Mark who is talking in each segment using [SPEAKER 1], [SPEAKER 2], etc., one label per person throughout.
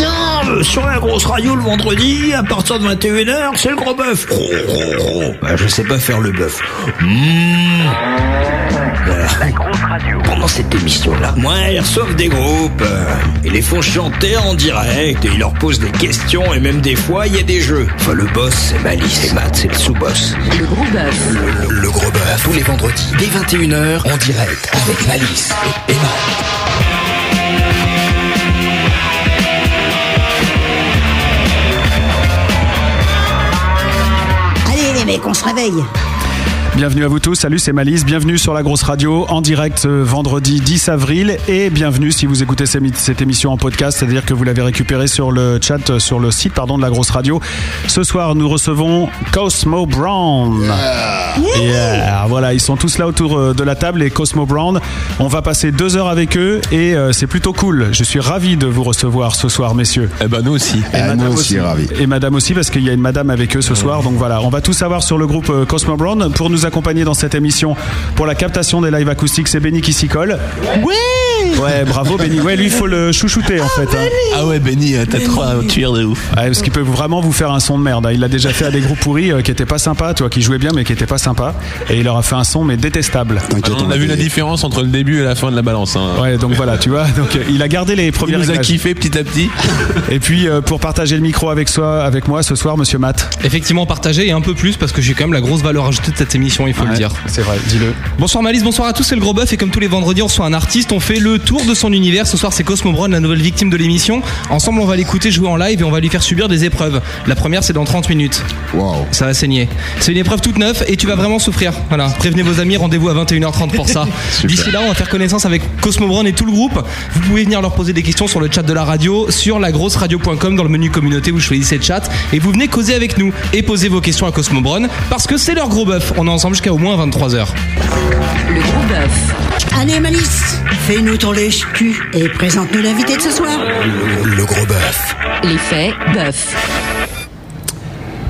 [SPEAKER 1] euh, sur la grosse radio le vendredi, à partir de 21h, c'est le gros bœuf. Ro, ro, ro. Bah, je sais pas faire le bœuf. Mmh. Voilà. Pendant cette émission-là, moi, ils reçoivent des groupes. euh, Ils les font chanter en direct et ils leur posent des questions et même des fois, il y a des jeux. Enfin, le boss, c'est Malice. Et Matt, c'est le sous-boss.
[SPEAKER 2] Le gros bœuf.
[SPEAKER 1] Le, le gros bœuf, tous les vendredis, dès 21h, en direct, avec Malice et, et Matt.
[SPEAKER 2] Allez les mecs, on se réveille.
[SPEAKER 3] Bienvenue à vous tous, salut c'est Malice, bienvenue sur la grosse radio en direct euh, vendredi 10 avril et bienvenue si vous écoutez ces- cette émission en podcast, c'est-à-dire que vous l'avez récupérée sur le chat, euh, sur le site pardon, de la grosse radio. Ce soir nous recevons Cosmo Brown. Yeah, Voilà, ils sont tous là autour euh, de la table et Cosmo Brown, on va passer deux heures avec eux et euh, c'est plutôt cool. Je suis ravi de vous recevoir ce soir messieurs.
[SPEAKER 4] Eh ben nous aussi.
[SPEAKER 3] Et
[SPEAKER 5] Ah,
[SPEAKER 3] madame
[SPEAKER 5] nous aussi, ravi.
[SPEAKER 3] Et madame aussi, parce qu'il y a une madame avec eux ce soir. Donc voilà, on va tout savoir sur le groupe euh, Cosmo Brown. Pour nous accompagner dans cette émission, pour la captation des lives acoustiques, c'est Benny qui s'y colle. Ouais Ouais, bravo Benny. Ouais, lui, il faut le chouchouter en fait. hein.
[SPEAKER 4] Ah ouais, Benny, euh, t'as trois tuyaux de ouf.
[SPEAKER 3] Ouais, parce qu'il peut vraiment vous faire un son de merde. hein. Il l'a déjà fait à des groupes pourris euh, qui étaient pas sympas, tu vois, qui jouaient bien mais qui étaient pas sympas. Et il leur a fait un son mais détestable.
[SPEAKER 5] T'inquiète,
[SPEAKER 4] Ah on a
[SPEAKER 5] va
[SPEAKER 4] vu la
[SPEAKER 5] payer.
[SPEAKER 4] différence entre le début et la fin de la balance. hein.
[SPEAKER 3] Ouais, donc voilà, tu vois. Donc euh, il a gardé les
[SPEAKER 4] Il
[SPEAKER 3] premiers
[SPEAKER 4] nous a
[SPEAKER 3] réglages.
[SPEAKER 4] kiffé petit à petit.
[SPEAKER 3] Et puis euh, pour partager le micro avec soi, avec moi ce soir, Monsieur Matt.
[SPEAKER 6] Effectivement, partagé et un peu plus parce que j'ai quand même la grosse valeur ajoutée de cette émission, il faut le dire.
[SPEAKER 3] C'est vrai, dis-le.
[SPEAKER 6] Bonsoir Malice, bonsoir à tous, c'est le gros bœuf et comme tous les vendredis, on reçoit un artiste, on fait le tour de son univers. Ce soir, c'est Cosmo Brown, la nouvelle victime de l'émission. Ensemble, on va l'écouter jouer en live et on va lui faire subir des épreuves. La première, c'est dans 30 minutes.
[SPEAKER 5] Waouh.
[SPEAKER 6] Ça va saigner. C'est une épreuve toute neuve et tu vas vraiment souffrir. Voilà. Prévenez vos amis, rendez-vous à 21h30 pour ça. D'ici là, on va faire connaissance avec Cosmo Brown et tout le groupe. Vous pouvez venir leur poser des questions sur le chat de la radio, sur lagrosseradio.com dans le menu communauté, vous choisissez le chat et vous venez causer avec nous et poser vos questions à Cosmo Brown parce que c'est leur gros bœuf. On est ensemble jusqu'à au moins 23h.
[SPEAKER 2] Le gros bœuf. Allez Malice, fais-nous ton lèche-cul et présente-nous l'invité de ce soir.
[SPEAKER 1] Le gros bœuf.
[SPEAKER 2] L'effet bœuf.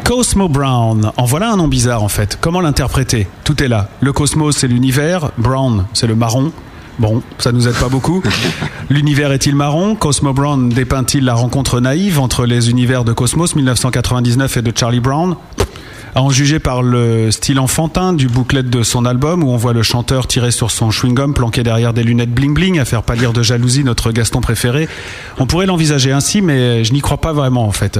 [SPEAKER 3] Cosmo Brown. En voilà un nom bizarre en fait. Comment l'interpréter Tout est là. Le cosmos, c'est l'univers. Brown, c'est le marron. Bon, ça nous aide pas beaucoup. L'univers est-il marron Cosmo Brown dépeint-il la rencontre naïve entre les univers de Cosmos 1999 et de Charlie Brown à en juger par le style enfantin du bouclette de son album où on voit le chanteur tirer sur son chewing-gum planqué derrière des lunettes bling-bling à faire pâlir de jalousie notre Gaston préféré, on pourrait l'envisager ainsi mais je n'y crois pas vraiment en fait.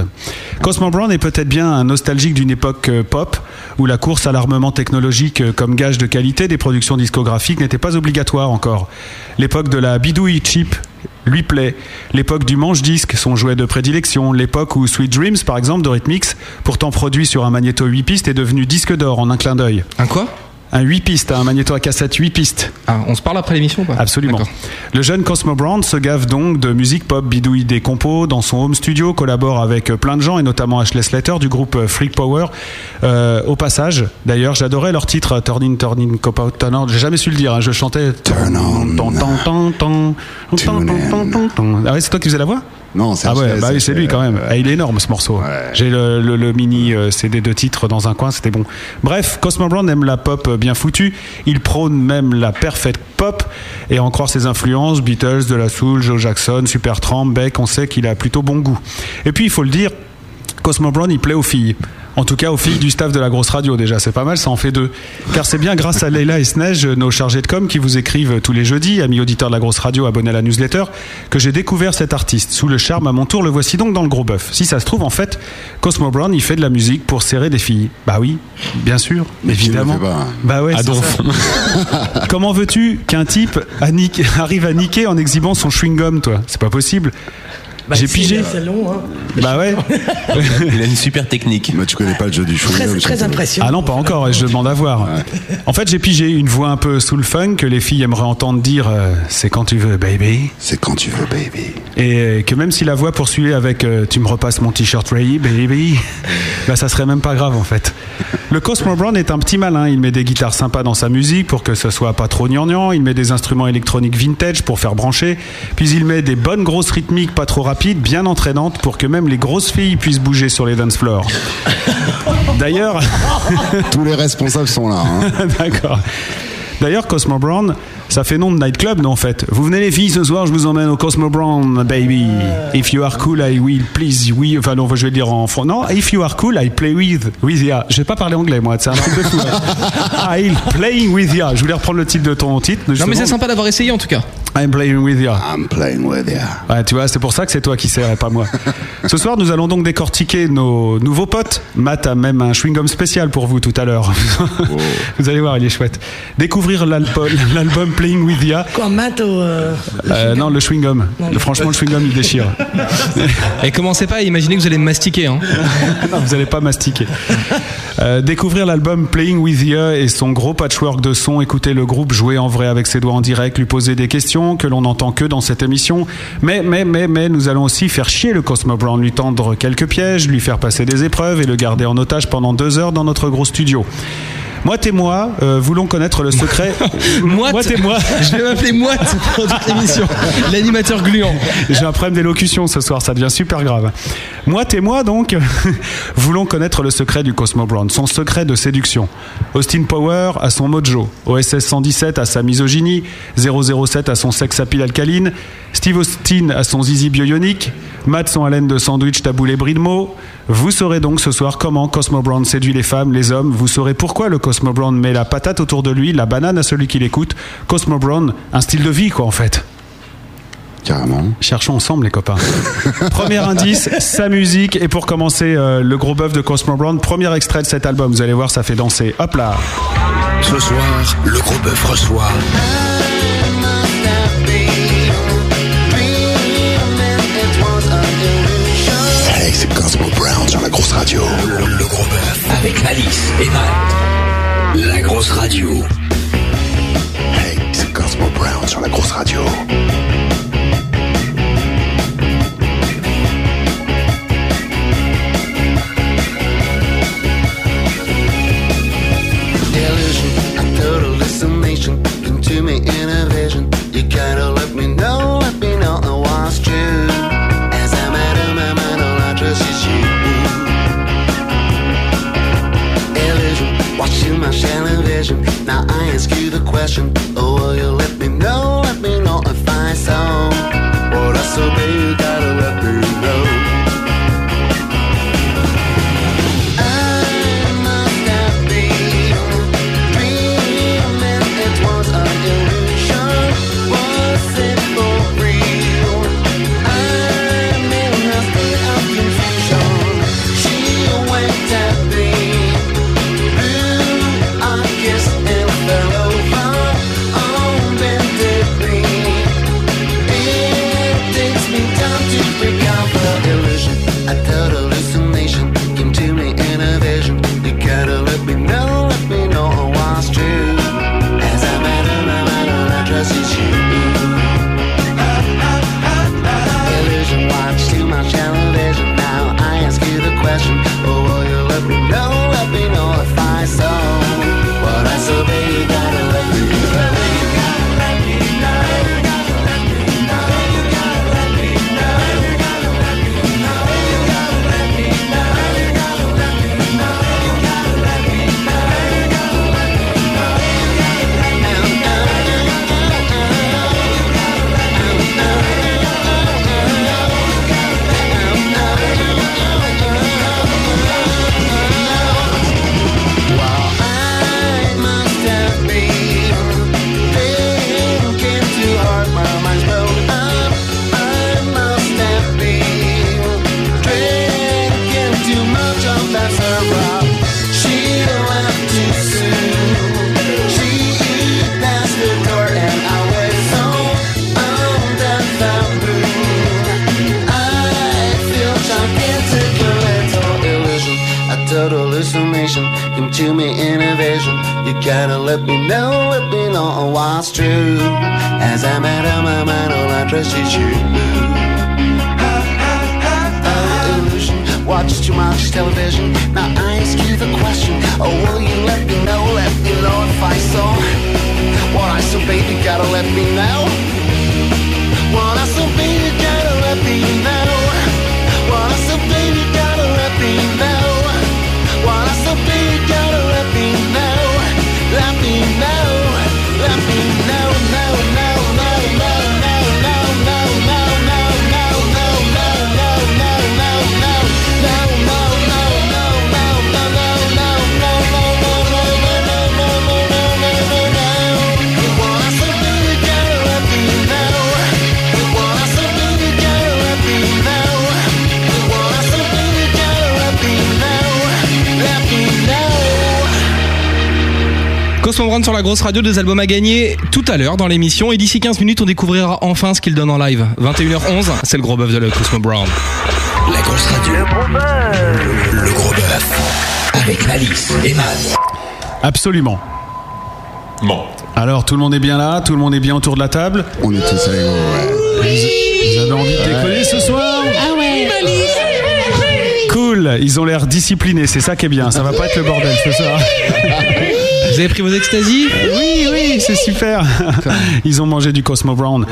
[SPEAKER 3] Cosmo Brown est peut-être bien un nostalgique d'une époque euh, pop où la course à l'armement technologique euh, comme gage de qualité des productions discographiques n'était pas obligatoire encore. L'époque de la bidouille cheap lui plaît. L'époque du manche-disque, son jouet de prédilection. L'époque où Sweet Dreams, par exemple, de Rhythmix, pourtant produit sur un magnéto 8 pistes, est devenu disque d'or en un clin d'œil.
[SPEAKER 6] Un quoi
[SPEAKER 3] Un 8 pistes, un magnéto à cassette 8 pistes.
[SPEAKER 6] Ah, On se parle après l'émission ou pas
[SPEAKER 3] Absolument.
[SPEAKER 6] D'accord.
[SPEAKER 3] Le jeune Cosmo Brown se gave donc de musique pop, bidouille des compos dans son home studio, collabore avec euh, plein de gens et notamment Ashley Slater du groupe euh, Freak Power. Euh, au passage, d'ailleurs, j'adorais leur titre euh, Turn In, Turn In, Cop Out, Turn On. J'ai jamais su le dire, hein, je chantais
[SPEAKER 5] Turn On.
[SPEAKER 3] Ton, ton, ton, ton, ton,
[SPEAKER 5] Tune
[SPEAKER 3] ton, ton,
[SPEAKER 5] in.
[SPEAKER 3] ton, ton. Ah ouais, c'est toi qui faisais la voix
[SPEAKER 5] Non, c'est
[SPEAKER 3] ah ouais,
[SPEAKER 5] Ashley,
[SPEAKER 3] bah oui, c'est lui quand même. Ah, il est énorme ce morceau.
[SPEAKER 5] Ouais.
[SPEAKER 3] J'ai le, le- le mini euh, CD de titre dans un coin, c'était bon. Bref, Cosmo Brown aime la pop euh, bien foutue. Il prône même la perfect pop. Et à en croire ses influences, Beatles, De La Soul, Joe Jackson, Supertramp, Beck, on sait qu'il a plutôt bon goût. Et puis, il faut le dire, Cosmo Brown, il plaît aux filles. En tout cas, aux filles du staff de la grosse radio, déjà, c'est pas mal, ça en fait deux. Car c'est bien grâce à Leila et Sneige, nos chargés de com, qui vous écrivent tous les jeudis, amis auditeurs de la grosse radio, abonnés à la newsletter, que j'ai découvert cet artiste. Sous le charme, à mon tour, le voici donc dans le gros bœuf. Si ça se trouve, en fait, Cosmo Brown, il fait de la musique pour serrer des filles. Bah oui, bien sûr,
[SPEAKER 5] Mais qui ne le
[SPEAKER 3] évidemment.
[SPEAKER 5] fait pas, hein.
[SPEAKER 3] Bah ouais,
[SPEAKER 4] Ah
[SPEAKER 3] c'est
[SPEAKER 4] donc.
[SPEAKER 3] ça. Comment veux-tu qu'un type a niqué- arrive à niquer en exhibant son chewing-gum, toi C'est pas possible. J'ai pigé.
[SPEAKER 7] euh,
[SPEAKER 3] Bah ouais.
[SPEAKER 4] Il a une super technique.
[SPEAKER 5] Mais Bah, tu connais pas le jeu du chewing
[SPEAKER 8] Très, très impressionnant.
[SPEAKER 3] Ah non, pas encore, et je demande à voir. En fait, j'ai pigé une voix un peu soul funk que les filles aimeraient entendre dire euh, c'est quand tu veux, baby.
[SPEAKER 5] C'est quand tu veux, baby.
[SPEAKER 3] Et euh, que même si la voix poursuivait avec euh, tu me repasses mon t-shirt Ray, baby, bah ça serait même pas grave en fait. Le Cosmo Brown est un petit malin, il met des guitares sympas dans sa musique pour que ce soit pas trop gnangnan, il met des instruments électroniques vintage pour faire brancher, puis il met des bonnes grosses rythmiques pas trop rapides, bien entraînantes pour que même les grosses filles puissent bouger sur les dance floors. D'ailleurs,
[SPEAKER 5] Tous les responsables sont là. hein.
[SPEAKER 3] D'accord. D'ailleurs, Cosmo Brown, ça fait nom de nightclub, non, en fait. Vous venez, les filles, ce soir, je vous emmène au Cosmo Brown, baby. If you are cool, I will please. Oui, enfin, non, je vais le dire en français. Non, if you are cool, I play with. With ya. Je vais pas parler anglais, moi, c'est un truc de fou. hein. I'll play with ya. Je voulais reprendre le titre de ton titre.
[SPEAKER 6] Non, mais
[SPEAKER 3] justement.
[SPEAKER 6] c'est sympa d'avoir essayé en tout cas.
[SPEAKER 3] I'm playing with ya.
[SPEAKER 5] I'm playing with you.
[SPEAKER 3] Ouais, tu vois, c'est pour ça que c'est toi qui sers et pas moi. Ce soir, nous allons donc décortiquer nos nouveaux potes. Matt a même un chewing-gum spécial pour vous tout à l'heure.
[SPEAKER 5] Oh.
[SPEAKER 3] Vous allez voir, il est chouette. Découvrir l'album l'album Playing With Ya.
[SPEAKER 8] Quoi, Matt au, euh,
[SPEAKER 3] Euh, non, le chewing-gum. Le- Franchement, le chewing-gum, il déchire.
[SPEAKER 6] Et commencez pas à imaginer que vous allez me mastiquer. Hein.
[SPEAKER 3] Non, vous n'allez pas mastiquer. Euh, découvrir l'album Playing With You et son gros patchwork de sons, écouter le groupe jouer en vrai avec ses doigts en direct, lui poser des questions que l'on n'entend que dans cette émission. Mais, mais, mais, mais, nous allons aussi faire chier le Cosmo Brown, lui tendre quelques pièges, lui faire passer des épreuves et le garder en otage pendant deux heures dans notre gros studio. Moi et moi euh, voulons connaître le secret.
[SPEAKER 6] Moite.
[SPEAKER 3] Moite et moi.
[SPEAKER 6] Je vais m'appeler Moite pour toute l'émission. L'animateur gluant.
[SPEAKER 3] J'ai un problème d'élocution ce soir, ça devient super grave. Moi, t'es moi donc, voulons connaître le secret du Cosmo Brown, son secret de séduction. Austin Power à son mojo, OSS 117 à sa misogynie, 007 à son sex appeal alcaline, Steve Austin à son zizi bionique, Matt son haleine de sandwich taboulé bris de mots. Vous saurez donc ce soir comment Cosmo Brown séduit les femmes, les hommes. Vous saurez pourquoi le Cosmo Brown met la patate autour de lui, la banane à celui qui l'écoute. Cosmo Brown, un style de vie quoi en fait.
[SPEAKER 5] Carrément.
[SPEAKER 3] Cherchons ensemble les copains. Premier indice, sa musique et pour commencer euh, le gros bœuf de Cosmo Brown, premier extrait de cet album. Vous allez voir, ça fait danser. Hop là.
[SPEAKER 1] Ce soir, le gros bœuf reçoit.
[SPEAKER 5] Hey, c'est Cosmo Brown sur la grosse radio.
[SPEAKER 1] Le, le gros bœuf. Avec Alice et Matt. La grosse radio.
[SPEAKER 5] Hey, c'est Cosmo Brown sur la grosse radio.
[SPEAKER 9] delusion, a total hallucination. Into me in a vision. You gotta let me know, let me know I was true. As a matter of my mind, all I trust is you. Illusion, watching my shallow vision. Now I ask you the question, oh will you let me know, let me know if I saw what I saw, baby, you gotta let me know. Takes me time to break out the illusion. A total hallucination came to me in a vision. You gotta let me know, let me know I was true. As a matter of fact, all I trust is you. Illusion watch too much television. Now I ask you the question. Oh, will you let me know? Let me know if I saw what I saw. Baby, you gotta let me know. Total hallucination, come to me in a vision. You gotta let me know, let me know what's true. As I'm out of my mind, all I trust is you. Oh, illusion, Watch too much television. Now I ask you the question. Oh, will you let me know? Let me know if I saw what I saw, baby. Gotta let me know. What I saw, baby. Gotta let me know. What I saw, baby. Gotta let me know. What I saw, baby. Gotta let me know. Let me know.
[SPEAKER 6] Cosmo Brown sur la grosse radio, deux albums à gagner tout à l'heure dans l'émission. Et d'ici 15 minutes, on découvrira enfin ce qu'il donne en live. 21h11, c'est le gros bœuf de la Cosmo Brown.
[SPEAKER 1] La grosse radio. Le gros bœuf. Le, gros bœuf. Avec Malice et Maz.
[SPEAKER 3] Absolument.
[SPEAKER 4] Bon.
[SPEAKER 3] Alors, tout le monde est bien là, tout le monde est bien autour de la table.
[SPEAKER 5] On est tous avec vous, ouais.
[SPEAKER 3] Vous avez envie de décoller ce soir Ah ouais Cool, ils ont l'air disciplinés, c'est ça qui est bien. Ça va pas être le bordel ce soir.
[SPEAKER 6] Vous avez pris vos extasies
[SPEAKER 3] Oui, oui, c'est super. Ils ont mangé du Cosmo Brown.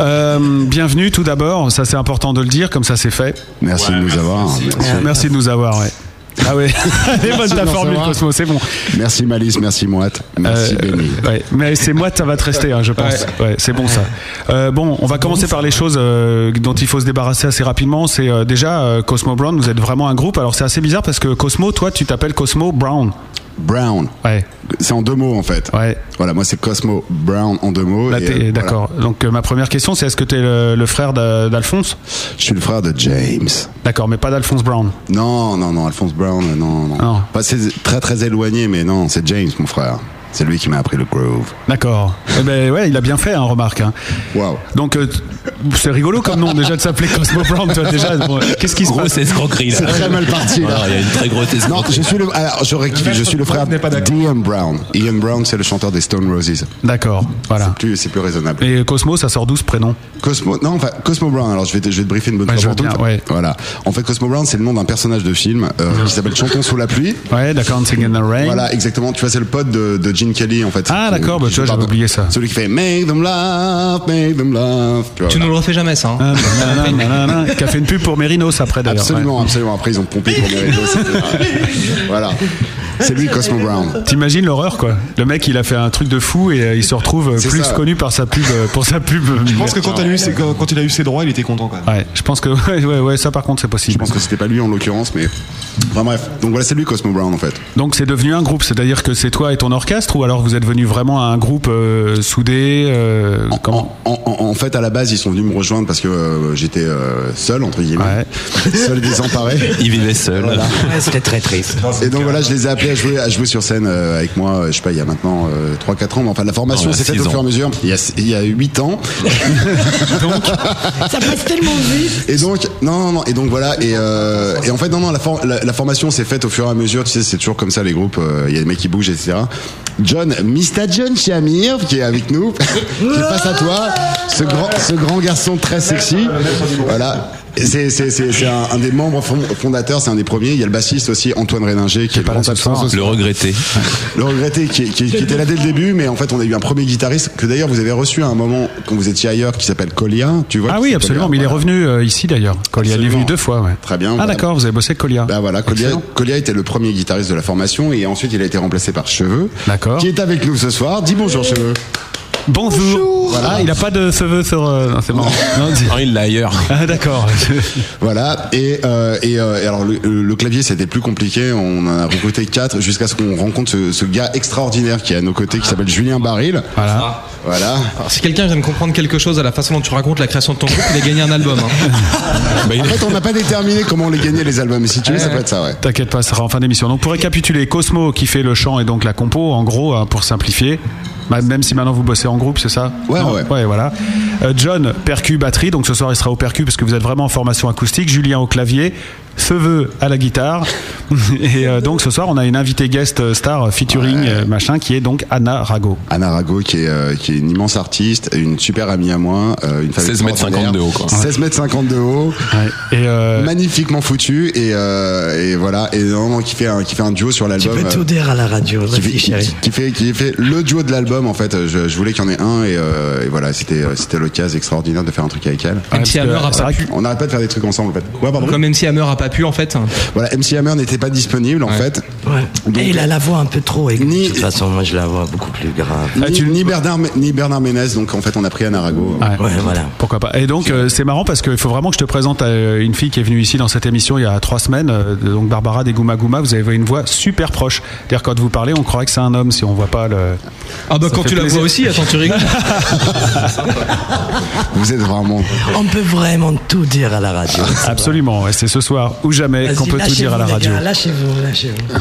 [SPEAKER 3] Euh, bienvenue tout d'abord, ça c'est important de le dire, comme ça c'est fait.
[SPEAKER 5] Merci de nous avoir. Merci.
[SPEAKER 3] Merci de nous avoir, ouais. Ah ouais, elle est bonne ta
[SPEAKER 5] de nous
[SPEAKER 3] formule
[SPEAKER 5] avoir.
[SPEAKER 3] Cosmo, c'est bon.
[SPEAKER 5] Merci Malice, merci Moat, merci
[SPEAKER 3] Euh,
[SPEAKER 5] Benny.
[SPEAKER 3] ouais, mais c'est moi, ça va te rester, hein, je pense. Ouais, c'est bon ça. Euh, bon, on va commencer par les choses euh, dont il faut se débarrasser assez rapidement. C'est euh, déjà euh, Cosmo Brown. Vous êtes vraiment un groupe. Alors c'est assez bizarre parce que Cosmo, toi, tu t'appelles Cosmo Brown.
[SPEAKER 5] Brown.
[SPEAKER 3] Ouais.
[SPEAKER 5] C'est en deux mots en fait.
[SPEAKER 3] Ouais.
[SPEAKER 5] Voilà, moi c'est Cosmo Brown en deux mots.
[SPEAKER 3] Là,
[SPEAKER 5] et,
[SPEAKER 3] t'es-
[SPEAKER 5] euh, voilà.
[SPEAKER 3] D'accord. Donc euh, ma première question, c'est est-ce que t'es le, le frère d'A- d'Alphonse
[SPEAKER 5] Je suis le frère de James.
[SPEAKER 3] D'accord, mais pas d'Alphonse Brown.
[SPEAKER 5] Non, non, non, Alphonse Brown, euh, non, non.
[SPEAKER 3] Non.
[SPEAKER 5] Pas, c'est très très éloigné, mais non, c'est James, mon frère. C'est lui qui m'a appris le groove.
[SPEAKER 3] D'accord. Eh ben ouais, il a bien fait, hein, remarque. hein.
[SPEAKER 5] Waouh.
[SPEAKER 3] Donc euh, t- c'est rigolo comme nom déjà de s'appeler Cosmo Brown. Toi déjà, bon, qu'est-ce qui se passe
[SPEAKER 4] Grosse escroquerie là.
[SPEAKER 5] C'est très mal parti, là.
[SPEAKER 4] Voilà, Il y a une très grosse
[SPEAKER 5] Non,
[SPEAKER 4] escroquerie.
[SPEAKER 5] je suis le. Alors, je rectifie, je suis le frère d'Ian Brown. Ian Brown, c'est le chanteur des Stone Roses.
[SPEAKER 3] D'accord. Voilà.
[SPEAKER 5] Plus, c'est plus raisonnable.
[SPEAKER 3] Et Cosmo, ça sort d'où ce prénom
[SPEAKER 5] Cosmo, non, enfin, Cosmo Brown, alors je vais te, je vais te briefer une bonne
[SPEAKER 3] Ouais,
[SPEAKER 5] fois
[SPEAKER 3] je
[SPEAKER 5] pour
[SPEAKER 3] veux
[SPEAKER 5] toutes.
[SPEAKER 3] bien, ouais.
[SPEAKER 5] Voilà. En fait, Cosmo Brown, c'est le nom d'un personnage de film euh, qui s'appelle Chantons sous la pluie.
[SPEAKER 3] Ouais, d'accord, Dancing in the Rain.
[SPEAKER 5] Voilà, exactement. Tu vois, c'est le pote de, de Gene Kelly, en fait.
[SPEAKER 3] Ah,
[SPEAKER 5] Qui-
[SPEAKER 3] d'accord, bah,
[SPEAKER 5] qui
[SPEAKER 3] tu vois,
[SPEAKER 5] fait
[SPEAKER 3] j'avais
[SPEAKER 5] partie-
[SPEAKER 3] oublié ça.
[SPEAKER 5] Celui qui fait Make them laugh, make them laugh. Tu vois,
[SPEAKER 6] Tu
[SPEAKER 5] voilà.
[SPEAKER 6] nous le refais jamais, ça. hein.
[SPEAKER 3] Ah, nanana, nanana, bah. Qui a fait une pub pour Mérinos après d'ailleurs.
[SPEAKER 5] Absolument,
[SPEAKER 3] Ouais.
[SPEAKER 5] absolument. Après, ils ont pompé pour les réseaux. c'était- voilà. C'est lui, Cosmo Brown.
[SPEAKER 3] T'imagines l'horreur quoi. Le mec il a fait un truc de fou et euh, il se retrouve euh,
[SPEAKER 5] C'est
[SPEAKER 3] plus
[SPEAKER 5] ça.
[SPEAKER 3] connu par sa pub euh, pour sa pub.
[SPEAKER 8] Je pense que quand, t'as eu ses- quand- quand il a eu ses droits, il était content quand même.
[SPEAKER 3] Ouais, je pense que ouais, ouais, ouais, ça par contre c'est
[SPEAKER 5] Je
[SPEAKER 3] possible.
[SPEAKER 5] pense que c'était pas lui en l'occurrence, mais. Enfin bref. Donc voilà, c'est lui, Cosmo Brown, en fait.
[SPEAKER 3] Donc c'est devenu un groupe, c'est-à-dire que c'est toi et ton orchestre ou alors vous êtes venu vraiment un groupe euh, soudé euh, comment
[SPEAKER 5] En, en- en fait, à la base, ils sont venus me rejoindre parce que euh, j'étais euh, seul, entre guillemets. Seul désemparé.
[SPEAKER 4] Il vivait seul.
[SPEAKER 1] C'était très triste.
[SPEAKER 5] Et donc voilà, je les ai appelés à jouer, à jouer sur scène euh, avec moi, euh, je sais pas, il y a maintenant euh, 3-4 ans, mais enfin la formation
[SPEAKER 4] Non, il y a
[SPEAKER 5] s'est faite
[SPEAKER 4] Ah six
[SPEAKER 5] au
[SPEAKER 4] ans.
[SPEAKER 5] fur et à mesure, il y a, il y a 8 ans.
[SPEAKER 2] Ça passe tellement vite.
[SPEAKER 5] Et donc, non, non, non, et donc voilà, et, euh, et en fait, non, non, la, for- la, la formation s'est faite au fur et à mesure, tu sais, c'est toujours comme ça les groupes, euh, il y a des mecs qui bougent, etc. John, Mista John Shamir, qui est avec nous, qui passe à toi, ce grand, ce grand garçon très sexy. Voilà. Et C'est c'est- c'est- c'est un, un des membres fond- fondateurs, c'est un des premiers. Il y a le bassiste aussi, Antoine Réninger, qui est,
[SPEAKER 3] pas
[SPEAKER 5] pas grand
[SPEAKER 3] là ce
[SPEAKER 5] absent.
[SPEAKER 3] soir, ce
[SPEAKER 4] Le regretter.
[SPEAKER 5] Le regretté qui, qui- qui était là dès le début, mais en fait on a eu un premier guitariste que d'ailleurs vous avez reçu à un moment quand vous étiez ailleurs qui s'appelle Colia, tu vois
[SPEAKER 3] Ah
[SPEAKER 5] qui
[SPEAKER 3] oui
[SPEAKER 5] s'appelle
[SPEAKER 3] absolument,
[SPEAKER 5] Colia,
[SPEAKER 3] mais il est
[SPEAKER 5] voilà.
[SPEAKER 3] revenu euh, ici d'ailleurs. Colia il est venu
[SPEAKER 5] Absolument.
[SPEAKER 3] deux fois ouais.
[SPEAKER 5] Très bien,
[SPEAKER 3] Ah
[SPEAKER 5] voilà.
[SPEAKER 3] d'accord, vous avez bossé avec Colia.
[SPEAKER 5] Bah voilà, Colia,
[SPEAKER 3] Excellent.
[SPEAKER 5] Colia était le premier guitariste de la formation et ensuite il a été remplacé par Cheveux,
[SPEAKER 3] D'accord.
[SPEAKER 5] qui est avec nous ce soir. Dis bonjour Cheveux.
[SPEAKER 3] Bonjour. Ah, il a pas de cheveux sur. euh, non, c'est marrant. Non, dis-
[SPEAKER 4] Ah, il l'a ailleurs.
[SPEAKER 3] ah, d'accord.
[SPEAKER 5] Voilà. Et, euh, et, euh, et alors le, le clavier c'était plus compliqué. On en a recruté quatre jusqu'à ce qu'on rencontre ce, ce gars extraordinaire qui est à nos côtés,
[SPEAKER 4] Ah.
[SPEAKER 5] qui s'appelle Julien Baril.
[SPEAKER 3] Voilà.
[SPEAKER 5] Voilà.
[SPEAKER 6] Alors, si quelqu'un vient de comprendre quelque chose à la façon dont tu racontes la création de ton groupe, il a gagné un album. hein.
[SPEAKER 4] Bah, il-
[SPEAKER 5] En fait, on n'a pas déterminé comment on les gagnait les albums. Mais si tu veux, ça peut être ça, ouais.
[SPEAKER 3] T'inquiète pas, ça sera en fin d'émission. Donc pour récapituler, Cosmo qui fait le chant et donc la compo, en gros, hein, pour simplifier. Bah, Même si maintenant vous bossez en groupe, c'est ça
[SPEAKER 5] Ouais,
[SPEAKER 3] Non
[SPEAKER 5] ouais.
[SPEAKER 3] voilà. Euh, John, percu, batterie. Donc ce soir, il sera au percu parce que vous êtes vraiment en formation acoustique. Julien au clavier. Feveux à la guitare. Et euh, donc ce soir, on a une invitée guest euh, star featuring euh, machin qui est donc Anna Rago.
[SPEAKER 5] Anna Rago, qui est, euh, qui est une immense artiste, une super amie à moi, euh, une femme
[SPEAKER 4] 16 mètres
[SPEAKER 5] extraordinaire.
[SPEAKER 4] 50 de haut, quoi.
[SPEAKER 5] 16 mètres 50 de haut,
[SPEAKER 3] Et euh,
[SPEAKER 5] magnifiquement foutue et, euh, et voilà, et non, qui fait un, qui fait un duo sur
[SPEAKER 1] Tu
[SPEAKER 5] l'album.
[SPEAKER 1] peux
[SPEAKER 5] euh,
[SPEAKER 1] tout dire à la radio,
[SPEAKER 5] qui fait,
[SPEAKER 1] vas-y chérie.
[SPEAKER 5] qui fait qui fait le duo de l'album en fait je, je voulais qu'il y en ait un et, euh, et voilà c'était euh, c'était l'occasion extraordinaire de faire un truc avec elle
[SPEAKER 6] Même si Hammer a
[SPEAKER 3] Ah, c'est
[SPEAKER 6] pas
[SPEAKER 3] vrai
[SPEAKER 6] pu.
[SPEAKER 5] on n'arrête pas de faire des trucs ensemble en fait ouais pardon
[SPEAKER 6] Comme MC Hammer a pas pu, en fait.
[SPEAKER 5] voilà MC Hammer n'était pas disponible en fait
[SPEAKER 3] Bah,
[SPEAKER 1] Ouais.
[SPEAKER 5] Donc-
[SPEAKER 1] Et Eh, il a la voix un peu trop aiguë.
[SPEAKER 5] Ni-
[SPEAKER 1] De toute façon, moi je la vois beaucoup plus grave.
[SPEAKER 5] ni,
[SPEAKER 3] Ah, tu-
[SPEAKER 5] ni Bernard ni Bernard Ménez donc en fait on a pris Anna Rago
[SPEAKER 3] Ouais.
[SPEAKER 1] Ouais, voilà.
[SPEAKER 3] Pourquoi pas. Et donc euh, c'est marrant parce qu'il faut vraiment que je te présente euh, une fille qui est venue ici dans cette émission il y a trois semaines, euh, donc Barbara des Gouma Gouma. Vous avez une voix super proche. C'est-à-dire quand vous parlez, on croirait que c'est un homme si on voit pas le.
[SPEAKER 6] Ah bah
[SPEAKER 3] Ça
[SPEAKER 6] quand
[SPEAKER 3] fait
[SPEAKER 6] tu la
[SPEAKER 3] plaisir.
[SPEAKER 6] vois aussi, attends, tu rigoles.
[SPEAKER 5] vous êtes vraiment
[SPEAKER 1] On peut vraiment tout dire à la radio.
[SPEAKER 3] Ah, Absolument. ouais, c'est ce soir ou jamais
[SPEAKER 1] Vas-y,
[SPEAKER 3] qu'on peut tout dire à la
[SPEAKER 1] lâchez-vous, les
[SPEAKER 3] radio.
[SPEAKER 1] gars, Lâchez-vous, lâchez-vous.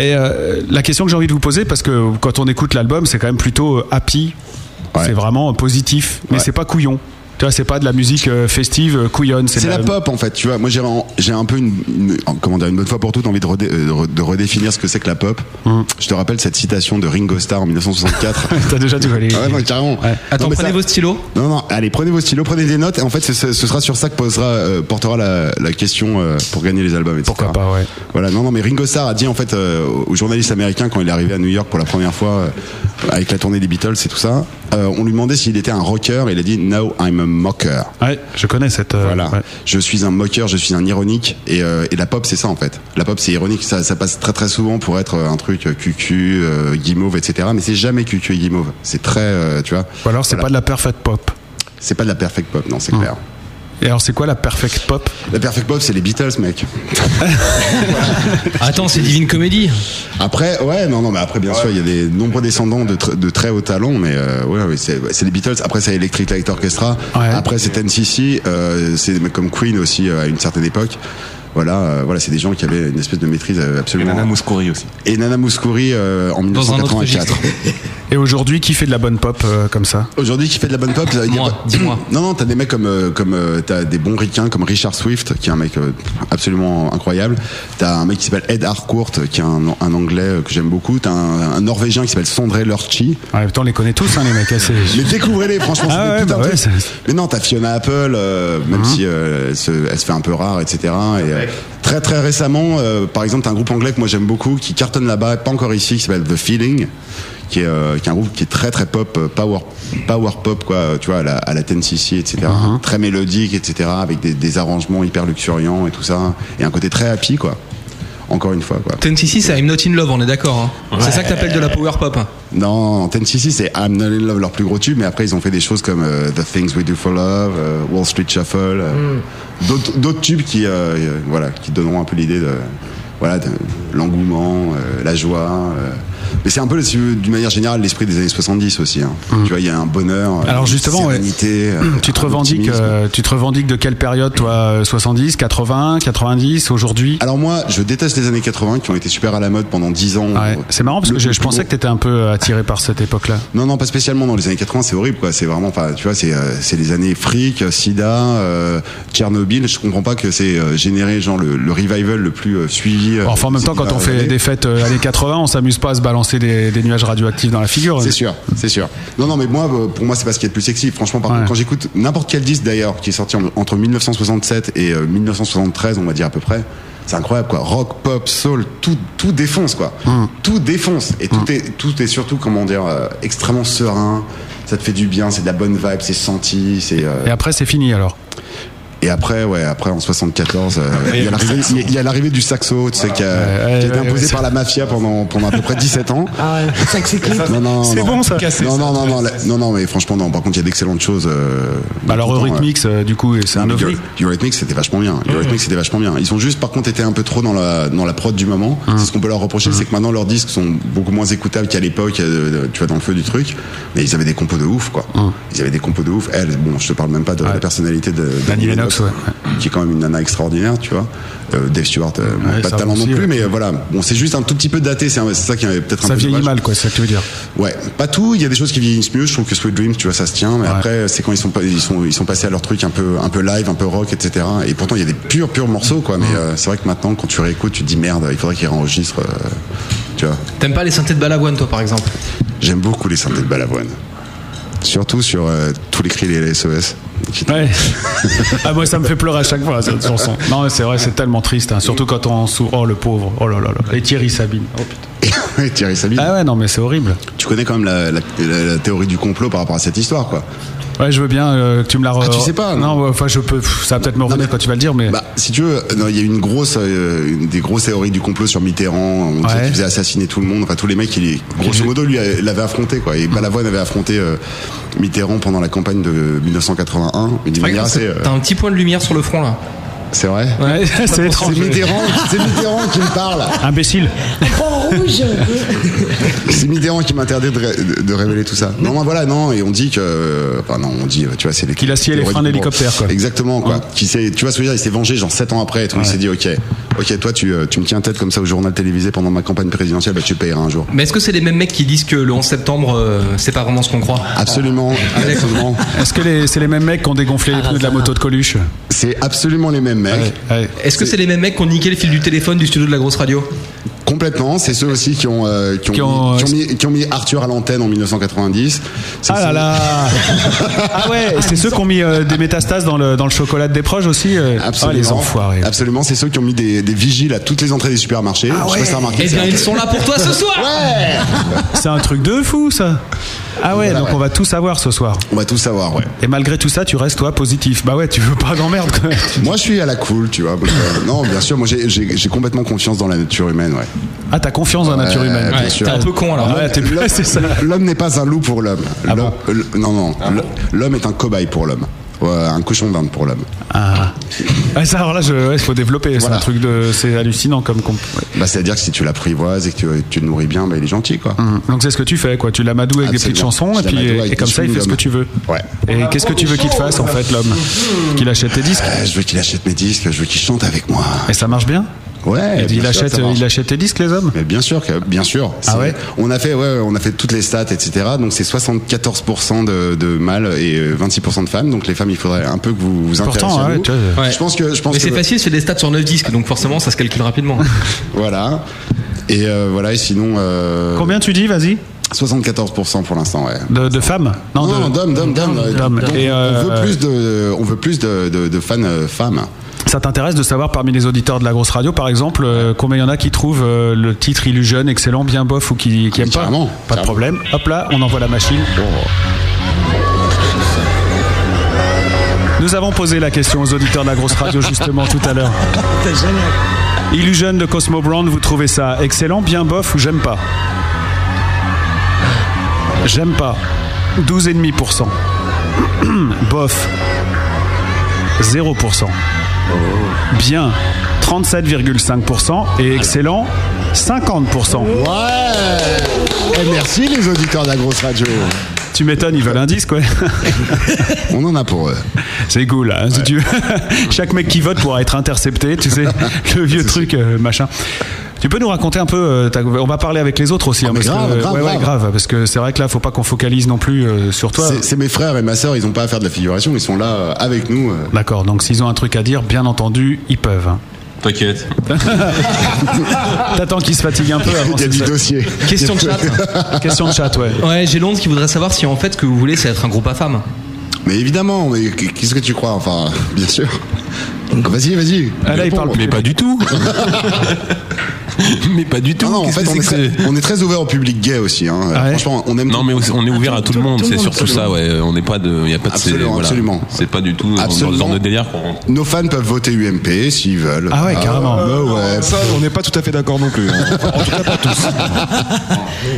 [SPEAKER 3] Et euh, la question que j'ai envie de vous poser, parce que quand on écoute l'album, c'est quand même plutôt euh, happy. C'est vraiment euh, positif, mais c'est pas couillon. Tu vois, c'est pas de la musique euh, festive euh, couillonne.
[SPEAKER 5] C'est
[SPEAKER 3] de
[SPEAKER 5] la pop en fait, tu vois. Moi j'ai un- j'ai un peu une, une- comment dire une bonne fois pour toutes envie de, redé- euh, de re- de redéfinir ce que c'est que la pop. Je te rappelle cette citation de Ringo Starr en 1964.
[SPEAKER 3] T'as déjà tout volé.
[SPEAKER 5] Ah Ouais, non, carrément.
[SPEAKER 6] Attends,
[SPEAKER 5] Non, mais
[SPEAKER 6] prenez
[SPEAKER 5] ça-
[SPEAKER 6] vos stylos.
[SPEAKER 5] Non, non, allez, prenez vos stylos, prenez des notes. Et en fait, ce, ce- ce sera sur ça que posera, euh, portera la, la question euh, pour gagner les albums, etc.
[SPEAKER 3] Pourquoi pas, ouais.
[SPEAKER 5] Voilà, non, non, mais Ringo Starr a dit en fait euh, au journaliste américain quand il est arrivé à New York pour la première fois euh, avec la tournée des Beatles et tout ça, euh, on lui demandait s'il était un rocker. Il a dit No, I'm a mocker.
[SPEAKER 3] Ouais, je connais cette. euh,
[SPEAKER 5] Voilà.
[SPEAKER 3] ouais.
[SPEAKER 5] Je suis un moqueur, je suis un ironique. Et, euh, et la pop, c'est ça en fait. La pop, c'est ironique. Ça, ça passe très très souvent pour être euh, un truc euh, cucu, euh, guimauve, etc. Mais c'est jamais cucu et guimauve. C'est très, euh, tu vois.
[SPEAKER 3] Ou alors, c'est
[SPEAKER 5] Voilà.
[SPEAKER 3] pas de la perfect pop.
[SPEAKER 5] C'est pas de la perfect pop, non, c'est clair.
[SPEAKER 3] Et alors, c'est quoi la perfect pop
[SPEAKER 5] La perfect pop, c'est les Beatles, mec.
[SPEAKER 6] Attends, c'est Divine Comédie.
[SPEAKER 5] Après, ouais, non, non, mais après, bien sûr, il y a des nombreux descendants de, tr- de très hauts talents, mais euh, ouais, ouais, c'est ouais, c'est les Beatles. Après, c'est Electric Light Orchestra.
[SPEAKER 3] Ouais.
[SPEAKER 5] Après, c'est NCC. Euh, c'est des mecs comme Queen aussi euh, à une certaine époque. Voilà, euh, voilà, c'est des gens qui avaient une espèce de maîtrise euh,
[SPEAKER 8] Et
[SPEAKER 5] absolument.
[SPEAKER 8] Nana Mouskouri aussi.
[SPEAKER 5] Et Nana Mouskouri euh, en
[SPEAKER 6] Dans un autre
[SPEAKER 5] 1984.
[SPEAKER 6] registre.
[SPEAKER 3] Et aujourd'hui, qui fait de la bonne pop euh, comme ça
[SPEAKER 5] Aujourd'hui, qui fait de la bonne pop il y a
[SPEAKER 6] Moi,
[SPEAKER 5] pas-
[SPEAKER 6] dis-moi.
[SPEAKER 5] Non, non, t'as des mecs comme, euh, comme euh, t'as des bons ricains comme Richard Swift, qui est un mec euh, absolument incroyable. T'as un mec qui s'appelle Ed Harcourt, qui est un, un anglais euh, que j'aime beaucoup. T'as un, un norvégien qui s'appelle Sondre Lorchi.
[SPEAKER 3] En même temps, on les connaît tous, hein, les mecs. hein, c'est-
[SPEAKER 5] Mais découvrez-les, franchement, c'est
[SPEAKER 3] Ah
[SPEAKER 5] des
[SPEAKER 3] ouais,
[SPEAKER 5] putains
[SPEAKER 3] bah
[SPEAKER 5] de
[SPEAKER 3] ouais, Mhm.
[SPEAKER 5] trucs.
[SPEAKER 3] c'est-
[SPEAKER 5] Mais non, t'as Fiona Apple, euh, même si euh, elle, se, elle se fait un peu rare, etc. Et, euh, très très récemment, euh, par exemple, t'as un groupe anglais que moi j'aime beaucoup, qui cartonne là-bas, pas encore ici, qui s'appelle The Feeling, qui est, euh, qui est un groupe qui est très très pop, euh, power, power pop, quoi, euh, tu vois, à la, à la 10cc, etc.
[SPEAKER 3] Mhm.
[SPEAKER 5] Très mélodique, etc. Avec des, des arrangements hyper luxuriants et tout ça. Et un côté très happy, quoi. Encore une fois, quoi.
[SPEAKER 6] TNCC, c'est I'm Not in Love, on est d'accord. hein. C'est ça que t'appelles de la power pop.
[SPEAKER 5] Non, Tennessee, c'est I'm Not in Love, leur plus gros tube, mais après ils ont fait des choses comme euh, The Things We Do for Love, euh, Wall Street Shuffle, euh, d'autres- d'autres tubes qui, euh, euh, voilà, qui donneront un peu l'idée de, voilà, de l'engouement, euh, la joie. euh. Mais c'est un peu, si vous voulez, d'une manière générale, l'esprit des années 70 aussi. hein. Tu vois, il y a un bonheur, euh,
[SPEAKER 3] Hmm. Alors, justement,
[SPEAKER 5] une
[SPEAKER 3] ouais.
[SPEAKER 5] sérénité, euh,
[SPEAKER 3] Tu te
[SPEAKER 5] un
[SPEAKER 3] revendiques,
[SPEAKER 5] optimisme.
[SPEAKER 3] euh, tu te revendiques de quelle période, toi euh, 70, 80, 90, aujourd'hui
[SPEAKER 5] Alors moi, je déteste les années 80 qui ont été super à la mode pendant 10 ans.
[SPEAKER 3] Ouais, C'est marrant parce que
[SPEAKER 5] Ah, Le-
[SPEAKER 3] je,
[SPEAKER 5] le
[SPEAKER 3] je
[SPEAKER 5] plus
[SPEAKER 3] pensais
[SPEAKER 5] gros-
[SPEAKER 3] que t'étais un peu euh, attiré par cette époque-là.
[SPEAKER 5] Non, non, pas spécialement. Dans les années 80, c'est horrible, quoi. C'est vraiment, enfin, tu vois, c'est, euh, c'est les années fric, euh, sida, euh, Tchernobyl. Je comprends pas que c'est euh, généré, genre, le, le revival le plus euh, suivi. euh,
[SPEAKER 3] Enfin, en même
[SPEAKER 5] ces
[SPEAKER 3] temps, quand
[SPEAKER 5] dernières
[SPEAKER 3] on fait
[SPEAKER 5] années.
[SPEAKER 3] des fêtes euh, années 80, on s'amuse pas à se balancer des, des nuages radioactifs dans la figure.
[SPEAKER 5] C'est sûr, c'est sûr. Non, non, mais moi, euh, pour moi, c'est pas ce qui est le plus sexy. Franchement, par
[SPEAKER 3] Ouais.
[SPEAKER 5] contre, quand j'écoute n'importe quel disque d'ailleurs, qui est sorti en- entre 1967 et euh, 1973, on va dire à peu près, c'est incroyable, quoi. Rock, pop, soul, tout, tout défonce, quoi.
[SPEAKER 3] Hum.
[SPEAKER 5] Tout défonce. Et tout
[SPEAKER 3] Mm.
[SPEAKER 5] est, tout est surtout, comment dire, euh, extrêmement serein. Ça te fait du bien, c'est de la bonne vibe, c'est senti, c'est. euh,
[SPEAKER 3] Et après, c'est fini alors.
[SPEAKER 5] Et après, ouais, après en 74, euh, il y a l'arrivée- il y a- il y a l'arrivée du saxo, tu sais, qui a, qui
[SPEAKER 3] Ouais,
[SPEAKER 5] a
[SPEAKER 3] ouais,
[SPEAKER 5] été
[SPEAKER 3] ouais,
[SPEAKER 5] imposé
[SPEAKER 3] ouais.
[SPEAKER 5] par la mafia pendant, pendant à peu près 17 ans.
[SPEAKER 3] Ah
[SPEAKER 5] Non, non,
[SPEAKER 3] C'est
[SPEAKER 5] non.
[SPEAKER 3] bon, ça.
[SPEAKER 5] Non, non, non, non, la- non, non, mais franchement, non. Par contre, il y a d'excellentes choses. Euh,
[SPEAKER 3] Bah, alors,
[SPEAKER 5] tout le temps,
[SPEAKER 3] Eurythmics, euh, du coup, c'est un
[SPEAKER 5] euh,
[SPEAKER 3] ovni.
[SPEAKER 5] Eur- Eurythmics, c'était vachement bien. Eurythmics, c'était vachement bien. Ils ont juste, par contre, été un peu trop dans la, dans la prod du moment.
[SPEAKER 3] Hum.
[SPEAKER 5] C'est ce qu'on peut leur reprocher, c'est que maintenant leurs disques sont beaucoup moins écoutables qu'à l'époque, euh, tu vois, dans le feu du truc. Mais ils avaient des compos de ouf, quoi.
[SPEAKER 3] Hum.
[SPEAKER 5] Ils avaient des compos de ouf. Elle, bon, je te parle même pas de la personnalité de
[SPEAKER 3] Annie
[SPEAKER 5] d'Annie
[SPEAKER 3] Lennox, ouais.
[SPEAKER 5] qui est quand même une nana extraordinaire, tu vois. Euh, Dave Stewart, euh,
[SPEAKER 3] Ouais,
[SPEAKER 5] pas
[SPEAKER 3] ça
[SPEAKER 5] de talent non
[SPEAKER 3] aussi,
[SPEAKER 5] plus,
[SPEAKER 3] ouais.
[SPEAKER 5] mais euh, voilà. Bon, c'est juste un tout petit peu daté, c'est un- c'est ça qui est peut-être un
[SPEAKER 3] Ça
[SPEAKER 5] peu
[SPEAKER 3] vieillit
[SPEAKER 5] dommage.
[SPEAKER 3] mal, quoi, c'est ça que tu veux dire.
[SPEAKER 5] Ouais, pas tout. Il y a des choses qui vieillissent mieux. Je trouve que Sweet Dreams, tu vois, ça se tient. Mais après, c'est quand ils sont pas, ils sont, ils sont passés à leur truc un peu, un peu live, un peu rock, etc. Et pourtant, il y a des purs, purs morceaux, quoi. Mais euh, c'est vrai que maintenant, quand tu réécoutes, tu te dis merde, il faudrait qu'ils réenregistrent. euh, tu vois,
[SPEAKER 6] T'aimes pas les synthés de Balavoine, toi, par exemple
[SPEAKER 5] j'aime beaucoup les synthés de Balavoine. Surtout sur euh, tous les cris les SOS. qui-
[SPEAKER 3] Ouais. ah, moi, ça me fait pleurer à chaque fois, cette chanson. Non, mais c'est vrai, c'est tellement triste, hein, surtout quand on s'ouvre. Oh, le pauvre. Oh là là là. Et Thierry Sabine. Oh, putain.
[SPEAKER 5] Et Thierry Sabine.
[SPEAKER 3] Ah, ouais, non, mais c'est horrible.
[SPEAKER 5] Tu connais quand même la, la- la- la théorie du complot par rapport à cette histoire, quoi.
[SPEAKER 3] Ouais, je veux bien euh, que tu me la. re-
[SPEAKER 5] Ah, tu sais pas,
[SPEAKER 3] Non,
[SPEAKER 5] non.
[SPEAKER 3] ouais, enfin, je peux. pff, Ça va peut-être me revenir
[SPEAKER 5] mais-
[SPEAKER 3] quand tu vas le dire, mais.
[SPEAKER 5] Bah, si tu veux, non, il y a eu une grosse, euh, une des grosses théories du complot sur Mitterrand. On disait
[SPEAKER 3] Ouais.
[SPEAKER 5] qu'il faisait assassiner tout le monde. Enfin, tous les mecs, il, grosso modo, lui, euh, l'avait affronté, quoi. Et Balavoine avait affronté euh, Mitterrand pendant la campagne de 1981. Une
[SPEAKER 6] Par
[SPEAKER 5] manière
[SPEAKER 6] exemple,
[SPEAKER 5] assez. euh,
[SPEAKER 6] T'as un petit point de lumière sur le front, là.
[SPEAKER 5] C'est vrai
[SPEAKER 3] Ouais, c'est étrange.
[SPEAKER 5] C'est Mitterrand, c'est Mitterrand qui me parle.
[SPEAKER 3] Imbécile.
[SPEAKER 2] Croix rouge
[SPEAKER 5] C'est Mitterrand qui m'interdit de, ré- de- de révéler tout ça. Non, moi, voilà, non, et on dit que. Enfin, non, on dit, euh, tu vois, c'est les.
[SPEAKER 3] Qu'il a scié les
[SPEAKER 5] théories
[SPEAKER 3] freins
[SPEAKER 5] du
[SPEAKER 3] d'hélicoptère,
[SPEAKER 5] complot.
[SPEAKER 3] quoi.
[SPEAKER 5] Exactement, quoi. Qui s'est- tu vois ce que je veux dire Il s'est vengé, genre 7 ans après, et tout. Il s'est dit, ok, ok, toi, tu, euh, tu me tiens tête comme ça au journal télévisé pendant ma campagne présidentielle, bah, tu payeras un jour.
[SPEAKER 6] Mais est-ce que c'est les mêmes mecs qui disent que le 11 septembre, euh, c'est pas vraiment ce qu'on croit Ah,
[SPEAKER 5] Absolument, absolument.
[SPEAKER 3] Est-ce que les- c'est les mêmes mecs qui ont dégonflé les pneus de la moto de Coluche
[SPEAKER 5] Ah. C'est absolument les mêmes mecs.
[SPEAKER 3] Ouais.
[SPEAKER 6] Est-ce que c'est les mêmes mecs qui ont niqué le fil du téléphone du studio de la grosse radio
[SPEAKER 5] Complètement, c'est ceux aussi qui ont, euh, qui, ont
[SPEAKER 3] Qui
[SPEAKER 5] mis, qui
[SPEAKER 3] ont, euh,
[SPEAKER 5] ont mis- qui ont mis Arthur à l'antenne en 1990. C'est
[SPEAKER 3] Ah
[SPEAKER 5] ceux-
[SPEAKER 3] là là Ah ouais, c'est ceux qui ont mis euh, des métastases dans le, dans le chocolat des proches aussi euh. Ah
[SPEAKER 5] Absolument.
[SPEAKER 3] les enfoirés.
[SPEAKER 5] Absolument, c'est ceux qui ont mis des, des vigiles à toutes les entrées des supermarchés.
[SPEAKER 3] Ah
[SPEAKER 5] Je sais pas si t'as remarqué
[SPEAKER 6] Eh
[SPEAKER 5] ça.
[SPEAKER 6] bien, ils sont là pour toi ce soir
[SPEAKER 3] C'est un truc de fou ça Ah ouais, donc on va tout savoir ce soir.
[SPEAKER 5] On va tout savoir, ouais.
[SPEAKER 3] Et malgré tout ça, tu restes toi positif. Bah ouais, tu veux pas d'emmerde quoi.
[SPEAKER 5] Moi, je suis à la cool, tu vois. parce que- non, bien sûr, moi, j'ai- j'ai j'ai complètement confiance dans la nature humaine, ouais.
[SPEAKER 3] Ah, t'as confiance dans la nature
[SPEAKER 5] Ouais,
[SPEAKER 3] humaine.
[SPEAKER 5] bien
[SPEAKER 3] Ouais,
[SPEAKER 5] sûr.
[SPEAKER 3] t'es
[SPEAKER 6] Un peu con, alors.
[SPEAKER 3] Ah ouais, t'es
[SPEAKER 5] L'homme-
[SPEAKER 3] c'est ça.
[SPEAKER 5] L'homme n'est pas un loup pour l'homme.
[SPEAKER 3] Ah
[SPEAKER 5] L'homme- euh, non, non. L'homme est un cobaye pour l'homme. Ouais, un cochon d'Inde pour l'homme.
[SPEAKER 3] Ah. Ouais, ça, alors là, je, ouais, faut développer. C'est
[SPEAKER 5] Voilà.
[SPEAKER 3] un truc de, c'est hallucinant comme comp. ouais.
[SPEAKER 5] Bah, C'est-à-dire que si tu l'apprivoises et que tu, tu le nourris bien, bah, il est gentil, quoi.
[SPEAKER 3] Donc c'est ce que tu fais, quoi. Tu l'amadoues avec des
[SPEAKER 5] Absolument.
[SPEAKER 3] Mmh. petites chansons et
[SPEAKER 5] Je
[SPEAKER 3] puis
[SPEAKER 5] l'amadoues
[SPEAKER 3] et,
[SPEAKER 5] avec
[SPEAKER 3] comme
[SPEAKER 5] des
[SPEAKER 3] ça, il fait ce
[SPEAKER 5] chewing-gums.
[SPEAKER 3] que tu veux.
[SPEAKER 5] Ouais.
[SPEAKER 3] Et qu'est-ce que tu veux qu'il te fasse en fait, l'homme Qu'il achète tes disques.
[SPEAKER 5] Euh, je veux qu'il achète mes disques, je veux qu'il chante avec moi.
[SPEAKER 3] Et ça marche bien.
[SPEAKER 5] Ouais.
[SPEAKER 3] Il,
[SPEAKER 5] Eh, bien sûr,
[SPEAKER 3] achète, euh,
[SPEAKER 5] ça marche.
[SPEAKER 3] il achète tes disques, les hommes.
[SPEAKER 5] Mais bien sûr, que- bien sûr. C'est-
[SPEAKER 3] ouais
[SPEAKER 5] On a fait, ouais, ouais, on a fait toutes les stats, etc. Donc c'est 74% de, de mâles et euh, 26% de femmes. Donc les femmes, il faudrait un peu que vous vous intéressiez.
[SPEAKER 3] Pourtant,
[SPEAKER 5] à
[SPEAKER 3] ouais,
[SPEAKER 5] nous.
[SPEAKER 3] tu vois,
[SPEAKER 6] Ouais.
[SPEAKER 5] Je pense que, je pense
[SPEAKER 6] Mais c'est
[SPEAKER 5] que-
[SPEAKER 6] facile, c'est des stats sur 9 disques, donc forcément, ça se calcule rapidement.
[SPEAKER 5] Voilà. Et euh, voilà. Et sinon, euh,
[SPEAKER 3] Combien tu dis, vas-y
[SPEAKER 5] 74% pour l'instant, ouais.
[SPEAKER 3] de, de femmes Non,
[SPEAKER 5] Non,
[SPEAKER 3] de-
[SPEAKER 5] d'hommes, d'hommes, d'hommes. euh,
[SPEAKER 3] d'hommes.
[SPEAKER 5] d'hommes.
[SPEAKER 3] Et, euh,
[SPEAKER 5] On veut plus de, on veut plus de, de, de fans euh, femmes.
[SPEAKER 3] Ça t'intéresse de savoir parmi les auditeurs de la grosse radio, par exemple, euh, combien il y en a qui trouvent euh, le titre Illusion excellent, bien bof ou qui, qui aiment pas
[SPEAKER 5] carrément,
[SPEAKER 3] Pas de
[SPEAKER 5] carrément.
[SPEAKER 3] problème. Hop là, on envoie la machine. Nous avons posé la question aux auditeurs de la grosse radio justement tout à l'heure. Illusion de Cosmo Brand, vous trouvez ça excellent, bien bof ou j'aime pas J'aime pas. 12,5%. bof. 0%. Bien. 37,5% et excellent 50%.
[SPEAKER 5] Ouais. Eh, merci les auditeurs de la grosse radio.
[SPEAKER 3] Tu m'étonnes, ils veulent un disque, ouais.
[SPEAKER 5] On en a pour eux.
[SPEAKER 3] C'est cool, hein, si tu veux. Chaque mec qui vote pourra être intercepté, tu sais, le vieux truc, euh, machin. Tu peux nous raconter un peu, euh, ta- on va parler avec les autres aussi, hein,
[SPEAKER 5] Ah, mais
[SPEAKER 3] parce
[SPEAKER 5] grave,
[SPEAKER 3] que,
[SPEAKER 5] grave,
[SPEAKER 3] ouais, ouais,
[SPEAKER 5] grave.
[SPEAKER 3] grave, parce que c'est vrai que là, faut pas qu'on focalise non plus euh, sur toi.
[SPEAKER 5] C'est- C'est mes frères et ma sœur. Ils ont pas à faire de la figuration. Ils sont là euh, avec nous. euh,
[SPEAKER 3] D'accord, donc s'ils ont un truc à dire, bien entendu, ils peuvent. hein.
[SPEAKER 4] T'inquiète.
[SPEAKER 3] T'attends qu'ils se fatiguent un peu avant.
[SPEAKER 5] Il y a
[SPEAKER 3] c'est
[SPEAKER 5] du
[SPEAKER 3] ça.
[SPEAKER 5] dossier.
[SPEAKER 6] Question de chat.
[SPEAKER 3] Question de chat, ouais.
[SPEAKER 6] Ouais, j'ai Londres qui voudrait savoir si en fait ce que vous voulez c'est être un groupe à femmes.
[SPEAKER 5] Mais évidemment, mais qu'est-ce que tu crois Enfin, bien sûr. Donc, Vas-y, vas-y.
[SPEAKER 3] Ah, là, il
[SPEAKER 5] Réponds.
[SPEAKER 3] parle
[SPEAKER 4] Mais
[SPEAKER 3] plus.
[SPEAKER 4] pas du tout. mais pas du tout.
[SPEAKER 5] Non, Ah non, en
[SPEAKER 4] Qu'est-ce
[SPEAKER 5] fait,
[SPEAKER 4] que
[SPEAKER 5] on
[SPEAKER 4] c'est
[SPEAKER 5] est,
[SPEAKER 4] que
[SPEAKER 5] très,
[SPEAKER 4] c'est-
[SPEAKER 5] on est très ouvert au public gay aussi. Hein.
[SPEAKER 3] Ah ouais
[SPEAKER 5] Franchement, on aime.
[SPEAKER 4] Non, mais on est ouvert à tout le monde, c'est surtout ça, ouais. On n'est pas de. Y a pas de
[SPEAKER 5] Absolument,
[SPEAKER 4] c'est- voilà.
[SPEAKER 5] absolument.
[SPEAKER 4] C'est pas du tout dans le
[SPEAKER 5] Absolument.
[SPEAKER 4] genre de délire qu'on.
[SPEAKER 5] Nos fans peuvent voter UMP s'ils veulent.
[SPEAKER 3] Ah ouais, carrément.
[SPEAKER 5] bah ouais.
[SPEAKER 8] Ça, on n'est pas tout à fait d'accord non plus. hein.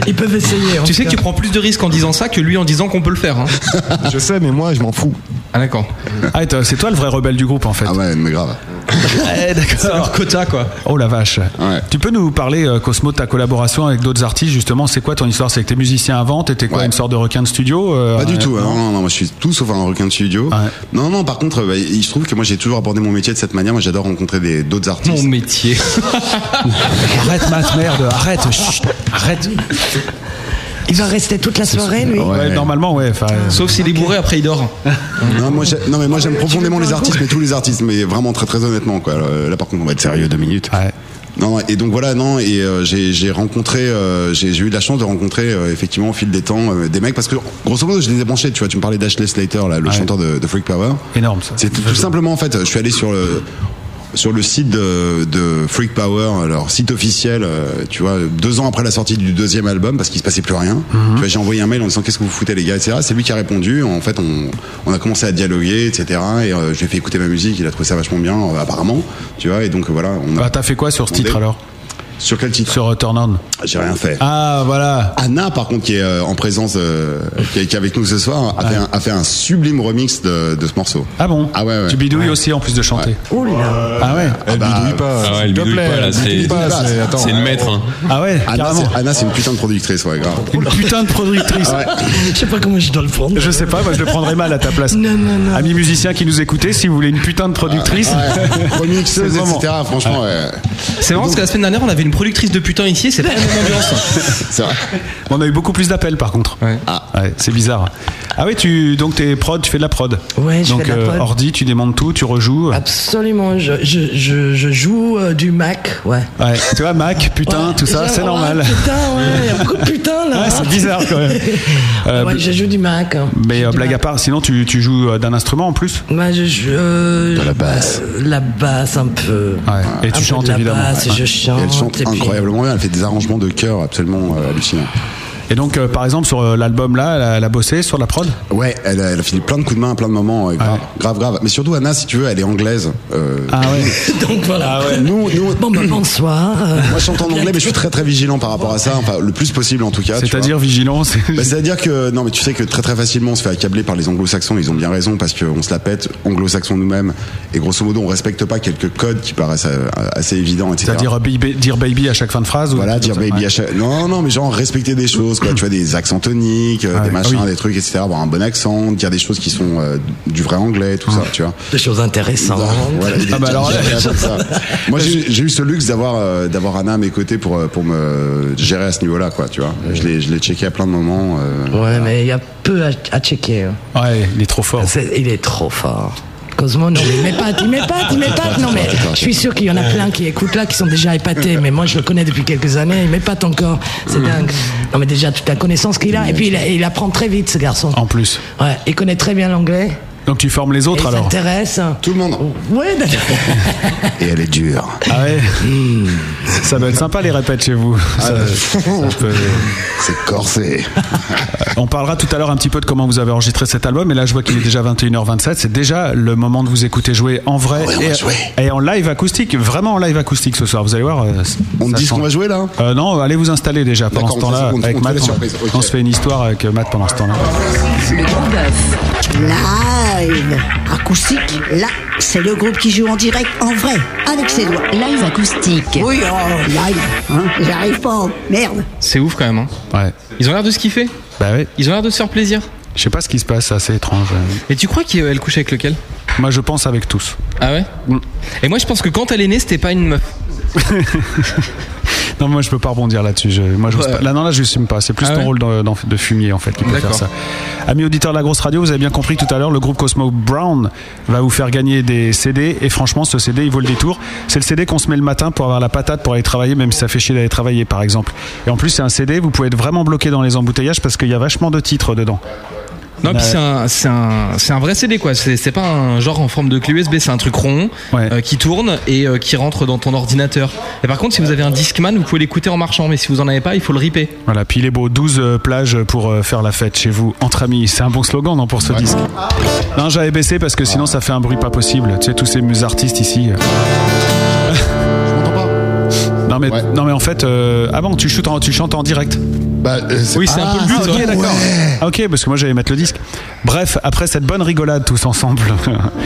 [SPEAKER 7] Ils peuvent essayer. en
[SPEAKER 6] Tu sais que
[SPEAKER 7] tout
[SPEAKER 6] tu
[SPEAKER 7] cas.
[SPEAKER 6] prends plus de risques en disant ça que lui en disant qu'on peut le faire. hein.
[SPEAKER 8] Je sais, mais moi, je m'en fous.
[SPEAKER 6] Ah d'accord.
[SPEAKER 3] Ah, et toi, c'est toi le vrai rebelle du groupe en fait.
[SPEAKER 5] Ah ouais, mais grave.
[SPEAKER 3] Ouais,
[SPEAKER 6] C'est leur
[SPEAKER 3] d'accord.
[SPEAKER 6] quota quoi.
[SPEAKER 3] Oh la vache.
[SPEAKER 5] Ouais.
[SPEAKER 3] Tu peux nous parler, euh, Cosmo, de ta collaboration avec d'autres artistes justement C'est quoi ton histoire C'est que t'es musicien avant T'étais quoi
[SPEAKER 5] Ouais.
[SPEAKER 3] Une sorte de requin de studio euh,
[SPEAKER 5] Pas du
[SPEAKER 3] euh,
[SPEAKER 5] tout. hein. Non, non, non, moi je suis tout sauf un requin de studio.
[SPEAKER 3] Ouais.
[SPEAKER 5] Non, non, par contre, bah, il se trouve que moi j'ai toujours abordé mon métier de cette manière. Moi j'adore rencontrer des- d'autres
[SPEAKER 6] Mon
[SPEAKER 5] artistes.
[SPEAKER 6] métier.
[SPEAKER 3] Arrête, Matt, merde, arrête, chut, arrête.
[SPEAKER 7] Il va rester toute la soirée, lui.
[SPEAKER 5] Ouais.
[SPEAKER 3] Ouais, normalement, ouais. enfin, euh,
[SPEAKER 6] Sauf s'il est bourré après il dort.
[SPEAKER 5] Non, moi, j'ai- non, mais moi j'aime profondément les artistes, mais tous les artistes, mais vraiment très très honnêtement quoi. Euh, Là par contre on va être sérieux deux minutes.
[SPEAKER 3] Ouais.
[SPEAKER 5] Non, non, et donc voilà, non, et euh, j'ai j'ai rencontré, euh, j'ai j'ai eu de la chance de rencontrer euh, effectivement au fil des temps euh, des mecs parce que grosso modo je les ai branchés, tu vois, tu me parlais d'Ashley Slater, là, le chanteur de, de Freak Power.
[SPEAKER 3] Énorme ça.
[SPEAKER 5] C'est tout, tout simplement en fait, je suis allé sur le sur le site de, de Freak Power, leur site officiel, euh, tu vois, deux ans après la sortie du deuxième album, parce qu'il se passait plus rien.
[SPEAKER 3] Mhm.
[SPEAKER 5] Tu vois, j'ai envoyé un mail en disant qu'est-ce que vous foutez les gars, etc. C'est lui qui a répondu. En fait, on, on a commencé à dialoguer, etc. Et euh, je lui ai fait écouter ma musique. Il a trouvé ça vachement bien, euh, apparemment. Tu vois, et donc euh, voilà, on a
[SPEAKER 3] Bah, t'as fait quoi sur ce
[SPEAKER 5] on
[SPEAKER 3] titre
[SPEAKER 5] est-
[SPEAKER 3] alors
[SPEAKER 5] Sur quel titre
[SPEAKER 3] Sur euh, Turn On.
[SPEAKER 5] J'ai rien fait.
[SPEAKER 3] Ah, voilà.
[SPEAKER 5] Anna, par contre, qui est euh, en présence, euh, qui, est, qui est avec nous ce soir, a, fait, un, a fait un sublime remix de, de ce morceau.
[SPEAKER 3] Ah bon
[SPEAKER 5] Ah ouais, ouais.
[SPEAKER 3] Tu bidouilles aussi en plus de chanter. Ah ouais
[SPEAKER 8] Elle
[SPEAKER 5] bah,
[SPEAKER 8] bidouille pas.
[SPEAKER 4] Ah ouais,
[SPEAKER 8] s'il
[SPEAKER 4] elle
[SPEAKER 8] te
[SPEAKER 4] bidouille
[SPEAKER 8] plaît,
[SPEAKER 4] pas, là,
[SPEAKER 8] elle bidouille
[SPEAKER 4] c'est-
[SPEAKER 8] pas,
[SPEAKER 5] c'est-
[SPEAKER 8] c'est- attends,
[SPEAKER 4] C'est une maître, hein.
[SPEAKER 3] Ah ouais,
[SPEAKER 5] Anna,
[SPEAKER 3] carrément.
[SPEAKER 5] c'est- Anna, c'est une putain de productrice, ouais, grave.
[SPEAKER 3] Une
[SPEAKER 7] Oh,
[SPEAKER 3] putain de productrice.
[SPEAKER 7] Je sais pas comment je dois le prendre.
[SPEAKER 3] Je sais pas, moi je le prendrais mal à ta place.
[SPEAKER 7] Non, non, non.
[SPEAKER 3] Amis musiciens qui nous écoutez, si vous voulez une putain de productrice.
[SPEAKER 5] Ouais,
[SPEAKER 3] C'est
[SPEAKER 5] remixeuse,
[SPEAKER 3] le moment.
[SPEAKER 5] etc. Franchement, ouais.
[SPEAKER 6] C'est marrant parce que la semaine dernière, on avait une productrice de putain ici et c'est pas la même ambiance.
[SPEAKER 5] C'est vrai.
[SPEAKER 3] On a eu beaucoup plus d'appels par contre.
[SPEAKER 6] Ouais.
[SPEAKER 3] Ouais, c'est bizarre. Ah oui, tu donc t'es prod, tu fais de la prod.
[SPEAKER 7] Ouais, je
[SPEAKER 3] donc,
[SPEAKER 7] fais de la
[SPEAKER 3] euh,
[SPEAKER 7] prod.
[SPEAKER 3] ordi, tu démontes tout, tu rejoues.
[SPEAKER 7] Absolument, je, je, je, je joue euh, du Mac, ouais.
[SPEAKER 3] Ouais, tu vois Mac, putain,
[SPEAKER 7] Ouais,
[SPEAKER 3] tout ça,
[SPEAKER 7] genre,
[SPEAKER 3] c'est
[SPEAKER 7] ouais,
[SPEAKER 3] normal.
[SPEAKER 7] Putain, ouais, il y a beaucoup de putain là. hein.
[SPEAKER 3] Ouais, c'est bizarre quand même. Euh,
[SPEAKER 7] ouais, je joue du Mac. hein. Je
[SPEAKER 3] Mais
[SPEAKER 7] joue
[SPEAKER 3] euh,
[SPEAKER 7] du
[SPEAKER 3] blague à
[SPEAKER 7] Mac.
[SPEAKER 3] part, sinon tu, tu joues euh, d'un instrument en plus.
[SPEAKER 7] Moi, je joue. euh,
[SPEAKER 5] De la basse.
[SPEAKER 7] euh, la basse, un peu.
[SPEAKER 3] Ouais.
[SPEAKER 5] Ah,
[SPEAKER 3] Et
[SPEAKER 7] Un
[SPEAKER 3] tu
[SPEAKER 7] peu
[SPEAKER 3] chantes,
[SPEAKER 7] de la
[SPEAKER 3] évidemment.
[SPEAKER 7] Basse, et je chante.
[SPEAKER 5] Et elle chante
[SPEAKER 7] et puis-
[SPEAKER 5] incroyablement bien, elle fait des arrangements de chœur absolument euh, hallucinants.
[SPEAKER 3] Et donc euh, par exemple sur euh, l'album là, elle a, elle a bossé sur la prod. Ah
[SPEAKER 5] Ouais, elle a, elle a filé plein de coups de main à plein de moments, euh, grave,
[SPEAKER 3] Ouais.
[SPEAKER 5] grave, grave. Mais surtout, Anna, si tu veux, elle est anglaise. euh,
[SPEAKER 3] Ah ouais.
[SPEAKER 7] Donc voilà.
[SPEAKER 3] Ah
[SPEAKER 5] Nous, nous,
[SPEAKER 7] Bon, bah, bonsoir. euh,
[SPEAKER 5] moi, je chante en anglais, mais je suis très très vigilant par rapport à ça, enfin, le plus possible en tout cas. Ah, tu vois.
[SPEAKER 3] C'est-à-dire vigilant. c'est-
[SPEAKER 5] Bah, C'est-à-dire que non, mais tu sais que très très facilement on se fait accabler par les anglo-saxons. Ils ont bien raison parce qu'on se la pète anglo-saxons nous-mêmes et grosso modo on respecte pas quelques codes qui paraissent euh, assez évidents, etc.
[SPEAKER 3] C'est-à-dire euh, baby- dire baby à chaque fin de phrase. ou
[SPEAKER 5] voilà,
[SPEAKER 3] des
[SPEAKER 5] dire
[SPEAKER 3] trucs comme
[SPEAKER 5] baby
[SPEAKER 3] ça.
[SPEAKER 5] à chaque- Non, non, mais genre respecter des choses, quoi. tu vois, des accents toniques, euh,
[SPEAKER 3] Ah
[SPEAKER 5] des
[SPEAKER 3] oui.
[SPEAKER 5] machins,
[SPEAKER 3] Ah oui.
[SPEAKER 5] des trucs, etc. Avoir un bon accent, dire des choses qui sont euh, du vrai anglais, tout ça, tu vois.
[SPEAKER 7] des choses intéressantes.
[SPEAKER 5] Voilà, il est
[SPEAKER 3] Ah bah alors là,
[SPEAKER 5] déjà comme ça. Moi j'ai j'ai eu ce luxe d'avoir euh, d'avoir Anna à mes côtés pour euh, pour me gérer à ce niveau-là quoi tu vois. Je l'ai je l'ai checké à plein de moments. euh,
[SPEAKER 7] Ouais, mais il y a peu à, à checker. hein.
[SPEAKER 3] Ouais, il est trop fort.
[SPEAKER 7] C'est- il est trop fort. Cosmo, non, mais mets pas, il met pas, il met pas. Non, mais je suis sûr qu'il y en a plein qui écoutent là, qui sont déjà épatés. Mais moi, je le connais depuis quelques années, il met pas encore. C'est dingue. Non, mais déjà, toute la connaissance qu'il a. Et puis, il, il apprend très vite, ce garçon.
[SPEAKER 3] En plus.
[SPEAKER 7] Ouais, il connaît très bien l'anglais.
[SPEAKER 3] Donc tu formes les
[SPEAKER 7] Et
[SPEAKER 3] autres
[SPEAKER 7] il
[SPEAKER 3] alors.
[SPEAKER 7] s'intéresse.
[SPEAKER 5] Tout le monde.
[SPEAKER 7] Ouais, d'accord.
[SPEAKER 5] Et elle est dure.
[SPEAKER 3] Ah ouais.
[SPEAKER 7] Hmm.
[SPEAKER 3] Ça doit être sympa les répètes chez vous.
[SPEAKER 5] Ah,
[SPEAKER 3] Ça- ça peut-
[SPEAKER 5] C'est corsé.
[SPEAKER 3] Euh, On parlera tout à l'heure un petit peu de comment vous avez enregistré cet album. Et là, je vois qu'il est déjà 21h27. C'est déjà le moment de vous écouter jouer en vrai
[SPEAKER 5] Ouais, on va jouer.
[SPEAKER 3] et, et en live acoustique. Vraiment en live acoustique ce soir. Vous allez voir. euh,
[SPEAKER 5] On
[SPEAKER 3] ça
[SPEAKER 5] me dit ce
[SPEAKER 3] chante.
[SPEAKER 5] qu'on va jouer là hein
[SPEAKER 3] Euh, non, allez vous installer déjà pendant
[SPEAKER 5] D'accord,
[SPEAKER 3] ce
[SPEAKER 5] on fait
[SPEAKER 3] temps-là.
[SPEAKER 5] ça, on-
[SPEAKER 3] Avec
[SPEAKER 5] on fait
[SPEAKER 3] Matt,
[SPEAKER 5] la
[SPEAKER 3] on-
[SPEAKER 5] surprise, ok.
[SPEAKER 3] on se fait une histoire avec Matt pendant ce temps-là.
[SPEAKER 2] Le gros bœuf.
[SPEAKER 10] Live acoustique.
[SPEAKER 2] Là, c'est le groupe qui joue en direct, en vrai, avec ses doigts.
[SPEAKER 10] Live acoustique.
[SPEAKER 2] Oui, oh, live, hein, j'arrive pas, merde.
[SPEAKER 6] C'est ouf quand même. hein.
[SPEAKER 3] Ouais.
[SPEAKER 6] Ils ont l'air de se kiffer.
[SPEAKER 3] Bah ouais.
[SPEAKER 6] Ils ont l'air de se faire plaisir.
[SPEAKER 3] Je sais pas ce qui se passe. C'est assez étrange. euh.
[SPEAKER 6] Et tu crois qu'elle couchait avec lequel
[SPEAKER 3] Moi, je pense avec tous. Mm.
[SPEAKER 6] Ah ouais Et moi je pense que quand elle est née, c'était pas une meuf.
[SPEAKER 3] Non, moi je peux pas rebondir là-dessus. Je- Moi, j'ose
[SPEAKER 6] Ouais.
[SPEAKER 3] pas. Là, non, là, je suis pas. C'est plus
[SPEAKER 6] Ah
[SPEAKER 3] ton
[SPEAKER 6] ouais
[SPEAKER 3] rôle de, d'en- de fumier en fait qui peut faire
[SPEAKER 6] D'accord.
[SPEAKER 3] ça. Amis auditeurs de la grosse radio, vous avez bien compris tout à l'heure, le groupe Cosmo Brown va vous faire gagner des CD. Et franchement, ce CD, il vaut le détour. C'est le CD qu'on se met le matin pour avoir la patate pour aller travailler, même si ça fait chier d'aller travailler, par exemple. Et en plus, c'est un CD. Vous pouvez être vraiment bloqué dans les embouteillages parce qu'il y a vachement de titres dedans.
[SPEAKER 6] Non,
[SPEAKER 3] Bah
[SPEAKER 6] puis c'est un, c'est un, c'est un vrai CD quoi. C'est c'est pas un genre en forme de clé USB, c'est un truc rond
[SPEAKER 3] Ouais.
[SPEAKER 6] euh, qui tourne et euh, qui rentre dans ton ordinateur. Et par contre, si vous avez un Discman, vous pouvez l'écouter en marchant, mais si vous en avez pas, il faut le ripper.
[SPEAKER 3] Voilà. Puis il est beau, 12 euh, plages pour euh, faire la fête chez vous entre amis. C'est un bon slogan, non, pour ce disque.
[SPEAKER 5] Ah
[SPEAKER 3] Non, j'avais baissé parce que sinon, ça fait un bruit pas possible. Tu sais, tous ces mus- artistes ici. euh,
[SPEAKER 5] Je m'entends pas.
[SPEAKER 3] Non mais,
[SPEAKER 5] Ouais.
[SPEAKER 3] non mais en fait, euh, ah bon, tu, shootes en- tu chantes en direct.
[SPEAKER 5] Bah, euh,
[SPEAKER 6] Oui, c'est un peu le but.
[SPEAKER 3] Ah, ok,
[SPEAKER 6] ouais.
[SPEAKER 3] d'accord. Ah, ok, parce que moi j'allais mettre le disque. Bref, après cette bonne rigolade tous ensemble,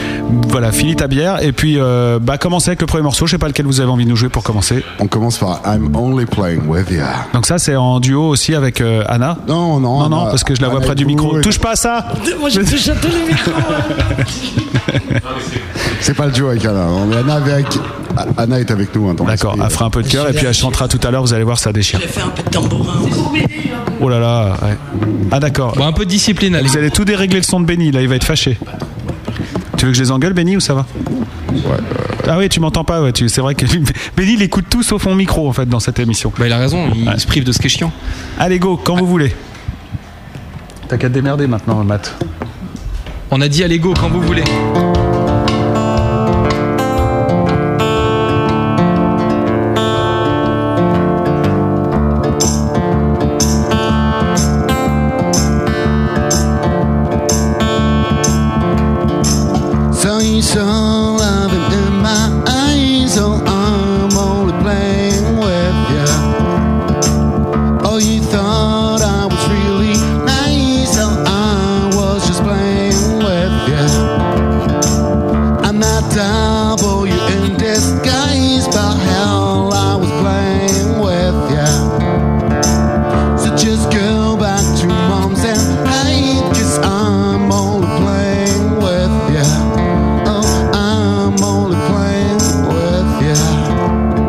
[SPEAKER 3] voilà, finis ta bière et puis euh, bah commencez avec le premier morceau. Je sais pas lequel vous avez envie de nous jouer pour commencer.
[SPEAKER 5] On commence par I'm only playing with you.
[SPEAKER 3] Donc ça c'est en duo aussi avec euh, Anna.
[SPEAKER 5] Non, non,
[SPEAKER 3] non, non,
[SPEAKER 5] Anna-
[SPEAKER 3] parce que je la vois
[SPEAKER 5] Anna
[SPEAKER 3] près
[SPEAKER 5] est
[SPEAKER 3] du micro.
[SPEAKER 5] cool.
[SPEAKER 3] Touche pas à ça.
[SPEAKER 7] Moi, j'ai déjà tous les micros.
[SPEAKER 5] C'est pas le duo avec Anna. On est Anna, avec... Ah, Anna est avec nous. hein, dans
[SPEAKER 3] D'accord,
[SPEAKER 5] l'esprit.
[SPEAKER 3] elle fera un peu de cœur et puis elle chantera tout à l'heure. Vous allez voir, ça déchire.
[SPEAKER 7] J'ai fait un peu de tambourin.
[SPEAKER 3] Oh là là. ouais. Ah d'accord.
[SPEAKER 6] Bon, un peu de discipline, allez.
[SPEAKER 3] Vous allez tout dérégler le son de Benny. Là, il va être fâché. Tu veux que je les engueule, Benny, ou ça va
[SPEAKER 5] Ouais, euh.
[SPEAKER 3] Ah oui, tu m'entends pas, ouais, tu- c'est vrai que Benny il écoute tout sauf mon micro en fait dans cette émission.
[SPEAKER 6] Bah, il a raison, il se prive de ce qui est chiant.
[SPEAKER 3] Allez go, quand vous voulez. T'as qu'à te démerder maintenant, Matt.
[SPEAKER 6] On a dit allez go quand vous voulez.
[SPEAKER 5] So you
[SPEAKER 9] Oh,
[SPEAKER 5] saw love in my eyes, so I'm only playing with
[SPEAKER 9] Oh, Oh, trouble, you in disguise, but hell, I was playing with ya. So just go back to mom's and hide, cause I'm only playing with ya. Oh, I'm only playing with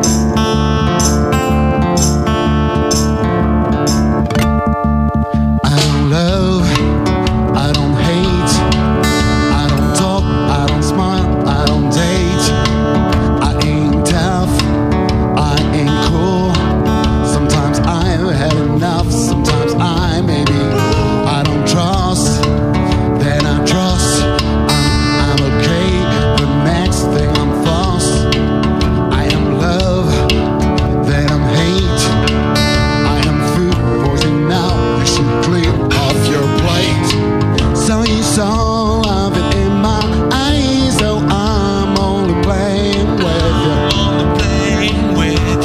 [SPEAKER 9] ya. I don't love. I don't hate. I don't talk. I don't smile. I don't date. I ain't tough. I ain't cool. Sometimes I've had enough. Sometimes I maybe I don't trust. Then I trust. I'm, I'm okay. The next thing I'm lost. I am love. Then I'm hate. I am food poisoning now. You should clean off your plate. So you saw love it in my eyes. So I'm only playing with you.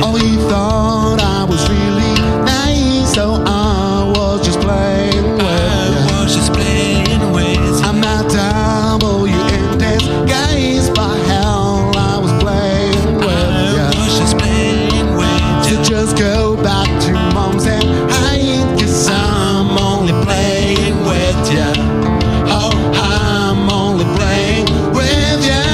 [SPEAKER 9] Oh, you thought I was really nice. So I was just playing with you. I was just playing with I'm not double you in disguise. By hell, I was playing with you. I was just playing with you. So just go back to mom's and hide. Cause I'm only playing with you. Oh, I'm only playing with you.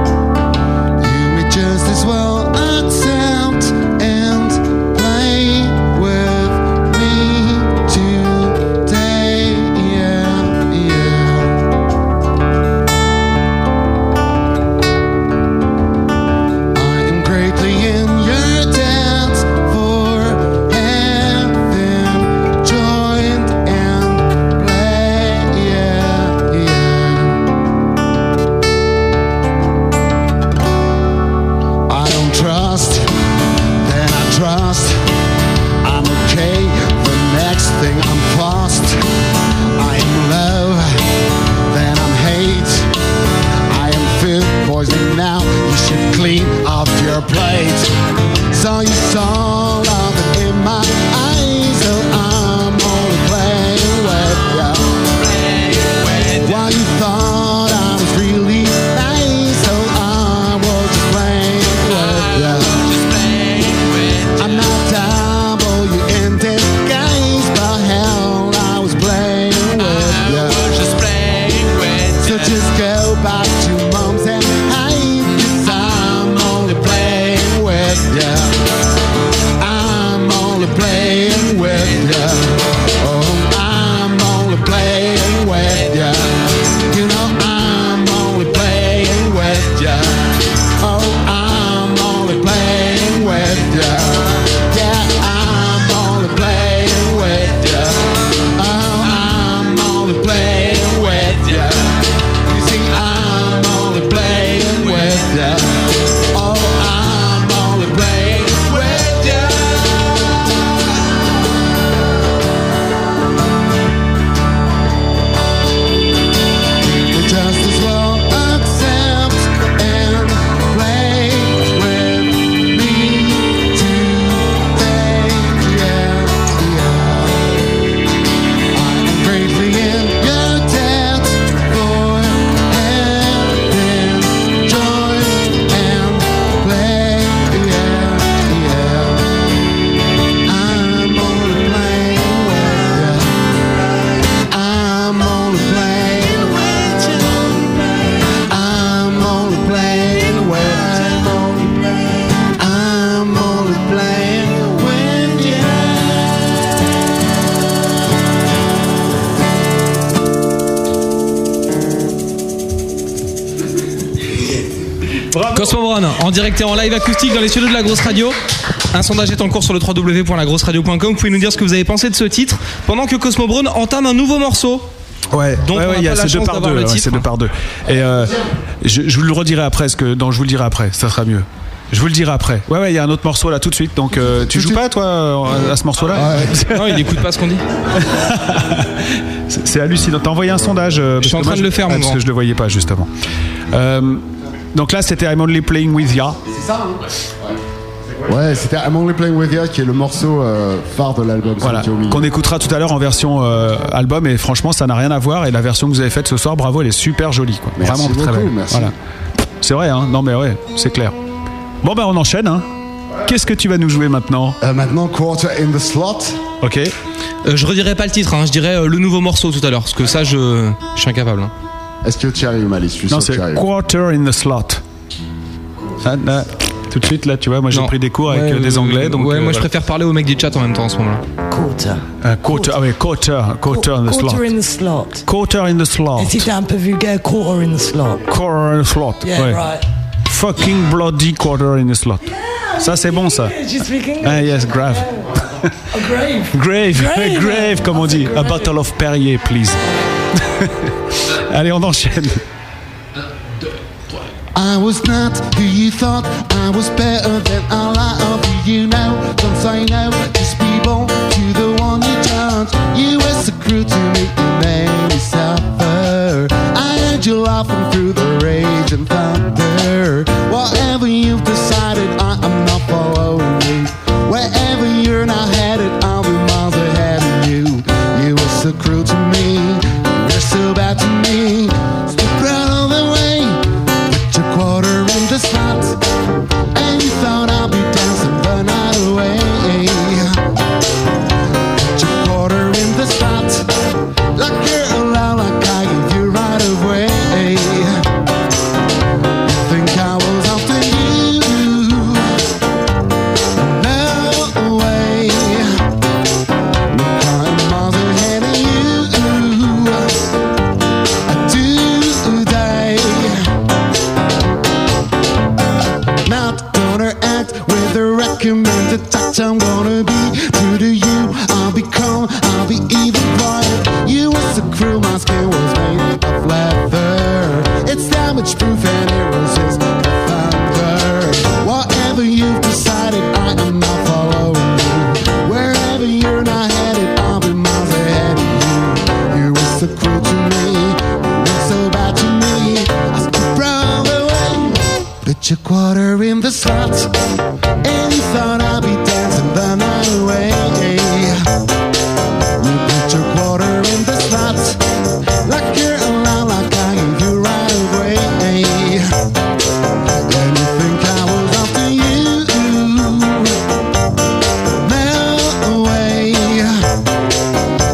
[SPEAKER 9] You may just as well accept and play with me today. Yeah, yeah. I am greatly in your debt for having joined and play. Yeah, yeah. I don't trust, then I trust. I'm okay, the next thing I'm lost. I am love, then I'm hate. I am food poisoning now. You should clean off your plate. So you saw love in my eyes. So I'm only playing with ya. While you thought I was really nice, so I was just playing with ya. I'm not double you in disguise, but hell, I was playing with ya. So just go back to mom's and hide, cause I'm only playing with ya. I'm only playing with ya. Oh, I'm only playing with ya. You know I'm only playing with ya. Oh, I'm only playing with ya. Yeah, I'm only playing with ya. Oh, I'm only playing with ya. You see, I'm only playing with ya. Oh, I'm only playing with ya. You're just as well accept and play with me today. Yeah, yeah. I am greatly in your debt for having joy and play. Yeah, yeah. I'm only playing with ya. I'm only playing with ya. I'm only playing with ya. I'm only playing with
[SPEAKER 6] Cosmo Brown, en direct et en live acoustique dans les studios de la grosse radio. Un sondage est en cours sur le www.lagrosseradio.com. Vous pouvez nous dire ce que vous avez pensé de ce titre pendant que Cosmo Brown entame un nouveau morceau.
[SPEAKER 3] Ouais,
[SPEAKER 6] Donc,
[SPEAKER 3] ouais,
[SPEAKER 6] on
[SPEAKER 3] ouais,
[SPEAKER 6] a
[SPEAKER 3] il y
[SPEAKER 6] pas
[SPEAKER 3] a
[SPEAKER 6] la
[SPEAKER 3] c'est deux
[SPEAKER 6] chance
[SPEAKER 3] par
[SPEAKER 6] d'avoir
[SPEAKER 3] deux.
[SPEAKER 6] le
[SPEAKER 3] ouais,
[SPEAKER 6] titre.
[SPEAKER 3] c'est deux par deux. Et euh, je, je vous le redirai après, ce que, non, je vous le dirai après, ça sera mieux. Je vous le dirai après. Ouais, ouais, il y a un autre morceau là tout de suite. Donc euh, tu joues pas toi euh, à ce morceau-là
[SPEAKER 6] Ah, Non, il n'écoute pas ce qu'on dit.
[SPEAKER 3] C'est c'est hallucinant. T'as envoyé un sondage. euh, parce
[SPEAKER 6] suis en
[SPEAKER 3] que
[SPEAKER 6] train
[SPEAKER 3] moi,
[SPEAKER 6] de le faire,
[SPEAKER 3] ah,
[SPEAKER 6] mon
[SPEAKER 3] parce
[SPEAKER 6] grand.
[SPEAKER 3] que je le voyais pas juste avant. Euh, donc là, c'était I'm Only Playing With Ya.
[SPEAKER 5] C'est ça, Ouais, c'était I'm Only Playing With Ya qui est le morceau euh, phare de l'album. celui
[SPEAKER 3] Voilà,
[SPEAKER 5] qui est au milieu.
[SPEAKER 3] qu'on écoutera tout à l'heure en version euh, album et franchement ça n'a rien à voir et la version que vous avez faite ce soir, bravo, elle est super jolie quoi.
[SPEAKER 5] Merci
[SPEAKER 3] Vraiment très
[SPEAKER 5] beaucoup,
[SPEAKER 3] belle.
[SPEAKER 5] merci.
[SPEAKER 3] Voilà. C'est vrai hein. Non mais ouais, c'est clair. Bon ben on enchaîne hein. Qu'est-ce que tu vas nous jouer maintenant
[SPEAKER 5] Euh, Maintenant, Quarter in the Slot.
[SPEAKER 3] OK.
[SPEAKER 6] Euh, je redirai pas le titre, hein, je dirais euh, le nouveau morceau tout à l'heure, parce que ça, je, je suis incapable. hein.
[SPEAKER 5] Est-ce que tu y arrives, Malice Je suis sûr
[SPEAKER 3] Non,
[SPEAKER 5] que
[SPEAKER 3] c'est
[SPEAKER 5] tu y arrives.
[SPEAKER 3] Quarter in the Slot. Ah, là, tout de suite là, tu vois, moi j'ai
[SPEAKER 6] Non.
[SPEAKER 3] pris des cours avec
[SPEAKER 6] Ouais,
[SPEAKER 3] euh, des
[SPEAKER 6] euh,
[SPEAKER 3] anglais donc
[SPEAKER 6] ouais,
[SPEAKER 3] euh,
[SPEAKER 6] moi je
[SPEAKER 3] voilà.
[SPEAKER 6] préfère parler aux mecs du chat en même temps en ce moment-là.
[SPEAKER 7] Quarter.
[SPEAKER 3] Un quarter, ah ouais, quarter, quarter in the slot.
[SPEAKER 7] Quarter in the slot.
[SPEAKER 3] Quarter in the slot.
[SPEAKER 7] Et si t'es un peu vulgaire, quarter in the slot.
[SPEAKER 3] Quarter in the slot.
[SPEAKER 7] Yeah,
[SPEAKER 3] ouais.
[SPEAKER 7] right.
[SPEAKER 3] Fucking bloody quarter in the slot. Ça c'est bon ça.
[SPEAKER 7] Just speaking
[SPEAKER 3] Ah yes, grave.
[SPEAKER 7] a grave.
[SPEAKER 3] Grave, grave,
[SPEAKER 7] Grave.
[SPEAKER 3] comme on dit. A bottle of Perrier, please. Allez, on enchaîne.
[SPEAKER 9] I was not who you thought. I was better than a lot of you now. Don't say no to people, to the one you touch. You were so cruel to me, you made me suffer. I heard you laughing through the rage and thunder. Whatever you've decided, I am not following you. Wherever you're not headed, I'll be miles ahead of you. You were so cruel to me, you were so bad to me. Stick right all the way. Put your quarter in the slot And you thought I'd be dancing the night away Put your quarter in the slot Like you're allowed, like I give you right away You think I was after you No way Look, I'm miles ahead of you Today not gonna act with a recommended touch. I'm gonna be true to you. I'll be calm, I'll be even quiet. You was so cruel, my skin was made of leather. It's damage proof and it resists the thunder. Whatever you've decided, I am not following you. Wherever you're not headed, I'll be miles ahead of you. You were so cruel to me, you were so bad to me. I stood round the way. Put your quarter in the slot And you thought I'd be dancing the night away You put your quarter in the slot Like you're allowed, like I give you right away And you think I was after you No way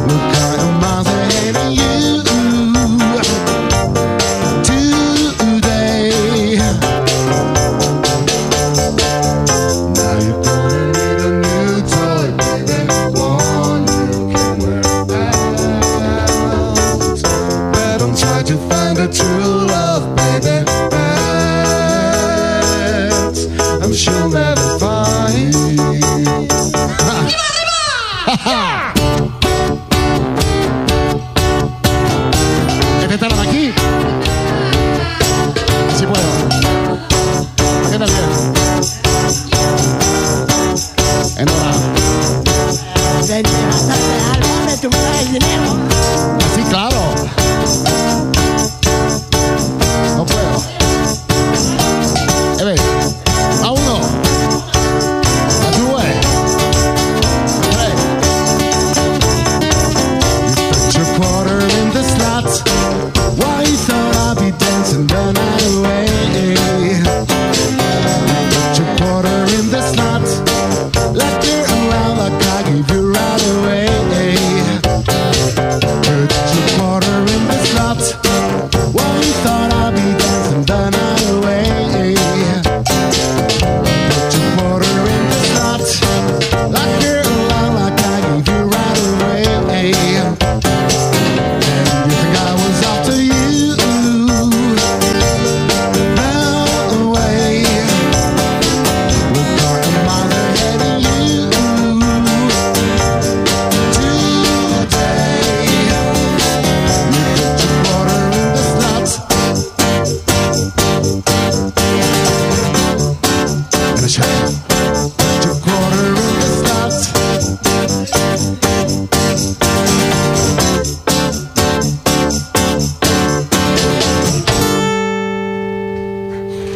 [SPEAKER 9] Look, I'm miles ahead of you Today Now you don't need a new toy, baby. One you can wear out. But I'm trying to find a true love, baby. But I'm sure you'll never find.
[SPEAKER 5] C'était à la maquille Si bueno. ¿Qué tal bien? Enhorabuena. Sí, claro. No puedo. Eh, a uno. A dos. Tres.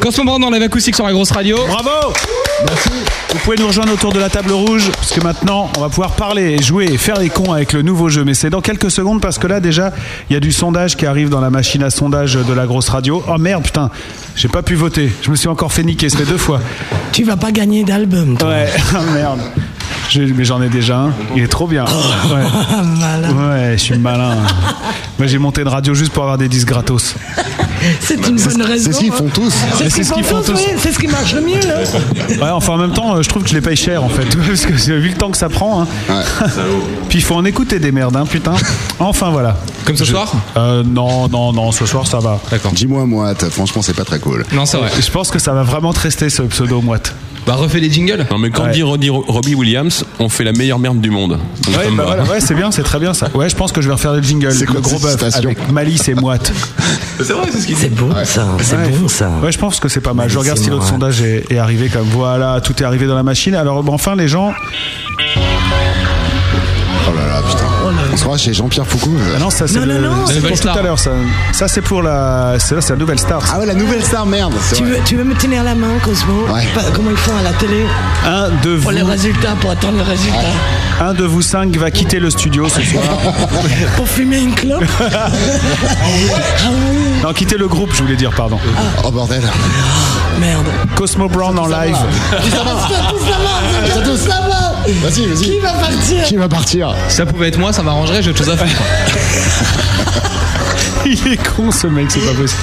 [SPEAKER 6] Cosmo Brown dans la acoustique sur la grosse radio.
[SPEAKER 3] Bravo Merci. Vous pouvez nous rejoindre autour de la table rouge, parce que maintenant, on va pouvoir parler, jouer et faire les cons avec le nouveau jeu. Mais c'est dans quelques secondes, parce que là, déjà, il y a du sondage qui arrive dans la machine à sondage de la grosse radio. Oh merde, putain, j'ai pas pu voter. Je me suis encore fait niquer, c'était deux fois.
[SPEAKER 7] Tu vas pas gagner d'album, toi.
[SPEAKER 3] Ouais, ah, merde. Je- mais j'en ai déjà un. Il est trop bien.
[SPEAKER 7] Oh,
[SPEAKER 3] Ouais, Ouais, je suis malin. Moi, j'ai monté une radio juste pour avoir des disques gratos.
[SPEAKER 7] C'est une bonne raison.
[SPEAKER 3] c'est ce qu'ils font
[SPEAKER 7] hein.
[SPEAKER 3] tous.
[SPEAKER 7] C'est
[SPEAKER 3] Mais
[SPEAKER 7] ce qu'ils font tous, oui, c'est ce qui marche le mieux, là.
[SPEAKER 3] Ouais, enfin en même temps, euh, je trouve que je les paye cher en fait, parce que j'ai vu le temps que ça prend. hein. Puis il faut en écouter des merdes, hein, putain. Enfin voilà.
[SPEAKER 6] Comme ce soir
[SPEAKER 3] euh, Non, non, non, ce soir ça va.
[SPEAKER 6] D'accord.
[SPEAKER 5] Dis-moi, Moite, Euh, franchement, c'est pas très cool.
[SPEAKER 6] Non, c'est vrai.
[SPEAKER 3] Je pense que ça va vraiment te rester ce pseudo moite.
[SPEAKER 6] Bah refais les jingles.
[SPEAKER 4] Non mais quand
[SPEAKER 3] Ouais.
[SPEAKER 4] dit Roddy- Robbie Williams, on fait la meilleure merde du monde. Donc,
[SPEAKER 3] Ouais,
[SPEAKER 4] ça me
[SPEAKER 3] bah
[SPEAKER 4] va.
[SPEAKER 3] voilà, ouais, c'est bien, c'est très bien ça. Ouais, je pense que je vais refaire le jingle,
[SPEAKER 5] C'est quoi
[SPEAKER 3] le gros
[SPEAKER 5] cette
[SPEAKER 3] bœuf
[SPEAKER 5] citation
[SPEAKER 3] avec malice et moite.
[SPEAKER 4] C'est vrai, c'est ce qu'il
[SPEAKER 11] C'est bon ça, c'est
[SPEAKER 3] Ouais.
[SPEAKER 11] bon ça.
[SPEAKER 3] Ouais, je pense que c'est pas mal. Je regarde si l'autre
[SPEAKER 11] Malice et moite.
[SPEAKER 3] sondage est, est arrivé comme voilà, tout est arrivé dans la machine. Alors bah, enfin les gens,
[SPEAKER 5] Oh là là, putain. On se croit chez Jean-Pierre Foucault. euh.
[SPEAKER 3] Ah non, ça c'est
[SPEAKER 7] Non, non,
[SPEAKER 3] le-
[SPEAKER 7] non,
[SPEAKER 3] c'est
[SPEAKER 7] la
[SPEAKER 3] pour
[SPEAKER 6] nouvelle
[SPEAKER 3] tout
[SPEAKER 6] star.
[SPEAKER 3] à l'heure. Ça, ça c'est pour la, c'est là, c'est la nouvelle star. ça.
[SPEAKER 5] Ah ouais, la nouvelle star, merde. c'est
[SPEAKER 7] Tu
[SPEAKER 5] vrai.
[SPEAKER 7] veux, tu veux me tenir la main, Cosmo
[SPEAKER 5] Ouais.
[SPEAKER 7] Pas- Comment ils font à la télé
[SPEAKER 3] Un de vous, Ah.
[SPEAKER 7] Pour les résultats, pour attendre les résultats.
[SPEAKER 3] un de vous cinq va quitter le studio ce soir.
[SPEAKER 7] Pour fumer une clope Ah oui
[SPEAKER 3] non, quitter le groupe, je voulais dire, pardon.
[SPEAKER 5] Oh bordel.
[SPEAKER 7] Merde.
[SPEAKER 3] Cosmo Brown en live.
[SPEAKER 7] Tous tous là-bas
[SPEAKER 5] Vas-y, vas-y.
[SPEAKER 7] Qui va partir
[SPEAKER 5] Qui va partir
[SPEAKER 6] Si ça pouvait être moi, ça m'arrangerait, j'ai autre chose à faire.
[SPEAKER 3] Il est con ce mec, c'est pas possible.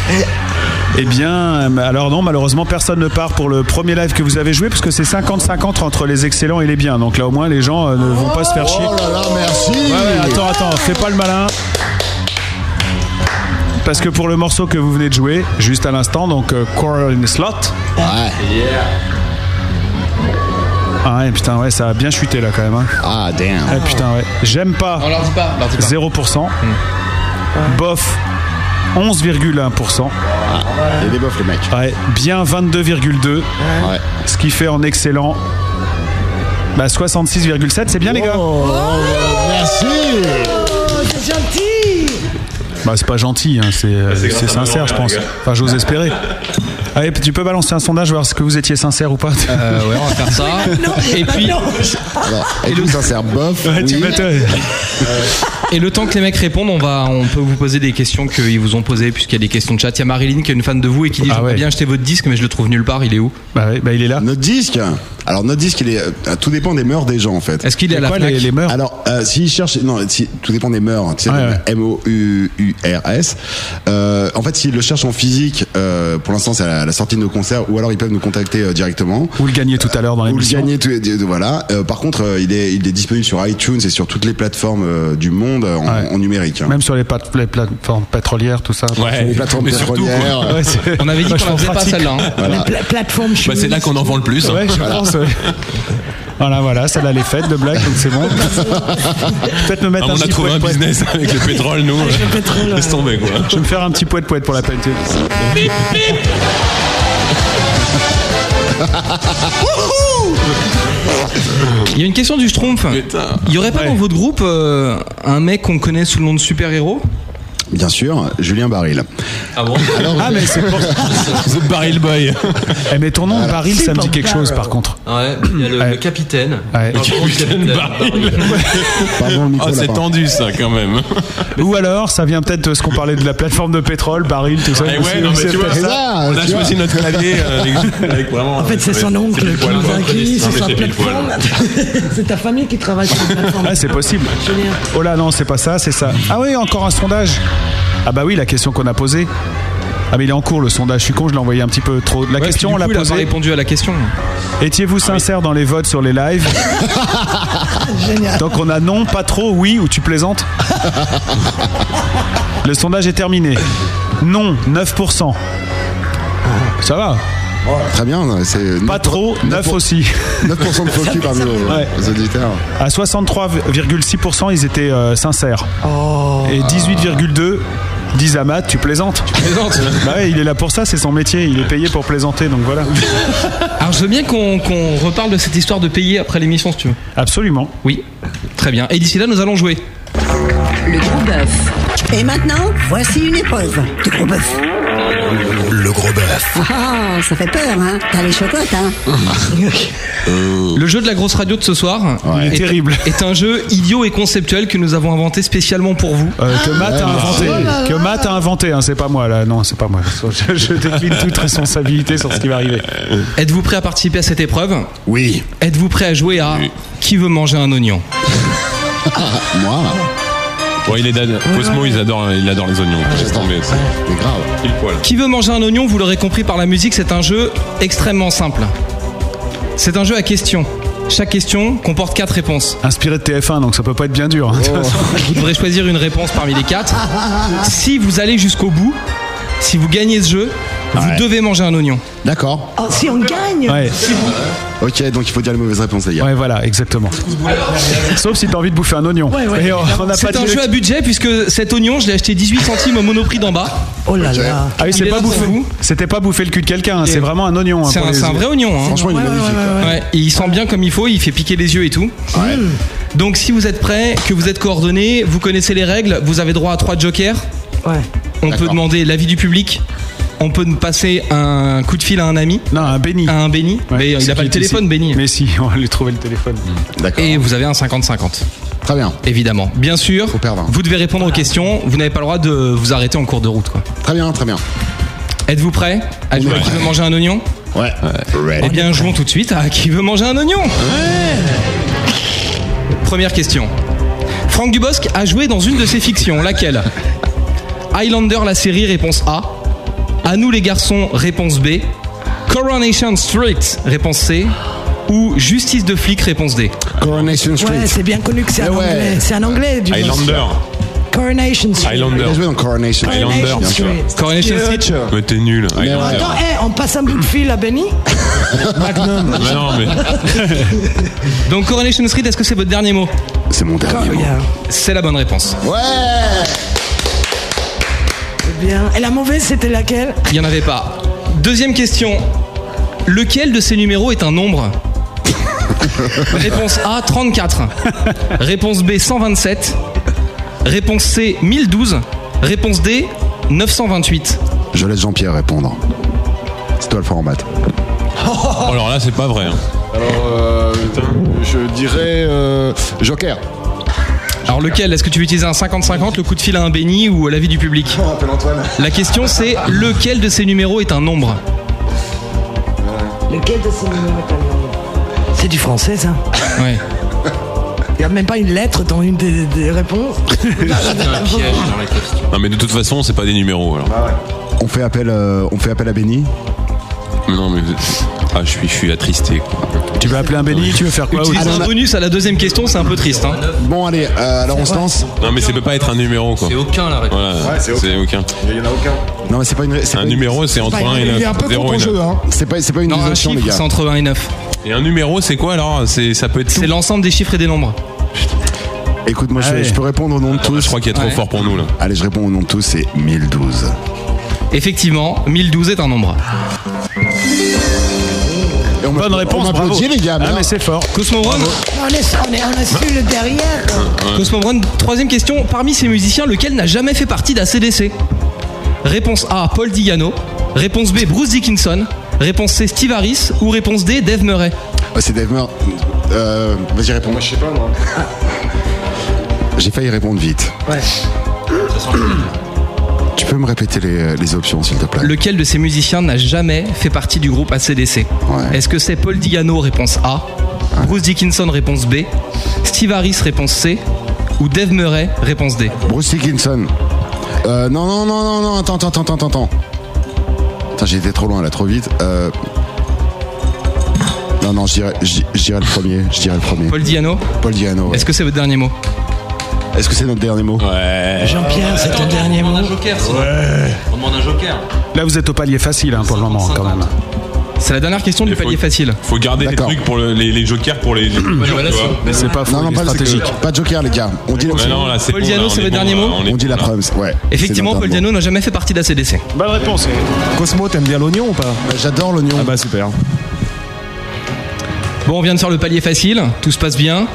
[SPEAKER 3] Eh bien, euh, alors non, malheureusement, personne ne part pour le premier live que vous avez joué parce que c'est 50-50 entre les excellents et les biens. Donc là, au moins, les gens euh, ne vont pas se faire chier.
[SPEAKER 5] Oh là là, merci.
[SPEAKER 3] Ouais, ouais, attends, attends, fais pas le malin. Parce que pour le morceau que vous venez de jouer, juste à l'instant, donc euh, Coral in the Slot.
[SPEAKER 5] Ouais.
[SPEAKER 3] Ah ouais, putain, ouais, ça a bien chuté là quand même. hein.
[SPEAKER 5] Ah, damn.
[SPEAKER 3] Ah putain, ouais. J'aime pas,
[SPEAKER 6] On leur dit pas, Hmm. on leur dit pas.
[SPEAKER 3] 0%. Bof, 11,1%.
[SPEAKER 5] Il y a des bofs, le mec.
[SPEAKER 3] Ouais, bien 22,2%.
[SPEAKER 5] Ouais.
[SPEAKER 3] Ce qui fait en excellent bah, 66,7%. C'est bien, les gars
[SPEAKER 5] Merci.
[SPEAKER 7] Oh, c'est gentil
[SPEAKER 3] Bah, c'est pas gentil, hein, c'est, euh,
[SPEAKER 4] c'est grâce
[SPEAKER 3] c'est
[SPEAKER 4] à
[SPEAKER 3] sincère,
[SPEAKER 4] Manon,
[SPEAKER 3] je
[SPEAKER 4] les
[SPEAKER 3] pense.
[SPEAKER 4] gars.
[SPEAKER 3] Enfin, j'ose espérer. Allez, tu peux balancer un sondage, voir si que vous étiez sincère ou pas.
[SPEAKER 6] Euh, ouais, on va faire ça.
[SPEAKER 3] Ah
[SPEAKER 6] et puis,
[SPEAKER 5] Alors, et tout sincère, bof.
[SPEAKER 3] Ouais, tu
[SPEAKER 5] oui.
[SPEAKER 3] m'étonnes.
[SPEAKER 6] et le temps que les mecs répondent, on va, on peut vous poser des questions qu'ils vous ont posées, puisqu'il y a des questions de chat. Il y a Marilyn qui est une fan de vous et qui dit
[SPEAKER 3] Ah ouais.
[SPEAKER 6] J'ai bien acheté votre disque, mais je le trouve nulle part. Il est où
[SPEAKER 3] Bah, ouais, bah, il est là.
[SPEAKER 5] Notre disque. Alors, notre disque, il est. euh, Tout dépend des mœurs des gens, en fait.
[SPEAKER 6] Est-ce qu'il est, à
[SPEAKER 3] C'est
[SPEAKER 6] la
[SPEAKER 3] quoi
[SPEAKER 6] Fnac
[SPEAKER 3] les, les mœurs Ah,
[SPEAKER 5] Alors, euh, s'ils cherchent, non, si, tout dépend des mœurs. Tu sais,
[SPEAKER 3] Ouais, ouais.
[SPEAKER 5] M-O-U-U-R-S. Euh, en fait, s'ils le cherchent en physique, euh, pour l'instant, c'est à la, la sortie de nos concerts, ou alors ils peuvent nous contacter euh, directement.
[SPEAKER 3] Vous le gagnez tout à l'heure dans
[SPEAKER 5] Ou le
[SPEAKER 3] l'émission.
[SPEAKER 5] gagner, tout, tout- voilà. Euh, par contre, euh, il est, il est disponible sur iTunes et sur toutes les plateformes euh, du monde euh, en,
[SPEAKER 3] Ouais.
[SPEAKER 5] en numérique. hein.
[SPEAKER 3] Même sur les, pat- les plateformes pétrolières, tout ça.
[SPEAKER 4] Ouais.
[SPEAKER 5] les plateformes
[SPEAKER 4] Mais surtout,
[SPEAKER 5] pétrolières. euh,
[SPEAKER 3] Ouais, c'est-
[SPEAKER 6] On avait dit
[SPEAKER 3] Moi, je
[SPEAKER 6] qu'on la
[SPEAKER 3] pense
[SPEAKER 6] faisait pas
[SPEAKER 3] pratique.
[SPEAKER 6] celle-là. hein.
[SPEAKER 5] voilà.
[SPEAKER 7] La pla- plateforme
[SPEAKER 4] Bah, c'est là qu'on en vend le plus. hein.
[SPEAKER 3] Ouais, je pense. ouais. Voilà, voilà, celle-là, elle est faite de blague, donc c'est bon. Peut-être me mettre
[SPEAKER 4] Ah,
[SPEAKER 3] un
[SPEAKER 4] on a
[SPEAKER 3] petit
[SPEAKER 4] trouvé un
[SPEAKER 3] pouet-pouet.
[SPEAKER 4] business avec le pétrole, nous. Laisse tomber, quoi.
[SPEAKER 3] Je vais me faire un petit pouet-pouet pour la peinture.
[SPEAKER 6] Il y a une question du Schtroumpf.
[SPEAKER 4] Putain.
[SPEAKER 6] Il y aurait pas
[SPEAKER 3] Ouais.
[SPEAKER 6] dans votre groupe euh, un mec qu'on connaît sous le nom de super-héros
[SPEAKER 5] Bien sûr, Julien Baril.
[SPEAKER 4] Ah bon
[SPEAKER 3] Ah, mais c'est pour.
[SPEAKER 4] The Barrel Boy.
[SPEAKER 3] Eh, mais ton nom, Baril, ça me dit quelque chose par contre.
[SPEAKER 12] Ouais, il y a le,
[SPEAKER 3] Ouais.
[SPEAKER 12] le capitaine.
[SPEAKER 3] Ouais.
[SPEAKER 12] Dans le rôle du capitaine Baril.
[SPEAKER 5] Pardon, le micro
[SPEAKER 4] Oh, c'est
[SPEAKER 5] lapin.
[SPEAKER 4] tendu, ça, quand même.
[SPEAKER 3] Ou alors, ça vient peut-être de ce qu'on parlait de la plateforme de pétrole, Baril, tout ça.
[SPEAKER 4] Eh ouais, non, mais
[SPEAKER 3] C'est
[SPEAKER 4] tu vois,
[SPEAKER 3] pas ça.
[SPEAKER 5] Ah,
[SPEAKER 4] On a
[SPEAKER 5] tu vois.
[SPEAKER 4] choisi notre clavier euh, avec, avec vraiment. euh,
[SPEAKER 7] En fait, c'est son oncle qui nous a accueillis sur sa plateforme. C'est ta famille qui travaille sur la plateforme.
[SPEAKER 3] Ah, c'est possible.
[SPEAKER 7] Julien.
[SPEAKER 3] Oh là, non, c'est pas ça, c'est ça. Ah oui, encore un sondage. Ah bah oui, la question qu'on a posée. Ah mais il est en cours le sondage, je suis con, je l'ai envoyé un petit peu trop. La question, on l'a
[SPEAKER 6] Il a pas
[SPEAKER 3] posée.
[SPEAKER 6] répondu à la question.
[SPEAKER 4] Ah
[SPEAKER 3] Étiez-vous sincère dans les votes sur les lives Donc on a non, pas trop, oui ou tu plaisantes Le sondage est terminé. Non, 9%. Ça va.
[SPEAKER 5] Très bien, c'est
[SPEAKER 3] Pas trop, 9 aussi.
[SPEAKER 5] 9% de faux cul parmi nos
[SPEAKER 3] Ouais.
[SPEAKER 5] nos auditeurs.
[SPEAKER 3] À 63,6%, ils étaient euh, sincères.
[SPEAKER 6] Oh.
[SPEAKER 3] Et 18,2% disent à Matt, tu plaisantes.
[SPEAKER 6] Plaisante.
[SPEAKER 3] Bah ouais, il est là pour ça, c'est son métier, il est payé pour plaisanter, donc voilà.
[SPEAKER 6] Alors, je veux bien qu'on qu'on reparle de cette histoire de payer après l'émission, si tu veux.
[SPEAKER 3] Absolument.
[SPEAKER 6] Oui, très bien. Et d'ici là, nous allons jouer.
[SPEAKER 10] Le gros bœuf.
[SPEAKER 2] Et maintenant, voici une épreuve de gros bœuf.
[SPEAKER 1] Le gros bœuf.
[SPEAKER 2] Ah, ça fait peur, hein. T'as les chocottes, hein.
[SPEAKER 6] Le jeu de la grosse radio de ce soir
[SPEAKER 3] Euh. Il est terrible.
[SPEAKER 6] est un jeu idiot et conceptuel que nous avons inventé spécialement pour vous.
[SPEAKER 3] Euh, que Matt a inventé, que Matt a inventé, hein, c'est pas moi là, non, c'est pas moi. Je, je décline toute responsabilité sur ce qui va arriver.
[SPEAKER 6] Êtes-vous prêt à participer à cette épreuve
[SPEAKER 5] Oui.
[SPEAKER 6] Êtes-vous prêt à jouer à Qui veut manger un oignon
[SPEAKER 5] Moi
[SPEAKER 4] Bon, il est dan- Cosmo, il adore, il adore les oignons. Laisse tomber, C'est
[SPEAKER 5] grave.
[SPEAKER 4] Pile poil.
[SPEAKER 6] Qui veut manger un oignon Vous l'aurez compris par la musique, c'est un jeu extrêmement simple. C'est un jeu à questions. Chaque question comporte quatre réponses. Oh.
[SPEAKER 3] Inspiré de TF1, donc ça peut pas être bien dur. hein, de toute façon.
[SPEAKER 6] Vous devrez choisir une réponse parmi les quatre. Si vous allez jusqu'au bout, si vous gagnez ce jeu, vous devez manger un oignon.
[SPEAKER 5] D'accord.
[SPEAKER 7] Oh, si on gagne
[SPEAKER 5] Ok, donc il faut dire les mauvaises réponses, les gars.
[SPEAKER 3] Ouais, voilà, exactement. Sauf si t'as envie de bouffer un oignon. Et on- on n'a pas
[SPEAKER 6] C'est un
[SPEAKER 3] dit-
[SPEAKER 6] jeu à budget puisque cet oignon, je l'ai acheté 18 centimes au monoprix d'en bas.
[SPEAKER 7] Oh là là.
[SPEAKER 3] Ah oui, c'est
[SPEAKER 6] Il est
[SPEAKER 3] pas
[SPEAKER 6] là pour
[SPEAKER 3] bouffé.
[SPEAKER 6] vous.
[SPEAKER 3] C'était pas bouffer le cul de quelqu'un, hein, c'est vraiment un oignon. hein,
[SPEAKER 6] C'est
[SPEAKER 3] pour
[SPEAKER 6] un,
[SPEAKER 3] les-
[SPEAKER 6] c'est un vrai oignon. hein.
[SPEAKER 5] Franchement, il est magnifique.
[SPEAKER 6] Ouais, et il sent bien comme il faut, il fait piquer les yeux et tout. Donc si vous êtes prêts, que vous êtes coordonnés, vous connaissez les règles, vous avez droit à trois jokers.
[SPEAKER 7] Ouais.
[SPEAKER 6] On peut demander l'avis du public. On peut nous passer un coup de fil à un ami,
[SPEAKER 3] Non, un béni.
[SPEAKER 6] à un Benny.
[SPEAKER 3] Ouais,
[SPEAKER 6] mais euh, il
[SPEAKER 3] c'est
[SPEAKER 6] n'a pas
[SPEAKER 3] qui oh
[SPEAKER 6] le
[SPEAKER 3] était ici.
[SPEAKER 6] téléphone, Benny.
[SPEAKER 3] Mais si, on va lui trouver le téléphone.
[SPEAKER 5] D'accord.
[SPEAKER 6] Et vous avez un 50-50,
[SPEAKER 5] Très bien.
[SPEAKER 6] évidemment. Bien sûr,
[SPEAKER 5] Faut perdre.
[SPEAKER 6] vous devez répondre aux questions, vous n'avez pas le droit de vous arrêter en cours de route. quoi.
[SPEAKER 5] Très bien, très bien.
[SPEAKER 6] Êtes-vous prêts à jouer à qui veut manger un oignon
[SPEAKER 5] Ouais.
[SPEAKER 6] Eh bien, jouons tout de suite à qui veut manger un oignon. Première question. Franck Dubosc a joué dans une de ses fictions, laquelle Highlander la série, réponse A. À nous les garçons, réponse B. Coronation Street, réponse C. Ou Justice de flic, réponse D.
[SPEAKER 5] Coronation Street.
[SPEAKER 7] Ouais, c'est bien connu que c'est un
[SPEAKER 5] Eh ouais.
[SPEAKER 7] anglais. C'est un anglais du
[SPEAKER 4] Highlander.
[SPEAKER 7] Coronation Street.
[SPEAKER 5] Il
[SPEAKER 4] Highlander.
[SPEAKER 5] a joué dans Coronation Street.
[SPEAKER 4] Highlander,
[SPEAKER 7] Coronation
[SPEAKER 4] bien sûr.
[SPEAKER 7] Street.
[SPEAKER 6] Coronation Street
[SPEAKER 4] Mais t'es nul. Highlander.
[SPEAKER 7] Attends, eh, on passe un bout de fil à Benny
[SPEAKER 4] Mais non, mais.
[SPEAKER 6] Donc Coronation Street, est-ce que c'est votre dernier mot
[SPEAKER 5] C'est mon dernier mot.
[SPEAKER 7] Regarde.
[SPEAKER 6] C'est la bonne réponse.
[SPEAKER 5] Ouais
[SPEAKER 7] C'est bien. Et la mauvaise, c'était laquelle
[SPEAKER 6] Il n'y en avait pas. Deuxième question. Lequel de ces numéros est un nombre Réponse A 34. Réponse B 127. Réponse C 1012. Réponse D 928.
[SPEAKER 5] Je laisse Jean-Pierre répondre. C'est toi le fort en maths.
[SPEAKER 4] Oh, alors là, c'est pas vrai. hein.
[SPEAKER 8] Alors, euh, je dirais euh, Joker.
[SPEAKER 6] Alors lequel Est-ce que tu veux utiliser un 50-50, le coup de fil à un béni ou à l'avis du public
[SPEAKER 8] On rappelle Antoine.
[SPEAKER 6] La question c'est lequel de ces numéros est un nombre
[SPEAKER 7] Lequel de ces numéros est un C'est du français, ça.
[SPEAKER 6] Ouais.
[SPEAKER 7] Il n'y a même pas une lettre dans une des, des réponses.
[SPEAKER 12] Ah,
[SPEAKER 4] Non, mais de toute façon, c'est pas des numéros alors.
[SPEAKER 5] On fait appel, euh, on fait appel à Benny
[SPEAKER 4] Mais non, mais. Ah, je suis, je suis attristé. quoi.
[SPEAKER 3] Tu veux appeler un béni, tu veux faire quoi
[SPEAKER 6] Utiliser
[SPEAKER 5] Ah, non,
[SPEAKER 6] un
[SPEAKER 5] non.
[SPEAKER 6] bonus à la deuxième question, c'est un peu triste. hein.
[SPEAKER 5] Bon, allez, euh, alors on se lance
[SPEAKER 4] Non, mais ça peut pas être un numéro quoi.
[SPEAKER 12] C'est aucun la réponse.
[SPEAKER 4] Voilà,
[SPEAKER 8] Ouais, c'est aucun.
[SPEAKER 4] c'est aucun.
[SPEAKER 8] Il y en a aucun.
[SPEAKER 5] Non, mais c'est pas une. c'est
[SPEAKER 4] Un
[SPEAKER 5] pas une-
[SPEAKER 4] numéro, c'est entre 1 et
[SPEAKER 8] Bah, Il est un
[SPEAKER 4] 9.
[SPEAKER 8] peu contre ton jeu, hein.
[SPEAKER 5] C'est pas, c'est pas une
[SPEAKER 6] Non, un
[SPEAKER 5] innovation,
[SPEAKER 6] chiffre
[SPEAKER 5] les gars.
[SPEAKER 6] c'est entre 1 et 9.
[SPEAKER 4] Et un numéro, c'est quoi alors C'est- Ça peut être tout.
[SPEAKER 6] C'est l'ensemble des chiffres et des nombres.
[SPEAKER 5] Écoute, moi, je,
[SPEAKER 3] Allez.
[SPEAKER 5] je peux répondre au nom de tous.
[SPEAKER 4] Je crois qu'il est trop
[SPEAKER 6] Ah Ouais.
[SPEAKER 4] fort pour nous là.
[SPEAKER 5] Allez, je réponds au nom de tous, c'est 1012.
[SPEAKER 6] Effectivement, 1012 est un nombre.
[SPEAKER 5] Et on
[SPEAKER 3] Bonne
[SPEAKER 5] m'applaudit-
[SPEAKER 3] réponse,
[SPEAKER 5] On
[SPEAKER 3] bravo.
[SPEAKER 5] m'applaudit, les gars.
[SPEAKER 3] Ah,
[SPEAKER 5] merde.
[SPEAKER 3] mais c'est fort.
[SPEAKER 6] Cosmo Brown,
[SPEAKER 2] On est, on est, on est sur le derrière.
[SPEAKER 6] Cosmo Brown, troisième question. Parmi ces musiciens, lequel n'a jamais fait partie d'ACDC Réponse A, Paul Digano. Réponse B, Bruce Dickinson. Réponse C, Steve Harris. Ou réponse D, Dave Murray.
[SPEAKER 5] Oh, c'est Dave Meur. Euh, Vas-y, réponds. Moi, je sais pas, moi. J'ai failli répondre vite. Ouais. Tu peux me répéter les, les options, s'il te plaît
[SPEAKER 6] Lequel de ces musiciens n'a jamais fait partie du groupe ACDC
[SPEAKER 5] Ouais.
[SPEAKER 6] Est-ce que c'est Paul Digano, réponse A Bruce Dickinson, réponse B Steve Harris, réponse C Ou Dave Murray, réponse D
[SPEAKER 5] Bruce Dickinson. Euh, non, non, non, non, non, attends, attends, attends, attends, attends. Attends, j'ai été trop loin, là, trop vite. Euh... Non, non, je dirais, je je dirais le premier. Je dirais le premier.
[SPEAKER 6] Paul Digano,
[SPEAKER 5] Paul Diano. ouais.
[SPEAKER 6] est-ce que c'est votre dernier mot
[SPEAKER 5] Est-ce que c'est notre dernier mot
[SPEAKER 6] Euh,
[SPEAKER 4] Ouais.
[SPEAKER 7] Jean-Pierre, c'est ton dernier
[SPEAKER 12] on
[SPEAKER 7] mot.
[SPEAKER 12] demande un joker sinon. On demande un joker.
[SPEAKER 3] Là, vous êtes au palier facile hein, pour le moment, quand même.
[SPEAKER 6] C'est la dernière question du
[SPEAKER 4] Il faut-
[SPEAKER 6] palier facile.
[SPEAKER 4] Faut garder les
[SPEAKER 5] D'accord.
[SPEAKER 4] trucs pour le- les, les jokers pour les. les-
[SPEAKER 12] voilà,
[SPEAKER 4] tu vois.
[SPEAKER 12] c'est-
[SPEAKER 3] C'est pas faux,
[SPEAKER 5] Non, non,
[SPEAKER 3] il est
[SPEAKER 5] pas le
[SPEAKER 3] stratégique.
[SPEAKER 5] joker. Pas de joker, les gars. On dit, le-
[SPEAKER 4] Mais non, là, c'est
[SPEAKER 6] Paul
[SPEAKER 4] bon,
[SPEAKER 6] Diano,
[SPEAKER 4] là, on
[SPEAKER 6] c'est
[SPEAKER 4] est
[SPEAKER 6] votre
[SPEAKER 4] bon,
[SPEAKER 6] dernier
[SPEAKER 4] là,
[SPEAKER 6] mot
[SPEAKER 4] on est
[SPEAKER 5] on dit
[SPEAKER 4] bon,
[SPEAKER 5] la
[SPEAKER 4] là.
[SPEAKER 5] preuve. Ouais.
[SPEAKER 6] Effectivement,
[SPEAKER 5] C'est notre
[SPEAKER 6] Paul
[SPEAKER 5] dernier
[SPEAKER 6] Diano n'a jamais fait partie d'ACDC.
[SPEAKER 3] Bonne réponse. Bah,
[SPEAKER 5] Ah
[SPEAKER 8] Cosmo, t'aimes bien l'oignon ou pas
[SPEAKER 5] bah, mot. J'adore l'oignon.
[SPEAKER 8] Ah bah super.
[SPEAKER 6] Bon, on vient de faire le palier facile, tout se passe bien.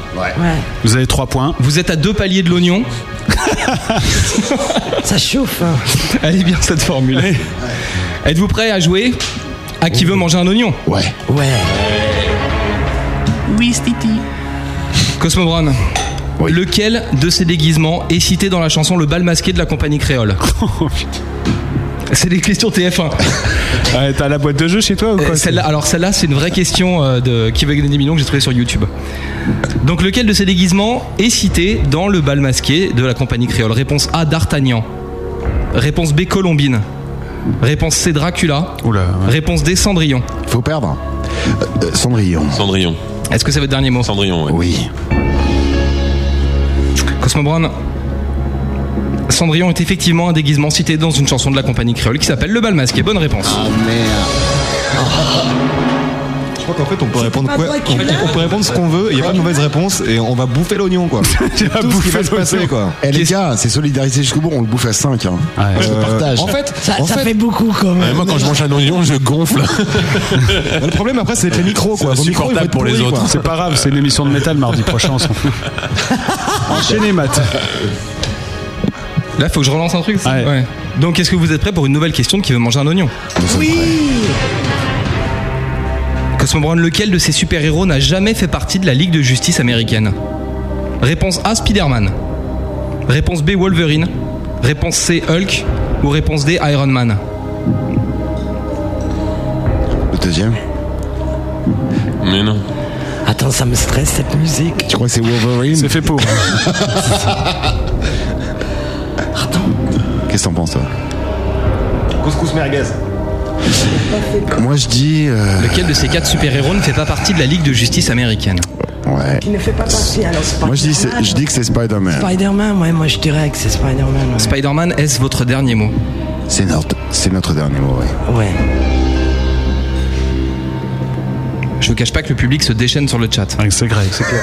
[SPEAKER 3] Vous avez 3 points.
[SPEAKER 6] Vous êtes à deux paliers de l'oignon.
[SPEAKER 7] Ça chauffe. hein.
[SPEAKER 6] Elle est bien cette formule. Êtes-vous prêt à jouer à qui veut manger un oignon
[SPEAKER 5] Ouais.
[SPEAKER 7] Ouais.
[SPEAKER 6] Oui, Stiti. Cosmo Brown. Lequel de ces déguisements est cité dans la chanson Le bal masqué de la compagnie créole
[SPEAKER 3] Oh,
[SPEAKER 6] C'est des questions TF1.
[SPEAKER 3] Ah, T'as la boîte de jeu chez toi ou quoi
[SPEAKER 6] celle Alors Euh, celle-là, c'est une vraie question euh, de qui veut gagner des millions que j'ai trouvée sur YouTube. Donc lequel de ces déguisements est cité dans le bal masqué de la compagnie créole Réponse A, D'Artagnan. Réponse B, Colombine. Réponse C, Dracula. Réponse D, Cendrillon.
[SPEAKER 5] Faut
[SPEAKER 11] hein.
[SPEAKER 5] perdre.
[SPEAKER 11] Euh,
[SPEAKER 5] Cendrillon.
[SPEAKER 4] Cendrillon.
[SPEAKER 6] Est-ce que c'est votre dernier mot
[SPEAKER 4] Cendrillon,
[SPEAKER 5] oui.
[SPEAKER 6] Cosmo Brown. Cendrillon est effectivement un déguisement cité dans une chanson de la compagnie créole qui s'appelle Le bal masqué. Bonne réponse.
[SPEAKER 5] Ah merde.
[SPEAKER 11] Je crois qu'en fait on peut répondre
[SPEAKER 6] pas
[SPEAKER 11] quoi
[SPEAKER 6] toi
[SPEAKER 11] on,
[SPEAKER 6] qui l'as.
[SPEAKER 11] on peut répondre ce qu'on veut, il n'y a pas de mauvaise réponse et on va bouffer l'oignon quoi. C'est tout ce qui va se passer quoi.
[SPEAKER 5] Eh les gars, c'est solidarité jusqu'au bout, on le bouffe à 5. Hein. Je le
[SPEAKER 11] Euh,
[SPEAKER 5] partage.
[SPEAKER 11] en fait,
[SPEAKER 7] Ça,
[SPEAKER 11] en
[SPEAKER 7] ça fait beaucoup quand même.
[SPEAKER 4] moi, quand je mange un oignon, je gonfle.
[SPEAKER 11] Bah, le problème après c'est les micros quoi. Vos micros, ils vont être pourris, quoi.
[SPEAKER 3] C'est pas grave, c'est une émission de métal mardi prochain, on s'en fout. Enchaînez, Matt.
[SPEAKER 6] Là, faut que je relance un truc. c'est- Ouais. Donc, est-ce que vous êtes prêts pour une nouvelle question de qui veut manger un oignon
[SPEAKER 2] Oui
[SPEAKER 6] Cosmo Brown, lequel de ces super-héros n'a jamais fait partie de la Ligue de justice américaine Réponse A, Spider-Man. Réponse B, Wolverine. Réponse C, Hulk. Ou réponse D, Iron Man.
[SPEAKER 5] Le deuxième.
[SPEAKER 4] Mais non.
[SPEAKER 7] Attends, ça me stresse cette musique.
[SPEAKER 5] Tu crois que c'est Wolverine C'est
[SPEAKER 3] fait pour.
[SPEAKER 5] Qu'est-ce que t'en penses toi
[SPEAKER 11] Couscous merguez.
[SPEAKER 5] Moi je dis. euh,
[SPEAKER 6] Lequel de ces quatre super-héros ne fait pas partie de la Ligue de justice américaine
[SPEAKER 5] Ouais.
[SPEAKER 7] Qui ne fait pas partie, alors c'est
[SPEAKER 5] Moi je dis, c'est- je dis que c'est Spider-Man.
[SPEAKER 7] Spider-Man, ouais, moi je dirais que c'est Spider-Man. ouais.
[SPEAKER 6] Spider-Man, est-ce votre dernier mot
[SPEAKER 5] C'est notre, c'est notre dernier mot, ouais.
[SPEAKER 7] Ouais.
[SPEAKER 6] Je vous cache pas que le public se déchaîne sur le chat.
[SPEAKER 3] Ah, c'est vrai, c'est clair.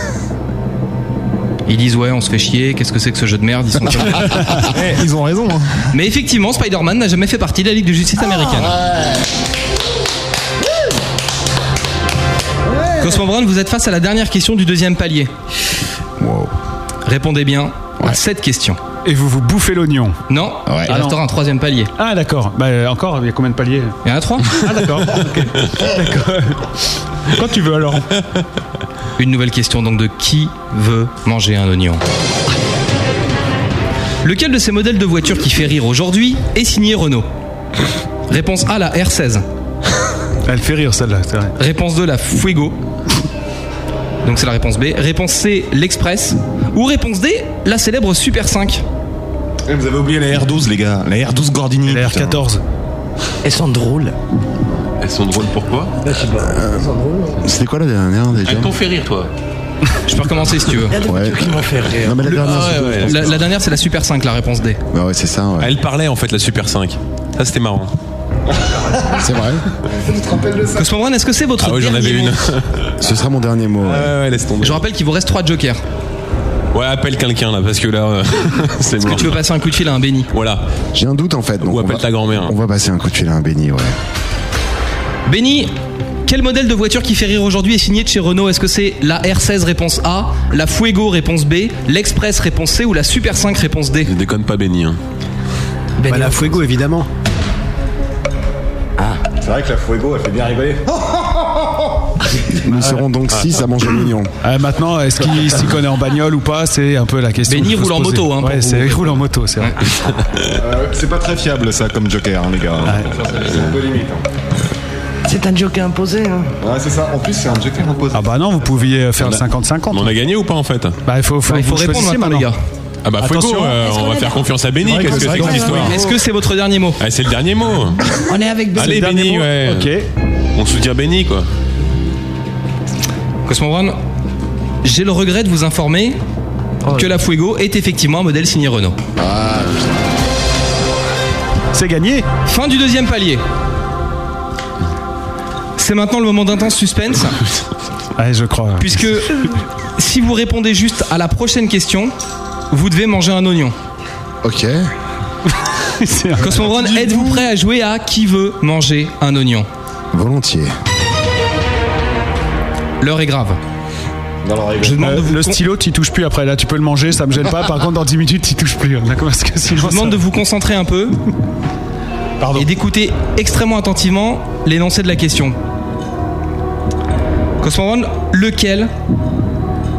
[SPEAKER 6] Ils disent ouais, on se fait chier, qu'est-ce que c'est que ce jeu de merde Ils sont
[SPEAKER 3] Eh,
[SPEAKER 11] Ils ont raison. hein.
[SPEAKER 6] Mais effectivement, Spider-Man n'a jamais fait partie de la Ligue de justice américaine. Cosmo Brown, vous êtes face à la dernière question du deuxième palier. Répondez bien à cette question.
[SPEAKER 3] Et vous vous bouffez l'oignon
[SPEAKER 6] Non, il
[SPEAKER 3] Ah, non.
[SPEAKER 6] restera un troisième palier.
[SPEAKER 3] Ah, d'accord. Bah, euh, encore, il y a combien de paliers
[SPEAKER 6] Il y en a trois.
[SPEAKER 3] Ah, d'accord. ok. D'accord. Quand tu veux, alors.
[SPEAKER 6] Une nouvelle question donc de qui veut manger un oignon Lequel de ces modèles de voiture qui fait rire aujourd'hui est signé Renault Réponse A, la R16.
[SPEAKER 3] Elle fait rire, celle-là, c'est vrai.
[SPEAKER 6] Réponse 2, la Fuego. Donc c'est la réponse B. Réponse C, l'Express. Ou réponse D, la célèbre Super 5.
[SPEAKER 11] Eh, Vous avez oublié la R12 les gars, la R12 Gordini. La
[SPEAKER 3] R14.
[SPEAKER 7] Elles sont drôles.
[SPEAKER 4] Elles sont drôles pourquoi
[SPEAKER 6] Bah,
[SPEAKER 5] C'était quoi Euh, la dernière déjà
[SPEAKER 4] Elles t'ont fait rire, toi.
[SPEAKER 6] Je peux recommencer si tu veux. Ah,
[SPEAKER 5] Ouais. Non, mais la dernière, c'est-
[SPEAKER 6] La, la dernière, c'est la Super 5, la réponse D.
[SPEAKER 5] Bah ouais, c'est ça, ouais.
[SPEAKER 4] Elle parlait en fait la Super 5. Ça c'était marrant.
[SPEAKER 5] C'est vrai
[SPEAKER 6] Cosmo Brown, est-ce que c'est votre.
[SPEAKER 4] Ah oui, j'en
[SPEAKER 6] dernier
[SPEAKER 4] avais
[SPEAKER 6] mot
[SPEAKER 4] une.
[SPEAKER 5] Ce sera mon dernier mot.
[SPEAKER 4] Ouais, ouais, laisse tomber.
[SPEAKER 6] Je rappelle qu'il vous reste 3 jokers. Est-ce
[SPEAKER 4] Ouais, appelle quelqu'un là parce que là euh, c'est
[SPEAKER 6] que
[SPEAKER 4] mort.
[SPEAKER 6] tu veux passer un coup de fil à un béni
[SPEAKER 4] Voilà.
[SPEAKER 5] J'ai un doute en fait. donc
[SPEAKER 4] Ou
[SPEAKER 5] on
[SPEAKER 4] appelle
[SPEAKER 5] va-
[SPEAKER 4] ta grand-mère.
[SPEAKER 5] On va passer un coup de fil à un béni, ouais.
[SPEAKER 6] Béni, quel modèle de voiture qui fait rire aujourd'hui est signé de chez Renault Est-ce que c'est la R16 réponse A, la Fuego réponse B, l'Express réponse C ou la Super 5 réponse D
[SPEAKER 4] Ne déconne pas Benny. hein.
[SPEAKER 7] Ben,
[SPEAKER 3] la Fuego, évidemment.
[SPEAKER 4] Ah.
[SPEAKER 11] C'est vrai que la Fuego elle fait bien rigoler.
[SPEAKER 5] Nous serons donc 6 à manger l'oignon.
[SPEAKER 3] Euh, maintenant, est-ce qu'il s'y connaît en bagnole ou pas C'est un peu la question.
[SPEAKER 6] Benny
[SPEAKER 3] qu'il faut
[SPEAKER 6] roule
[SPEAKER 3] se
[SPEAKER 6] en
[SPEAKER 3] poser.
[SPEAKER 6] moto, hein, pour
[SPEAKER 3] ouais,
[SPEAKER 6] vous-
[SPEAKER 3] c'est il roule en moto, c'est vrai.
[SPEAKER 11] Euh, c'est pas très fiable ça comme joker hein, les gars. C'est une bonne limite. hein.
[SPEAKER 7] C'est un joker imposé. Hein.
[SPEAKER 11] Ouais, c'est ça. En plus c'est un joker imposé.
[SPEAKER 3] Ah bah non, vous pouviez faire le 50-50.
[SPEAKER 4] Mais on a gagné ou pas en fait
[SPEAKER 3] Bah, il faut, faut,
[SPEAKER 6] Bah, Il faut
[SPEAKER 3] vous
[SPEAKER 6] répondre
[SPEAKER 3] choisissiez
[SPEAKER 6] maintenant, les gars.
[SPEAKER 4] Ah bah Fuego,
[SPEAKER 3] Attention.
[SPEAKER 4] euh, on va faire confiance à Benny.
[SPEAKER 11] C'est vrai
[SPEAKER 4] Qu'est-ce
[SPEAKER 11] que- c'est
[SPEAKER 4] que c'est que cette
[SPEAKER 11] vrai que-
[SPEAKER 4] histoire
[SPEAKER 6] Est-ce que c'est votre dernier mot
[SPEAKER 4] Ah, C'est le dernier mot.
[SPEAKER 7] On est avec Benny.
[SPEAKER 4] Allez
[SPEAKER 3] dernier
[SPEAKER 4] Benny,
[SPEAKER 3] mot.
[SPEAKER 4] ouais.
[SPEAKER 3] Ok.
[SPEAKER 4] On soutient Benny quoi.
[SPEAKER 6] Cosmo Brown, j'ai le regret de vous informer que la Fuego est effectivement un modèle signé Renault.
[SPEAKER 3] C'est gagné.
[SPEAKER 6] Fin du deuxième palier. C'est maintenant le moment d'intense suspense,
[SPEAKER 3] Ouais, je crois.
[SPEAKER 6] puisque si vous répondez juste à la prochaine question, vous devez manger un oignon.
[SPEAKER 5] Ok.
[SPEAKER 3] C'est un-
[SPEAKER 6] Cosmo Brown, êtes-vous prêt à jouer à qui veut manger un oignon
[SPEAKER 5] Volontiers.
[SPEAKER 6] L'heure est grave. Je demande de
[SPEAKER 3] Euh,
[SPEAKER 6] vous
[SPEAKER 3] le
[SPEAKER 6] con-
[SPEAKER 3] stylo, tu touches plus après. Là, tu peux le manger, ça me gêne pas. Par contre, dans 10 minutes, tu touches plus. D'accord, parce que sinon,
[SPEAKER 6] Je vous demande
[SPEAKER 3] ça-
[SPEAKER 6] de vous concentrer un peu et d'écouter extrêmement attentivement l'énoncé de la question. Cosmorone, lequel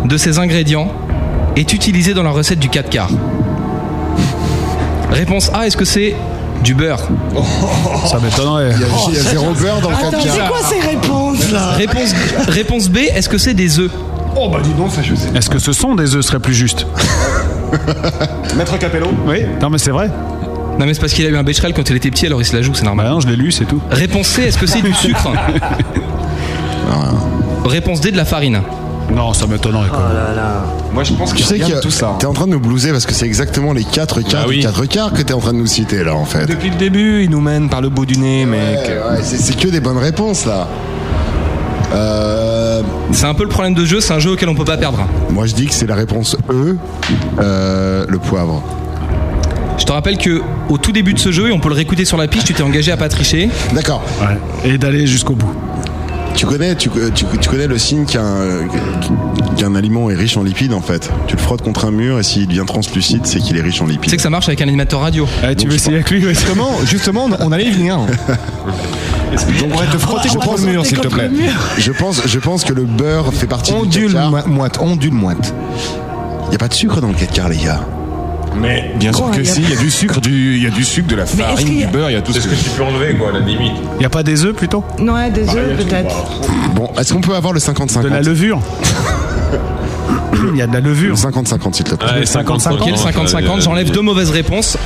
[SPEAKER 6] de ces ingrédients est utilisé dans la recette du 4 quarts Réponse A, est-ce que c'est du beurre
[SPEAKER 3] Ça m'étonnerait.
[SPEAKER 5] Il y a zéro beurre dans le
[SPEAKER 7] Oh, Attends, c'est quoi ces réponses là
[SPEAKER 6] Réponse, réponse B, est-ce que c'est des œufs
[SPEAKER 8] Oh bah dis donc, ça je sais.
[SPEAKER 3] Est-ce que ce sont des œufs serait plus juste
[SPEAKER 8] Maître Capello
[SPEAKER 3] Oui. Non, mais c'est vrai.
[SPEAKER 6] Non mais c'est parce qu'il a eu un Becherel quand il était petit, alors il se la joue, c'est normal.
[SPEAKER 3] Bah non, je l'ai lu, c'est tout.
[SPEAKER 6] Réponse C, est-ce que c'est du sucre Réponse D, de la farine.
[SPEAKER 3] Non, ça m'étonnerait quoi.
[SPEAKER 11] Moi je pense
[SPEAKER 5] Tu sais que
[SPEAKER 11] hein.
[SPEAKER 5] t'es en train de nous blouser parce que c'est exactement les 4 quarts,
[SPEAKER 11] oui.
[SPEAKER 5] du 4 quarts que t'es en train de nous citer là en fait.
[SPEAKER 11] Depuis le début, il nous mène par le bout du nez, mec.
[SPEAKER 5] Ouais, ouais, c'est c'est que des bonnes réponses là. Euh,
[SPEAKER 6] C'est un peu le problème de ce jeu, c'est un jeu auquel on peut pas perdre.
[SPEAKER 5] moi je dis que c'est la réponse E, euh, le poivre.
[SPEAKER 6] Je te rappelle que au tout début de ce jeu, et on peut le réécouter sur la piste, tu t'es engagé à pas tricher.
[SPEAKER 5] D'accord.
[SPEAKER 3] Et d'aller jusqu'au bout.
[SPEAKER 5] Tu connais, tu, euh, tu- tu connais le signe qu'un euh, qu'un aliment est riche en lipides en fait. Tu le frottes contre un mur et s'il devient translucide, c'est qu'il est riche en
[SPEAKER 6] Tu
[SPEAKER 5] lipides.
[SPEAKER 6] sais que ça marche avec un animateur radio.
[SPEAKER 3] Eh, tu veux essayer avec lui
[SPEAKER 11] Justement, justement, on- on allait y venir.
[SPEAKER 5] Donc,
[SPEAKER 11] Ouais, te frotter
[SPEAKER 5] je
[SPEAKER 3] Ah,
[SPEAKER 11] contre
[SPEAKER 5] pense-
[SPEAKER 11] le mur, s'il te plaît.
[SPEAKER 5] Je pense, je pense que le beurre fait partie du
[SPEAKER 11] Ondule
[SPEAKER 5] caca.
[SPEAKER 11] moite, ondule moite.
[SPEAKER 5] Il y a pas de sucre dans le 4 quarts les gars.
[SPEAKER 8] Mais bien sûr
[SPEAKER 11] Quoi,
[SPEAKER 8] que
[SPEAKER 11] y a-
[SPEAKER 8] si, il y a du sucre, du, il y a du sucre, de la farine, du beurre, il y a tout ce que tu peux enlever quoi, à la limite.
[SPEAKER 3] Y a pas des œufs plutôt
[SPEAKER 7] Non, ouais,
[SPEAKER 5] Bah,
[SPEAKER 7] des œufs peut-être.
[SPEAKER 5] Bon, est-ce qu'on peut avoir le 50-50
[SPEAKER 3] De la levure Il y a de la
[SPEAKER 5] Le
[SPEAKER 3] levure.
[SPEAKER 5] 50-50 s'il te plaît.
[SPEAKER 4] Ouais, euh,
[SPEAKER 3] 50-50.
[SPEAKER 6] Ok, le 50-50, j'enlève deux mauvaises réponses.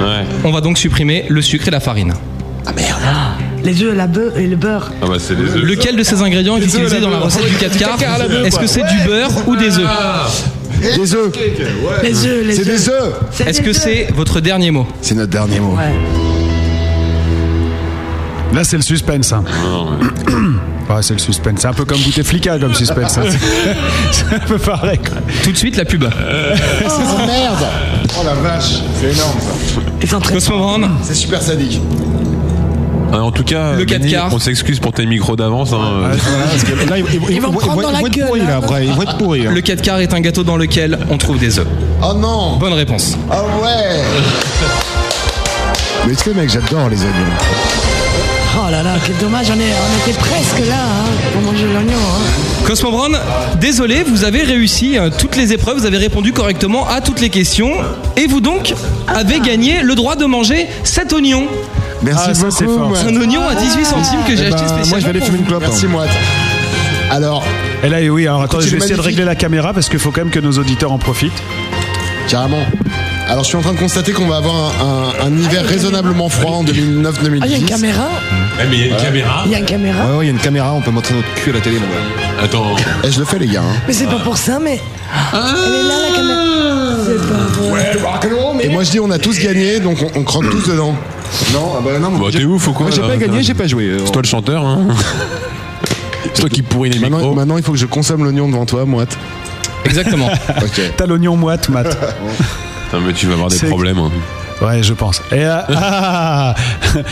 [SPEAKER 4] Ouais.
[SPEAKER 6] On va donc supprimer le sucre et la farine.
[SPEAKER 7] Les œufs, la beurre et le beurre.
[SPEAKER 4] Ah bah c'est les œufs.
[SPEAKER 6] Lequel de ces ingrédients est
[SPEAKER 4] Des œufs à
[SPEAKER 6] utilisé
[SPEAKER 4] la
[SPEAKER 6] dans la
[SPEAKER 4] beurre.
[SPEAKER 6] recette du 4 quarts Est-ce que c'est du beurre ou des œufs
[SPEAKER 5] Des œufs.
[SPEAKER 7] Les œufs, les
[SPEAKER 5] C'est des œufs.
[SPEAKER 7] C'est
[SPEAKER 6] Est-ce
[SPEAKER 7] des
[SPEAKER 6] que
[SPEAKER 7] œufs.
[SPEAKER 6] c'est votre dernier mot
[SPEAKER 5] C'est notre dernier mot.
[SPEAKER 7] Ouais.
[SPEAKER 3] Là, c'est le suspense. hein. Ouais, c'est le suspense. C'est un peu comme goûter flica comme suspense. hein. c'est un peu pareil. quoi.
[SPEAKER 6] Tout de suite, la pub.
[SPEAKER 5] Oh merde Oh la vache, c'est énorme ça.
[SPEAKER 7] Ils entraînent.
[SPEAKER 6] Cosmorand,
[SPEAKER 5] C'est super sadique.
[SPEAKER 4] Ah, en tout cas,
[SPEAKER 6] Le quatre
[SPEAKER 4] Benny,
[SPEAKER 6] quarts.
[SPEAKER 4] on s'excuse pour tes micros d'avance. hein.
[SPEAKER 11] Là, ils, ils-
[SPEAKER 7] Ils vont
[SPEAKER 11] ils-
[SPEAKER 7] prendre
[SPEAKER 11] ils-
[SPEAKER 7] dans
[SPEAKER 11] ils
[SPEAKER 7] la
[SPEAKER 11] vont être
[SPEAKER 7] gueule,
[SPEAKER 11] pourris,
[SPEAKER 7] hein.
[SPEAKER 11] là, après. Ils vont être pourris. hein.
[SPEAKER 6] le 4 quarts est un gâteau dans lequel on trouve des œufs.
[SPEAKER 5] Oh non
[SPEAKER 6] Bonne réponse.
[SPEAKER 5] Oh ouais Mais tu sais mec, j'adore les oignons.
[SPEAKER 7] Oh là là, quel dommage, on, est, on était presque là hein, pour manger l'oignon. Hein.
[SPEAKER 6] Cosmo Brown, désolé, vous avez réussi euh, toutes les épreuves, vous avez répondu correctement à toutes les questions et vous donc avez gagné le droit de manger cet oignon.
[SPEAKER 5] Merci
[SPEAKER 3] Ah, ça, c'est
[SPEAKER 5] beaucoup.
[SPEAKER 3] fort,
[SPEAKER 5] Moët.
[SPEAKER 3] ça.
[SPEAKER 6] Un oignon à 18 centimes que j'ai
[SPEAKER 11] Eh ben,
[SPEAKER 6] acheté spécialement.
[SPEAKER 11] moi, je vais aller
[SPEAKER 6] pour
[SPEAKER 11] fumer une clope. hein.
[SPEAKER 5] Merci
[SPEAKER 3] hein.
[SPEAKER 5] Moët. Alors,
[SPEAKER 3] Et là, oui, alors attendez,
[SPEAKER 5] Écoute, il est
[SPEAKER 3] je vais essayer de
[SPEAKER 5] magnifique.
[SPEAKER 3] régler la caméra parce qu'il faut quand même que nos auditeurs en profitent.
[SPEAKER 5] carrément. Alors je suis en train de constater qu'on va avoir un, un- un hiver raisonnablement froid en
[SPEAKER 7] Ah, il y a une
[SPEAKER 5] 2009-2010.
[SPEAKER 7] caméra
[SPEAKER 4] Eh, mais il y a une caméra.
[SPEAKER 7] Il y a une caméra
[SPEAKER 11] Ouais, ouais, il y a une caméra, on peut montrer notre cul à la télé. mon gars.
[SPEAKER 4] Attends.
[SPEAKER 5] Et je le fais les gars. hein.
[SPEAKER 7] Mais c'est pas pour ça, mais. Elle est là la caméra C'est pas vrai.
[SPEAKER 5] Et moi je dis on a tous gagné, donc on, on croque tous dedans. Non, ah bah non,
[SPEAKER 4] Bon, t'es ouf ou quoi
[SPEAKER 11] Moi, j'ai
[SPEAKER 4] là,
[SPEAKER 11] pas
[SPEAKER 4] quand même.
[SPEAKER 11] gagné, j'ai pas joué. euh,
[SPEAKER 4] C'est toi le chanteur, hein C'est toi qui pourris les
[SPEAKER 5] Maintenant,
[SPEAKER 4] micros.
[SPEAKER 5] maintenant, il faut que je consomme l'oignon devant toi, Moët.
[SPEAKER 6] Exactement.
[SPEAKER 5] Ok.
[SPEAKER 3] T'as l'oignon moite, Matt.
[SPEAKER 4] Putain, mais tu vas avoir des
[SPEAKER 3] C'est-
[SPEAKER 4] problèmes. hein.
[SPEAKER 3] Ouais, je pense. Et euh, ah,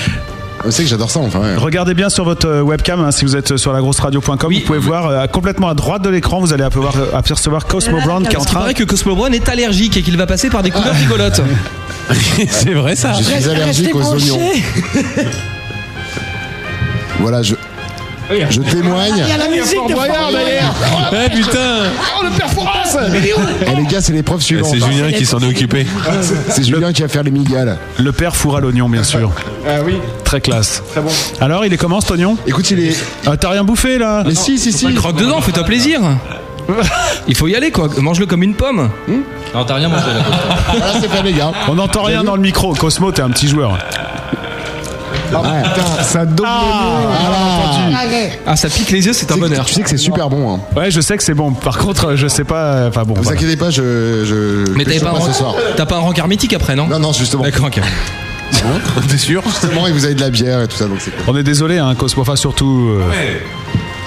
[SPEAKER 5] Tu sais que j'adore ça enfin. ouais.
[SPEAKER 3] regardez bien sur votre euh, webcam, hein, si vous êtes sur lagrosseradio.com, vous pouvez voir euh, complètement à droite de l'écran, vous allez apercevoir, euh, apercevoir Cosmo Brown qui est en
[SPEAKER 6] Ah, Parce qu'il
[SPEAKER 3] train
[SPEAKER 6] paraît que Cosmo Brown est allergique et qu'il va passer par des couleurs rigolotes.
[SPEAKER 4] c'est vrai ça.
[SPEAKER 5] Je suis allergique aux
[SPEAKER 7] branchés.
[SPEAKER 5] oignons. Voilà, je. Je témoigne.
[SPEAKER 7] Ah, Il y a la musique de Fort Boyard.
[SPEAKER 4] Eh putain
[SPEAKER 5] Eh, les gars, c'est l'épreuve
[SPEAKER 4] Eh,
[SPEAKER 5] suivante.
[SPEAKER 4] C'est
[SPEAKER 5] hein.
[SPEAKER 4] Julien qui s'en est occupé.
[SPEAKER 5] C'est Julien qui va faire les migales.
[SPEAKER 3] Le père fourra l'oignon, bien sûr. Ah oui. Très classe. Très bon. Alors, il est comment cet oignon
[SPEAKER 5] Écoute, il est.
[SPEAKER 3] Ah, T'as rien bouffé là
[SPEAKER 5] Mais si, si, si.
[SPEAKER 6] Croque dedans, fais-toi plaisir. Il faut y aller quoi, mange-le comme une pomme.
[SPEAKER 12] Non, t'as rien mangé là.
[SPEAKER 5] Voilà, c'est fait, les gars.
[SPEAKER 3] On n'entend rien dans le micro. Cosmo, t'es un petit joueur.
[SPEAKER 5] Ouais.
[SPEAKER 11] Ah, Putain, ça donne
[SPEAKER 6] Ah, ça pique les yeux, c'est un
[SPEAKER 5] Tu sais que-
[SPEAKER 6] bonheur.
[SPEAKER 5] Tu sais que c'est super bon. Hein.
[SPEAKER 3] Ouais, je sais que c'est bon. Par contre, je sais pas. euh, Enfin bon.
[SPEAKER 5] Ne vous
[SPEAKER 3] voilà. Hein
[SPEAKER 5] inquiétez pas, je. je
[SPEAKER 6] Mais
[SPEAKER 5] je
[SPEAKER 6] t'avais
[SPEAKER 5] chante
[SPEAKER 6] pas, un
[SPEAKER 5] ce
[SPEAKER 6] ran-
[SPEAKER 5] soir.
[SPEAKER 6] t'as pas un rencard mythique après, non
[SPEAKER 5] Non, non, justement.
[SPEAKER 6] D'accord, ok.
[SPEAKER 4] T'es sûr
[SPEAKER 5] Justement, et Hein vous avez de la bière et tout ça, donc c'est cool.
[SPEAKER 3] On est désolé, hein, Cosmo. Enfin, surtout. euh,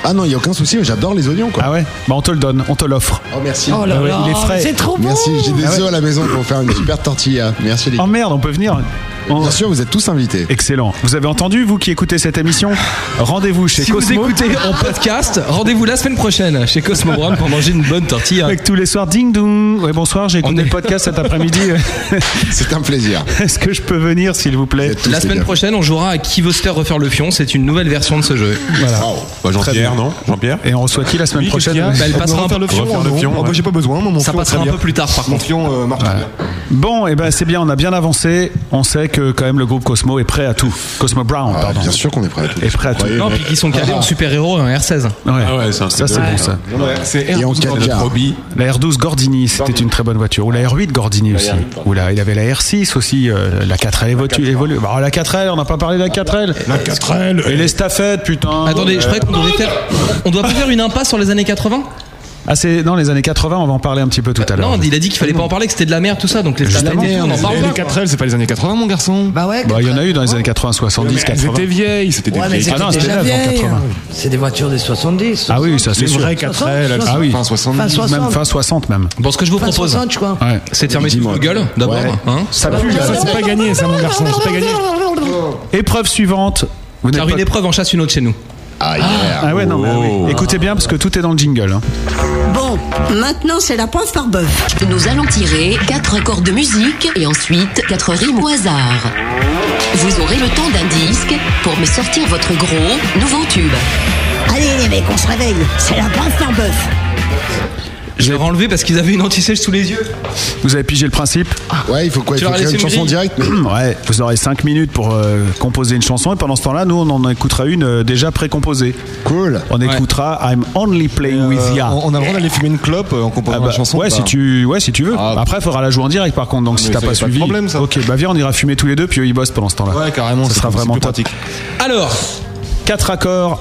[SPEAKER 5] Ah non, il n'y a aucun souci, j'adore les oignons, quoi.
[SPEAKER 3] Ah ouais Bah, on te le donne, on te l'offre.
[SPEAKER 5] Oh, merci.
[SPEAKER 7] Oh là
[SPEAKER 3] Ah ouais,
[SPEAKER 7] là,
[SPEAKER 3] il est frais.
[SPEAKER 7] C'est trop bon
[SPEAKER 5] Merci, j'ai des
[SPEAKER 3] Ah ouais.
[SPEAKER 5] œufs à la maison pour faire une super tortilla. Ah, Merci, les
[SPEAKER 3] Oh
[SPEAKER 5] gars.
[SPEAKER 3] merde, on peut venir Bien
[SPEAKER 5] sûr, vous êtes tous invités.
[SPEAKER 3] Excellent. Vous avez entendu, vous qui écoutez cette émission Rendez-vous chez
[SPEAKER 6] Si vous
[SPEAKER 3] Cosmo.
[SPEAKER 6] écoutez en podcast, rendez-vous la semaine prochaine chez Cosmobron pour manger une bonne tortilla.
[SPEAKER 3] Avec tous les soirs, ding dong. Ouais, bonsoir, j'ai écouté le podcast cet après-midi.
[SPEAKER 5] C'est un plaisir.
[SPEAKER 3] Est-ce que je peux venir, s'il vous plaît
[SPEAKER 6] La semaine prochaine, on jouera à Qui veut se faire refaire le fion. C'est une nouvelle version de ce jeu.
[SPEAKER 3] Voilà.
[SPEAKER 4] Bah, Jean-Pierre, non Jean-Pierre
[SPEAKER 3] Et on reçoit qui la semaine
[SPEAKER 6] Oui,
[SPEAKER 3] prochaine
[SPEAKER 6] qu'est-ce qu'il y a Bah, elle passera un-
[SPEAKER 3] hein,
[SPEAKER 11] Refaire le fion, ouais.
[SPEAKER 6] Ça passera un peu plus tard, par
[SPEAKER 11] Mon
[SPEAKER 6] contre.
[SPEAKER 11] fion euh, marche très bien.
[SPEAKER 3] Bon, et ben c'est bien, on a bien avancé. On sait que quand même le groupe Cosmo est prêt à tout. Cosmo Brown, pardon. Bien
[SPEAKER 5] Ah, sûr qu'on est prêt à tout. Ah.
[SPEAKER 3] Est prêt à tout.
[SPEAKER 6] Non, puis qui sont calés en super-héros hein, et en R16.
[SPEAKER 3] Ah ouais, ça c'est bon ça.
[SPEAKER 5] Et en 4K.
[SPEAKER 3] La R12 Gordini, c'était une très bonne voiture. Ou la R8 Gordini aussi. Ou la, il avait la R6 aussi. euh, la 4L évolue. évolue. Bah, la 4L, on n'a pas parlé de la 4L. La 4L. Et les staffettes, putain. Euh,
[SPEAKER 6] Attendez, je croyais qu'on devait faire. On doit pas faire une impasse sur les années 80
[SPEAKER 3] Ah, c'est dans les années 80, on va en parler un petit peu tout à l'heure.
[SPEAKER 6] Euh, Non, il a dit qu'il fallait pas en parler, que c'était de la merde, tout ça. Donc les
[SPEAKER 3] Justement.
[SPEAKER 6] planètes et tout, on en parle pas. quoi.
[SPEAKER 11] 4L, c'est pas les années 80, mon garçon
[SPEAKER 7] Bah ouais.
[SPEAKER 3] Bah, il y en a eu dans les années 80, 70,
[SPEAKER 11] Elles
[SPEAKER 3] 80.
[SPEAKER 11] étaient vieilles, c'était des
[SPEAKER 7] Ouais, mais
[SPEAKER 11] vieilles.
[SPEAKER 7] c'était
[SPEAKER 3] Ah non, c'était
[SPEAKER 7] déjà
[SPEAKER 3] neuf en
[SPEAKER 7] vieille,
[SPEAKER 3] 80.
[SPEAKER 7] hein. C'est des voitures des 70.
[SPEAKER 3] Ah oui, ça c'est
[SPEAKER 11] Les
[SPEAKER 3] sûr.
[SPEAKER 11] vraies 4L, elles sont
[SPEAKER 3] Ah oui.
[SPEAKER 11] fin 70.
[SPEAKER 7] Fin 60.
[SPEAKER 3] Même fin 60 même.
[SPEAKER 6] Bon, ce que je vous
[SPEAKER 7] Fin
[SPEAKER 6] propose,
[SPEAKER 7] 60, je crois.
[SPEAKER 3] Ouais.
[SPEAKER 6] c'est de fermer sous
[SPEAKER 3] Dis-moi.
[SPEAKER 6] Google d'abord.
[SPEAKER 3] Ouais.
[SPEAKER 6] hein.
[SPEAKER 3] Ça pue. là.
[SPEAKER 11] Ça, c'est pas gagné, ça, mon garçon, c'est pas gagné.
[SPEAKER 3] Épreuve suivante. Vous n'êtes
[SPEAKER 6] Car une
[SPEAKER 3] pas-
[SPEAKER 6] épreuve en chasse une autre chez nous.
[SPEAKER 5] Ah, yeah.
[SPEAKER 3] Ah ouais, non, mais oui. Écoutez bien parce que tout est dans le jingle. hein.
[SPEAKER 2] Bon, maintenant c'est la preuve par bœuf.
[SPEAKER 10] Nous allons tirer quatre accords de musique et ensuite quatre rimes au hasard. Vous aurez le temps d'un disque pour me sortir votre gros nouveau tube.
[SPEAKER 2] Allez les mecs, on se réveille. C'est la preuve par bœuf.
[SPEAKER 6] Je l'ai enlevé parce qu'ils avaient une anti-sèche sous les yeux.
[SPEAKER 3] Vous avez pigé le principe
[SPEAKER 5] Ouais, il faut quoi Il
[SPEAKER 6] Tu
[SPEAKER 5] faut
[SPEAKER 6] leur as
[SPEAKER 5] créer une
[SPEAKER 6] laissé
[SPEAKER 5] chanson
[SPEAKER 6] une
[SPEAKER 5] directe mais-
[SPEAKER 3] Ouais, vous aurez 5 minutes pour euh, composer une chanson et pendant ce temps-là, nous on en écoutera une euh, déjà précomposée.
[SPEAKER 5] Cool.
[SPEAKER 3] On écoutera I'm only playing with ya.
[SPEAKER 11] Euh, on on a le droit d'aller fumer une clope euh, en composant
[SPEAKER 3] Ah bah,
[SPEAKER 11] la chanson.
[SPEAKER 3] ouais,
[SPEAKER 11] ou pas
[SPEAKER 3] si tu, ouais, si tu veux.
[SPEAKER 11] Ah.
[SPEAKER 3] Après, il faudra la jouer en direct par contre. Donc, si
[SPEAKER 11] mais
[SPEAKER 3] t'as
[SPEAKER 11] ça,
[SPEAKER 3] pas
[SPEAKER 11] y a pas de
[SPEAKER 3] suivi.
[SPEAKER 11] problème, ça.
[SPEAKER 3] Ok, bah viens, on ira fumer tous les deux, puis eux, ils bossent pendant ce temps-là.
[SPEAKER 11] Ouais, carrément,
[SPEAKER 3] Ça
[SPEAKER 11] c'est-
[SPEAKER 3] sera
[SPEAKER 11] c'est
[SPEAKER 3] vraiment
[SPEAKER 11] plus
[SPEAKER 3] top.
[SPEAKER 11] pratique.
[SPEAKER 6] Alors,
[SPEAKER 3] 4 accords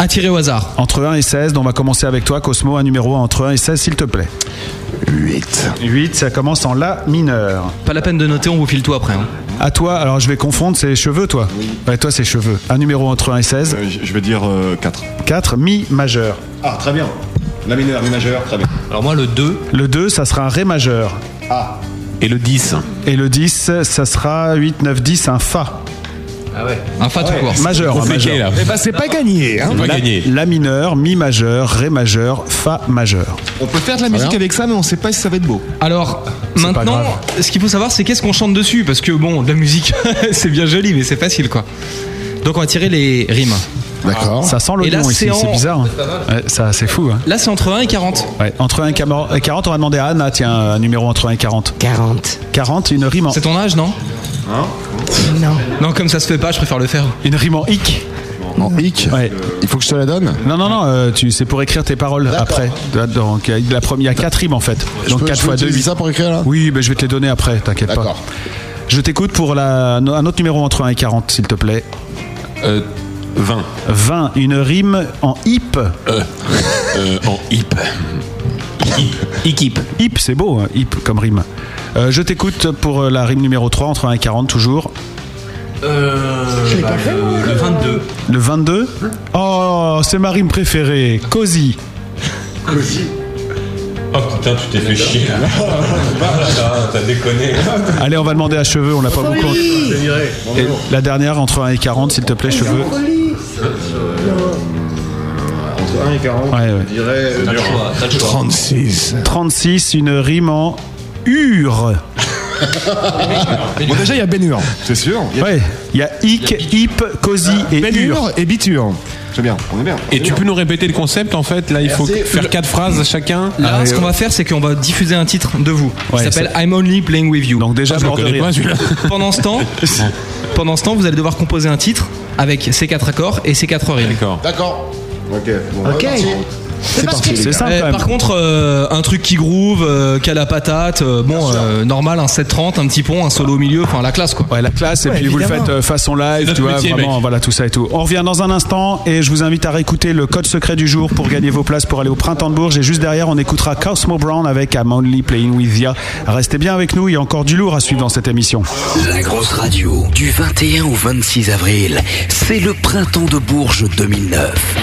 [SPEAKER 6] à tirer au hasard.
[SPEAKER 3] entre 1 et 16. Donc, on va commencer avec toi, Cosmo, un numéro entre 1 et 16, s'il te plaît.
[SPEAKER 5] 8.
[SPEAKER 3] 8, ça commence en La mineur.
[SPEAKER 6] Pas la peine de noter, on vous file tout après. hein.
[SPEAKER 3] À toi, alors je vais confondre, c'est cheveux, toi Ouais, toi, c'est cheveux. Un numéro entre 1 et 16.
[SPEAKER 11] Euh, Je je vais dire 4.
[SPEAKER 3] 4, Mi majeur.
[SPEAKER 11] Ah, très bien. La mineure, mi majeure, très bien.
[SPEAKER 12] Alors moi, le 2,
[SPEAKER 3] Le 2, ça sera un Ré majeur.
[SPEAKER 4] Et le 10.
[SPEAKER 3] Et le 10, ça sera 8, 9, 10, un Fa.
[SPEAKER 6] Un fat tout court.
[SPEAKER 3] Majeur, hein,
[SPEAKER 4] Compliqué
[SPEAKER 3] majeur.
[SPEAKER 4] là.
[SPEAKER 11] Eh bah, c'est pas gagné, hein
[SPEAKER 4] On va
[SPEAKER 3] La,
[SPEAKER 4] gagner.
[SPEAKER 3] la mineur, Mi majeur, Ré majeur, Fa majeur.
[SPEAKER 11] On peut faire de la musique avec ça, mais on sait pas si ça va être beau.
[SPEAKER 6] Alors
[SPEAKER 3] pas
[SPEAKER 6] maintenant,
[SPEAKER 3] grave.
[SPEAKER 6] ce qu'il faut savoir, c'est qu'est-ce qu'on chante dessus, parce que bon, de la musique, c'est bien joli, mais c'est facile quoi. Donc on va tirer les rimes.
[SPEAKER 5] D'accord.
[SPEAKER 3] Ça sent
[SPEAKER 6] Et là,
[SPEAKER 3] l'oignon
[SPEAKER 6] c'est
[SPEAKER 3] ici,
[SPEAKER 6] en-
[SPEAKER 3] c'est bizarre. hein. Ouais, ça, c'est fou. hein.
[SPEAKER 6] Là, c'est entre 1 et 40.
[SPEAKER 3] Ouais, Entre 1 et 40, et 40, on va demander à Anna, tiens, un numéro entre 1 et 40.
[SPEAKER 7] 40.
[SPEAKER 3] 40, une rime en,
[SPEAKER 6] C'est ton âge, non
[SPEAKER 7] Non.
[SPEAKER 6] Non, comme ça se fait pas, je préfère le faire.
[SPEAKER 3] une rime en hic.
[SPEAKER 5] En hic
[SPEAKER 3] Ouais.
[SPEAKER 5] Il faut que je te la donne
[SPEAKER 3] Non, non, non, euh, tu, c'est pour écrire tes paroles après. Donc, il y a la première, il y a 4 rimes en fait.
[SPEAKER 5] Je
[SPEAKER 3] Donc
[SPEAKER 5] peux-
[SPEAKER 3] 4
[SPEAKER 5] je peux
[SPEAKER 3] fois 2,
[SPEAKER 5] utiliser ça pour écrire là
[SPEAKER 3] Oui, mais je vais te les donner après, t'inquiète pas.
[SPEAKER 5] D'accord.
[SPEAKER 3] Je t'écoute pour la, no- un autre numéro entre 1 et 40, s'il te plaît.
[SPEAKER 4] Euh, 20.
[SPEAKER 3] 20, une rime en hip.
[SPEAKER 4] Euh, euh, en hip. Équipe.
[SPEAKER 3] Hip, c'est beau, hein, hip comme rime. Euh, je t'écoute pour euh, la rime numéro 3, entre 1 et 40, toujours.
[SPEAKER 12] euh, bah, le, le 22.
[SPEAKER 3] Le 22. Oh, c'est ma rime préférée. Cozy.
[SPEAKER 5] Ah,
[SPEAKER 4] Oh putain, tu t'es fait chier Ah, là.
[SPEAKER 5] bah.
[SPEAKER 4] T'as déconné.
[SPEAKER 3] Allez, on va demander à Cheveux, on l'a pas beaucoup. Et la dernière, entre 1 et 40, s'il te plaît, Cheveux.
[SPEAKER 11] Entre 1 et 40,
[SPEAKER 3] Ouais, ouais.
[SPEAKER 11] je dirais.
[SPEAKER 12] T'as le choix, t'as le choix.
[SPEAKER 11] 36.
[SPEAKER 3] 36, une rime en hure.
[SPEAKER 11] Bon, déjà, il y a Bénur, c'est sûr. Il y a
[SPEAKER 3] Ouais, il y a hic, hip, cozy et hure.
[SPEAKER 11] Bénur et Bitur. C'est bien, on est bien.
[SPEAKER 4] Et tu peux nous répéter le concept en fait Là, il faut
[SPEAKER 5] Merci.
[SPEAKER 4] faire quatre phrases chacun.
[SPEAKER 6] Là, ce qu'on va faire, c'est qu'on va diffuser un titre de vous.
[SPEAKER 3] Ouais,
[SPEAKER 6] qui s'appelle I'm Only Playing With You.
[SPEAKER 3] Donc déjà,
[SPEAKER 4] Je
[SPEAKER 3] mort de
[SPEAKER 4] connais
[SPEAKER 3] rire.
[SPEAKER 4] pas celui-là.
[SPEAKER 6] pendant ce temps, pendant ce temps, vous allez devoir composer un titre avec ces quatre accords et ces quatre rimes.
[SPEAKER 4] D'accord.
[SPEAKER 5] D'accord. Ok. Bon,
[SPEAKER 7] Ok.
[SPEAKER 5] C'est parti. les
[SPEAKER 3] C'est
[SPEAKER 5] gars.
[SPEAKER 3] simple
[SPEAKER 6] Euh,
[SPEAKER 3] quand même.
[SPEAKER 6] par contre, euh, un truc qui groove, euh, qu'à la patate, euh, bon, euh, normal, un 730, un petit pont, un solo au milieu, enfin la classe quoi.
[SPEAKER 3] Ouais, la classe, et
[SPEAKER 7] Ouais,
[SPEAKER 3] puis vous le
[SPEAKER 7] évidemment.
[SPEAKER 3] faites euh, façon live,
[SPEAKER 4] notre
[SPEAKER 3] tu vois,
[SPEAKER 4] métier,
[SPEAKER 3] vraiment,
[SPEAKER 4] mec.
[SPEAKER 3] voilà, tout ça et tout. On revient dans un instant, et je vous invite à réécouter le code secret du jour pour gagner vos places pour aller au Printemps de Bourges. Et juste derrière, on écoutera Cosmo Brown avec I'm Only Playing With Ya. Restez bien avec nous, il y a encore du lourd à suivre dans cette émission.
[SPEAKER 1] La grosse radio, du 21 au 26 avril, c'est le printemps de Bourges 2009.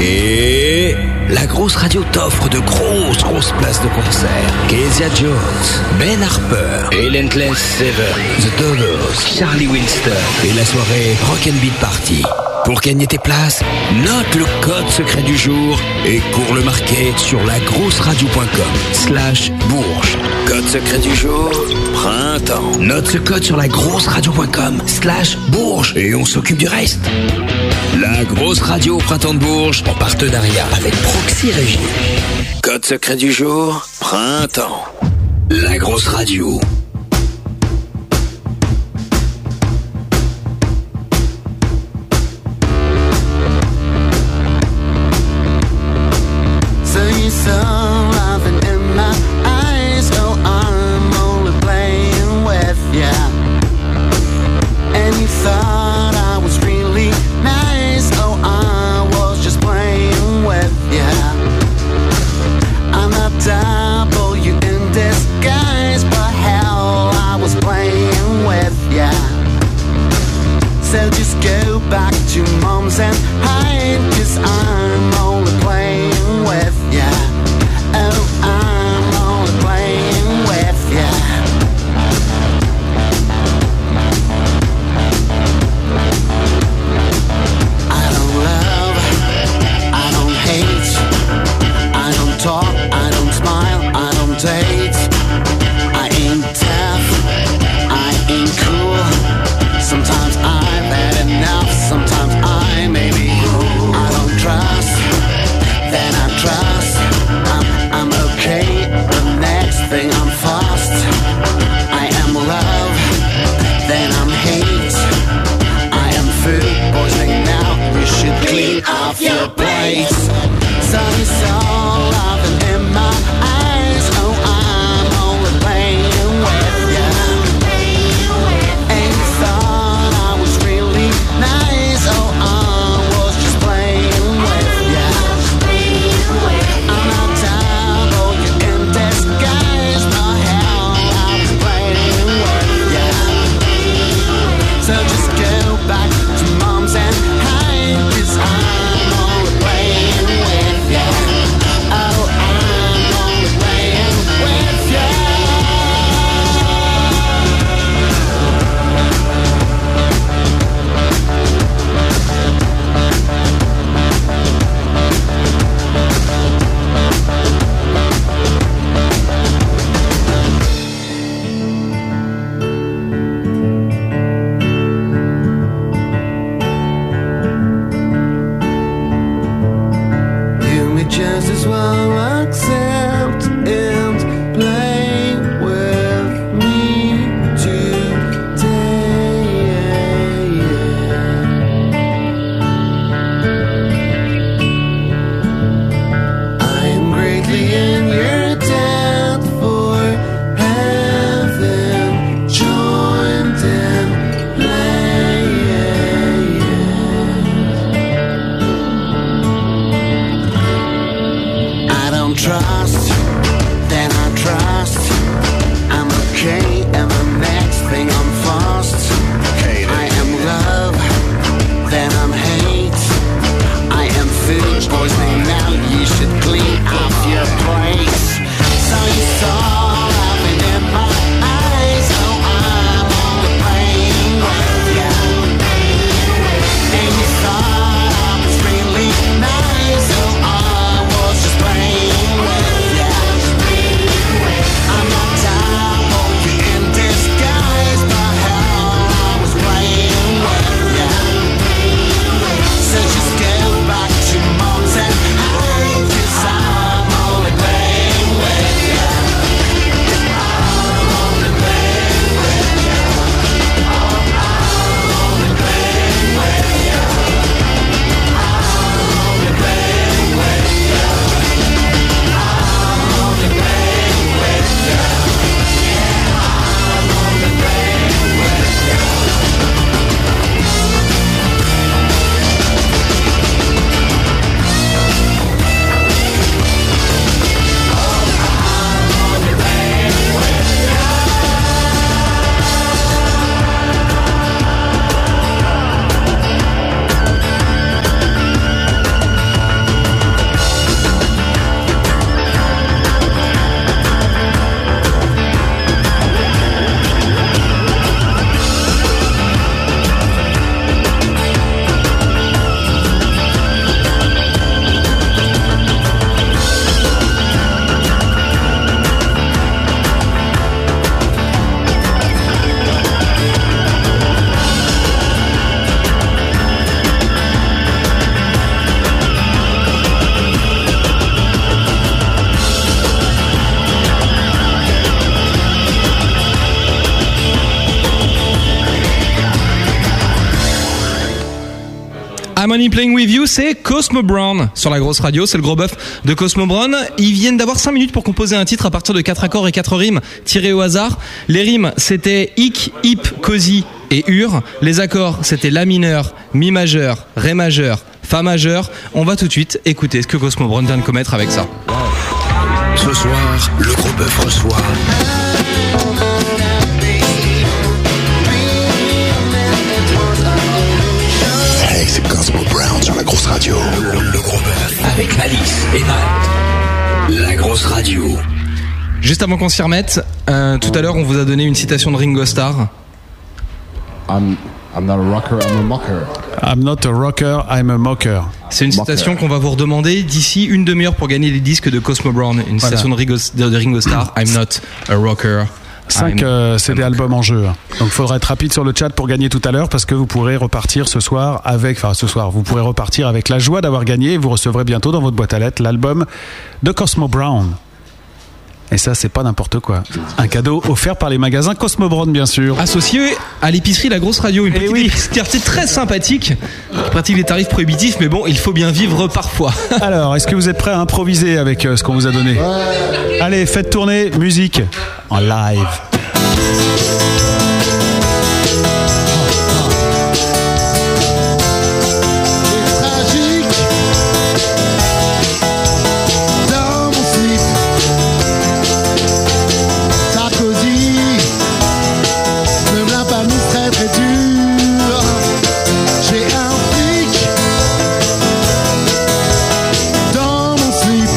[SPEAKER 1] Et La grosse radio t'offre de grosses, grosses places de concert. Kezia Jones, Ben Harper, Helen Clay Seven, The Donos, Charlie Winston et la soirée Rock and Beat Party. Pour gagner tes places, note le code secret du jour et cours le marquer sur lagrosseradio.com slash bourge. Code secret du jour, printemps. Note ce code sur lagrosseradio.com slash bourge et on s'occupe du reste. La grosse radio au printemps de Bourges en partenariat avec Proxy Régie. Code secret du jour, printemps. La grosse radio.
[SPEAKER 9] So you saw laughing in my eyes. Oh, I'm only playing with ya. And you thought I was really nice. Oh, I was just playing with ya. I'm a double you in disguise, but how Oh, Oh, Oh,
[SPEAKER 6] I'm Only Playing With You, c'est Cosmo Brown sur la grosse radio, c'est le gros bœuf de Cosmo Brown. Ils viennent d'avoir 5 minutes pour composer un titre à partir de 4 accords et 4 rimes tirées au hasard. Les rimes, c'était hic, hip, cosy et hur. Les accords, c'était la mineur, mi majeur, ré majeur, fa majeur. On va tout de suite écouter ce que Cosmo Brown vient de commettre avec ça.
[SPEAKER 1] Ce soir, le gros bœuf reçoit. Hey, c'est Cosmo Brown sur la grosse radio. Le, le gros bœuf. Avec Alice et Matt. La grosse radio.
[SPEAKER 6] Juste avant qu'on s'y remette, euh, tout à l'heure, on vous a donné une citation de Ringo Starr.
[SPEAKER 11] I'm, I'm not a rocker, I'm a mocker.
[SPEAKER 3] I'm not a rocker, I'm a mocker.
[SPEAKER 6] C'est une
[SPEAKER 3] euh,
[SPEAKER 6] citation qu'on va vous redemander d'ici une demi-heure pour gagner les disques de Cosmo Brown. Une
[SPEAKER 3] Voilà.
[SPEAKER 6] citation de Ringo, de Ringo Starr. I'm not a rocker.
[SPEAKER 3] 5
[SPEAKER 6] I'm-
[SPEAKER 3] euh, CD albums en jeu. hein. Donc faudra être rapide sur le chat pour gagner tout à l'heure parce que vous pourrez repartir ce soir avec, enfin ce soir, vous pourrez repartir avec la joie d'avoir gagné et vous recevrez bientôt dans votre boîte à lettres l'album de Cosmo Brown. Et ça, c'est pas n'importe quoi. Un cadeau offert par les magasins Cosmo Brown, bien sûr. Eh
[SPEAKER 6] Associé à l'épicerie La Grosse Radio, une petite épicerie très sympathique qui pratique les tarifs prohibitifs, mais bon, il faut bien vivre parfois.
[SPEAKER 3] Alors, est-ce que vous êtes prêts à improviser avec euh, ce qu'on vous a donné Allez, faites tourner, musique en live.
[SPEAKER 9] tragique Dans mon slip Ça cosille Ne me l'a pas mis très très dur J'ai un flic Dans mon slip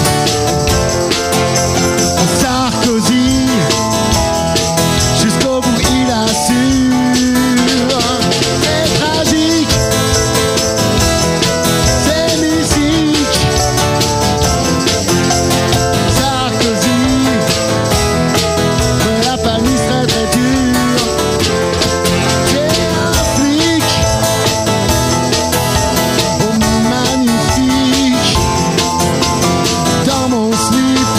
[SPEAKER 9] En Sarkozy Jusqu'au bout il assure C'est tragique c'est musique Sarkozy De la famille serait très dure J'ai un flic Oh magnifique Dans mon slip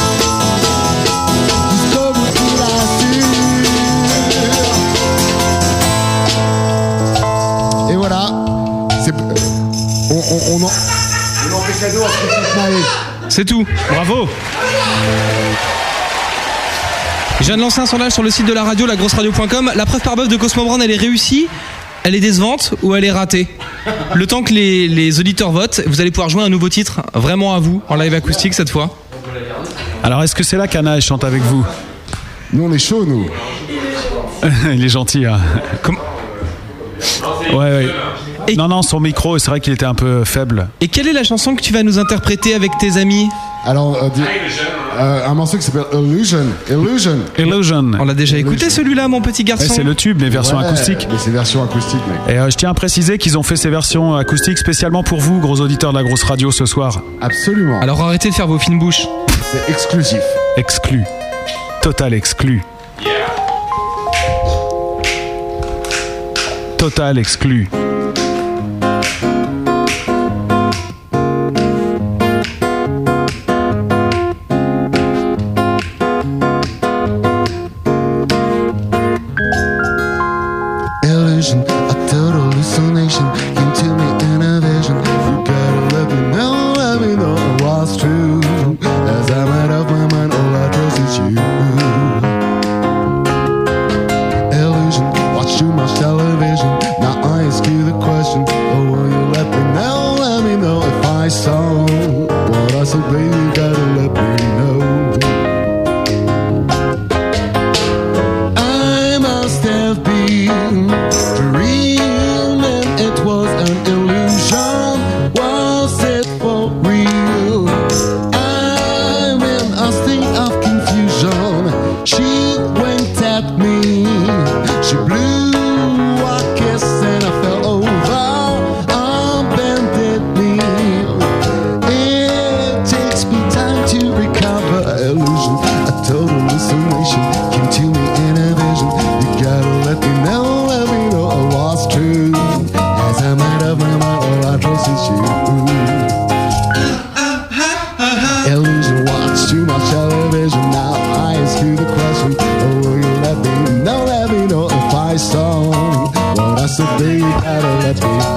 [SPEAKER 9] Jusqu'au bout de la
[SPEAKER 5] Et voilà. C'est- On, on, on en...
[SPEAKER 6] C'est tout. Bravo. Je viens de lancer un sondage sur le site de la radio, lagrosseradio.com. La preuve par bœuf de Cosmo Brown, elle est réussie, elle est décevante ou elle est ratée Le temps que les, les auditeurs votent, vous allez pouvoir jouer un nouveau titre, vraiment à vous, en live acoustique cette fois.
[SPEAKER 3] Alors, est-ce que c'est là qu'Anaïs chante avec vous
[SPEAKER 5] Nous, on est chaud, nous.
[SPEAKER 3] Il est gentil. Hein. Ouais, ouais. Non, non, son micro, c'est vrai qu'il était un peu faible.
[SPEAKER 6] Et quelle est la chanson que tu vas nous interpréter avec tes amis
[SPEAKER 5] Alors, euh, dis- euh, un morceau qui s'appelle Illusion. Illusion.
[SPEAKER 3] Illusion.
[SPEAKER 6] On l'a déjà écouté celui-là, mon petit garçon.
[SPEAKER 3] Ouais, c'est le tube, les versions
[SPEAKER 5] Ouais,
[SPEAKER 3] acoustiques.
[SPEAKER 5] Mais c'est version acoustique, mec.
[SPEAKER 3] Et euh, je tiens à préciser qu'ils ont fait ces versions acoustiques spécialement pour vous, gros auditeurs de la grosse radio ce soir.
[SPEAKER 5] Absolument.
[SPEAKER 6] Alors arrêtez de faire vos fines bouches.
[SPEAKER 5] C'est exclusif.
[SPEAKER 3] Exclu. Total exclu. Total exclu.
[SPEAKER 9] illusion, a total hallucination came to me in a vision. You better let me know, let me know it was true. As I'm out of my mind, all I trust is you. Illusion, watch too much television. Now I ask you the question, oh will you let me know, let me know if I saw what I saw, baby, you gotta let me know. I must have been dreaming it was an illusion. Was it for real? I'm in a state of confusion. She winked at me. She blew a kiss and I fell over on bended knee. It takes me time to recover. Illusion, a total hallucination came to me in a vision. You gotta let me know, let me know I was true. As I'm out of my mind, all I trust is you. Illusion, watch too much television. Now I ask you the question, oh, will you let me know, let me know if I saw what I said, baby, you gotta let me know.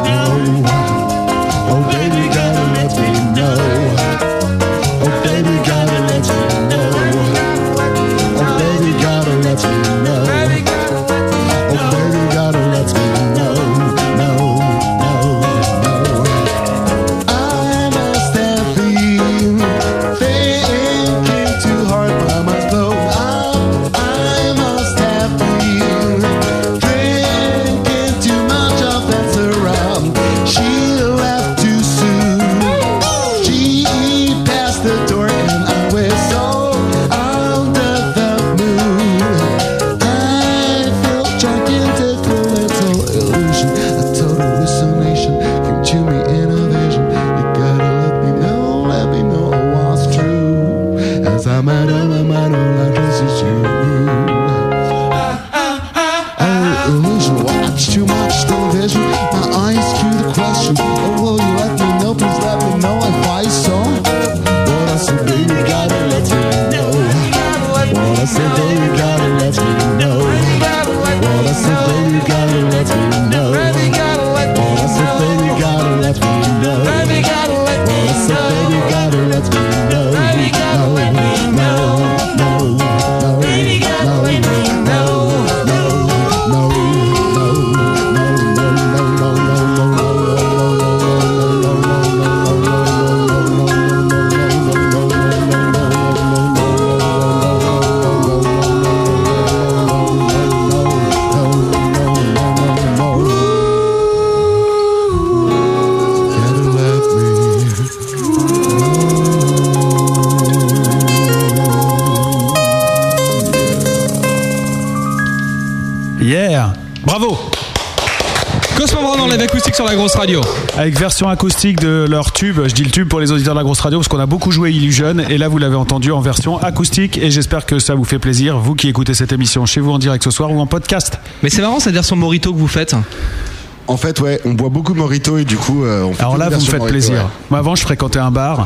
[SPEAKER 13] Wanna say, baby, gotta let me know. Wanna say, baby, gotta let me know. Wanna say, baby, gotta let me know. Wanna say, baby, gotta let me know. No, no, no, no, no, no, no, no, no, no, no, no, no, no, no, no.
[SPEAKER 3] Yeah Bravo
[SPEAKER 6] Cosmo Brown en live acoustique sur la grosse radio.
[SPEAKER 3] Avec version acoustique de leur tube, je dis le tube pour les auditeurs de la grosse radio parce qu'on a beaucoup joué Illusion et là vous l'avez entendu en version acoustique et j'espère que ça vous fait plaisir, vous qui écoutez cette émission chez vous en direct ce soir ou en podcast.
[SPEAKER 6] Mais c'est marrant cette version Morito que vous faites.
[SPEAKER 5] En fait, ouais, on boit beaucoup de Morito et du coup, euh, on fait
[SPEAKER 3] Alors
[SPEAKER 5] une
[SPEAKER 3] là vous me
[SPEAKER 5] version
[SPEAKER 3] faites
[SPEAKER 5] Morito,
[SPEAKER 3] plaisir.
[SPEAKER 5] ouais.
[SPEAKER 3] Moi avant je fréquentais un bar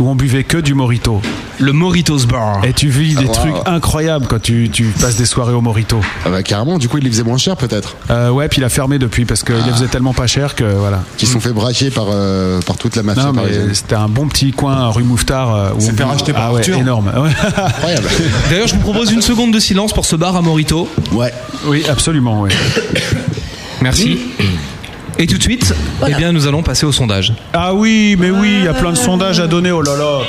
[SPEAKER 3] où on buvait que du Morito.
[SPEAKER 6] Le Moritos Bar.
[SPEAKER 3] Et tu vis des
[SPEAKER 5] Ah, wow.
[SPEAKER 3] trucs incroyables quand tu, tu passes des soirées au Morito.
[SPEAKER 5] Ah bah carrément, du coup, ils les faisaient moins cher peut-être.
[SPEAKER 3] Euh, ouais, puis il a fermé depuis parce qu'il
[SPEAKER 6] Ah.
[SPEAKER 3] les faisait tellement pas cher que voilà.
[SPEAKER 5] Qui se sont fait braquer par, euh, par toute la mafia
[SPEAKER 3] Mm. Non, mais
[SPEAKER 5] parisienne.
[SPEAKER 3] c'était un bon petit coin rue Mouffetard. euh, où on-
[SPEAKER 5] fait racheter par
[SPEAKER 3] ah ouais,
[SPEAKER 5] Arthur.
[SPEAKER 3] énorme.
[SPEAKER 5] Incroyable.
[SPEAKER 6] D'ailleurs, je vous propose une seconde de silence pour ce bar à Morito.
[SPEAKER 5] Ouais.
[SPEAKER 3] Oui, absolument, ouais.
[SPEAKER 6] Merci. Et tout de suite, eh bien, nous allons passer au sondage.
[SPEAKER 3] Ah oui, mais oui, il y a plein de sondages à donner, oh là là.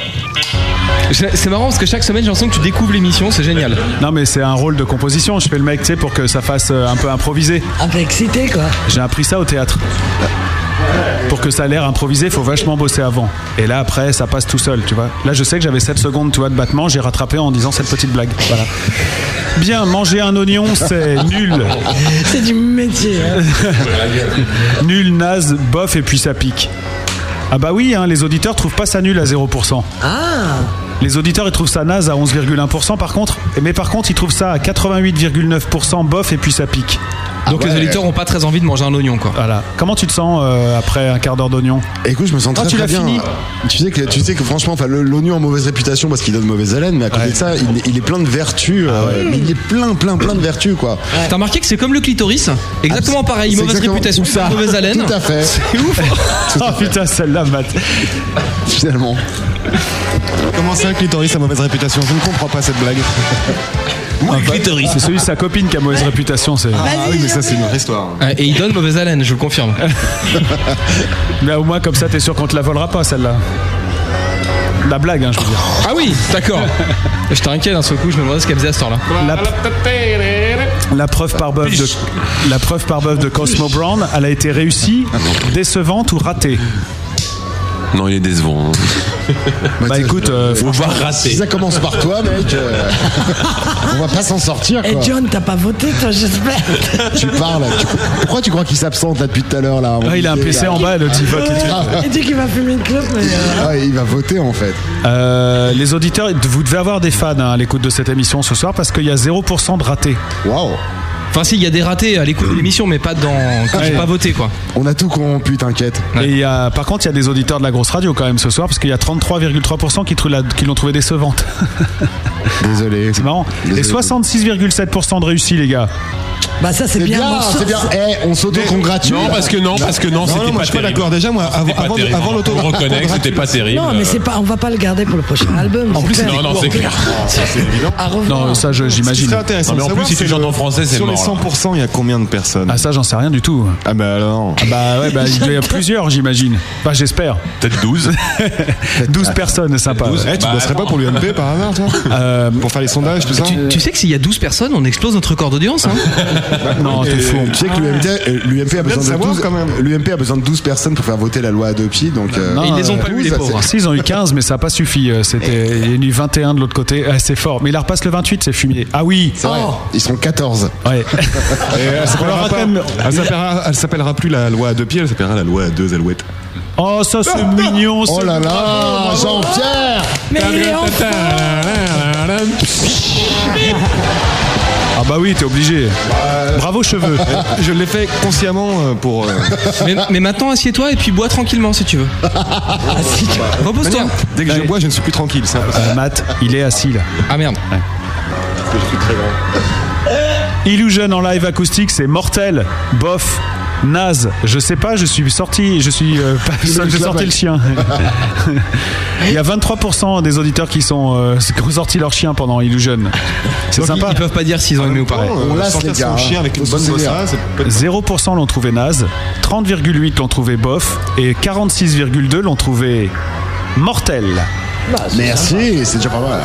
[SPEAKER 6] C'est c'est marrant parce que chaque semaine, j'ai l'impression que tu découvres l'émission, c'est génial.
[SPEAKER 3] Non, mais c'est un rôle de composition. Je fais le mec, tu sais, pour que ça fasse euh, un peu improvisé.
[SPEAKER 7] Un peu excité, quoi.
[SPEAKER 3] J'ai appris ça au théâtre. Pour que ça a l'air improvisé, faut vachement bosser avant. Et là, après, ça passe tout seul, tu vois. Là, je sais que j'avais 7 secondes, tu vois, de battement. J'ai rattrapé en disant cette petite blague. Voilà. Bien, manger un oignon, c'est nul.
[SPEAKER 7] C'est du métier. hein.
[SPEAKER 3] Nul, naze, bof, et puis ça pique. Ah bah oui, hein, les auditeurs trouvent pas ça nul à 0%.
[SPEAKER 7] Ah
[SPEAKER 3] Les auditeurs, ils trouvent ça naze à 11,1% par contre. Mais par contre, ils trouvent ça à 88,9% bof et puis ça pique.
[SPEAKER 5] Ah
[SPEAKER 6] Donc les auditeurs ont pas très envie de manger un oignon, quoi.
[SPEAKER 3] Voilà. Comment tu te sens euh, après un quart d'heure d'oignon
[SPEAKER 5] Écoute, je me sens
[SPEAKER 3] Ah,
[SPEAKER 5] très,
[SPEAKER 3] tu
[SPEAKER 5] très
[SPEAKER 3] l'as
[SPEAKER 5] bien. hein.
[SPEAKER 3] fini
[SPEAKER 5] tu sais que tu sais que franchement, enfin, le- l'oignon a mauvaise réputation parce qu'il donne mauvaise haleine, mais à côté de ça, il, il est plein de vertus. euh, mais il est plein, plein, plein de vertus quoi.
[SPEAKER 6] T'as remarqué que c'est comme Ah le clitoris Exactement pareil,
[SPEAKER 5] C'est
[SPEAKER 6] mauvaise
[SPEAKER 5] exactement
[SPEAKER 6] réputation,
[SPEAKER 5] ça.
[SPEAKER 6] mauvaise haleine.
[SPEAKER 5] Tout à fait.
[SPEAKER 6] C'est ouf
[SPEAKER 3] Oh putain, celle-là, Matt.
[SPEAKER 5] Finalement.
[SPEAKER 11] Comment ça, clitoris a mauvaise réputation Je ne comprends pas cette blague.
[SPEAKER 3] Ah, bah, C'est celui de sa copine qui a mauvaise réputation. C'est...
[SPEAKER 11] Ah oui, mais ça, c'est une vraie histoire.
[SPEAKER 6] Ouais, Ah, Et il donne mauvaise haleine, je vous le confirme.
[SPEAKER 3] Mais au moins, comme ça, t'es sûr qu'on te la volera pas, celle-là. La blague, hein, je veux dire.
[SPEAKER 6] Ah oui, d'accord. Je t'inquiète, d'un seul coup, je me demandais ce qu'elle faisait à ce temps-là.
[SPEAKER 3] La, la preuve par bœuf de, la preuve par bœuf de Cosmo Brown, elle a été réussie, décevante ou ratée
[SPEAKER 4] Non, il est décevant. hein.
[SPEAKER 3] Bah écoute, euh,
[SPEAKER 4] Faut voir
[SPEAKER 5] Si
[SPEAKER 4] rater.
[SPEAKER 5] ça commence par toi, mec, euh, on va pas s'en sortir. Quoi.
[SPEAKER 7] Et John, t'as pas voté, toi, j'espère
[SPEAKER 5] Tu parles. tu- Pourquoi tu crois qu'il s'absente là depuis tout à l'heure là
[SPEAKER 3] Ah, il a un PC en bas, le petit vote. et tout.
[SPEAKER 7] Il dit qu'il va fumer une clope, mais. euh,
[SPEAKER 5] Ah, il va voter en fait.
[SPEAKER 3] Euh, les auditeurs, vous devez avoir des fans hein, à l'écoute de cette émission ce soir parce qu'il y a 0% de ratés.
[SPEAKER 5] Waouh.
[SPEAKER 6] Enfin, si, il y a des ratés à l'écoute de l'émission, mais pas dans. quand j'ai
[SPEAKER 3] Ouais.
[SPEAKER 6] pas voté, quoi.
[SPEAKER 5] On a tout corrompu, t'inquiète.
[SPEAKER 3] Et il y a- par contre, il y a des auditeurs de la grosse radio quand même ce soir parce qu'il y a 33,3% qui, trou- la- qui l'ont trouvé décevante.
[SPEAKER 5] Désolé.
[SPEAKER 3] C'est marrant. Et 66,7% de réussi, les gars.
[SPEAKER 7] Bah, ça, c'est
[SPEAKER 5] C'est
[SPEAKER 7] bien.
[SPEAKER 5] bien,
[SPEAKER 7] moi, je-
[SPEAKER 5] c'est bien. Eh, on s'auto-congratule.
[SPEAKER 4] Non, parce que non, parce que non,
[SPEAKER 11] Non, non,
[SPEAKER 4] c'était
[SPEAKER 11] moi,
[SPEAKER 4] pas
[SPEAKER 11] je suis pas
[SPEAKER 4] terrible.
[SPEAKER 11] d'accord. Déjà, moi, avant-
[SPEAKER 4] C'était pas
[SPEAKER 11] avant-
[SPEAKER 4] terrible.
[SPEAKER 11] avant l'auto-
[SPEAKER 4] On reconnaît que c'était pas terrible.
[SPEAKER 7] Non, mais c'est pas, on va pas le garder pour le prochain album. En
[SPEAKER 4] Non, non, c'est clair.
[SPEAKER 5] Ah,
[SPEAKER 7] À revenir.
[SPEAKER 3] Non, ça, je-
[SPEAKER 11] Ah. Ce qui
[SPEAKER 3] j'imagine.
[SPEAKER 11] serait intéressant
[SPEAKER 4] Non, mais
[SPEAKER 11] de
[SPEAKER 4] en
[SPEAKER 11] savoir,
[SPEAKER 4] plus, si tu
[SPEAKER 11] c'est
[SPEAKER 4] chantes
[SPEAKER 11] le-
[SPEAKER 4] en français, c'est
[SPEAKER 11] Sur les
[SPEAKER 4] mort, alors.
[SPEAKER 11] 100%, il y a combien de personnes
[SPEAKER 3] Ah, ça, j'en sais rien du tout.
[SPEAKER 11] Ah, bah alors.
[SPEAKER 3] Ah bah ouais, bah, il doit y a plusieurs, j'imagine. Bah, j'espère.
[SPEAKER 4] Peut-être 12.
[SPEAKER 3] 12 personnes, sympa. ouais.
[SPEAKER 11] Eh, tu bosserais pas pour l'UMP par hasard, toi
[SPEAKER 3] Euh,
[SPEAKER 11] Pour faire les sondages, tout ça
[SPEAKER 6] Tu, tu sais que s'il y a 12 personnes, on explose notre record d'audience. Hein
[SPEAKER 3] non, t'es fou.
[SPEAKER 5] Tu sais que l'UMP, euh, l'UMP a,
[SPEAKER 11] Ah bien de
[SPEAKER 5] besoin de
[SPEAKER 11] savoir,
[SPEAKER 5] 12
[SPEAKER 11] quand même.
[SPEAKER 5] l'UMP a besoin de 12 personnes pour faire voter la loi Adopi. Donc, euh,
[SPEAKER 3] Non,
[SPEAKER 6] Et ils les ont pas
[SPEAKER 5] euh,
[SPEAKER 6] eu, les
[SPEAKER 5] ça,
[SPEAKER 6] pauvres.
[SPEAKER 5] c'est-
[SPEAKER 3] Si, ils ont eu 15, mais ça n'a pas suffi. euh, C'était, il y en a eu 21 de l'autre côté. Ah, c'est fort. Mais il la repasse le 28, c'est fumier. Ah oui.
[SPEAKER 5] c'est vrai.
[SPEAKER 11] Oh.
[SPEAKER 5] Ils sont 14.
[SPEAKER 3] Ouais.
[SPEAKER 11] Et elle
[SPEAKER 3] On
[SPEAKER 11] s'appellera pas-
[SPEAKER 3] l'aura quand même-
[SPEAKER 11] elle s'appellera- Elle s'appellera plus la loi à deux pieds, elle s'appellera la loi à deux alouettes.
[SPEAKER 3] Oh, ça c'est mignon.
[SPEAKER 5] Oh
[SPEAKER 3] c'est-
[SPEAKER 5] là là, Jean-Pierre
[SPEAKER 7] Mais il est en feu.
[SPEAKER 3] Ah bah oui, t'es obligé. Bravo cheveux.
[SPEAKER 11] Je l'ai fait consciemment euh, pour. euh,
[SPEAKER 6] mais, mais maintenant, assieds-toi et puis bois tranquillement si tu veux. Repose-toi.
[SPEAKER 11] Dès que je bois, je ne suis plus tranquille. c'est impossible.
[SPEAKER 3] Euh, Matt, il est assis là.
[SPEAKER 6] Ah merde.
[SPEAKER 3] Illusion en live acoustique, c'est mortel. Bof. Naze, je sais pas, je suis sorti, je suis euh, pas-
[SPEAKER 13] Il met le
[SPEAKER 3] j'ai
[SPEAKER 13] clapet.
[SPEAKER 3] sorti le chien. Il y a 23% des auditeurs qui sont euh, qui ont sorti leur chien pendant Illusion. C'est
[SPEAKER 6] Donc,
[SPEAKER 3] sympa.
[SPEAKER 6] ils- ils peuvent pas dire s'ils ont En aimé même ou pas. temps,
[SPEAKER 11] On euh, lasse sortir les gars, son chien hein. avec une Faut bonne se bossa, dire. c'est
[SPEAKER 3] 0% l'ont trouvé naze, 30,8 l'ont trouvé bof et 46,2 l'ont trouvé mortel.
[SPEAKER 6] Ah,
[SPEAKER 5] Merci, c'est déjà pas mal.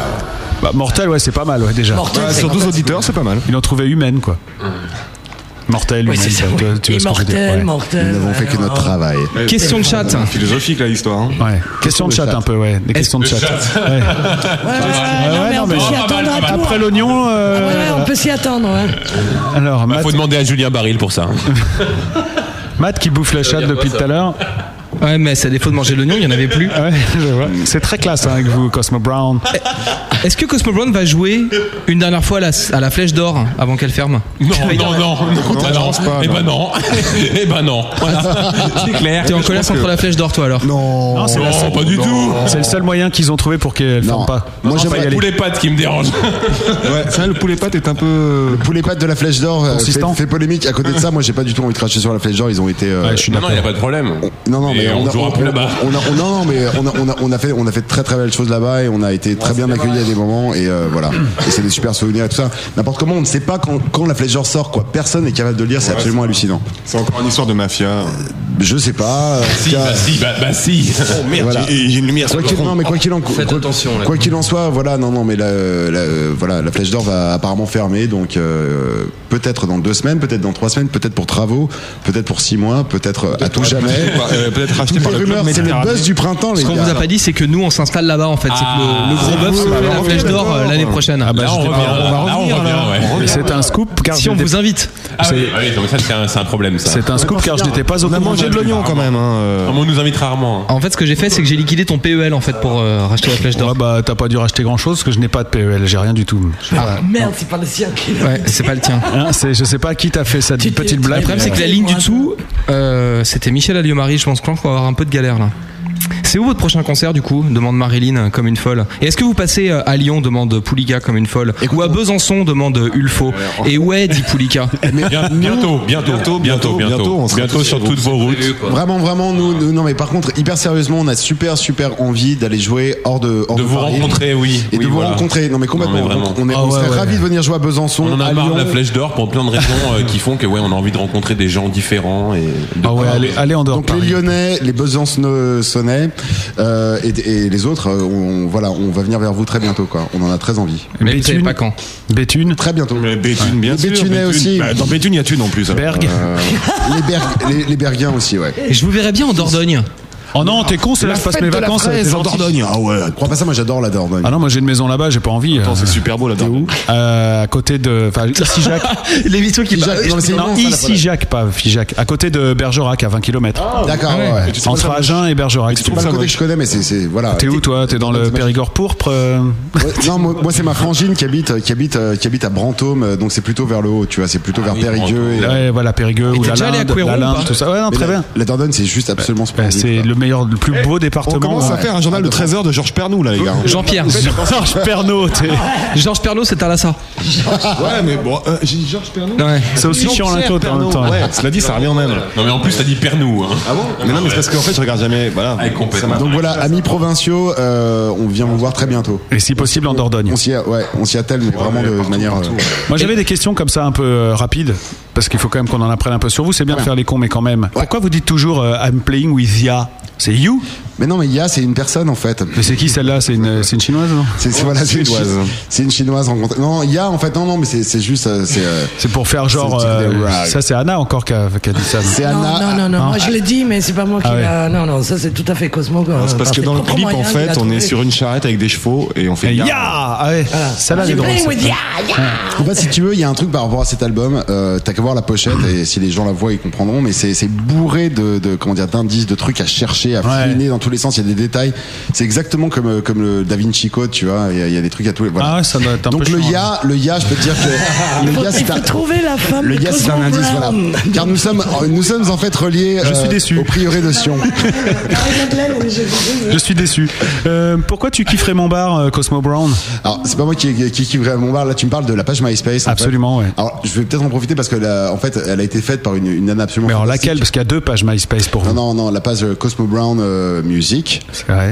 [SPEAKER 3] Bah, mortel, ouais, c'est pas mal, ouais, déjà.
[SPEAKER 11] Mortel, Ouais, c'est sur pas 12 mal.
[SPEAKER 3] auditeurs, c'est pas mal. Ils l'ont trouvé humaine, quoi.
[SPEAKER 6] Mm.
[SPEAKER 3] Mortel,
[SPEAKER 11] Oui,
[SPEAKER 3] humaine,
[SPEAKER 11] c'est ça,
[SPEAKER 3] tu vois-
[SPEAKER 11] oui.
[SPEAKER 3] tu vois ce que je veux dire, ouais.
[SPEAKER 5] Nous n'avons fait que notre travail.
[SPEAKER 6] Question de chat.
[SPEAKER 11] Philosophique, là, l'histoire. hein.
[SPEAKER 3] Ouais, question de chat un peu, ouais. Des questions de chat. Ouais.
[SPEAKER 7] non,
[SPEAKER 3] ouais,
[SPEAKER 7] mais
[SPEAKER 3] non,
[SPEAKER 7] on
[SPEAKER 3] mais-
[SPEAKER 7] peut s'y attendre à tout. hein.
[SPEAKER 3] Après l'oignon.
[SPEAKER 7] Ouais, on peut s'y attendre. hein.
[SPEAKER 3] Alors, Matt...
[SPEAKER 4] faut demander à Julien Baril pour ça.
[SPEAKER 3] Matt qui bouffe la chatte depuis tout à l'heure.
[SPEAKER 6] Ouais, mais c'est à défaut de manger l'oignon, il n'y en avait plus.
[SPEAKER 3] C'est très classe hein, avec vous, Cosmo Brown.
[SPEAKER 6] Eh, Est-ce que Cosmo Brown va jouer une dernière fois à la, à la flèche d'or hein, avant qu'elle ferme
[SPEAKER 4] Non, non, non, non,
[SPEAKER 6] je pense pas,
[SPEAKER 4] Eh
[SPEAKER 6] non.
[SPEAKER 4] ben non. Eh ben non. Voilà. C'est clair.
[SPEAKER 6] T'es en colère contre la flèche d'or, toi alors
[SPEAKER 5] Non,
[SPEAKER 3] Non, c'est la seule-
[SPEAKER 4] pas du tout.
[SPEAKER 3] C'est le seul moyen qu'ils ont trouvé pour qu'elle ferme pas.
[SPEAKER 4] Moi,
[SPEAKER 3] Faut
[SPEAKER 4] j'aimerais
[SPEAKER 3] y
[SPEAKER 4] le
[SPEAKER 3] aller.
[SPEAKER 4] poulet pâte qui me dérange.
[SPEAKER 5] Ouais, c'est vrai, le poulet pâte est un peu. euh, Le poulet pâte de la flèche d'or euh, fait,
[SPEAKER 4] Consistant.
[SPEAKER 5] fait polémique. À côté de ça, moi, j'ai pas du tout envie de cracher sur la flèche d'or. Ils ont été. euh,
[SPEAKER 4] non, non, il n'y a pas de problème.
[SPEAKER 5] Non, non,
[SPEAKER 4] Et
[SPEAKER 5] mais
[SPEAKER 4] on,
[SPEAKER 5] a-
[SPEAKER 4] jouera plus là-bas.
[SPEAKER 5] On a, on- non, non, mais on a, on a- on a fait, on a fait de très très belles choses là-bas et on a été très bien accueillis à des moments et euh, voilà. Et c'est des super souvenirs et tout ça. N'importe comment, on ne sait pas quand, quand la flèche d'or sort quoi. Personne n'est capable de le lire, c'est
[SPEAKER 11] Ouais,
[SPEAKER 5] absolument hallucinant.
[SPEAKER 11] C'est encore une histoire de mafia.
[SPEAKER 5] Je sais pas.
[SPEAKER 11] Si,
[SPEAKER 5] bah
[SPEAKER 4] si, bah, si.
[SPEAKER 11] Oh merde,
[SPEAKER 5] Voilà.
[SPEAKER 11] j'ai j'ai une lumière
[SPEAKER 5] Quoi
[SPEAKER 11] sur le
[SPEAKER 5] qu'il-
[SPEAKER 11] front.
[SPEAKER 5] non, mais quoi qu'il en
[SPEAKER 11] Faites attention, là.
[SPEAKER 5] quoi qu'il en soit, voilà, non, non, mais la, la- voilà, la flèche d'or va apparemment fermer, donc euh, peut-être dans deux semaines, peut-être dans trois semaines, peut-être pour travaux, peut-être pour six mois, peut-être à tout jamais.
[SPEAKER 11] euh, peut-être racheté
[SPEAKER 5] Toutes
[SPEAKER 11] par
[SPEAKER 5] les
[SPEAKER 11] le club
[SPEAKER 5] rumeurs, c'est le
[SPEAKER 11] Méditerranée.
[SPEAKER 5] buzz du printemps, les
[SPEAKER 6] Ce qu'on
[SPEAKER 5] gars.
[SPEAKER 6] vous a pas dit, c'est que nous on s'installe là-bas en fait. C'est que le, le gros bœuf se fait la
[SPEAKER 4] Ah,
[SPEAKER 6] flèche d'or euh, l'année prochaine.
[SPEAKER 3] Ah bah,
[SPEAKER 6] Là, on
[SPEAKER 3] justement,
[SPEAKER 6] revient,
[SPEAKER 3] on va
[SPEAKER 6] là, on
[SPEAKER 3] revenir,
[SPEAKER 6] revient,
[SPEAKER 3] là.
[SPEAKER 6] ouais.
[SPEAKER 3] Mais C'est un scoop car
[SPEAKER 6] Si on
[SPEAKER 3] je n'étais-
[SPEAKER 6] vous invite.
[SPEAKER 4] Ah oui, ah oui, non, mais ça, c'est un, c'est un problème, ça.
[SPEAKER 3] C'est un scoop car je n'étais pas au
[SPEAKER 4] On a
[SPEAKER 3] courant.
[SPEAKER 4] mangé de l'oignon, quand même, on nous invite rarement. hein.
[SPEAKER 6] En fait, ce que j'ai fait, c'est que j'ai liquidé ton PEL en fait pour euh, racheter la flèche d'or.
[SPEAKER 3] Ouais, bah t'as pas dû racheter grand chose parce que je n'ai pas de PEL, j'ai rien du tout. Je sais
[SPEAKER 6] Ah.
[SPEAKER 3] pas.
[SPEAKER 7] Merde, c'est pas le sien qui l'a.
[SPEAKER 6] Ouais, c'est pas le tien.
[SPEAKER 3] Hein, c'est- je sais pas qui t'a fait cette petite blague.
[SPEAKER 6] Le problème, c'est que la ligne du dessous, euh, c'était Michel Alliot-Marie. Je pense que là, on va avoir un peu de galère là. C'est où votre prochain concert du coup demande Marilyn euh, comme une folle. Et est-ce que vous passez euh, à Lyon demande Pouliga comme une folle. Ou à Besançon demande euh, Ulfo. Et ouais dit Pouliga.
[SPEAKER 4] Bien- bientôt, bientôt, bientôt, bientôt, bientôt, bientôt sur toutes vos routes.
[SPEAKER 5] Vraiment, vraiment, nous, nous- non, mais par contre, hyper sérieusement, on a super, super envie d'aller jouer hors de, hors
[SPEAKER 4] De vous
[SPEAKER 5] Paris.
[SPEAKER 4] rencontrer, oui.
[SPEAKER 5] Et
[SPEAKER 4] Oui,
[SPEAKER 5] de vous
[SPEAKER 4] voilà.
[SPEAKER 5] rencontrer, non mais complètement.
[SPEAKER 4] Non, mais vraiment.
[SPEAKER 5] on, est,
[SPEAKER 4] Ah
[SPEAKER 5] on
[SPEAKER 4] ouais,
[SPEAKER 5] serait
[SPEAKER 4] ouais.
[SPEAKER 5] ravis de venir jouer à Besançon.
[SPEAKER 4] On en a
[SPEAKER 5] à
[SPEAKER 4] marre
[SPEAKER 5] Lyon.
[SPEAKER 4] de la flèche d'or pour plein de raisons euh, qui font que ouais, on a envie de rencontrer des gens différents et de
[SPEAKER 3] Ah ouais,
[SPEAKER 4] parler.
[SPEAKER 3] allez, allez en dehors. de
[SPEAKER 5] Donc les
[SPEAKER 3] Paris.
[SPEAKER 5] Lyonnais, les Besançonnais euh, et, et les autres, euh, on, voilà, on va venir vers vous très bientôt. Quoi. On en a très envie.
[SPEAKER 6] Mais vous savez pas quand.
[SPEAKER 3] Béthune.
[SPEAKER 5] Très bientôt.
[SPEAKER 11] Mais Béthune, bien
[SPEAKER 5] Les
[SPEAKER 11] sûr.
[SPEAKER 5] Béthunais aussi.
[SPEAKER 11] Bah, dans Béthune, il y a Thune en plus. alors.
[SPEAKER 3] Berg.
[SPEAKER 11] Euh,
[SPEAKER 5] les, Berg- les- les Bergiens aussi, ouais.
[SPEAKER 6] Et je vous verrai bien en Dordogne.
[SPEAKER 3] Oh non, t'es con, c'est
[SPEAKER 5] La
[SPEAKER 3] là que je passe
[SPEAKER 5] fête
[SPEAKER 3] mes
[SPEAKER 5] de la
[SPEAKER 3] vacances.
[SPEAKER 5] fraise
[SPEAKER 3] t'es
[SPEAKER 5] en
[SPEAKER 3] gentil.
[SPEAKER 5] Dordogne. Ah ouais, crois pas ça, moi j'adore la Dordogne.
[SPEAKER 3] Ah non, moi j'ai une maison là-bas, j'ai pas envie.
[SPEAKER 11] Attends, c'est super beau là
[SPEAKER 3] T'es où Euh, À côté de. Enfin, ici Jacques.
[SPEAKER 6] L'émission qui
[SPEAKER 5] Jacques, non, mais c'est
[SPEAKER 3] Non,
[SPEAKER 5] immense, ça, la
[SPEAKER 3] ici
[SPEAKER 5] forêt.
[SPEAKER 3] Jacques, pas Figeac. À côté de Bergerac, à 20 km.
[SPEAKER 4] Ah
[SPEAKER 5] D'accord, ouais, ouais.
[SPEAKER 3] Entre Agen et Bergerac. Ah,
[SPEAKER 5] C'est pas le côté que je connais, mais c'est. c'est- Voilà.
[SPEAKER 3] T'es où toi T'es dans le Périgord pourpre euh
[SPEAKER 5] Ouais, non, moi, moi, c'est ma frangine qui habite, qui habite, euh, qui habite à Brantôme, euh, donc c'est plutôt vers le haut, tu vois, c'est plutôt vers Périgueux. et-
[SPEAKER 3] Ouais, voilà, Périgueux, ou
[SPEAKER 5] t'es
[SPEAKER 3] la
[SPEAKER 5] déjà allé à
[SPEAKER 3] Linde,
[SPEAKER 5] Couéron
[SPEAKER 3] la
[SPEAKER 5] ou
[SPEAKER 3] Linde,
[SPEAKER 5] pas
[SPEAKER 3] tout ça. Ouais, non,
[SPEAKER 5] Mais
[SPEAKER 3] très
[SPEAKER 5] la-
[SPEAKER 3] bien.
[SPEAKER 5] La Dordogne, c'est juste absolument
[SPEAKER 3] Bah,
[SPEAKER 5] splendide.
[SPEAKER 3] C'est le meilleur, le plus beau département.
[SPEAKER 11] On commence à
[SPEAKER 3] Ouais.
[SPEAKER 11] faire un journal de 13 heures de Georges Pernou là, les gars.
[SPEAKER 6] Jean-Pierre.
[SPEAKER 3] Georges Pernaut.
[SPEAKER 6] Georges Pernaut, c'est Talassa.
[SPEAKER 11] Ouais, mais bon, euh, j'ai dit Georges Pernou.
[SPEAKER 6] Ouais.
[SPEAKER 3] C'est aussi chiant la côte en même
[SPEAKER 4] hein.
[SPEAKER 3] temps.
[SPEAKER 11] Ouais, cela dit, ça revient au même.
[SPEAKER 4] Non mais en plus t'as dit Pernou. Hein.
[SPEAKER 11] Ah bon Mais non, mais c'est parce qu'en fait, je regarde jamais. Voilà.
[SPEAKER 4] Ah, complètement.
[SPEAKER 5] Donc voilà, amis provinciaux, euh, on vient vous voir très bientôt.
[SPEAKER 3] Et si possible en Dordogne.
[SPEAKER 5] On s'y, a- ouais, on s'y attelle, mais vraiment de manière. euh,
[SPEAKER 3] Moi j'avais des questions comme ça un peu euh, rapides, parce qu'il faut quand même qu'on en apprenne un peu sur vous. C'est bien de faire les cons, mais quand même. Pourquoi vous dites toujours euh, I'm playing with Ya C'est you
[SPEAKER 5] Mais non, mais Ya, c'est une personne en fait.
[SPEAKER 3] Mais c'est qui celle-là C'est une, euh, c'est une chinoise non
[SPEAKER 5] C'est, c'est- voilà, c'est une
[SPEAKER 11] Chinoise.
[SPEAKER 5] chi- C'est une chinoise rencontrée. Non, Ya, en fait, non, non, mais c'est, c'est juste. euh, C'est, euh,
[SPEAKER 3] C'est pour faire genre.
[SPEAKER 5] C'est le type
[SPEAKER 3] euh,
[SPEAKER 5] des rags.
[SPEAKER 3] ça c'est Anna encore qui a, qui a dit ça. non
[SPEAKER 5] c'est
[SPEAKER 7] Non,
[SPEAKER 5] Anna.
[SPEAKER 7] Ah, non, non, non, moi je l'ai dit, mais c'est pas moi qui
[SPEAKER 3] Ah ouais.
[SPEAKER 7] l'a. Non, non, ça c'est tout à fait Cosmo.
[SPEAKER 11] Ah, C'est parce que dans le clip, en fait, on est sur une charrette avec des chevaux et on fait.
[SPEAKER 3] Et Ya
[SPEAKER 11] Ya.
[SPEAKER 3] Ah ouais, celle-là elle est
[SPEAKER 7] J'ai
[SPEAKER 3] drôle.
[SPEAKER 7] playing
[SPEAKER 3] cette.
[SPEAKER 7] with ya, ya.
[SPEAKER 5] En fait, si tu veux, il y a un truc par rapport à cet album. euh, T'as qu'à voir la pochette et si les gens la voient, ils comprendront. Mais c'est c'est bourré de, de comment dire d'indices, de trucs à chercher, à
[SPEAKER 3] Ouais.
[SPEAKER 5] fouiner dans tous tous les sens, il y a des détails. C'est exactement comme, euh, comme le Da Vinci Code, tu vois. Il y, a- il y a des trucs à tous les. Voilà.
[SPEAKER 3] Ah ouais, ça doit être un
[SPEAKER 5] Donc
[SPEAKER 3] peu
[SPEAKER 5] le
[SPEAKER 3] chiant,
[SPEAKER 5] ya, le ya, je peux te dire que
[SPEAKER 3] Il
[SPEAKER 5] le
[SPEAKER 3] faut-
[SPEAKER 5] ya,
[SPEAKER 3] il
[SPEAKER 5] c'est
[SPEAKER 3] faut
[SPEAKER 5] un-
[SPEAKER 3] trouver la femme
[SPEAKER 5] Le
[SPEAKER 3] de
[SPEAKER 5] ya, c'est un
[SPEAKER 3] Cosmo
[SPEAKER 5] indice, voilà.
[SPEAKER 3] Brown.
[SPEAKER 5] Car nous sommes, nous sommes en fait reliés
[SPEAKER 3] Je suis déçu.
[SPEAKER 5] au prieuré de Sion.
[SPEAKER 3] Je suis déçu. Euh, pourquoi tu kifferais mon bar, euh, Cosmo Brown
[SPEAKER 5] Alors, c'est pas moi qui, qui, qui ouvrirai mon bar. Là, tu me parles de la page MySpace.
[SPEAKER 3] Absolument,
[SPEAKER 5] ouais. Alors, je vais peut-être en profiter parce que, là, en fait, elle a été faite par une, une nana absolument. Mais alors, laquelle
[SPEAKER 3] Parce qu'il y a deux pages MySpace pour
[SPEAKER 5] vous. Non, non, non, la page euh, Cosmo Brown euh, Music,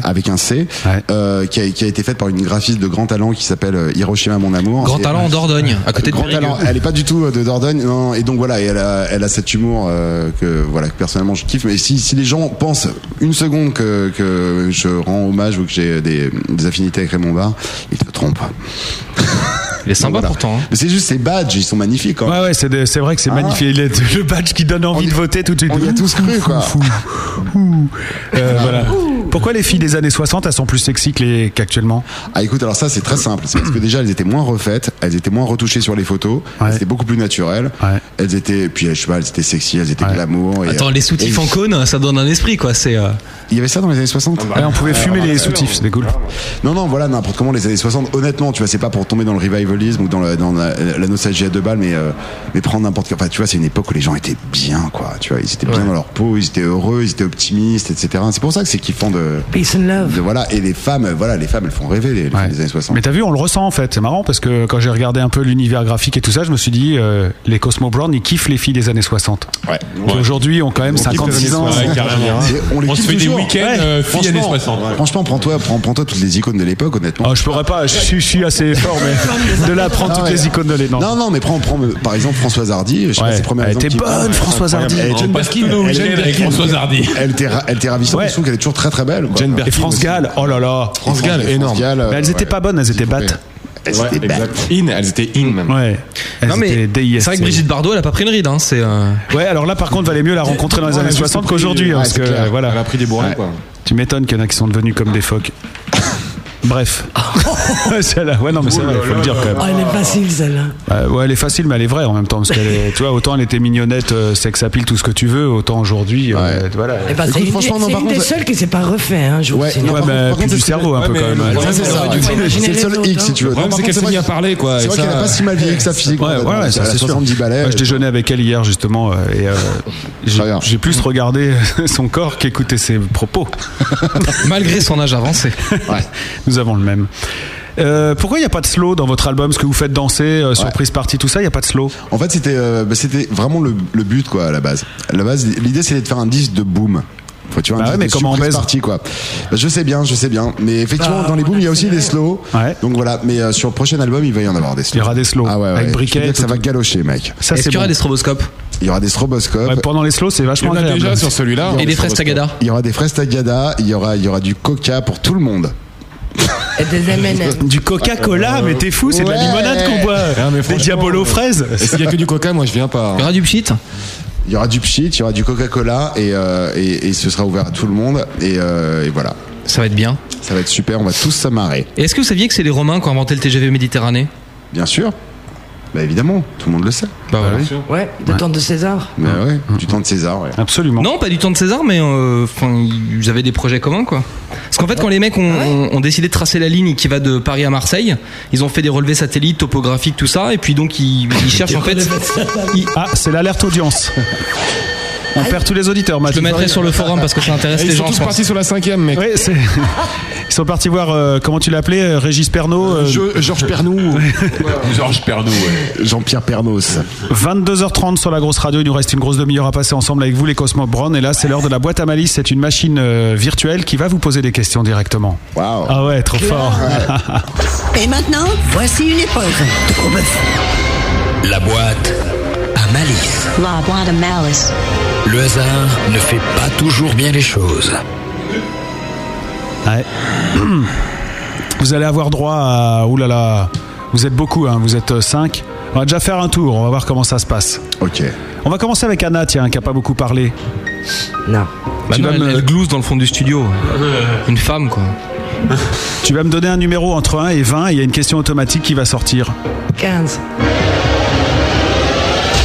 [SPEAKER 5] avec un C, euh, qui, a, qui a été faite par une graphiste de grand talent qui s'appelle euh, Hiroshima Mon Amour.
[SPEAKER 6] Grand
[SPEAKER 5] Et- euh,
[SPEAKER 6] talent en Dordogne, Hein, à côté de
[SPEAKER 5] Grand
[SPEAKER 6] Périgueux.
[SPEAKER 5] talent. Elle est pas du tout euh, de Dordogne, non. Et donc voilà, et elle a, elle a cet humour euh, que voilà que personnellement je kiffe. Mais si, si les gens pensent une seconde que, que je rends hommage ou que j'ai des, des affinités avec Raymond Barre, ils se trompent.
[SPEAKER 6] Il est sympa pourtant. hein.
[SPEAKER 5] Mais c'est juste ses badges, ils sont magnifiques. Quoi.
[SPEAKER 3] Ouais, ouais, c'est, des- c'est vrai que c'est
[SPEAKER 5] Ah.
[SPEAKER 3] magnifique. Il est- le badge qui donne envie de voter tout de suite.
[SPEAKER 5] On y a tous cru, quoi.
[SPEAKER 6] Ah,
[SPEAKER 3] Euh, voilà. Pourquoi les filles des années 60, elles sont plus sexy que les- qu'actuellement
[SPEAKER 5] Ah écoute, alors ça c'est très simple. C'est parce que déjà elles étaient moins refaites, elles étaient moins retouchées sur les photos, elles étaient beaucoup plus naturelles. Elles étaient, puis je sais pas, elles étaient sexy, elles étatais glamour. et-
[SPEAKER 6] Attends, les
[SPEAKER 5] et-
[SPEAKER 6] soutifs en cône, ça donne un esprit quoi. C'est. euh,
[SPEAKER 5] Il y avait ça dans les années 60
[SPEAKER 6] Ouais, on pouvait fumer les soutifs,
[SPEAKER 3] c'était cool.
[SPEAKER 5] Non, non, voilà, n'importe comment, les années 60, honnêtement, tu vois, c'est pas pour tomber dans le revivalisme ou dans, le- dans la, la nostalgie à deux balles, mais, euh, mais prendre n'importe quoi. Enfin, tu vois, c'est une époque où les gens étaient bien, quoi. Tu vois, ils étaient bien dans leur peau, ils étaient heureux, ils étaient optimistes, etc. C'est pour ça que c'est kiffant de.
[SPEAKER 7] Peace and love.
[SPEAKER 5] de- voilà, et les femmes, voilà, les femmes, elles font rêver les, les femmes des années 60.
[SPEAKER 3] Mais t'as vu, on le ressent en fait. C'est marrant parce que quand j'ai regardé un peu l'univers graphique et tout ça, je me suis dit, euh, les Cosmo Brown, ils kiffent les filles des années 60.
[SPEAKER 5] Ouais.
[SPEAKER 3] Qui aujourd'hui ont quand même
[SPEAKER 5] On kiffe les années
[SPEAKER 3] 56 ans.
[SPEAKER 5] 60. Et
[SPEAKER 3] les
[SPEAKER 5] kiffe
[SPEAKER 3] kiffe
[SPEAKER 5] toujours.
[SPEAKER 3] toujours. Ouais.
[SPEAKER 5] Ouais.
[SPEAKER 3] Franchement.
[SPEAKER 5] Franchement, Franchement, prends-toi prends, prends-toi toutes les icônes de l'époque, honnêtement.
[SPEAKER 3] Ah, je pourrais pas, je suis, je suis assez fort, mais de là, prends toutes les icônes de l'époque.
[SPEAKER 5] Non, non, mais prends, prends euh, par exemple Françoise Hardy. Je sais
[SPEAKER 3] Ouais.
[SPEAKER 5] pas, ses premières
[SPEAKER 3] Elle
[SPEAKER 5] exemples
[SPEAKER 3] était
[SPEAKER 5] qui-
[SPEAKER 3] bonne,
[SPEAKER 5] Ouais,
[SPEAKER 3] Françoise
[SPEAKER 5] incroyable.
[SPEAKER 3] Hardy.
[SPEAKER 5] Elle était-
[SPEAKER 3] Jane Birkin,
[SPEAKER 5] elle-
[SPEAKER 3] nos
[SPEAKER 5] elle-
[SPEAKER 3] Jane
[SPEAKER 5] elle-
[SPEAKER 3] Birkin. Françoise Hardy.
[SPEAKER 5] Elle était, ra- elle était ravissante,
[SPEAKER 3] Ouais.
[SPEAKER 5] surtout qu'elle est toujours très très belle. quoi.
[SPEAKER 3] Et France Gall, oh là là.
[SPEAKER 5] France Gall,
[SPEAKER 3] Et
[SPEAKER 5] énorme.
[SPEAKER 3] Mais elles étaient
[SPEAKER 5] Ouais.
[SPEAKER 3] pas bonnes, elles étaient battes.
[SPEAKER 5] Elles
[SPEAKER 3] Ouais,
[SPEAKER 5] étaient belles.
[SPEAKER 4] In, elles étaient in même.
[SPEAKER 3] Ouais. Elles
[SPEAKER 6] non mais
[SPEAKER 3] étaient DIS.
[SPEAKER 6] c'est vrai que Brigitte Bardot, elle a pas pris une ride. Hein, c'est. euh,
[SPEAKER 3] Ouais, alors là, par contre, valait mieux la rencontrer dans les
[SPEAKER 6] Ouais,
[SPEAKER 3] années
[SPEAKER 6] juste
[SPEAKER 3] 60
[SPEAKER 6] pris,
[SPEAKER 3] qu'aujourd'hui.
[SPEAKER 6] ouais,
[SPEAKER 3] hein, parce
[SPEAKER 6] c'est
[SPEAKER 3] que,
[SPEAKER 6] clair.
[SPEAKER 3] voilà.
[SPEAKER 6] Elle a pris des bourrées, quoi.
[SPEAKER 3] Tu m'étonnes qu'il y en a qui sont devenus comme des phoques. Bref. Celle-là, ouais, non, mais c'est vrai, faut le dire quand même.
[SPEAKER 7] Oh, elle est facile celle-là.
[SPEAKER 3] Euh, ouais, elle est facile, mais elle est vraie en même temps. Parce qu'elle est- tu vois, autant elle était mignonnette, euh, sex appeal, tout ce que tu veux, autant aujourd'hui, euh, voilà.
[SPEAKER 7] Eh ben, c'est une, des- c'est une des seules qui s'est pas refait hein, un jour.
[SPEAKER 3] Ouais,
[SPEAKER 7] sinon.
[SPEAKER 3] ouais, mais plus du cerveau
[SPEAKER 5] hein,
[SPEAKER 3] un peu quand même.
[SPEAKER 5] Ouais, euh, c'est ça.
[SPEAKER 7] Ouais,
[SPEAKER 5] C'est-
[SPEAKER 7] imaginez
[SPEAKER 5] C'est le
[SPEAKER 7] les
[SPEAKER 5] seul
[SPEAKER 7] autres,
[SPEAKER 5] hic
[SPEAKER 7] hein.
[SPEAKER 5] si tu veux.
[SPEAKER 3] Le problème,
[SPEAKER 5] Non,
[SPEAKER 3] c'est
[SPEAKER 5] par contre,
[SPEAKER 3] qu'elle s'est
[SPEAKER 5] vrai
[SPEAKER 3] mise à
[SPEAKER 5] que-
[SPEAKER 3] parler, quoi,
[SPEAKER 5] C'est
[SPEAKER 3] et
[SPEAKER 5] vrai qu'elle
[SPEAKER 3] ça-
[SPEAKER 5] n'a pas si mal vieilli que ça physiquement.
[SPEAKER 3] Ouais, ouais, ça,
[SPEAKER 5] Elle a
[SPEAKER 3] c'est sûr.
[SPEAKER 5] 70 balais.
[SPEAKER 3] Moi, je déjeunais avec elle hier, justement, euh, et euh, j'ai- j'ai plus regardé son corps qu'écouté ses propos.
[SPEAKER 6] Malgré son âge avancé.
[SPEAKER 3] Nous avons le même. Euh, pourquoi il n'y a pas de slow dans votre album Ce que vous faites danser, euh, surprise party, tout ça, il n'y a pas de slow
[SPEAKER 5] En fait, c'était euh, bah, c'était vraiment le, le but quoi à la base. À la base, l'idée c'était de faire un disque de boom. Faut tu vois, un
[SPEAKER 3] Bah ouais,
[SPEAKER 5] disque
[SPEAKER 3] mais
[SPEAKER 5] de
[SPEAKER 3] comment on
[SPEAKER 5] surprise
[SPEAKER 3] baise
[SPEAKER 5] party, quoi. Bah, je sais bien, je sais bien, mais effectivement
[SPEAKER 3] Bah,
[SPEAKER 5] dans les booms il y a aussi des slows. Donc voilà, mais euh, sur le prochain album il va y en avoir des slows. Il y aura
[SPEAKER 3] des slows.
[SPEAKER 5] Ah ouais,
[SPEAKER 3] Avec
[SPEAKER 5] ouais. Je peux
[SPEAKER 3] briquet,
[SPEAKER 5] dire que ça
[SPEAKER 3] tout-
[SPEAKER 5] va galocher, mec.
[SPEAKER 3] Ça, Est-ce c'est qu'il y aura bon. des
[SPEAKER 5] stroboscopes Il y aura des stroboscopes.
[SPEAKER 3] Pendant les slows, c'est vachement agréable.
[SPEAKER 5] Il y aura
[SPEAKER 6] Et des fraises
[SPEAKER 5] stroboscopes.
[SPEAKER 6] tagada.
[SPEAKER 5] Il y aura des fraises tagada. Il y aura il y aura du coca pour tout le monde.
[SPEAKER 7] Et des M&M.
[SPEAKER 3] Du Coca-Cola, mais t'es fou, c'est de la
[SPEAKER 5] Ouais.
[SPEAKER 3] limonade qu'on boit. des diabolos fraises.
[SPEAKER 5] euh, S'il y a que du coca, moi je viens pas. hein. Il y aura
[SPEAKER 6] du pchit
[SPEAKER 5] Il y aura du pchit, il y aura du Coca-Cola et, euh, et, et ce sera ouvert à tout le monde et, euh, et voilà.
[SPEAKER 6] Ça va être bien.
[SPEAKER 5] Ça va être super, on va tous s'amarrer.
[SPEAKER 6] Et est-ce que vous saviez que c'est les Romains qui ont inventé le TGV Méditerranée
[SPEAKER 5] Bien sûr. Bah évidemment, tout le monde le sait.
[SPEAKER 6] Bah voilà.
[SPEAKER 7] Ouais, de temps de César.
[SPEAKER 5] Mais
[SPEAKER 11] Hein.
[SPEAKER 5] ouais, du temps de César, ouais.
[SPEAKER 3] Absolument.
[SPEAKER 6] Non, pas du temps de César, mais euh, enfin, ils avaient des projets communs, quoi. Parce qu'en fait, quand les mecs ont, ont- ont décidé de tracer la ligne qui va de Paris à Marseille, ils ont fait des relevés satellites, topographiques, tout ça, et puis donc ils, ils cherchent en fait.
[SPEAKER 3] Ah, c'est l'alerte audience. On perd tous les auditeurs,
[SPEAKER 6] Je
[SPEAKER 3] Mathieu.
[SPEAKER 6] le mettrai sur le forum parce que ça intéresse
[SPEAKER 3] Et
[SPEAKER 6] les
[SPEAKER 3] ils
[SPEAKER 6] gens.
[SPEAKER 3] sont tous
[SPEAKER 6] je pense.
[SPEAKER 3] partis sur
[SPEAKER 4] la cinquième, mec.
[SPEAKER 3] Ouais, c'est- Ils sont partis voir, euh, comment tu l'appelais, euh, Régis Pernaud
[SPEAKER 5] Georges Pernou.
[SPEAKER 4] Georges Pernou, ouais.
[SPEAKER 5] Jean-Pierre Pernos.
[SPEAKER 3] 22h30 sur la grosse radio, il nous reste une grosse demi-heure à passer ensemble avec vous les Cosmo Brown et là c'est l'heure de la boîte à malice, c'est une machine euh, virtuelle qui va vous poser des questions directement.
[SPEAKER 5] Waouh.
[SPEAKER 3] Ah ouais, trop fort.
[SPEAKER 2] Et maintenant, voici une épreuve de gros bœuf.
[SPEAKER 1] La boîte à malice.
[SPEAKER 14] La boîte à malice.
[SPEAKER 1] Le hasard ne fait pas toujours bien les choses.
[SPEAKER 12] Hein
[SPEAKER 3] Ouais. Vous allez avoir droit à... Ouh là là, vous êtes beaucoup, hein, vous êtes 5. On va déjà faire un tour, on va voir comment ça se passe.
[SPEAKER 5] Ok.
[SPEAKER 3] On va commencer avec Anna, tiens, qui a pas beaucoup parlé.
[SPEAKER 7] Non.
[SPEAKER 3] Tu
[SPEAKER 6] Maintenant,
[SPEAKER 3] vas
[SPEAKER 6] elle,
[SPEAKER 3] me-
[SPEAKER 6] elle glousse euh, dans le fond du studio. Une
[SPEAKER 3] ah,
[SPEAKER 7] Mmh,
[SPEAKER 6] femme, quoi.
[SPEAKER 3] Tu vas me donner un numéro entre 1 et 20 et il y a une question automatique qui va sortir.
[SPEAKER 7] 15.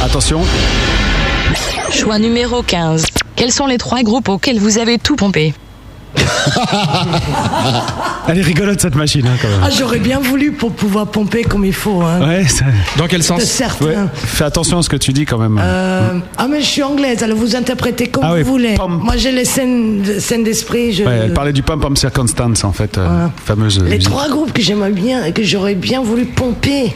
[SPEAKER 3] Attention.
[SPEAKER 14] Choix numéro 15. Quels sont les trois groupes auxquels vous avez tout pompé
[SPEAKER 3] Elle est rigolote cette machine hein, quand même.
[SPEAKER 7] Ah, j'aurais bien voulu pour pouvoir pomper comme il faut. hein.
[SPEAKER 3] Ouais, ça-
[SPEAKER 7] Dans quel sens
[SPEAKER 3] De
[SPEAKER 7] certains.
[SPEAKER 3] Fais attention à ce que tu dis quand même.
[SPEAKER 7] Euh, ah, mais je suis anglaise, alors vous interprétez comme
[SPEAKER 3] Ah
[SPEAKER 7] vous
[SPEAKER 3] oui,
[SPEAKER 7] voulez. Moi, j'ai les scènes, de- scènes d'esprit. je-
[SPEAKER 3] Ouais, elle parlait du Pam Pam Circumstance en fait, euh,
[SPEAKER 7] Voilà.
[SPEAKER 3] fameuse.
[SPEAKER 7] Les
[SPEAKER 3] musique.
[SPEAKER 7] trois groupes que j'aimerais bien et que j'aurais bien voulu pomper.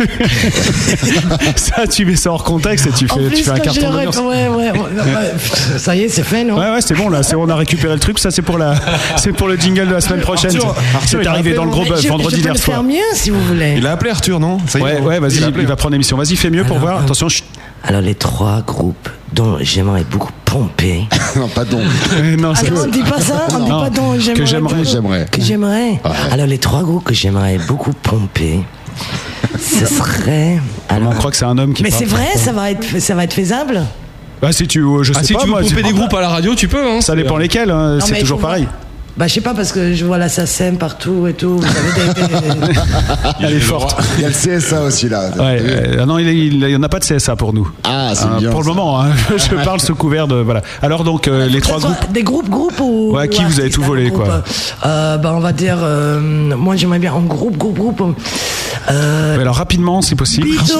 [SPEAKER 3] ça, tu mets ça hors contexte et tu
[SPEAKER 7] En
[SPEAKER 3] fais,
[SPEAKER 7] plus,
[SPEAKER 3] tu fais un
[SPEAKER 7] quand je
[SPEAKER 3] carton
[SPEAKER 7] l'aurais-
[SPEAKER 3] d'audience.
[SPEAKER 7] ouais, ouais, ouais, ouais, Ça y est, c'est fait, non
[SPEAKER 3] Ouais, ouais, c'est bon là, c'est on a récupéré le truc. Ça, c'est pour la, c'est pour le jingle de la semaine prochaine.
[SPEAKER 11] Arthur, Arthur, il
[SPEAKER 3] c'est
[SPEAKER 11] a
[SPEAKER 3] arrivé
[SPEAKER 11] fait
[SPEAKER 3] dans le
[SPEAKER 11] mon-
[SPEAKER 3] gros
[SPEAKER 11] Mais
[SPEAKER 3] bœuf
[SPEAKER 11] je-
[SPEAKER 3] vendredi
[SPEAKER 11] je peux le
[SPEAKER 3] dernier
[SPEAKER 11] faire
[SPEAKER 3] soir.
[SPEAKER 7] mieux si vous voulez.
[SPEAKER 11] Il a appelé Arthur, non Ça y est,
[SPEAKER 3] Ouais,
[SPEAKER 11] on-
[SPEAKER 3] ouais, vas-y,
[SPEAKER 11] il a
[SPEAKER 3] il,
[SPEAKER 11] appelé.
[SPEAKER 3] va prendre l'émission. Vas-y, fais mieux pour
[SPEAKER 11] euh,
[SPEAKER 3] voir. Attention, je...
[SPEAKER 12] Alors les trois groupes dont j'aimerais beaucoup pomper.
[SPEAKER 5] non, pas dont.
[SPEAKER 3] Eh, non,
[SPEAKER 7] Ah non, on dit pas ça, on dit pas dont j'aimerais.
[SPEAKER 5] J'aimerais.
[SPEAKER 7] Que j'aimerais.
[SPEAKER 12] Alors les trois groupes que j'aimerais beaucoup pomper, ce serait.
[SPEAKER 3] On croit que c'est un homme qui.
[SPEAKER 7] Mais
[SPEAKER 3] parle.
[SPEAKER 7] c'est vrai, ça va être, ça va être faisable.
[SPEAKER 3] Bah si tu, euh, je sais
[SPEAKER 7] Ah, si
[SPEAKER 3] pas.
[SPEAKER 7] tu veux
[SPEAKER 3] moi,
[SPEAKER 7] couper des groupes
[SPEAKER 6] à la radio, tu peux.
[SPEAKER 3] ça dépend
[SPEAKER 7] euh,
[SPEAKER 3] lesquels. hein,
[SPEAKER 7] Non,
[SPEAKER 3] c'est
[SPEAKER 7] mais
[SPEAKER 3] toujours
[SPEAKER 7] faut voir.
[SPEAKER 3] pareil.
[SPEAKER 7] Bah je sais pas parce que je vois l'assassin partout et tout. Vous savez, des- des-
[SPEAKER 3] Ah, Elle est forte.
[SPEAKER 5] Il y a le CSA aussi là.
[SPEAKER 3] Ouais, euh, non, il est- il n'y en a pas de CSA pour nous.
[SPEAKER 5] Ah, c'est
[SPEAKER 3] Hein,
[SPEAKER 5] bien,
[SPEAKER 3] Pour le
[SPEAKER 5] ça.
[SPEAKER 3] moment, hein, je parle sous couvert de. Voilà. Alors, donc, euh, les trois
[SPEAKER 7] Que ce soit
[SPEAKER 3] groupes.
[SPEAKER 7] Des groupes, groupes ou.
[SPEAKER 3] Ouais,
[SPEAKER 7] ou
[SPEAKER 3] qui vous avez
[SPEAKER 7] artistes,
[SPEAKER 3] tout
[SPEAKER 7] hein,
[SPEAKER 3] volé,
[SPEAKER 7] groupe.
[SPEAKER 3] quoi.
[SPEAKER 7] Euh, Bah on va dire. euh, Moi j'aimerais bien en groupe, groupe, groupe. euh,
[SPEAKER 3] Mais alors, rapidement, si possible.
[SPEAKER 7] Beatles.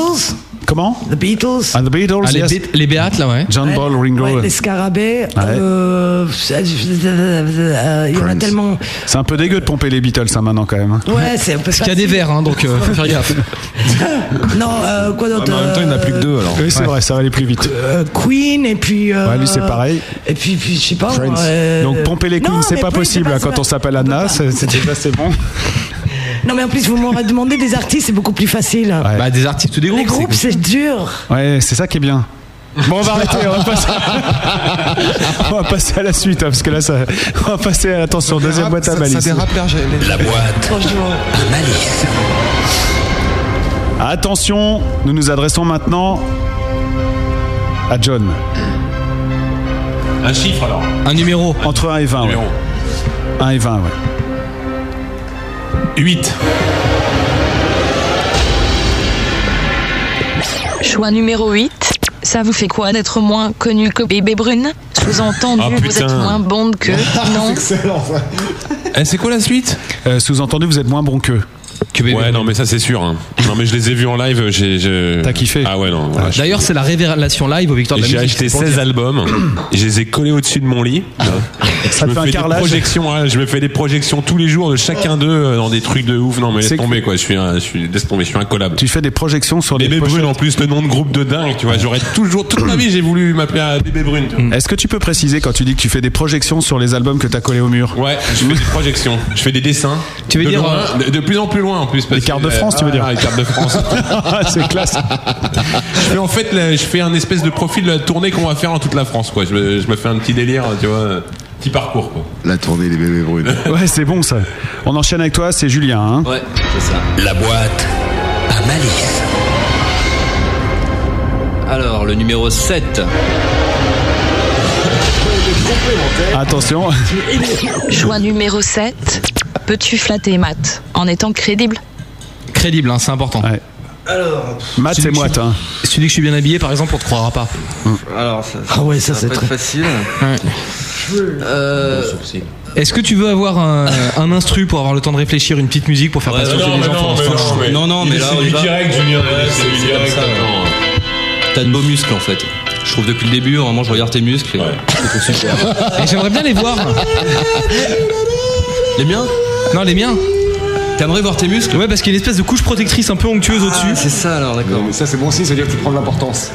[SPEAKER 3] Comment
[SPEAKER 7] The Beatles.
[SPEAKER 3] Ah, the Beatles,
[SPEAKER 6] Ah, les,
[SPEAKER 3] yes.
[SPEAKER 6] Beat- les Beatles, là, ouais.
[SPEAKER 3] John Paul Ringo.
[SPEAKER 7] Ouais, les scarabées. euh, euh, Il y en a tellement.
[SPEAKER 3] C'est un peu dégueu de pomper les Beatles, ça, maintenant, quand même. hein.
[SPEAKER 7] Ouais, c'est un peu.
[SPEAKER 6] Parce qu'il y a des verres, hein, donc euh, faut faire gaffe.
[SPEAKER 7] Non, euh, quoi
[SPEAKER 3] Ah,
[SPEAKER 7] d'autre euh,
[SPEAKER 3] Oui, c'est
[SPEAKER 7] ouais.
[SPEAKER 3] vrai, ça va aller plus vite.
[SPEAKER 7] euh, Queen et puis. euh,
[SPEAKER 3] Ouais, lui, c'est pareil.
[SPEAKER 7] Et puis, puis je sais pas.
[SPEAKER 3] Friends.
[SPEAKER 7] euh,
[SPEAKER 3] Donc, pomper les
[SPEAKER 7] non,
[SPEAKER 3] Queens, c'est
[SPEAKER 7] mais
[SPEAKER 3] pas
[SPEAKER 7] Prince,
[SPEAKER 3] possible
[SPEAKER 7] c'est
[SPEAKER 3] hein,
[SPEAKER 7] pas-
[SPEAKER 3] quand on
[SPEAKER 7] c'est pas-
[SPEAKER 3] s'appelle Anna, c'est c'est déjà c'est bon.
[SPEAKER 7] Non, mais en plus, vous m'aurez demandé des artistes, c'est beaucoup plus facile.
[SPEAKER 6] Bah, des artistes ou des
[SPEAKER 7] Les
[SPEAKER 6] groupes.
[SPEAKER 7] groupes, c'est dur.
[SPEAKER 3] Ouais, c'est ça qui est bien. Bon, on va arrêter, on va passer, on va passer à la suite, hein, parce que là, ça... on va passer à attention, deuxième boîte
[SPEAKER 11] ça-
[SPEAKER 3] à
[SPEAKER 11] ça
[SPEAKER 3] malice.
[SPEAKER 11] dérape,
[SPEAKER 6] Ah,
[SPEAKER 11] là, j'ai-
[SPEAKER 3] La boîte
[SPEAKER 7] Franchement.
[SPEAKER 3] malice. Attention, nous nous adressons maintenant à John.
[SPEAKER 4] Un chiffre alors.
[SPEAKER 6] Un numéro.
[SPEAKER 3] Entre 1 et 20.
[SPEAKER 4] Numéro.
[SPEAKER 3] 1 et 20, ouais.
[SPEAKER 4] 8.
[SPEAKER 14] Choix numéro 8. Ça vous fait quoi d'être moins connu que Bébé Brune Sous-entendu,
[SPEAKER 4] Ah,
[SPEAKER 14] vous
[SPEAKER 4] putain.
[SPEAKER 14] êtes moins bonde que. Non.
[SPEAKER 3] c'est quoi la suite Euh, Sous-entendu, vous êtes moins bon qu'eux.
[SPEAKER 4] ouais, non, mais ça c'est sûr. hein. Non, mais je les ai vus en live. j'ai- je-
[SPEAKER 3] T'as kiffé
[SPEAKER 4] Ah ouais, non. voilà, je-
[SPEAKER 6] D'ailleurs, c'est la révélation live au Victoire de la
[SPEAKER 4] J'ai
[SPEAKER 6] Musique.
[SPEAKER 4] acheté
[SPEAKER 6] c'est pour le
[SPEAKER 4] 16
[SPEAKER 6] dire.
[SPEAKER 4] albums, et je les ai collés au-dessus de mon lit.
[SPEAKER 3] Ah Ça
[SPEAKER 4] je
[SPEAKER 3] fait
[SPEAKER 4] me
[SPEAKER 3] un
[SPEAKER 4] fais des
[SPEAKER 3] carrelage.
[SPEAKER 4] projections, hein, je me fais des projections tous les jours de chacun d'eux euh, dans des trucs de ouf. Non mais
[SPEAKER 3] C'est
[SPEAKER 4] laisse
[SPEAKER 3] que-
[SPEAKER 4] tomber quoi, je suis, un- je suis laisse tomber, je suis incollable.
[SPEAKER 3] Tu fais des projections sur des
[SPEAKER 4] Bébé
[SPEAKER 3] pochettes.
[SPEAKER 4] Brune en plus le nom de groupe de dingue, tu vois, j'aurais toujours toute ma vie j'ai voulu m'appeler euh, Bébé Brune. tu vois.
[SPEAKER 3] Est-ce que tu peux préciser quand tu dis que tu fais des projections sur les albums que t'as collés au mur
[SPEAKER 4] Ouais, je fais des projections, je fais des dessins.
[SPEAKER 6] Tu veux
[SPEAKER 4] De
[SPEAKER 6] dire,
[SPEAKER 4] loin,
[SPEAKER 6] euh,
[SPEAKER 4] de, de plus en plus loin en plus. Les Ah,
[SPEAKER 3] cartes de France, tu veux dire
[SPEAKER 4] Les cartes de France.
[SPEAKER 3] C'est classe.
[SPEAKER 4] je fais en fait, la- je fais un espèce de profil de la tournée qu'on va faire en toute la France, quoi. Je me, je me fais un petit délire, tu vois, euh, petit parcours, quoi.
[SPEAKER 5] La tournée des bébés brunes.
[SPEAKER 3] Ouais, c'est bon ça. On enchaîne avec toi, c'est Julien. Hein
[SPEAKER 12] Ouais, c'est ça.
[SPEAKER 1] La boîte à malice.
[SPEAKER 12] Alors, le numéro 7.
[SPEAKER 3] Attention.
[SPEAKER 14] Choix numéro 7. Peux-tu flatter Matt en étant crédible
[SPEAKER 6] Crédible, hein, c'est important.
[SPEAKER 12] Alors,
[SPEAKER 3] Matt,
[SPEAKER 6] Tu dis
[SPEAKER 3] c'est
[SPEAKER 6] que
[SPEAKER 3] moi,
[SPEAKER 6] je suis-
[SPEAKER 3] hein.
[SPEAKER 6] Si tu dis que je suis bien habillé, par exemple, on te croira pas.
[SPEAKER 12] Hmm. alors ça,
[SPEAKER 6] Ah ouais, ça, c'est
[SPEAKER 12] va pas
[SPEAKER 6] très-
[SPEAKER 12] être facile. Euh,
[SPEAKER 6] Est-ce que tu veux avoir un, un instru pour avoir le temps de réfléchir, une petite musique pour faire
[SPEAKER 12] Ouais,
[SPEAKER 6] passer
[SPEAKER 12] non,
[SPEAKER 6] les
[SPEAKER 12] mais
[SPEAKER 6] gens
[SPEAKER 12] non,
[SPEAKER 6] pendant
[SPEAKER 12] mais
[SPEAKER 6] ce temps
[SPEAKER 12] non, mais- Non, non, mais là, on y va. Ouais, c'est- c'est comme ça, ouais. T'as de beaux muscles en fait. Je trouve depuis le début, vraiment, je regarde tes muscles. et je trouve super.
[SPEAKER 6] Et j'aimerais bien les voir.
[SPEAKER 12] Les miens
[SPEAKER 6] Non, les miens.
[SPEAKER 12] T'aimerais voir tes muscles Ah,
[SPEAKER 6] Ouais, parce qu'il y a une espèce de couche protectrice un peu onctueuse au-dessus.
[SPEAKER 12] C'est ça alors, d'accord.
[SPEAKER 11] Ça, c'est bon signe, ça veut dire que tu prends de l'importance.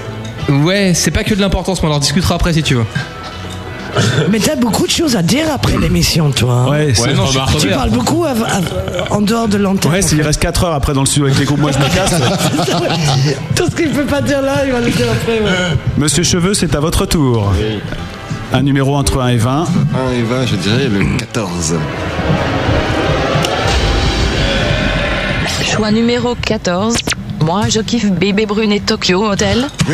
[SPEAKER 6] Ouais, c'est pas que de l'importance, mais on en discutera après si tu veux.
[SPEAKER 7] Mais t'as beaucoup de choses à dire après l'émission, toi. hein.
[SPEAKER 3] Ouais, c'est- Ouais, non, je suis trop
[SPEAKER 7] Tu
[SPEAKER 3] vert.
[SPEAKER 7] parles beaucoup av- av- en dehors de l'antenne.
[SPEAKER 3] Ouais,
[SPEAKER 7] en
[SPEAKER 3] s'il
[SPEAKER 7] fait.
[SPEAKER 3] reste 4 heures après dans le studio avec les groupes, moi je me casse.
[SPEAKER 7] Tout ce qu'il peut pas dire là, il va le dire après. ouais.
[SPEAKER 3] Monsieur Cheveux, c'est à votre tour. Un numéro entre 1 et 20.
[SPEAKER 11] 1 et 20, je dirais le 14.
[SPEAKER 14] Choix numéro 14. Moi, je kiffe Bébé Brune et Tokyo Hotel.
[SPEAKER 5] Oh,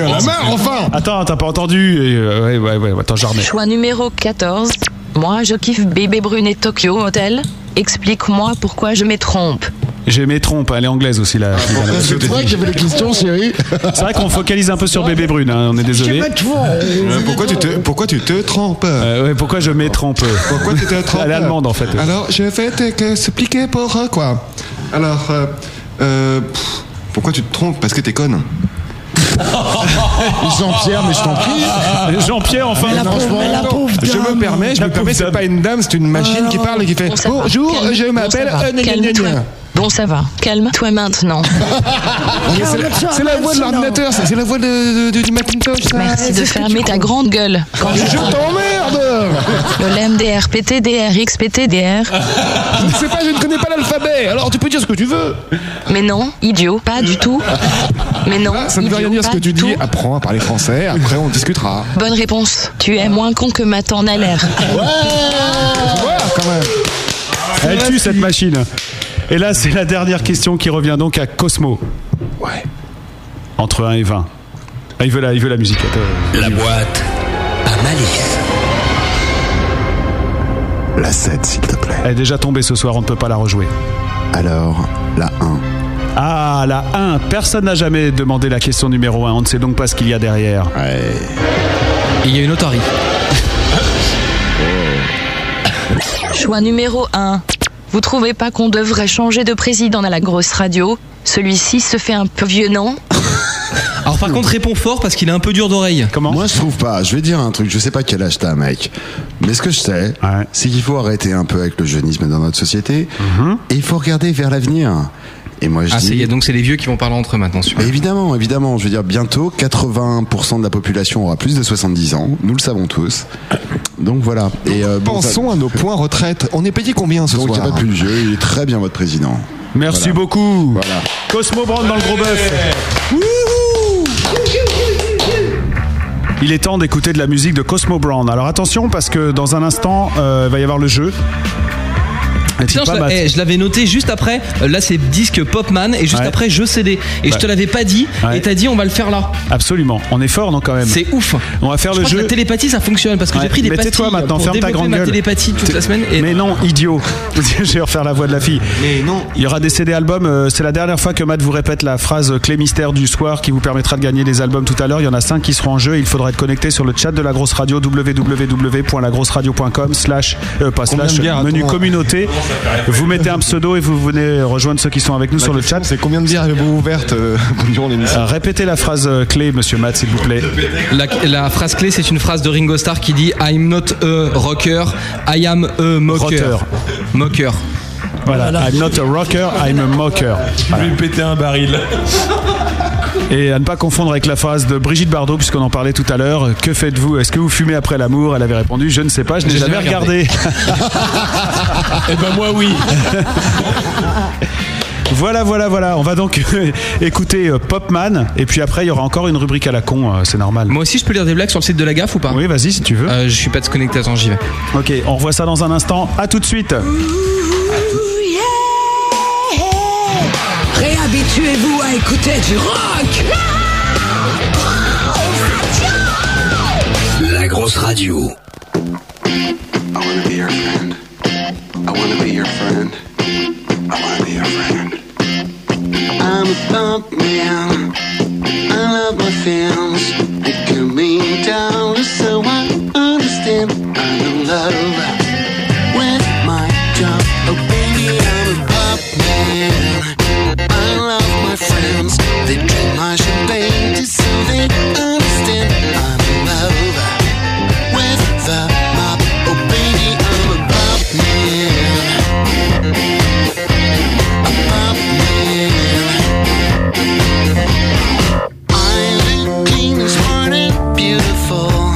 [SPEAKER 3] enfin Attends, t'as pas entendu et, euh, Ouais, ouais, ouais, attends, je remets.
[SPEAKER 14] Choix numéro 14. Moi, je kiffe Bébé Brune et Tokyo Hotel. Explique-moi pourquoi je me trompe.
[SPEAKER 3] J'ai mes trompes, elle est anglaise aussi
[SPEAKER 11] Ah,
[SPEAKER 3] là.
[SPEAKER 5] C'est toi qui avais les questions, chérie.
[SPEAKER 3] C'est vrai qu'on focalise un peu sur bébé brune, hein, on est désolé.
[SPEAKER 11] Euh, Pourquoi tu te, pourquoi tu te trompes
[SPEAKER 3] Euh, ouais, Pourquoi je mets trompe
[SPEAKER 11] Pourquoi tu te trompes
[SPEAKER 3] Elle est allemande en fait.
[SPEAKER 11] Alors, je vais te que suppliquer pour euh, quoi Alors, euh, euh, pff, pourquoi tu te trompes Parce que t'es conne.
[SPEAKER 5] Jean-Pierre, mais je t'en prie.
[SPEAKER 3] Jean-Pierre, enfin.
[SPEAKER 5] Mais la
[SPEAKER 11] Non,
[SPEAKER 5] pauvre-
[SPEAKER 11] franchement,
[SPEAKER 5] mais la pauvre
[SPEAKER 11] Je me
[SPEAKER 5] dame.
[SPEAKER 11] permets, je
[SPEAKER 5] La
[SPEAKER 11] me permets, c'est pas une dame, c'est une machine qui parle et qui fait
[SPEAKER 14] Bon, ça va.
[SPEAKER 11] Bonjour,
[SPEAKER 14] Calme-
[SPEAKER 11] je
[SPEAKER 14] bon,
[SPEAKER 11] m'appelle.
[SPEAKER 14] ça va.
[SPEAKER 11] euh, gna, gna, gna,
[SPEAKER 14] Calme-toi.
[SPEAKER 11] gna.
[SPEAKER 14] Bon, ça va. Calme-toi maintenant.
[SPEAKER 11] Mais c'est la- C'est la voix de l'ordinateur, c'est c'est la voix de- de- de- du Macintosh. ça.
[SPEAKER 14] Merci de
[SPEAKER 11] C'est ce que
[SPEAKER 14] fermer
[SPEAKER 11] tu
[SPEAKER 14] ta grande gueule.
[SPEAKER 11] crois. Je t'emmerde
[SPEAKER 14] Lolem, DR, PT, DR, XPT, DR.
[SPEAKER 11] Je ne sais pas, je ne connais pas l'alphabet, alors tu peux dire ce que tu veux.
[SPEAKER 14] Mais non, idiot, pas du tout. Mais non,
[SPEAKER 11] Ça ne veut
[SPEAKER 14] idiot,
[SPEAKER 11] rien dire ce
[SPEAKER 14] pas
[SPEAKER 11] que tu
[SPEAKER 14] du
[SPEAKER 11] dis,
[SPEAKER 14] tout.
[SPEAKER 11] apprends à parler français, après on discutera.
[SPEAKER 14] Bonne réponse. Tu es moins con que ma t'en a l'air.
[SPEAKER 11] quand même.
[SPEAKER 3] Elle tue cette machine. Et là, c'est la dernière question qui revient donc à Cosmo. Ouais. Entre 1 et 20. Ah, il, veut la, il veut la musique.
[SPEAKER 1] La boîte à malice.
[SPEAKER 3] La 7, s'il te plaît. Elle est déjà tombée ce soir, on ne peut pas la rejouer.
[SPEAKER 5] Alors, la 1.
[SPEAKER 3] Ah, la 1. Personne n'a jamais demandé la question numéro 1. On ne sait donc pas ce qu'il y a derrière. Ouais.
[SPEAKER 6] Il y a une otarie.
[SPEAKER 14] Choix numéro 1. Vous trouvez pas qu'on devrait changer de président à la grosse radio Celui-ci se fait un peu vieux, non
[SPEAKER 6] Alors par contre, réponds fort parce qu'il est un peu dur d'oreille.
[SPEAKER 3] Comment
[SPEAKER 5] Moi, je trouve pas. Je vais dire un truc. Je sais pas quel âge t'as, mec. Mais ce que je sais, c'est qu'il faut arrêter un peu avec le jeunisme dans notre société.
[SPEAKER 11] Mhm.
[SPEAKER 5] Et il faut regarder vers l'avenir. Et moi, je
[SPEAKER 6] Ah, c'est-
[SPEAKER 5] dis.
[SPEAKER 6] donc c'est les vieux qui vont parler entre eux maintenant. super.
[SPEAKER 5] Mais Évidemment, évidemment. Je veux dire, bientôt, 80% de la population aura plus de 70 ans. Nous le savons tous. Donc voilà. Et euh, bon,
[SPEAKER 11] Pensons à nos points retraite. On est payé combien ce
[SPEAKER 5] Donc il n'y
[SPEAKER 11] soir
[SPEAKER 5] a pas de plus vieux. Il est très bien, votre président.
[SPEAKER 3] Merci
[SPEAKER 5] Voilà.
[SPEAKER 3] beaucoup.
[SPEAKER 5] Voilà.
[SPEAKER 3] Cosmo Brand dans le gros bœuf. Il est temps d'écouter de la musique de Cosmo Brown. Alors attention parce que dans un instant, euh, il va y avoir le jeu. Est-il
[SPEAKER 6] Putain,
[SPEAKER 3] pas
[SPEAKER 6] je,
[SPEAKER 3] mat-
[SPEAKER 6] l'a- eh, je l'avais noté juste après. Euh, Là, c'est disque Popman et juste après, je CD. Et je te l'avais pas dit. Et t'as dit, on va le faire là.
[SPEAKER 3] Absolument. On est fort, non, quand même.
[SPEAKER 6] C'est ouf.
[SPEAKER 3] On va faire
[SPEAKER 6] Je
[SPEAKER 3] le
[SPEAKER 6] crois que
[SPEAKER 3] jeu.
[SPEAKER 6] la télépathie, ça fonctionne parce que
[SPEAKER 3] Ouais,
[SPEAKER 6] j'ai pris des
[SPEAKER 3] mais
[SPEAKER 6] pastilles
[SPEAKER 3] tais-toi maintenant,
[SPEAKER 6] pour
[SPEAKER 3] ferme ta
[SPEAKER 6] développer
[SPEAKER 3] grande
[SPEAKER 6] ma
[SPEAKER 3] gueule.
[SPEAKER 6] télépathie toute
[SPEAKER 3] T'es-
[SPEAKER 6] la semaine. Et
[SPEAKER 3] Mais non, idiot. Je vais refaire la voix de la fille. Il y aura des CD albums. euh, C'est la dernière fois que Matt vous répète la phrase clé mystère du soir qui vous permettra de gagner des albums tout à l'heure. Il y en a 5 qui seront en jeu. Il faudra être connecté sur le chat de la grosse radio www.lagrosseradio.com slash euh, pas
[SPEAKER 11] Combien de
[SPEAKER 3] slash
[SPEAKER 11] bières, attends,
[SPEAKER 3] menu
[SPEAKER 11] hein
[SPEAKER 3] communauté. Vous mettez un pseudo et vous venez rejoindre ceux qui sont avec nous sur le chat.
[SPEAKER 11] Bah, C'est combien de bières avez-vous ouvertes euh, durant l'émission
[SPEAKER 3] Euh, Répétez la phrase euh, clé, monsieur Matt, s'il vous plaît.
[SPEAKER 6] La, la phrase clé, c'est une phrase de Ringo Starr qui dit I'm not a rocker, I am a mocker.
[SPEAKER 3] Rotter.
[SPEAKER 6] Mocker.
[SPEAKER 3] Voilà. I'm not a rocker, I'm a mocker. Voilà.
[SPEAKER 4] péter un baril.
[SPEAKER 3] Et à ne pas confondre avec la phrase de Brigitte Bardot, puisqu'on en parlait tout à l'heure. Que faites-vous Est-ce que vous fumez après l'amour Elle avait répondu Je ne sais pas, je n'ai
[SPEAKER 4] J'ai
[SPEAKER 3] jamais
[SPEAKER 4] jamais
[SPEAKER 3] regardé.
[SPEAKER 4] Eh ben moi oui.
[SPEAKER 3] voilà, voilà, voilà. On va donc écouter euh, Popman. Et puis après, il y aura encore une rubrique à la con, euh, c'est normal.
[SPEAKER 6] Moi aussi, je peux lire des blagues sur le site de la gaffe ou pas Euh,
[SPEAKER 3] Oui, vas-y si tu veux.
[SPEAKER 6] je suis pas déconnecté, attends, j'y vais.
[SPEAKER 3] Ok, on revoit ça dans un instant. À tout de suite.
[SPEAKER 2] Réhabituez-vous à écouter du rock
[SPEAKER 1] La grosse radio.
[SPEAKER 9] I'm a punk man. I love my fans. They can me down, so I understand. I'm in love with my job. Oh, baby, I'm a pop man. I love my friends. They drink my champagne just so they understand. I'm in love with the mob. Oh, baby, I'm a pop man. A pop man. I live clean as Oh,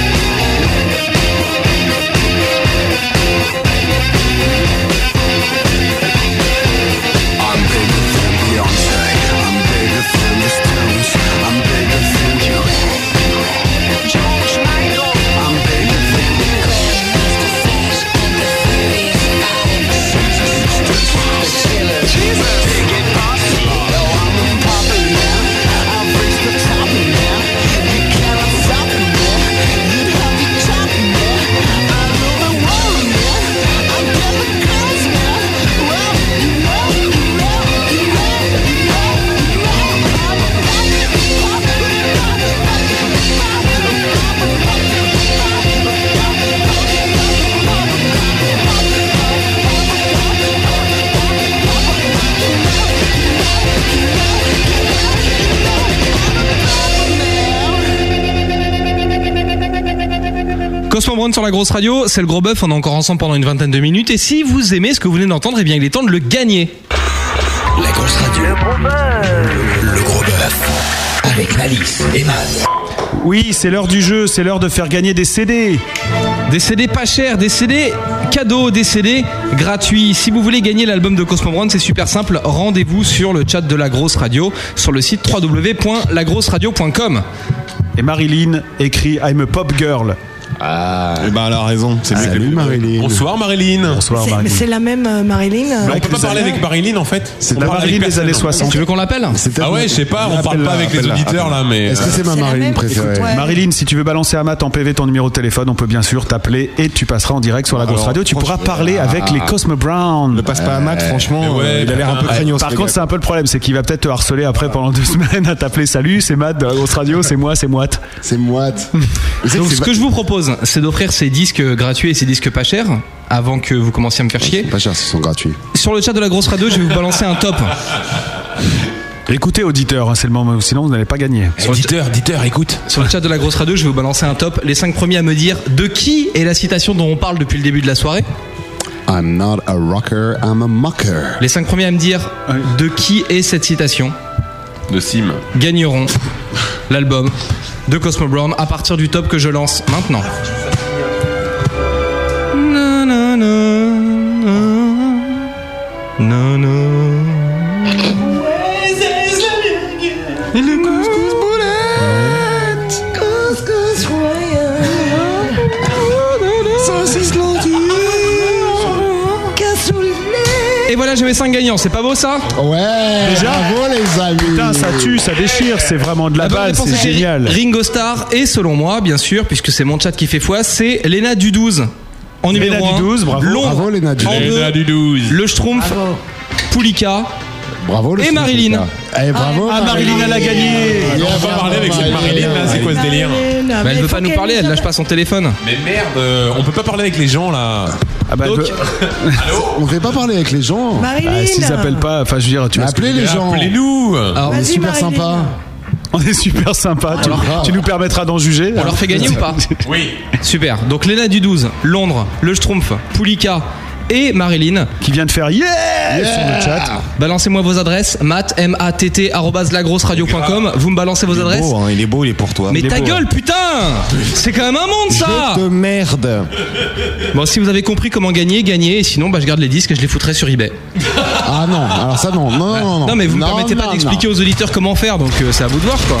[SPEAKER 9] Oh, Oh,
[SPEAKER 6] Cosmo Brown sur la grosse radio, c'est le gros bœuf, on est encore ensemble pendant une vingtaine de minutes. Et si vous aimez ce que vous venez d'entendre, eh bien il est temps de le gagner.
[SPEAKER 1] La grosse radio. Le gros bœuf. Le gros bœuf. Avec Malice et Maz.
[SPEAKER 3] Oui, c'est l'heure du jeu, c'est l'heure de faire gagner des CD.
[SPEAKER 6] Des CD pas chers, des CD cadeaux, des CD gratuits. Si vous voulez gagner l'album de Cosmo Brown, c'est super simple. Rendez-vous sur le chat de la grosse radio, sur le site www.lagrosseradio.com.
[SPEAKER 3] Et Marilyn écrit I'm a pop girl.
[SPEAKER 4] Ah.
[SPEAKER 3] Et ben elle a raison, c'est
[SPEAKER 5] mieux que- Salut, Marilyn.
[SPEAKER 4] Bonsoir Marilyn.
[SPEAKER 3] Bonsoir
[SPEAKER 7] C'est- mais c'est la même euh, Marilyn
[SPEAKER 4] Mais on peut pas parler avec Marilyn en fait.
[SPEAKER 5] C'est
[SPEAKER 4] On
[SPEAKER 5] la
[SPEAKER 4] parle avec
[SPEAKER 5] Marilyn des
[SPEAKER 4] personne. hein.
[SPEAKER 5] années 60.
[SPEAKER 6] Tu veux qu'on l'appelle
[SPEAKER 4] Ah ouais, je sais pas, on parle pas avec les auditeurs là, mais. euh.
[SPEAKER 3] Écoute, Marilyn, si tu veux balancer à Matt en PV ton numéro de téléphone, on peut bien sûr t'appeler et tu passeras en direct sur la grosse
[SPEAKER 11] Alors,
[SPEAKER 3] radio. Tu pourras
[SPEAKER 11] franchement-
[SPEAKER 3] parler avec
[SPEAKER 4] Ah.
[SPEAKER 3] les Cosmo Brown. Ah. Ne
[SPEAKER 11] passe pas à Matt, franchement, Mais ouais, euh, il a l'air un peu putain, craignos,
[SPEAKER 3] Par
[SPEAKER 11] ce
[SPEAKER 3] contre,
[SPEAKER 11] gars.
[SPEAKER 3] c'est un peu le problème, c'est qu'il va peut-être te harceler après pendant deux semaines à t'appeler. Salut, c'est Matt de la grosse radio, c'est moi, c'est Moite.
[SPEAKER 5] C'est Moite.
[SPEAKER 6] Donc ce que je vous propose, c'est d'offrir ces disques gratuits et ces disques pas chers avant que vous commenciez à me faire
[SPEAKER 3] Ah,
[SPEAKER 6] chier.
[SPEAKER 5] Pas chers, ce sont gratuits.
[SPEAKER 6] Sur le chat de la grosse radio, je vais vous balancer un top.
[SPEAKER 3] Écoutez, auditeurs, hein, c'est le moment où sinon vous n'allez pas gagner.
[SPEAKER 6] Eh,
[SPEAKER 4] Auditeur, auditeur, écoute.
[SPEAKER 6] Sur le chat de la grosse radio, je vais vous balancer un top. Les 5 premiers à me dire de qui est la citation dont on parle depuis le début de la soirée.
[SPEAKER 5] I'm not a rocker, I'm a mocker.
[SPEAKER 6] Les 5 premiers à me dire de qui est cette citation
[SPEAKER 4] De Sim.
[SPEAKER 6] gagneront l'album de Cosmo Brown à partir du top que je lance maintenant. Et voilà, j'ai mes 5 gagnants, c'est pas beau ça
[SPEAKER 5] Ouais
[SPEAKER 3] Déjà
[SPEAKER 5] Bravo les amis
[SPEAKER 3] Putain, ça tue, ça déchire, c'est vraiment de la
[SPEAKER 6] bonne
[SPEAKER 3] balle,
[SPEAKER 6] réponse
[SPEAKER 3] c'est
[SPEAKER 6] était
[SPEAKER 3] génial.
[SPEAKER 6] Ringo Starr et selon moi, bien sûr, puisque c'est mon chat qui fait foi, c'est Lena du 12. En
[SPEAKER 3] Léna
[SPEAKER 6] numéro
[SPEAKER 3] du
[SPEAKER 6] 1.
[SPEAKER 3] 12, bravo.
[SPEAKER 6] Londres,
[SPEAKER 5] Bravo, Léna du
[SPEAKER 6] en
[SPEAKER 5] 12.
[SPEAKER 6] deux,
[SPEAKER 5] Léna du
[SPEAKER 4] 12.
[SPEAKER 6] Le Schtroumpf, Poulika.
[SPEAKER 5] Bravo
[SPEAKER 6] Et Marilyn.
[SPEAKER 5] Eh bravo Ah,
[SPEAKER 3] Ah, Marilyn, elle a gagné.
[SPEAKER 4] Et on va parler avec cette Marilyn là, c'est quoi ce délire
[SPEAKER 6] Bah, elle veut pas nous parler, elle lâche pas son téléphone.
[SPEAKER 4] Mais merde, euh, on peut pas parler avec les gens là.
[SPEAKER 3] Donc,
[SPEAKER 5] On ne fait pas parler avec les gens.
[SPEAKER 7] Marilyn
[SPEAKER 3] Bah, S'ils appellent pas, enfin je veux dire, tu
[SPEAKER 5] Mais
[SPEAKER 3] vois ce que
[SPEAKER 5] appelez
[SPEAKER 3] je veux
[SPEAKER 5] les
[SPEAKER 3] dire.
[SPEAKER 5] gens.
[SPEAKER 4] Appelez-nous
[SPEAKER 5] On est
[SPEAKER 7] Vas-y,
[SPEAKER 5] super
[SPEAKER 7] Marilyn.
[SPEAKER 5] sympa.
[SPEAKER 3] On est super sympa. Tu, tu nous permettras d'en juger.
[SPEAKER 6] On leur fait gagner ou pas
[SPEAKER 4] Oui.
[SPEAKER 6] Super. Donc Lena du 12, Londres, Le Schtroumpf, Poulika et Marilyn.
[SPEAKER 3] Qui vient de faire yeah, sur le chat.
[SPEAKER 6] Balancez-moi vos adresses. Matt, m a t t arobase lagrosseradio.com. Vous me balancez vos adresses.
[SPEAKER 8] Beau, hein, il est beau, il est pour toi.
[SPEAKER 6] Mais
[SPEAKER 8] Il est
[SPEAKER 6] ta
[SPEAKER 8] beau,
[SPEAKER 6] gueule,
[SPEAKER 8] hein.
[SPEAKER 6] putain C'est quand même un monde, ça
[SPEAKER 8] Je te merde.
[SPEAKER 6] Bon, si vous avez compris comment gagner, gagnez. Et sinon, bah, je garde les disques et je les foutrai sur eBay.
[SPEAKER 5] Ah non, alors ça non, non, non, non.
[SPEAKER 6] Non, mais vous ne
[SPEAKER 5] ne
[SPEAKER 6] me permettez pas d'expliquer aux auditeurs comment faire, donc euh, c'est à vous de voir, quoi.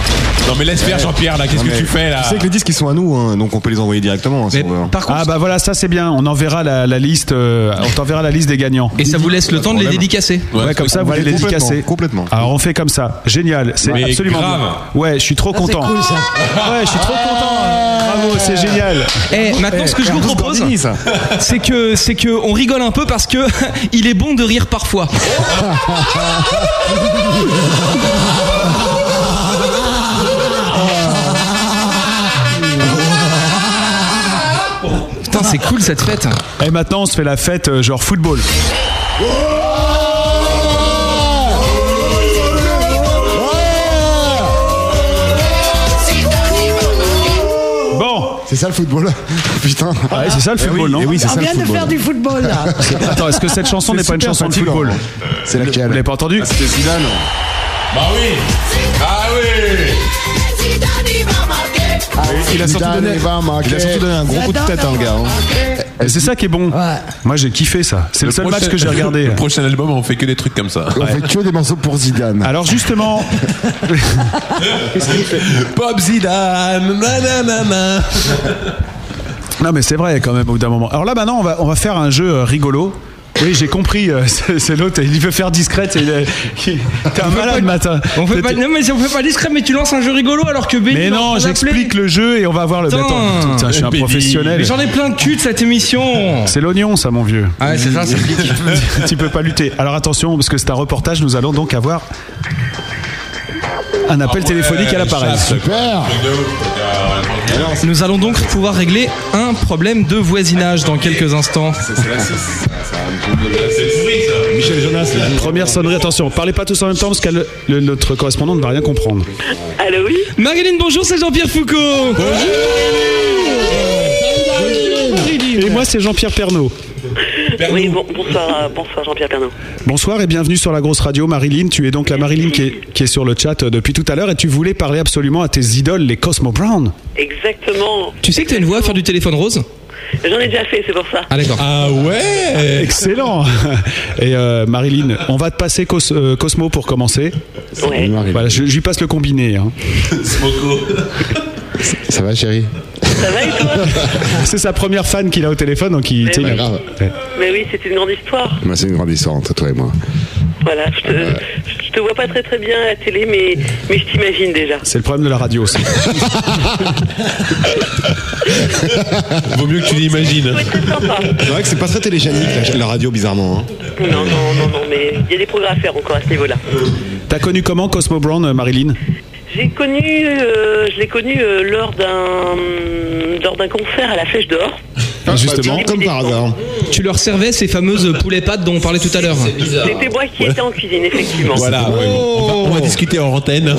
[SPEAKER 4] Non mais laisse faire Jean-Pierre là, qu'est-ce que tu fais là
[SPEAKER 8] Tu sais que les disques ils sont à nous, hein, donc on peut les envoyer directement hein, si on veut. hein.
[SPEAKER 6] Par contre,
[SPEAKER 3] Ah bah voilà, ça c'est bien. On enverra la, la liste. euh, on t'enverra la liste des gagnants.
[SPEAKER 6] et ça vous laisse le temps de les dédicacer.
[SPEAKER 3] Ouais, comme ça vous les
[SPEAKER 8] complètement,
[SPEAKER 3] dédicacez.
[SPEAKER 8] complètement.
[SPEAKER 3] Alors on fait comme ça. Génial. C'est
[SPEAKER 4] Mais
[SPEAKER 3] absolument.
[SPEAKER 4] grave.
[SPEAKER 3] bien. Ouais, je suis trop content.
[SPEAKER 7] cool, ça.
[SPEAKER 3] Ouais, je suis trop content. Bravo, c'est génial.
[SPEAKER 6] Eh, maintenant, ce que je vous propose,
[SPEAKER 8] Gordini, ça.
[SPEAKER 6] c'est que, c'est que, on rigole un peu parce que il est bon de rire parfois. Putain, c'est cool cette fête.
[SPEAKER 3] Et Eh, maintenant on se fait la fête euh, genre football. Bon.
[SPEAKER 5] C'est ça le football Putain.
[SPEAKER 3] Ah ouais, c'est ça le
[SPEAKER 8] Eh
[SPEAKER 3] football,
[SPEAKER 8] oui,
[SPEAKER 3] non
[SPEAKER 8] eh oui, c'est
[SPEAKER 7] On
[SPEAKER 8] ça le
[SPEAKER 7] vient de
[SPEAKER 8] football.
[SPEAKER 7] faire du football là.
[SPEAKER 3] Attends, est-ce que cette chanson n'est pas une
[SPEAKER 8] super
[SPEAKER 3] chanson de
[SPEAKER 8] fatigant.
[SPEAKER 3] football
[SPEAKER 5] C'est
[SPEAKER 3] Vous l'avez
[SPEAKER 5] laquelle
[SPEAKER 3] pas entendu
[SPEAKER 8] Ah, C'était Zidane.
[SPEAKER 4] Bah oui Ah oui
[SPEAKER 3] Ah,
[SPEAKER 8] Il a sorti
[SPEAKER 5] Zidane,
[SPEAKER 8] donné-
[SPEAKER 5] il va marquer.
[SPEAKER 8] il a surtout donné un gros coup de tête, hein, le gars. hein.
[SPEAKER 3] Et C'est ça qui est bon. Moi j'ai kiffé ça. C'est le, seul match
[SPEAKER 4] prochain-
[SPEAKER 3] que j'ai regardé.
[SPEAKER 4] Le prochain album, on fait que des trucs comme ça.
[SPEAKER 5] On fait que des morceaux pour Zidane.
[SPEAKER 3] Alors justement,
[SPEAKER 4] Bob Zidane nanana.
[SPEAKER 3] non mais c'est vrai quand même au bout d'un moment. Alors là maintenant on va on va faire un jeu euh, rigolo. Oui, j'ai compris, euh, c'est c'est l'autre, il veut faire discrète. et il est- il- T'es un malade matin.
[SPEAKER 6] On fait
[SPEAKER 3] T'es-
[SPEAKER 6] pas,
[SPEAKER 3] t'es-
[SPEAKER 6] non, mais on fait pas discret, mais tu lances un jeu rigolo alors que Benny.
[SPEAKER 3] Mais
[SPEAKER 6] est en
[SPEAKER 3] non,
[SPEAKER 6] train
[SPEAKER 3] j'explique
[SPEAKER 6] d'appeler.
[SPEAKER 3] le jeu et on va voir le. Mais
[SPEAKER 6] Putain.
[SPEAKER 3] attends, putain, je suis un
[SPEAKER 4] Baby.
[SPEAKER 3] professionnel.
[SPEAKER 6] Mais j'en ai plein de cul de cette émission.
[SPEAKER 3] C'est l'oignon, ça, mon vieux.
[SPEAKER 6] Ah ouais, c'est ça, c'est compliqué.
[SPEAKER 3] tu peux pas lutter. Alors attention, parce que c'est un reportage, nous allons donc avoir
[SPEAKER 8] Ah
[SPEAKER 3] un
[SPEAKER 4] Ah
[SPEAKER 3] appel téléphonique à l'appareil.
[SPEAKER 5] Super
[SPEAKER 6] Nous allons donc pouvoir régler un problème de voisinage dans quelques instants.
[SPEAKER 8] Michel Jonas, là.
[SPEAKER 3] Première sonnerie, attention, parlez pas tous en même temps parce que le- le- notre correspondant ne va rien comprendre.
[SPEAKER 6] Marilyn, bonjour, c'est Jean-Pierre Foucault. Bonjour.
[SPEAKER 3] Et moi, c'est Jean-Pierre Pernaud.
[SPEAKER 15] Oui, bon- bonsoir, euh, bonsoir Jean-Pierre Pernaud.
[SPEAKER 3] Bonsoir et bienvenue sur la grosse radio, Marilyn. Tu es donc la Marilyn qui est, qui est sur le chat euh, depuis tout à l'heure et tu voulais parler absolument à tes idoles, les Cosmo Brown.
[SPEAKER 15] Exactement.
[SPEAKER 6] Tu sais que t'as une voix à faire du téléphone rose
[SPEAKER 15] J'en ai déjà fait, c'est pour ça.
[SPEAKER 6] Ah d'accord.
[SPEAKER 3] Ah ouais Excellent Et euh, Marilyn, on va te passer Cos- euh, Cosmo pour commencer. Voilà, je, je lui passe le combiné. hein.
[SPEAKER 4] Smoko.
[SPEAKER 5] Ça va, chérie
[SPEAKER 15] Ça va et toi
[SPEAKER 3] C'est sa première fan qu'il a au téléphone, donc il...
[SPEAKER 7] Eh
[SPEAKER 15] Mais
[SPEAKER 3] tu sais,
[SPEAKER 15] oui.
[SPEAKER 3] il-
[SPEAKER 5] Grave.
[SPEAKER 15] Mais oui, c'est une grande histoire.
[SPEAKER 5] Bah, c'est une grande histoire entre toi et moi.
[SPEAKER 15] Voilà, je te, je te vois pas très très bien à la télé, mais, mais je t'imagine déjà.
[SPEAKER 3] C'est le problème de la radio aussi.
[SPEAKER 4] Vaut mieux que tu l'imagines.
[SPEAKER 8] C'est vrai que c'est pas très télégénique la, la radio bizarrement. hein.
[SPEAKER 15] Non, non, non, non, mais il y a des progrès à faire encore à ce niveau-là.
[SPEAKER 3] T'as connu comment Cosmo Brown, euh, Marilyn
[SPEAKER 15] J'ai connu, euh, je l'ai connu euh, lors d'un lors d'un concert à la Flèche d'Or.
[SPEAKER 6] Ah, Justement, comme par hasard. Tu leur servais ces fameuses poulets pâtes dont on parlait tout à l'heure.
[SPEAKER 15] C'était moi qui étais en cuisine, effectivement.
[SPEAKER 4] Voilà, ouais, on, va,
[SPEAKER 8] Oh.
[SPEAKER 4] on va discuter en antenne.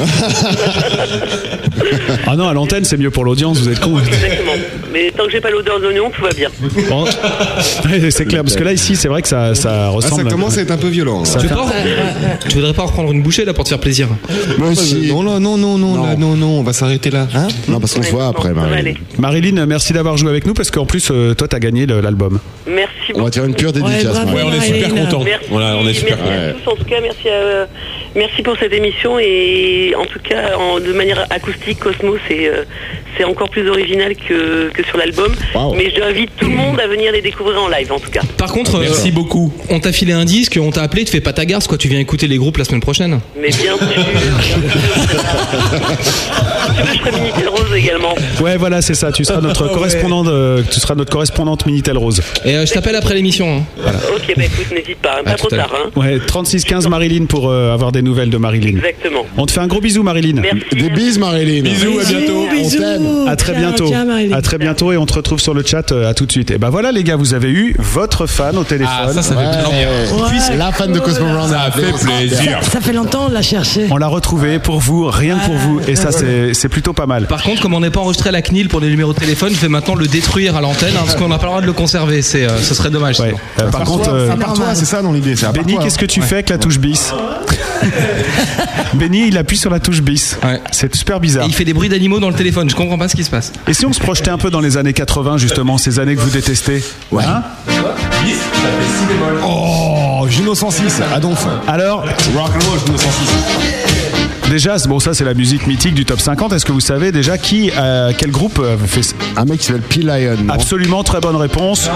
[SPEAKER 3] Ah non, à l'antenne, c'est mieux pour l'audience, vous êtes con.
[SPEAKER 15] Exactement. Mais tant que j'ai pas l'odeur d'oignon, tout va bien.
[SPEAKER 3] Bon. c'est clair, parce que là, ici, c'est vrai que ça, ça ressemble.
[SPEAKER 8] Ah, commence à être un peu violent, hein.
[SPEAKER 3] Ça
[SPEAKER 6] Tu veux
[SPEAKER 3] fait-
[SPEAKER 6] pas en- Tu voudrais pas en reprendre une bouchée là pour te faire plaisir Euh,
[SPEAKER 8] Non, non, non, non, non, Oh là, non, non, on va s'arrêter là. Hein
[SPEAKER 5] non, parce qu'on se voit après, Marilyn.
[SPEAKER 3] Marilyn, merci d'avoir joué avec nous parce qu'en plus, euh, toi, t'as gagné le- l'album.
[SPEAKER 15] Merci
[SPEAKER 5] On va faire une pure
[SPEAKER 15] dédicace, bravo,
[SPEAKER 4] Ouais, on est super
[SPEAKER 15] Marilyn.
[SPEAKER 4] contents.
[SPEAKER 15] Merci.
[SPEAKER 4] Voilà, on est super
[SPEAKER 15] Merci à tous, en tout cas, merci, à- merci pour cette émission et en tout cas, en- de manière acoustique, Cosmo, c'est euh, c'est encore plus original que, que sur l'album. Mais j'invite tout le monde à venir les découvrir en live, en tout cas.
[SPEAKER 6] Par
[SPEAKER 4] euh,
[SPEAKER 6] contre, merci
[SPEAKER 4] beaucoup.
[SPEAKER 6] euh, On t'a filé un disque, on t'a appelé, tu fais pas ta garce quoi, tu viens écouter les groupes la semaine prochaine.
[SPEAKER 15] Mais bien sûr, tu veux, je ferai Minitel Rose également.
[SPEAKER 3] Ouais, voilà, c'est ça. Tu seras notre correspondante, euh, tu seras notre correspondante Minitel Rose.
[SPEAKER 6] Et euh, je t'appelle après l'émission. hein.
[SPEAKER 15] Ok, bah écoute, n'hésite pas, hein, pas
[SPEAKER 3] À
[SPEAKER 15] trop
[SPEAKER 3] Ah, tout à
[SPEAKER 15] tard. hein.
[SPEAKER 3] l'heure. Ouais, 36-15 Marilyn pour euh, avoir des nouvelles de Marilyn.
[SPEAKER 15] Exactement.
[SPEAKER 3] On te fait un gros bisou, Marilyn.
[SPEAKER 5] Des bises, Marilyn.
[SPEAKER 3] Bisous, à bientôt.
[SPEAKER 5] On t'aime.
[SPEAKER 3] À très bientôt. à très bientôt et on te retrouve sur le chat. euh, À tout de suite. Et ben voilà les gars, vous avez eu votre fan au téléphone.
[SPEAKER 4] Ah, ça, ça fait Ouais. plaisir. Ouais. Puis-
[SPEAKER 5] La fan de Cosmo Brown.
[SPEAKER 4] Ça a fait plaisir.
[SPEAKER 7] Ça fait longtemps, on l'a cherché.
[SPEAKER 3] On l'a retrouvé pour vous, rien que pour vous. Et ça, c'est c'est plutôt pas mal.
[SPEAKER 6] Par contre, comme on n'est pas enregistré à la CNIL pour les numéros de téléphone, je vais maintenant le détruire à l'antenne hein, parce qu'on n'a pas le droit de le conserver. C'est, euh, ce serait dommage. sinon.
[SPEAKER 3] Euh, par contre, euh,
[SPEAKER 8] à part toi, c'est ça dans l'idée. c'est à part
[SPEAKER 3] Benny,
[SPEAKER 8] toi,
[SPEAKER 3] qu'est-ce
[SPEAKER 8] hein.
[SPEAKER 3] que tu fais avec la touche bis Benny, il appuie sur la touche bis. C'est super bizarre.
[SPEAKER 6] il fait des bruits d'animaux dans le téléphone. Je comprends pas ce qui se passe.
[SPEAKER 3] Et si on se projetait un peu dans les années 80, justement, ces années que vous détestez Hein
[SPEAKER 8] Oh, Juno 106, Adonf.
[SPEAKER 3] Alors
[SPEAKER 8] Rock'n'roll, Juno 106.
[SPEAKER 3] Déjà, c'est- bon, ça, c'est la musique mythique du top 50. Est-ce que vous savez déjà qui, euh, quel groupe euh, fait ça
[SPEAKER 5] Un mec qui s'appelle P-Lion.
[SPEAKER 3] Absolument, très bonne réponse.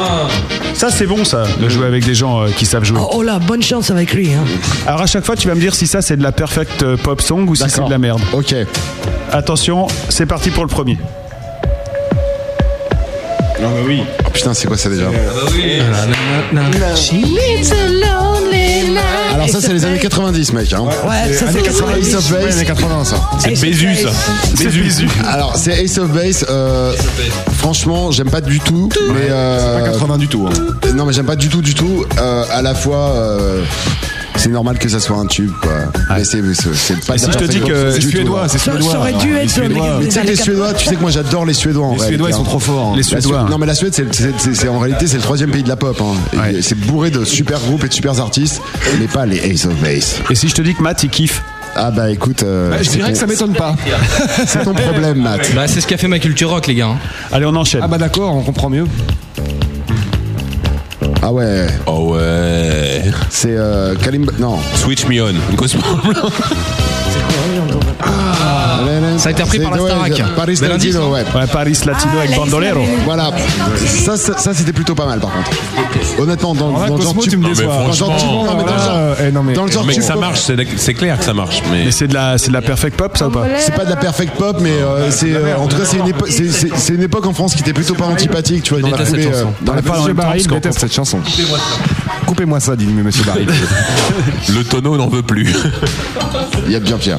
[SPEAKER 3] Ça, c'est bon, ça, de jouer avec des gens euh, qui savent jouer.
[SPEAKER 7] Ah. Oh, oh là, bonne chance avec lui. Hein.
[SPEAKER 3] Alors, à chaque fois, tu vas me dire si ça, c'est de la perfect euh, pop song ou si c'est de la merde.
[SPEAKER 5] Ok.
[SPEAKER 3] Attention, c'est parti pour le premier.
[SPEAKER 8] Non, mais oui. Ah bah
[SPEAKER 5] Oh putain, c'est quoi ça déjà Ah Alors, ça, c'est les années 90, mec. hein.
[SPEAKER 7] Ouais, ça, c'est les
[SPEAKER 5] Ace of Base.
[SPEAKER 8] années 80, ça.
[SPEAKER 5] C'est
[SPEAKER 4] Bézus, ça.
[SPEAKER 5] C'est
[SPEAKER 4] Bézus.
[SPEAKER 5] Alors, c'est Ace of Base. euh, franchement, j'aime pas du tout. Mais, euh,
[SPEAKER 8] Pas 80 du tout. hein.
[SPEAKER 5] Non, mais j'aime pas du tout, du tout. Euh, à la fois. euh, c'est normal que ça soit un tube, quoi. Mais c'est, c'est, c'est
[SPEAKER 9] Bah,
[SPEAKER 5] pas
[SPEAKER 3] Et Ah, si je te dis que
[SPEAKER 5] c'est hein.
[SPEAKER 8] c'est suédois, c'est
[SPEAKER 7] Ça,
[SPEAKER 8] suédois.
[SPEAKER 7] ça aurait
[SPEAKER 9] hein.
[SPEAKER 7] dû être
[SPEAKER 8] Les Suédois.
[SPEAKER 5] Mais tu sais que les Suédois, tu sais que moi j'adore les Suédois. en
[SPEAKER 8] Les
[SPEAKER 5] réalité,
[SPEAKER 8] Suédois, ils
[SPEAKER 5] hein.
[SPEAKER 8] sont trop forts. hein.
[SPEAKER 5] La
[SPEAKER 3] Les
[SPEAKER 5] Suède-
[SPEAKER 3] Suédois.
[SPEAKER 5] non mais la Suède c'est, c'est- c'est- c'est- en réalité c'est le troisième pays de la pop. hein. Et C'est bourré de super groupes et de super artistes, mais pas les Ace of Base.
[SPEAKER 3] Et si je te dis que Matt, il kiffe
[SPEAKER 5] Ah bah écoute, euh,
[SPEAKER 8] Bah, Je
[SPEAKER 5] c'est,
[SPEAKER 8] dirais que
[SPEAKER 5] ton,
[SPEAKER 8] ça m'étonne pas.
[SPEAKER 5] c'est ton problème Matt.
[SPEAKER 6] Bah, c'est ce qu'a fait ma culture rock, les gars. hein.
[SPEAKER 3] Allez, on enchaîne.
[SPEAKER 8] Ah bah d'accord, on comprend mieux.
[SPEAKER 5] Ah ouais,
[SPEAKER 4] Oh ouais.
[SPEAKER 5] c'est euh, Kalimba. Non.
[SPEAKER 4] Switch me on. Cosmo Brown.
[SPEAKER 8] Ah.
[SPEAKER 6] Ça a été repris
[SPEAKER 5] C'est-
[SPEAKER 6] par la
[SPEAKER 5] ouais,
[SPEAKER 6] Starac.
[SPEAKER 5] Paris
[SPEAKER 6] Bel indice,
[SPEAKER 5] Latino,
[SPEAKER 6] non
[SPEAKER 5] ouais.
[SPEAKER 3] Ouais, Paris
[SPEAKER 7] Ah,
[SPEAKER 3] Latino avec Bandolero.
[SPEAKER 5] Voilà, ça, ça, ça, c'était plutôt pas mal par contre. Honnêtement, dans,
[SPEAKER 8] Alors là,
[SPEAKER 5] dans le genre
[SPEAKER 8] Ah Cosmo, tu me
[SPEAKER 4] Non, mais
[SPEAKER 8] déçois. Dans le genre
[SPEAKER 4] franchement,
[SPEAKER 8] tube-
[SPEAKER 5] non, mais dans le
[SPEAKER 8] là,
[SPEAKER 5] genre-
[SPEAKER 8] euh, eh, non, mais-
[SPEAKER 5] dans le genre
[SPEAKER 4] Mais
[SPEAKER 5] tube
[SPEAKER 4] ça
[SPEAKER 5] pop,
[SPEAKER 4] marche, c'est c'est clair que ça marche. Mais
[SPEAKER 3] Et c'est de la, c'est de la perfect pop, ça ou pas
[SPEAKER 5] C'est pas de la perfect pop, mais euh, c'est euh, en tout cas c'est une, épo- c'est- c'est- c'est une époque en France qui était plutôt pas antipathique, tu vois, dans la
[SPEAKER 6] déteste cette
[SPEAKER 5] foulée, euh,
[SPEAKER 6] chanson.
[SPEAKER 5] dans la
[SPEAKER 3] Pas en
[SPEAKER 8] Monsieur
[SPEAKER 3] même temps,
[SPEAKER 8] Barry
[SPEAKER 3] parce qu'on
[SPEAKER 8] déteste cette chanson. Coupez-moi ça, dit Monsieur Barry.
[SPEAKER 4] le tonneau n'en veut plus.
[SPEAKER 5] Il y a bien pire.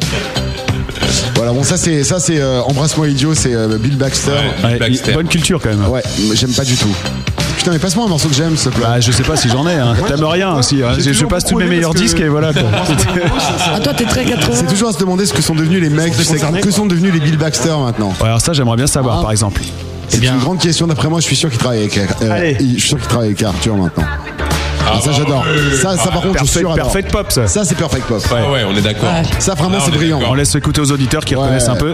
[SPEAKER 5] Voilà, bon, ça c'est ça c'est euh, Embrasse-moi idiot, c'est euh, Bill Baxter.
[SPEAKER 4] Ouais,
[SPEAKER 3] Ouais,
[SPEAKER 4] Baxter.
[SPEAKER 3] bonne culture quand même.
[SPEAKER 5] Ouais, mais j'aime pas du tout. Putain, mais passe-moi un morceau que j'aime, s'il te plaît.
[SPEAKER 3] Bah, je sais pas si j'en ai. Hein. T'aimes rien aussi. hein. Je, je passe tous mes meilleurs disques et voilà. quoi.
[SPEAKER 7] Ah, toi, t'es très 80.
[SPEAKER 5] C'est toujours à se demander ce que sont devenus les mecs, tu sais, que sont devenus les Bill Baxter maintenant. Ah.
[SPEAKER 3] Ouais, alors ça, j'aimerais bien savoir, par exemple.
[SPEAKER 5] C'est une grande question. D'après moi, je suis sûr qu'il travaille avec. euh, il- je suis sûr qu'il travaille avec Arthur maintenant. Ah,
[SPEAKER 3] bah,
[SPEAKER 5] ça j'adore.
[SPEAKER 3] euh,
[SPEAKER 5] Ça, ça par
[SPEAKER 3] ah,
[SPEAKER 5] contre, je suis sûr. alors.
[SPEAKER 3] Perfect Pop, ça.
[SPEAKER 5] Ça, c'est Perfect Pop.
[SPEAKER 4] Ah ouais, on est d'accord.
[SPEAKER 5] Ça, vraiment, c'est brillant.
[SPEAKER 3] On laisse écouter aux auditeurs qui reconnaissent un peu.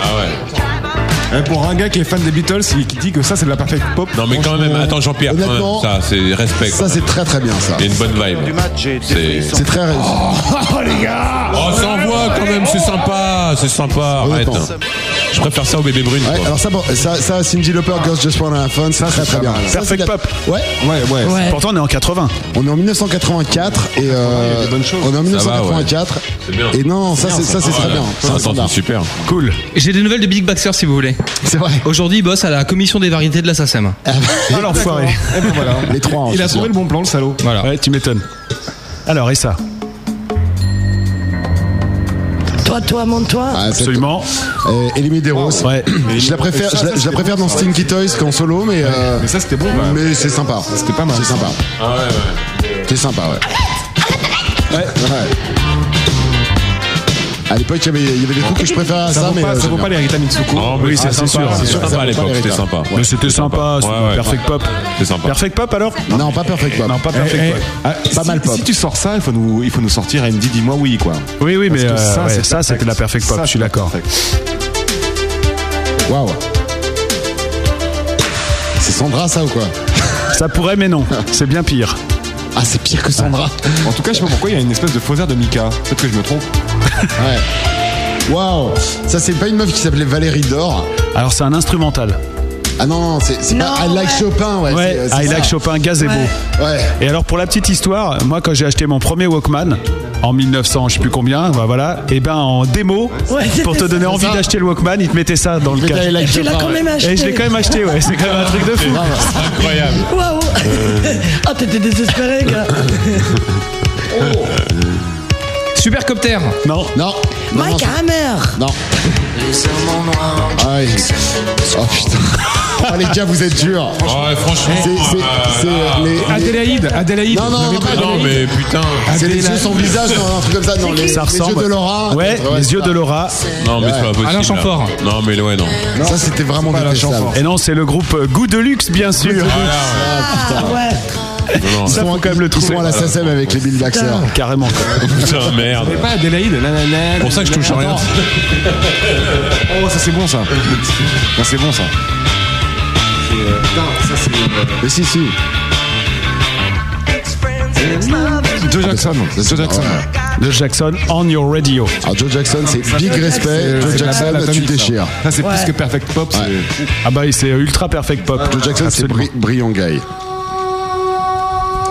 [SPEAKER 8] Euh, Pour un gars qui est fan des Beatles et qui dit que ça c'est de la perfect pop.
[SPEAKER 4] Non mais quand même, attends Jean-Pierre, quand même,
[SPEAKER 8] honnêtement,
[SPEAKER 4] ça c'est respect.
[SPEAKER 8] ça,
[SPEAKER 4] c'est
[SPEAKER 5] très très bien ça.
[SPEAKER 4] Il y a une bonne vibe. C'est
[SPEAKER 5] c'est très.
[SPEAKER 4] Oh les gars On s'envoie quand même, c'est sympa, c'est sympa, arrête. Je préfère ça au bébé brune.
[SPEAKER 5] Ouais,
[SPEAKER 4] quoi.
[SPEAKER 5] alors ça, bon, ça, ça, Cindy Lauper, Girls Just Wanna Have Fun, c'est très très bien. Ça, c'est de
[SPEAKER 3] Perfect
[SPEAKER 5] la-
[SPEAKER 3] Pop.
[SPEAKER 5] Ouais.
[SPEAKER 8] Ouais, ouais.
[SPEAKER 5] Ouais.
[SPEAKER 3] Pourtant, on est en 80.
[SPEAKER 5] On est en 1984 et euh, on est en 1984
[SPEAKER 4] C'est bien.
[SPEAKER 5] et non ça
[SPEAKER 4] C'est bien,
[SPEAKER 5] c'est ça
[SPEAKER 4] ça.
[SPEAKER 5] c'est très
[SPEAKER 4] Voilà.
[SPEAKER 5] bien.
[SPEAKER 4] Ça,
[SPEAKER 5] Ça,
[SPEAKER 4] attends,
[SPEAKER 5] standard.
[SPEAKER 4] c'est super.
[SPEAKER 3] Cool.
[SPEAKER 6] J'ai des nouvelles de Big Baxter si vous voulez.
[SPEAKER 5] C'est vrai.
[SPEAKER 6] Aujourd'hui, il bosse à la commission des variétés de la SACEM.
[SPEAKER 3] Ah, l'enfoiré.
[SPEAKER 5] Les trois.
[SPEAKER 8] Eh ben,
[SPEAKER 5] hein,
[SPEAKER 8] Il a trouvé le bon plan, le salaud.
[SPEAKER 6] Voilà.
[SPEAKER 3] Ouais, tu m'étonnes. Alors, et ça
[SPEAKER 7] Toi, toi, monte-toi.
[SPEAKER 5] Ah,
[SPEAKER 3] Absolument.
[SPEAKER 5] Élimine des roses.
[SPEAKER 3] Ouais.
[SPEAKER 5] Je la préfère, je la, je la préfère dans Stinky Toys qu'en solo, mais euh, mais
[SPEAKER 8] ça c'était bon.
[SPEAKER 5] Mais c'est sympa. C'était pas mal. C'est sympa.
[SPEAKER 4] Ah ouais, ouais.
[SPEAKER 5] C'est sympa, ouais. Ouais. À l'époque, il y avait- il y avait des trucs que je préférais à ça,
[SPEAKER 8] Ça vaut
[SPEAKER 5] mais.
[SPEAKER 8] pas-
[SPEAKER 5] euh,
[SPEAKER 8] ça
[SPEAKER 5] j'aime
[SPEAKER 8] vaut pas
[SPEAKER 5] bien.
[SPEAKER 8] les Rita Mitsuko.
[SPEAKER 4] Non, Oh, mais ah, c'est sympa, c'est
[SPEAKER 5] ça
[SPEAKER 4] sympa
[SPEAKER 5] vaut
[SPEAKER 4] à
[SPEAKER 5] pas
[SPEAKER 4] l'époque,
[SPEAKER 5] les
[SPEAKER 4] c'était
[SPEAKER 5] Rita.
[SPEAKER 4] sympa.
[SPEAKER 5] Ouais.
[SPEAKER 3] Mais c'était sympa, c'était
[SPEAKER 4] Ouais, ouais.
[SPEAKER 3] Perfect Pop.
[SPEAKER 4] C'est sympa.
[SPEAKER 3] Perfect Pop alors
[SPEAKER 5] Non, pas Perfect Pop.
[SPEAKER 3] Non, pas Perfect
[SPEAKER 8] Eh,
[SPEAKER 3] Pop.
[SPEAKER 8] eh, ah,
[SPEAKER 3] Pas
[SPEAKER 8] si-
[SPEAKER 3] mal pop.
[SPEAKER 8] Si tu sors ça, il faut nous, il faut nous sortir Andy, dis-moi oui, quoi.
[SPEAKER 3] Oui, oui,
[SPEAKER 8] Parce
[SPEAKER 3] mais
[SPEAKER 8] que
[SPEAKER 3] euh,
[SPEAKER 8] ça,
[SPEAKER 3] ouais,
[SPEAKER 8] c'est
[SPEAKER 3] ça, c'était de la Perfect Pop,
[SPEAKER 8] Ça,
[SPEAKER 3] je suis d'accord.
[SPEAKER 5] Waouh. C'est Sandra, ça ou quoi
[SPEAKER 3] Ça pourrait, mais non. C'est bien pire.
[SPEAKER 5] Ah, c'est pire que Sandra.
[SPEAKER 8] En tout cas, je sais pas pourquoi il y a une espèce de faux air de Mika. Peut-être que je me trompe.
[SPEAKER 5] Ouais. Waouh. Ça, c'est pas une meuf qui s'appelait Valérie Dor.
[SPEAKER 3] Alors, c'est un instrumental.
[SPEAKER 5] Ah non, non, c'est c'est pas I like Chopin, ouais.
[SPEAKER 3] Ouais,
[SPEAKER 5] c'est- c'est
[SPEAKER 3] I like
[SPEAKER 5] ça.
[SPEAKER 3] Chopin, gazebo.
[SPEAKER 5] Ouais. Ouais.
[SPEAKER 3] Et alors pour la petite histoire, moi quand j'ai acheté mon premier Walkman en 1900, je sais plus combien, bah voilà, et ben en démo, pour te donner envie d'acheter le Walkman, ils te mettaient ça dans le
[SPEAKER 5] mettaient
[SPEAKER 3] cache.
[SPEAKER 5] I like Tu l'as Chopin, quand même ouais. acheté.
[SPEAKER 3] Et je l'ai quand même acheté, ouais, c'est quand même un truc de fou.
[SPEAKER 15] hein.
[SPEAKER 4] Incroyable.
[SPEAKER 7] Waouh
[SPEAKER 5] Euh,
[SPEAKER 7] Ah, t'étais désespéré, gars
[SPEAKER 6] Supercopter
[SPEAKER 3] Non.
[SPEAKER 5] Non.
[SPEAKER 7] Mike Hammer
[SPEAKER 5] Non. Aïe. Oh putain. Oh les gars, vous êtes durs.
[SPEAKER 4] Ouais, franchement.
[SPEAKER 5] C'est- c'est- c'est, euh, les- les-
[SPEAKER 8] Adélaïde, Adélaïde.
[SPEAKER 5] Non, non,
[SPEAKER 8] Vous
[SPEAKER 5] non,
[SPEAKER 8] l'avez
[SPEAKER 5] pas
[SPEAKER 8] pas,
[SPEAKER 5] Adélaïde.
[SPEAKER 4] Non mais putain.
[SPEAKER 5] C'est les yeux sans visage, non, un truc comme ça. Non, les,
[SPEAKER 3] Ça
[SPEAKER 5] les
[SPEAKER 3] ressemble.
[SPEAKER 5] yeux de Laura.
[SPEAKER 3] Ouais, les yeux de Laura.
[SPEAKER 4] Non mais c'est pas possible.
[SPEAKER 6] Alain
[SPEAKER 4] là.
[SPEAKER 6] Chamfort.
[SPEAKER 4] Non mais ouais non.
[SPEAKER 5] Ça, c'était vraiment détestable.
[SPEAKER 3] Et non, c'est le groupe euh, Goût de Luxe, bien sûr.
[SPEAKER 5] Ah, putain.
[SPEAKER 4] Non, non.
[SPEAKER 5] Ils
[SPEAKER 3] Ça,
[SPEAKER 5] sont,
[SPEAKER 3] faut quand même le
[SPEAKER 5] ils sont
[SPEAKER 3] trouver.
[SPEAKER 5] à la SACEM avec les Bill Baxter.
[SPEAKER 3] Carrément. quoi.
[SPEAKER 4] Putain merde.
[SPEAKER 8] Vous l'avez pas Adélaïde la, la, la,
[SPEAKER 4] Pour ça que je touche à rien.
[SPEAKER 8] Oh, ça c'est bon ça. Ça c'est bon ça.
[SPEAKER 15] euh,
[SPEAKER 5] Mais si, si.
[SPEAKER 8] Joe Jackson.
[SPEAKER 5] Ah, Ça, c'est-
[SPEAKER 8] Joe Jackson.
[SPEAKER 5] ouais.
[SPEAKER 3] De Jackson, On Your Radio.
[SPEAKER 5] Alors, Joe Jackson, c'est big respect. Joe
[SPEAKER 8] C'est la
[SPEAKER 5] Jackson,
[SPEAKER 8] balle
[SPEAKER 5] tu
[SPEAKER 8] atomique,
[SPEAKER 5] te
[SPEAKER 8] ça.
[SPEAKER 5] déchires.
[SPEAKER 8] Ça c'est plus que perfect pop. c'est-
[SPEAKER 3] Ah bah oui, c'est ultra perfect pop.
[SPEAKER 5] Joe Jackson, c'est
[SPEAKER 3] Absolument.
[SPEAKER 5] bri- brillant guy.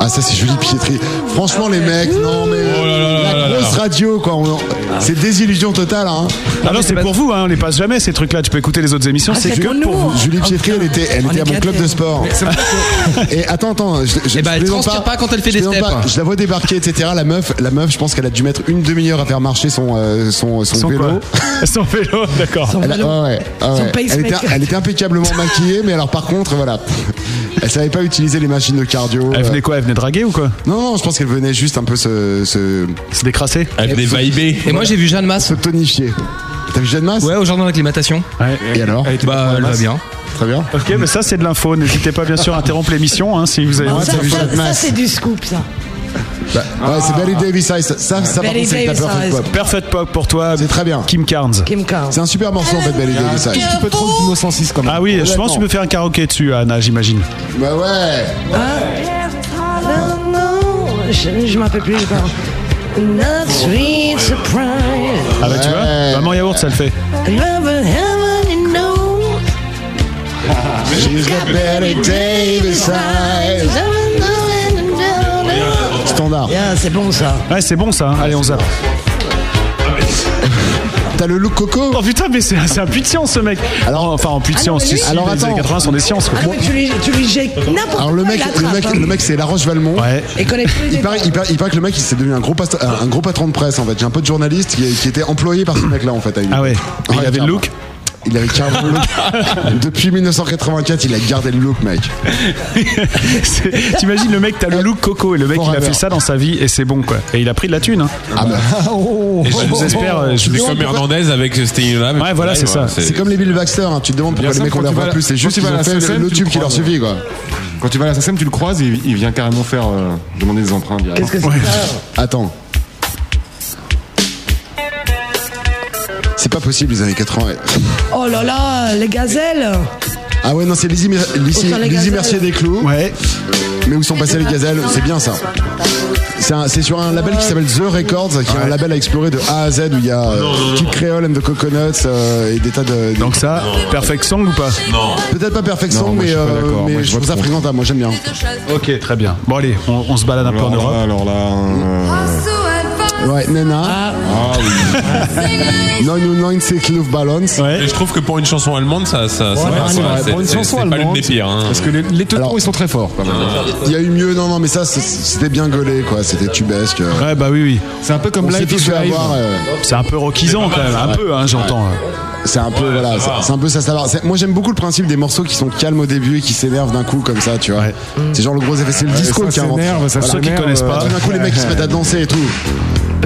[SPEAKER 5] Ah, ça, c'est Julie Pietri. Franchement, Oh, les mecs, non, mais.
[SPEAKER 8] Oh
[SPEAKER 5] la grosse radio, quoi. on- C'est désillusion totale, hein.
[SPEAKER 3] Ah non, c'est pour vous, hein, on les passe jamais ces trucs-là. Tu peux écouter les autres émissions, Ah, c'est
[SPEAKER 5] Ju-
[SPEAKER 3] que pour vous.
[SPEAKER 5] Julie Pietri, elle était, elle
[SPEAKER 7] On
[SPEAKER 5] était
[SPEAKER 7] est
[SPEAKER 5] à mon
[SPEAKER 7] gâtés,
[SPEAKER 5] club
[SPEAKER 7] hein.
[SPEAKER 5] de sport. Et attends, attends, je, je,
[SPEAKER 6] Eh ben, elle
[SPEAKER 5] je plaisante
[SPEAKER 6] transpire pas quand elle fait
[SPEAKER 5] je
[SPEAKER 6] des
[SPEAKER 5] plaisante
[SPEAKER 6] steps.
[SPEAKER 5] pas. Je la vois débarquer, etc. La meuf, la meuf, je pense qu'elle a dû mettre une demi-heure à faire marcher son, euh, son, son,
[SPEAKER 3] Son
[SPEAKER 5] vélo.
[SPEAKER 3] quoi Son vélo, d'accord.
[SPEAKER 7] Son
[SPEAKER 5] Elle, a-
[SPEAKER 7] vélo.
[SPEAKER 5] ouais, ouais, ouais,
[SPEAKER 7] Son
[SPEAKER 5] ouais. elle, était,
[SPEAKER 7] pacemaker.
[SPEAKER 5] elle était impeccablement maquillée, mais alors par contre, voilà, elle savait pas utiliser les machines de cardio.
[SPEAKER 3] Elle
[SPEAKER 5] euh.
[SPEAKER 3] venait quoi Elle venait draguer ou quoi
[SPEAKER 5] Non, non, je pense qu'elle venait juste un peu se, se,
[SPEAKER 3] Se décrasser
[SPEAKER 4] Avec des vibes.
[SPEAKER 6] Et moi j'ai vu Jeanne Masse.
[SPEAKER 5] se tonifier. T'as vu Jeanne Masse
[SPEAKER 6] Ouais, au jardin d'acclimatation.
[SPEAKER 3] Ouais.
[SPEAKER 5] Et alors
[SPEAKER 8] Ah, Elle était pas
[SPEAKER 6] Bah,
[SPEAKER 8] pour
[SPEAKER 6] elle va
[SPEAKER 8] Masse.
[SPEAKER 6] bien.
[SPEAKER 5] Très bien.
[SPEAKER 3] Ok, mais ça c'est de l'info. N'hésitez pas bien sûr à interrompre l'émission hein, si vous avez.
[SPEAKER 7] ça,
[SPEAKER 5] t'as vu
[SPEAKER 7] ça-
[SPEAKER 5] Jacques
[SPEAKER 7] ça,
[SPEAKER 5] Masse.
[SPEAKER 7] c'est du scoop, ça.
[SPEAKER 5] Bah, ouais, c'est Belly Davis, ça, ça, ça, ça, par
[SPEAKER 7] Betty
[SPEAKER 5] contre, c'est de la
[SPEAKER 7] Davis,
[SPEAKER 5] perfect
[SPEAKER 7] ça,
[SPEAKER 5] pop.
[SPEAKER 3] Perfect pop pour toi,
[SPEAKER 5] C'est très bien.
[SPEAKER 3] Kim Carnes.
[SPEAKER 7] Kim Carnes.
[SPEAKER 5] C'est un super morceau en fait, Belly Davis. ça.
[SPEAKER 8] Tout petit peu trop de Dino 106 quand même.
[SPEAKER 3] Ah oui, je pense que tu peux faire un karaoké dessus, Anna, j'imagine.
[SPEAKER 5] Bah ouais.
[SPEAKER 7] Non, non, je, je m'en peux plus, pardon. Not sweet surprise.
[SPEAKER 3] Ah bah tu vois,
[SPEAKER 5] Ouais.
[SPEAKER 3] maman yaourt, ça le fait.
[SPEAKER 7] Never heaven and no.
[SPEAKER 5] She's got Betty Davis eyes. Standard.
[SPEAKER 7] Yeah, c'est bon, ça.
[SPEAKER 3] Ouais, c'est bon ça. hein. Allez, on zappe.
[SPEAKER 5] T'as le look coco
[SPEAKER 3] Oh putain, mais c'est c'est un puits de science ce mec. Alors, enfin, en puits de
[SPEAKER 7] Ah non,
[SPEAKER 3] science,
[SPEAKER 7] mais
[SPEAKER 3] si,
[SPEAKER 7] lui-
[SPEAKER 3] si,
[SPEAKER 5] Alors,
[SPEAKER 3] les
[SPEAKER 5] attends.
[SPEAKER 3] années 80 sont des sciences quoi.
[SPEAKER 7] Ah, non, mais tu lui, tu lui jettes n'importe quoi.
[SPEAKER 5] Alors le mec,
[SPEAKER 7] il
[SPEAKER 5] le
[SPEAKER 7] attrape,
[SPEAKER 5] mec,
[SPEAKER 7] hein.
[SPEAKER 5] le mec, c'est La Roche Valmont.
[SPEAKER 3] Ouais.
[SPEAKER 7] Et connaît tous les
[SPEAKER 5] Il paraît, il, paraît, il paraît que le mec il s'est devenu un gros, pasta- un gros patron de presse en fait. J'ai un pote journaliste qui, qui était employé par ce mec là en fait. à une
[SPEAKER 3] Ah ouais.
[SPEAKER 5] époque.
[SPEAKER 3] Il avait le
[SPEAKER 5] clairement.
[SPEAKER 3] look
[SPEAKER 5] Il avait carrément le look. Depuis 1984, il a gardé le look, mec.
[SPEAKER 3] C'est- T'imagines le mec, t'as le look coco et le mec il a fait ça dans sa vie et c'est bon quoi. Et il a pris de la thune. hein.
[SPEAKER 5] Ah bah.
[SPEAKER 3] Et je vous espère. euh, Je
[SPEAKER 4] C'est
[SPEAKER 3] vous
[SPEAKER 4] comme Hernandez avec cette là
[SPEAKER 3] Ouais, voilà, c'est ça.
[SPEAKER 5] C'est comme les Bill Baxter, hein. tu te demandes pourquoi les mecs on les voit plus, c'est juste qu'ils ont fait le- le tube qui leur suffit quoi.
[SPEAKER 11] Quand tu vas à la SACEM, tu le croises et il- il vient carrément faire euh, demander des emprunts.
[SPEAKER 5] Qu'est-ce que c'est Ouais. ça Attends. C'est pas possible les années 80. ouais.
[SPEAKER 7] Oh là là, les gazelles
[SPEAKER 5] Ah ouais, non, c'est Lizzie, Mer- Lizzie-
[SPEAKER 7] Autant les
[SPEAKER 5] Lizzie
[SPEAKER 7] gazelles.
[SPEAKER 5] Mercier des Clous.
[SPEAKER 3] Ouais.
[SPEAKER 5] Mais où sont passées les gazelles C'est bien ça. C'est un- C'est sur un label qui s'appelle The Records, qui est un label à explorer de A à Z où il y a euh, Kid Creole and the Coconuts euh, et des tas de.
[SPEAKER 3] Donc ça, Perfect Song ou pas
[SPEAKER 4] Non.
[SPEAKER 5] Peut-être pas Perfect Song, mais, euh, mais je trouve ça fréquentable. Moi j'aime bien.
[SPEAKER 3] Ok, très bien. Bon allez, on, on se balade un peu en Europe.
[SPEAKER 11] alors là. euh,
[SPEAKER 9] Ah,
[SPEAKER 5] Ouais, Nena. Ah. Non, non, non, c'est Clove Balance.
[SPEAKER 4] Et je trouve que pour une chanson allemande, ça, ça, ça
[SPEAKER 5] Ouais,
[SPEAKER 4] va,
[SPEAKER 5] c'est
[SPEAKER 4] quoi.
[SPEAKER 5] vrai,
[SPEAKER 4] C'est-
[SPEAKER 5] pour une
[SPEAKER 4] c'est-
[SPEAKER 5] chanson
[SPEAKER 4] c'est pas l'une
[SPEAKER 5] allemande,
[SPEAKER 4] des pires. hein.
[SPEAKER 5] parce que les- les Teutons,
[SPEAKER 11] ils sont très forts quand même.
[SPEAKER 5] Il y a eu mieux, non, non, mais ça c'est- c'était bien gaulé quoi, c'était tubesque.
[SPEAKER 3] Ouais, bah oui, oui.
[SPEAKER 11] C'est un peu
[SPEAKER 3] comme Live is Live.
[SPEAKER 5] euh.
[SPEAKER 3] C'est un peu rockisant quand même, un peu, hein, j'entends.
[SPEAKER 5] C'est un peu, voilà,
[SPEAKER 3] Ah.
[SPEAKER 5] c'est- c'est un peu ça, ça va. C'est- Moi j'aime beaucoup le principe des morceaux qui sont calmes au début et qui s'énervent d'un coup comme ça, tu vois. C'est genre le gros effet, c'est le
[SPEAKER 11] Ouais,
[SPEAKER 5] disco
[SPEAKER 11] ça
[SPEAKER 5] qui a inventé.
[SPEAKER 11] s'énerve, ça
[SPEAKER 5] Voilà.
[SPEAKER 11] s'énerve, euh,
[SPEAKER 5] Tout d'un coup les mecs ils se mettent à danser et tout.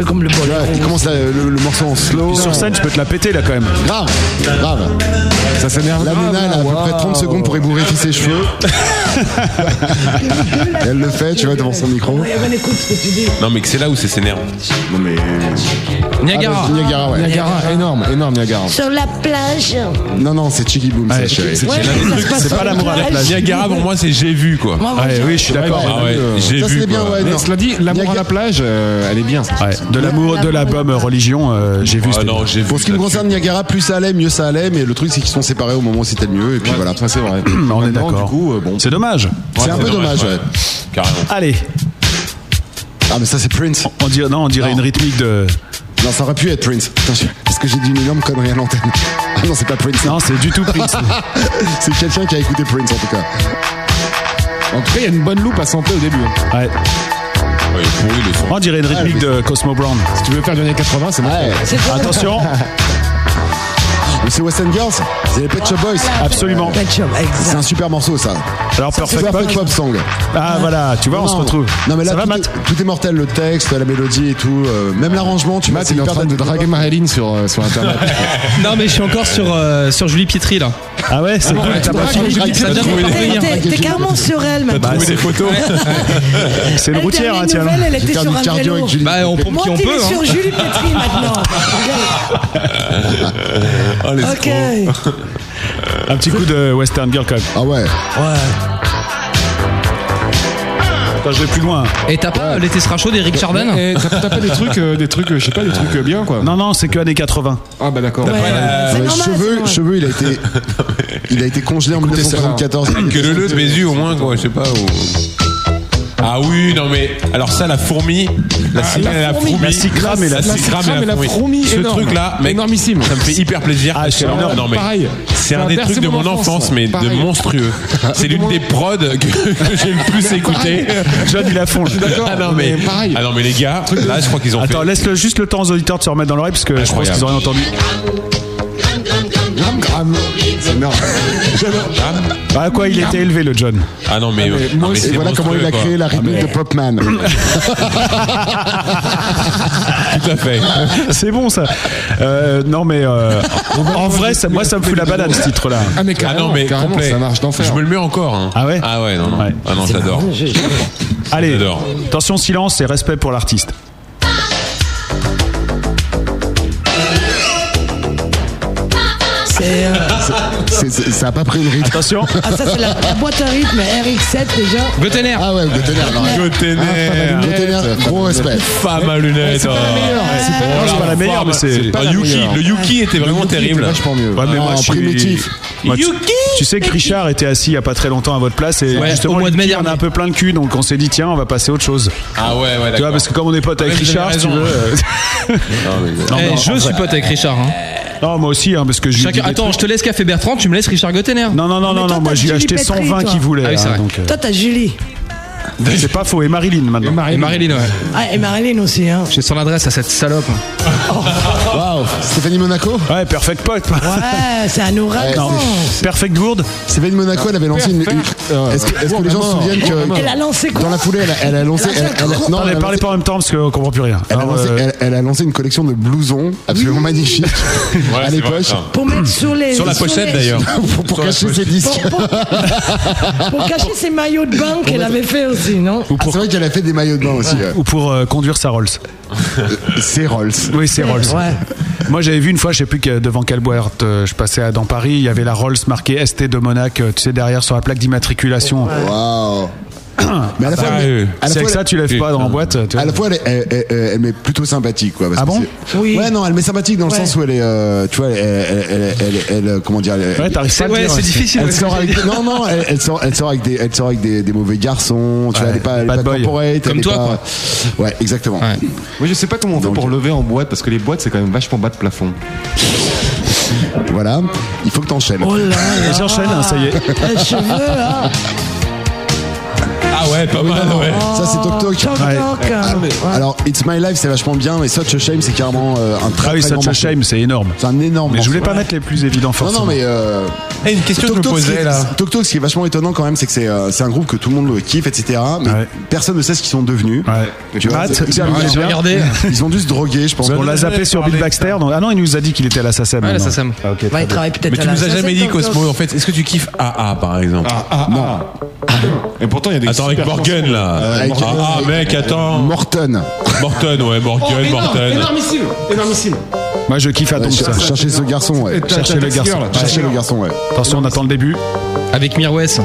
[SPEAKER 7] comme le
[SPEAKER 5] Ils commencent la- le, le morceau en slow.
[SPEAKER 3] Et sur scène, tu peux te la péter là quand même.
[SPEAKER 5] Grave, grave.
[SPEAKER 11] Ça s'énerve.
[SPEAKER 5] La Nena, elle a à peu près 30 secondes pour ébouriffer ses cheveux. Et elle le fait, tu vois, devant son micro.
[SPEAKER 7] On écoute ce que tu dis.
[SPEAKER 4] Non, mais que c'est là où c'est s'énerve.
[SPEAKER 5] Non, mais. euh, Ah, bah,
[SPEAKER 11] Niagara.
[SPEAKER 5] Niagara, ouais.
[SPEAKER 11] Niagara, énorme, énorme Niagara.
[SPEAKER 7] Sur la plage.
[SPEAKER 5] Non, non, c'est Chicky Boom, ça, chérie.
[SPEAKER 4] C'est l'un des trucs- c'est pas l'amour à la plage. Niagara, pour moi, c'est j'ai vu quoi.
[SPEAKER 3] oui, je suis d'accord.
[SPEAKER 4] Ah ouais,
[SPEAKER 5] euh,
[SPEAKER 4] j'ai vu. quoi.
[SPEAKER 11] Mais cela dit, l'amour à la plage, euh, elle est bien. ça.
[SPEAKER 3] De l'amour, de la bombe religion, euh, j'ai vu. c'était-
[SPEAKER 5] Pour ce qui me concerne, Niagara, plus ça allait, mieux ça allait, mais le truc c'est qu'ils sont séparés au moment où c'était le mieux, et puis voilà.
[SPEAKER 11] Ça, c'est vrai.
[SPEAKER 3] on est d'accord. C'est dommage.
[SPEAKER 5] euh, C'est un peu dommage, ouais.
[SPEAKER 4] Carrément.
[SPEAKER 3] Allez.
[SPEAKER 5] Ah, mais ça, c'est Prince.
[SPEAKER 3] On dirait, non, on dirait une rythmique de.
[SPEAKER 5] Non, ça aurait pu être Prince. Putain, je- Parce que j'ai dit une énorme connerie à l'antenne. Ah non, c'est pas Prince.
[SPEAKER 3] Non, c'est du tout Prince.
[SPEAKER 5] c'est quelqu'un qui a écouté Prince en tout cas.
[SPEAKER 11] En tout cas, il y a une bonne loupe à santé au début.
[SPEAKER 5] hein.
[SPEAKER 3] Ouais. On dirait
[SPEAKER 4] Ah,
[SPEAKER 3] une rythmique de Cosmo Brown.
[SPEAKER 11] Si tu veux faire les années 80, c'est bon.
[SPEAKER 3] C'est quoi Attention.
[SPEAKER 5] Mais C'est Western Girls C'est les Pet Shop Boys
[SPEAKER 3] Absolument.
[SPEAKER 5] C'est un super morceau ça.
[SPEAKER 3] Alors Perfect
[SPEAKER 5] Pop,
[SPEAKER 3] Pop.
[SPEAKER 5] Pop Song.
[SPEAKER 3] Ah voilà, tu vois, on se retrouve.
[SPEAKER 5] Non mais là,
[SPEAKER 3] Ça va,
[SPEAKER 5] tout, est, tout est mortel, le texte, la mélodie et tout, euh, même l'arrangement, tu vois,
[SPEAKER 11] Matt, il est en train de draguer Marilyn sur, euh, sur Internet.
[SPEAKER 6] Non, mais je suis encore sur, euh, sur Julie Pietri là.
[SPEAKER 3] Ah ouais, c'est
[SPEAKER 11] cool, t'as
[SPEAKER 5] Bah,
[SPEAKER 11] pas fini.
[SPEAKER 6] Ça devient
[SPEAKER 11] T'as trouvé
[SPEAKER 6] parvenir.
[SPEAKER 11] des-
[SPEAKER 7] T'es t'es carrément sur elle maintenant.
[SPEAKER 3] C'est une
[SPEAKER 7] Elle
[SPEAKER 3] routière,
[SPEAKER 7] termine
[SPEAKER 3] hein, tiens.
[SPEAKER 7] nouvelle, Elle était sur un vélo.
[SPEAKER 6] Bah, on pompe
[SPEAKER 7] Monte,
[SPEAKER 6] qui on
[SPEAKER 7] il est
[SPEAKER 6] peut.
[SPEAKER 3] hein.
[SPEAKER 7] sur Julie Petri maintenant.
[SPEAKER 4] Oh, les
[SPEAKER 7] Ok.
[SPEAKER 4] escrocs.
[SPEAKER 3] Un petit coup de Western Girl quand même.
[SPEAKER 5] Ah ouais.
[SPEAKER 3] Ouais. Attends, je vais plus loin.
[SPEAKER 6] Et t'as pas l'été sera chaud d'Eric Chardin
[SPEAKER 11] Eh, T'as t'as pas des trucs, euh, des trucs, euh, je sais pas, des trucs euh, bien quoi.
[SPEAKER 3] Non, non, c'est que années 80.
[SPEAKER 11] Ah bah d'accord.
[SPEAKER 5] Ouais,
[SPEAKER 11] Ouais.
[SPEAKER 5] ouais, cheveux, cheveux, il a été, il a été congelé en
[SPEAKER 4] Écoutez ça.
[SPEAKER 5] 1974.
[SPEAKER 4] Que le le Bézu au moins quoi, je sais pas. ou- Ah oui, non mais alors ça la fourmi, la
[SPEAKER 11] Ah,
[SPEAKER 4] cicrame
[SPEAKER 11] la
[SPEAKER 4] et la
[SPEAKER 11] fourmi.
[SPEAKER 4] fourmi,
[SPEAKER 11] La cicrame et la- la
[SPEAKER 4] cicrame
[SPEAKER 11] cicrame et la fourmi,
[SPEAKER 4] Ce
[SPEAKER 11] énorme.
[SPEAKER 4] truc là, mec,
[SPEAKER 11] Énormissime. Ah,
[SPEAKER 4] Ça me fait hyper plaisir. parce
[SPEAKER 11] c'est
[SPEAKER 4] que-
[SPEAKER 11] énorme.
[SPEAKER 4] non, mais
[SPEAKER 11] Pareil.
[SPEAKER 4] C'est
[SPEAKER 11] Ça
[SPEAKER 4] un
[SPEAKER 11] a
[SPEAKER 4] des
[SPEAKER 11] bercé
[SPEAKER 4] trucs de
[SPEAKER 11] mon
[SPEAKER 4] mon
[SPEAKER 11] enfance,
[SPEAKER 4] enfance, mais de
[SPEAKER 11] pareil.
[SPEAKER 4] monstrueux. C'est l'une des prods que, que j'ai le plus écouté.
[SPEAKER 3] John, il a fond.
[SPEAKER 11] d'accord,
[SPEAKER 4] Ah non mais,
[SPEAKER 11] mais pareil.
[SPEAKER 4] ah non mais les gars, là je crois qu'ils ont
[SPEAKER 3] Attends, laisse-le juste le temps aux auditeurs de se remettre dans l'oreille parce que je pense
[SPEAKER 4] Incroyable.
[SPEAKER 3] qu'ils ont rien entendu.
[SPEAKER 5] Gram, gram. C'est énorme.
[SPEAKER 3] Bah quoi, il était élevé le John.
[SPEAKER 4] fait. Ah non mais,
[SPEAKER 11] mais
[SPEAKER 4] non,
[SPEAKER 11] moi
[SPEAKER 4] mais
[SPEAKER 11] aussi.
[SPEAKER 4] c'est
[SPEAKER 5] Et voilà comment
[SPEAKER 4] monstrueux,
[SPEAKER 5] il a
[SPEAKER 4] quoi.
[SPEAKER 5] créé
[SPEAKER 11] Ah,
[SPEAKER 5] la rythmique de Popman.
[SPEAKER 4] Tout à fait.
[SPEAKER 3] C'est bon ça. Euh, non mais euh, en vrai, ça- moi ça me fout la banane ce titre-là.
[SPEAKER 11] Ah mais
[SPEAKER 4] Ah
[SPEAKER 11] carrément,
[SPEAKER 4] non mais
[SPEAKER 11] carrément,
[SPEAKER 4] complet.
[SPEAKER 11] ça marche d'enfer.
[SPEAKER 4] Je me le mets encore. hein.
[SPEAKER 3] Ah ouais
[SPEAKER 4] Ah ouais non non.
[SPEAKER 3] Ouais.
[SPEAKER 4] Ah non j'adore.
[SPEAKER 3] Allez,
[SPEAKER 4] J'adore.
[SPEAKER 3] attention silence et respect pour l'artiste.
[SPEAKER 7] C'est. euh,
[SPEAKER 5] C'est- c'est- ça a pas pris une rythme.
[SPEAKER 3] Attention.
[SPEAKER 7] Ah, ça, c'est la, la boîte à rythme RX7 déjà.
[SPEAKER 6] Gotenner.
[SPEAKER 5] Ah ouais, Gotener.
[SPEAKER 2] Ah,
[SPEAKER 4] Gotenner.
[SPEAKER 5] Gotener, gros respect.
[SPEAKER 4] Femme à lunettes. Oh, C'est pas la meilleure.
[SPEAKER 3] Non, c'est pas la meilleure, mais c'est.
[SPEAKER 5] pas la
[SPEAKER 4] Yuki,
[SPEAKER 5] meilleure.
[SPEAKER 4] le Yuki était vraiment terrible.
[SPEAKER 5] Vachement mieux. Ah,
[SPEAKER 3] Ouais, mais moi,
[SPEAKER 5] En
[SPEAKER 3] je suis-
[SPEAKER 5] primitif.
[SPEAKER 3] Moi, tu, tu sais que Richard était assis il y a pas très longtemps à votre place et
[SPEAKER 6] Ouais,
[SPEAKER 3] justement
[SPEAKER 6] au mois de mai
[SPEAKER 3] Yuki, on
[SPEAKER 6] dernier.
[SPEAKER 3] a un peu plein le cul donc on s'est dit tiens on va passer à autre chose.
[SPEAKER 4] Ah ouais, ouais,
[SPEAKER 3] Tu vois
[SPEAKER 4] d'accord.
[SPEAKER 3] parce que comme on est potes avec
[SPEAKER 4] Ouais, vous
[SPEAKER 3] Richard,
[SPEAKER 4] avez
[SPEAKER 3] si tu
[SPEAKER 4] raison.
[SPEAKER 3] veux. euh, Non,
[SPEAKER 6] Eh,
[SPEAKER 3] non,
[SPEAKER 6] je
[SPEAKER 3] en
[SPEAKER 6] suis
[SPEAKER 3] vrai.
[SPEAKER 6] pote avec Richard. hein.
[SPEAKER 3] Non, moi aussi hein, parce que je lui ai dit
[SPEAKER 6] Chacun-
[SPEAKER 3] des
[SPEAKER 6] Attends, je te laisse Café Bertrand, tu me laisses Richard Gotenner.
[SPEAKER 3] Non, non, non, non,
[SPEAKER 7] toi,
[SPEAKER 3] non, moi
[SPEAKER 7] t'as
[SPEAKER 3] j'ai
[SPEAKER 7] Julie
[SPEAKER 3] acheté
[SPEAKER 7] Petri,
[SPEAKER 3] 120
[SPEAKER 7] toi.
[SPEAKER 3] qu'il voulait.
[SPEAKER 6] Ah oui, c'est
[SPEAKER 3] hein,
[SPEAKER 6] vrai.
[SPEAKER 3] donc, euh,
[SPEAKER 7] Toi, t'as Julie.
[SPEAKER 3] C'est pas faux. Et Marilyn maintenant.
[SPEAKER 6] Et Marilyn, ouais.
[SPEAKER 7] Ah, et Marilyn aussi, hein.
[SPEAKER 6] J'ai son adresse à cette salope.
[SPEAKER 5] Waouh, Stéphanie Monaco
[SPEAKER 3] Ouais, Perfect Pot.
[SPEAKER 7] Ouais, c'est un ouragan.
[SPEAKER 3] Perfect Gourde
[SPEAKER 5] Stéphanie Monaco, elle avait lancé une. une- Est-ce que, est-ce que les gens se souviennent que.
[SPEAKER 7] Elle a lancé quoi
[SPEAKER 5] Dans la foulée, elle a, elle a lancé.
[SPEAKER 7] Ah,
[SPEAKER 5] Elle, elle a- non,
[SPEAKER 3] non,
[SPEAKER 5] elle a
[SPEAKER 3] parlez
[SPEAKER 5] lancé-
[SPEAKER 3] pas en même temps parce euh, qu'on comprend plus rien.
[SPEAKER 5] elle a
[SPEAKER 3] Alors,
[SPEAKER 5] lancé-
[SPEAKER 3] euh,
[SPEAKER 5] elle- elle a lancé une collection de blousons absolument magnifique à
[SPEAKER 4] c'est vrai,
[SPEAKER 5] l'époque.
[SPEAKER 4] ça.
[SPEAKER 7] Pour mettre sur les.
[SPEAKER 4] Sur la
[SPEAKER 7] sur
[SPEAKER 4] pochette,
[SPEAKER 7] les-
[SPEAKER 4] d'ailleurs.
[SPEAKER 5] Pour, pour
[SPEAKER 4] Sur la
[SPEAKER 5] cacher ses
[SPEAKER 4] pochette.
[SPEAKER 5] disques.
[SPEAKER 7] Pour, pour- pour cacher ses maillots de bain qu'elle avait fait aussi,
[SPEAKER 4] Oh,
[SPEAKER 7] non
[SPEAKER 5] Ah, c'est vrai qu'elle a fait des maillots de bain aussi. ouais.
[SPEAKER 3] Ou pour euh, conduire sa Rolls.
[SPEAKER 5] C'est Rolls.
[SPEAKER 3] Oui, c'est Rolls.
[SPEAKER 7] Ouais.
[SPEAKER 3] Moi, j'avais vu une fois, je sais plus, que devant quelle boîte euh, je passais à- dans Paris, il y avait la Rolls marquée ST de Monac, euh, tu sais, derrière sur la plaque d'immatriculation.
[SPEAKER 5] Waouh. Mais à la fois,
[SPEAKER 3] bah,
[SPEAKER 5] elle-
[SPEAKER 3] euh,
[SPEAKER 5] à la
[SPEAKER 3] c'est
[SPEAKER 5] fois,
[SPEAKER 3] avec ça, tu lèves pas dans la boîte, tu
[SPEAKER 5] À
[SPEAKER 3] vois.
[SPEAKER 5] la fois, elle, est- elle, elle- elle- elle m'est plutôt sympathique, quoi. parce
[SPEAKER 3] Ah
[SPEAKER 5] que
[SPEAKER 3] bon
[SPEAKER 5] c'est- Ouais, non, elle m'est sympathique dans le sens où elle est, euh, tu vois, elle, elle, elle- elle- elle- comment dire, elle-
[SPEAKER 3] Ouais, t'arrives pas à le Ouais, dire, hein. c'est ouais. difficile,
[SPEAKER 5] Elle
[SPEAKER 3] ouais,
[SPEAKER 5] sort
[SPEAKER 3] c'est
[SPEAKER 5] avec, non, non, elle, elle sort, elle sort avec des, elle sort avec des, des mauvais garçons. Tu vois, elle est pas, elle est pas
[SPEAKER 3] bad boy.
[SPEAKER 5] corporate.
[SPEAKER 3] Comme
[SPEAKER 5] elle est
[SPEAKER 3] toi,
[SPEAKER 5] pas- Ouais, exactement.
[SPEAKER 11] Moi, je sais pas comment on fait pour lever en boîte parce que les boîtes, c'est quand même vachement bas de plafond.
[SPEAKER 5] Voilà, il faut que t'enchaînes.
[SPEAKER 7] Oh là Eh, là.
[SPEAKER 3] J'enchaîne, hein, ça y est.
[SPEAKER 7] Les cheveux, là.
[SPEAKER 4] Ah ouais, pas mal, ouais.
[SPEAKER 7] Oh,
[SPEAKER 5] Ça c'est Toc Toc.
[SPEAKER 7] Toc Toc.
[SPEAKER 5] Ouais. Ah, mais- Alors It's My Life c'est vachement bien mais Such a Shame c'est carrément euh, un très
[SPEAKER 3] Ah oui,
[SPEAKER 5] très grand
[SPEAKER 3] Such a
[SPEAKER 5] morceau.
[SPEAKER 3] Shame, c'est énorme.
[SPEAKER 5] C'est un énorme
[SPEAKER 3] Mais je voulais
[SPEAKER 5] morceau.
[SPEAKER 3] pas mettre les plus évidents, forcément.
[SPEAKER 5] Non, non, mais. Euh...
[SPEAKER 4] Eh, une question que je me
[SPEAKER 5] Tok, ce qui
[SPEAKER 4] posais,
[SPEAKER 5] est-
[SPEAKER 4] là.
[SPEAKER 5] Tok Tok, ce qui est vachement étonnant quand même, c'est que c'est euh, c'est un groupe que tout le monde kiffe, etc. Mais personne ne sait ce qu'ils sont devenus. Tu vois,
[SPEAKER 3] Matt,
[SPEAKER 5] c'est hyper
[SPEAKER 3] j'ai
[SPEAKER 5] bizarre.
[SPEAKER 3] regardé.
[SPEAKER 5] Ils ont dû se droguer, je pense.
[SPEAKER 3] On l'a zappé sur Bill Baxter. donc- Ah non, il nous a dit qu'il était à la SACEM.
[SPEAKER 5] Ouais, la
[SPEAKER 3] maintenant.
[SPEAKER 5] SACEM.
[SPEAKER 3] Ah, ok, très bien.
[SPEAKER 4] Mais tu nous as jamais dit, Cosmo, en fait, est-ce que tu kiffes AA par exemple
[SPEAKER 5] Non.
[SPEAKER 4] Et pourtant, il y a des. Attends, avec Morgan là.
[SPEAKER 5] Avec-
[SPEAKER 4] ah, ah, mec, attends.
[SPEAKER 5] Morton.
[SPEAKER 4] Morton, ouais,
[SPEAKER 7] Oh,
[SPEAKER 4] Morgan, Morton.
[SPEAKER 11] énormissime, énormissime.
[SPEAKER 3] Moi, je kiffe à
[SPEAKER 5] Ouais,
[SPEAKER 3] tombe
[SPEAKER 5] cher-
[SPEAKER 3] ça.
[SPEAKER 5] Cherchez ce garçon, ouais.
[SPEAKER 3] Et t'as- Cherchez t'as le Taxi garçon. Girl, là.
[SPEAKER 5] Cherchez le garçon, ouais.
[SPEAKER 3] Attention, on attend le début.
[SPEAKER 6] Avec Mirwes.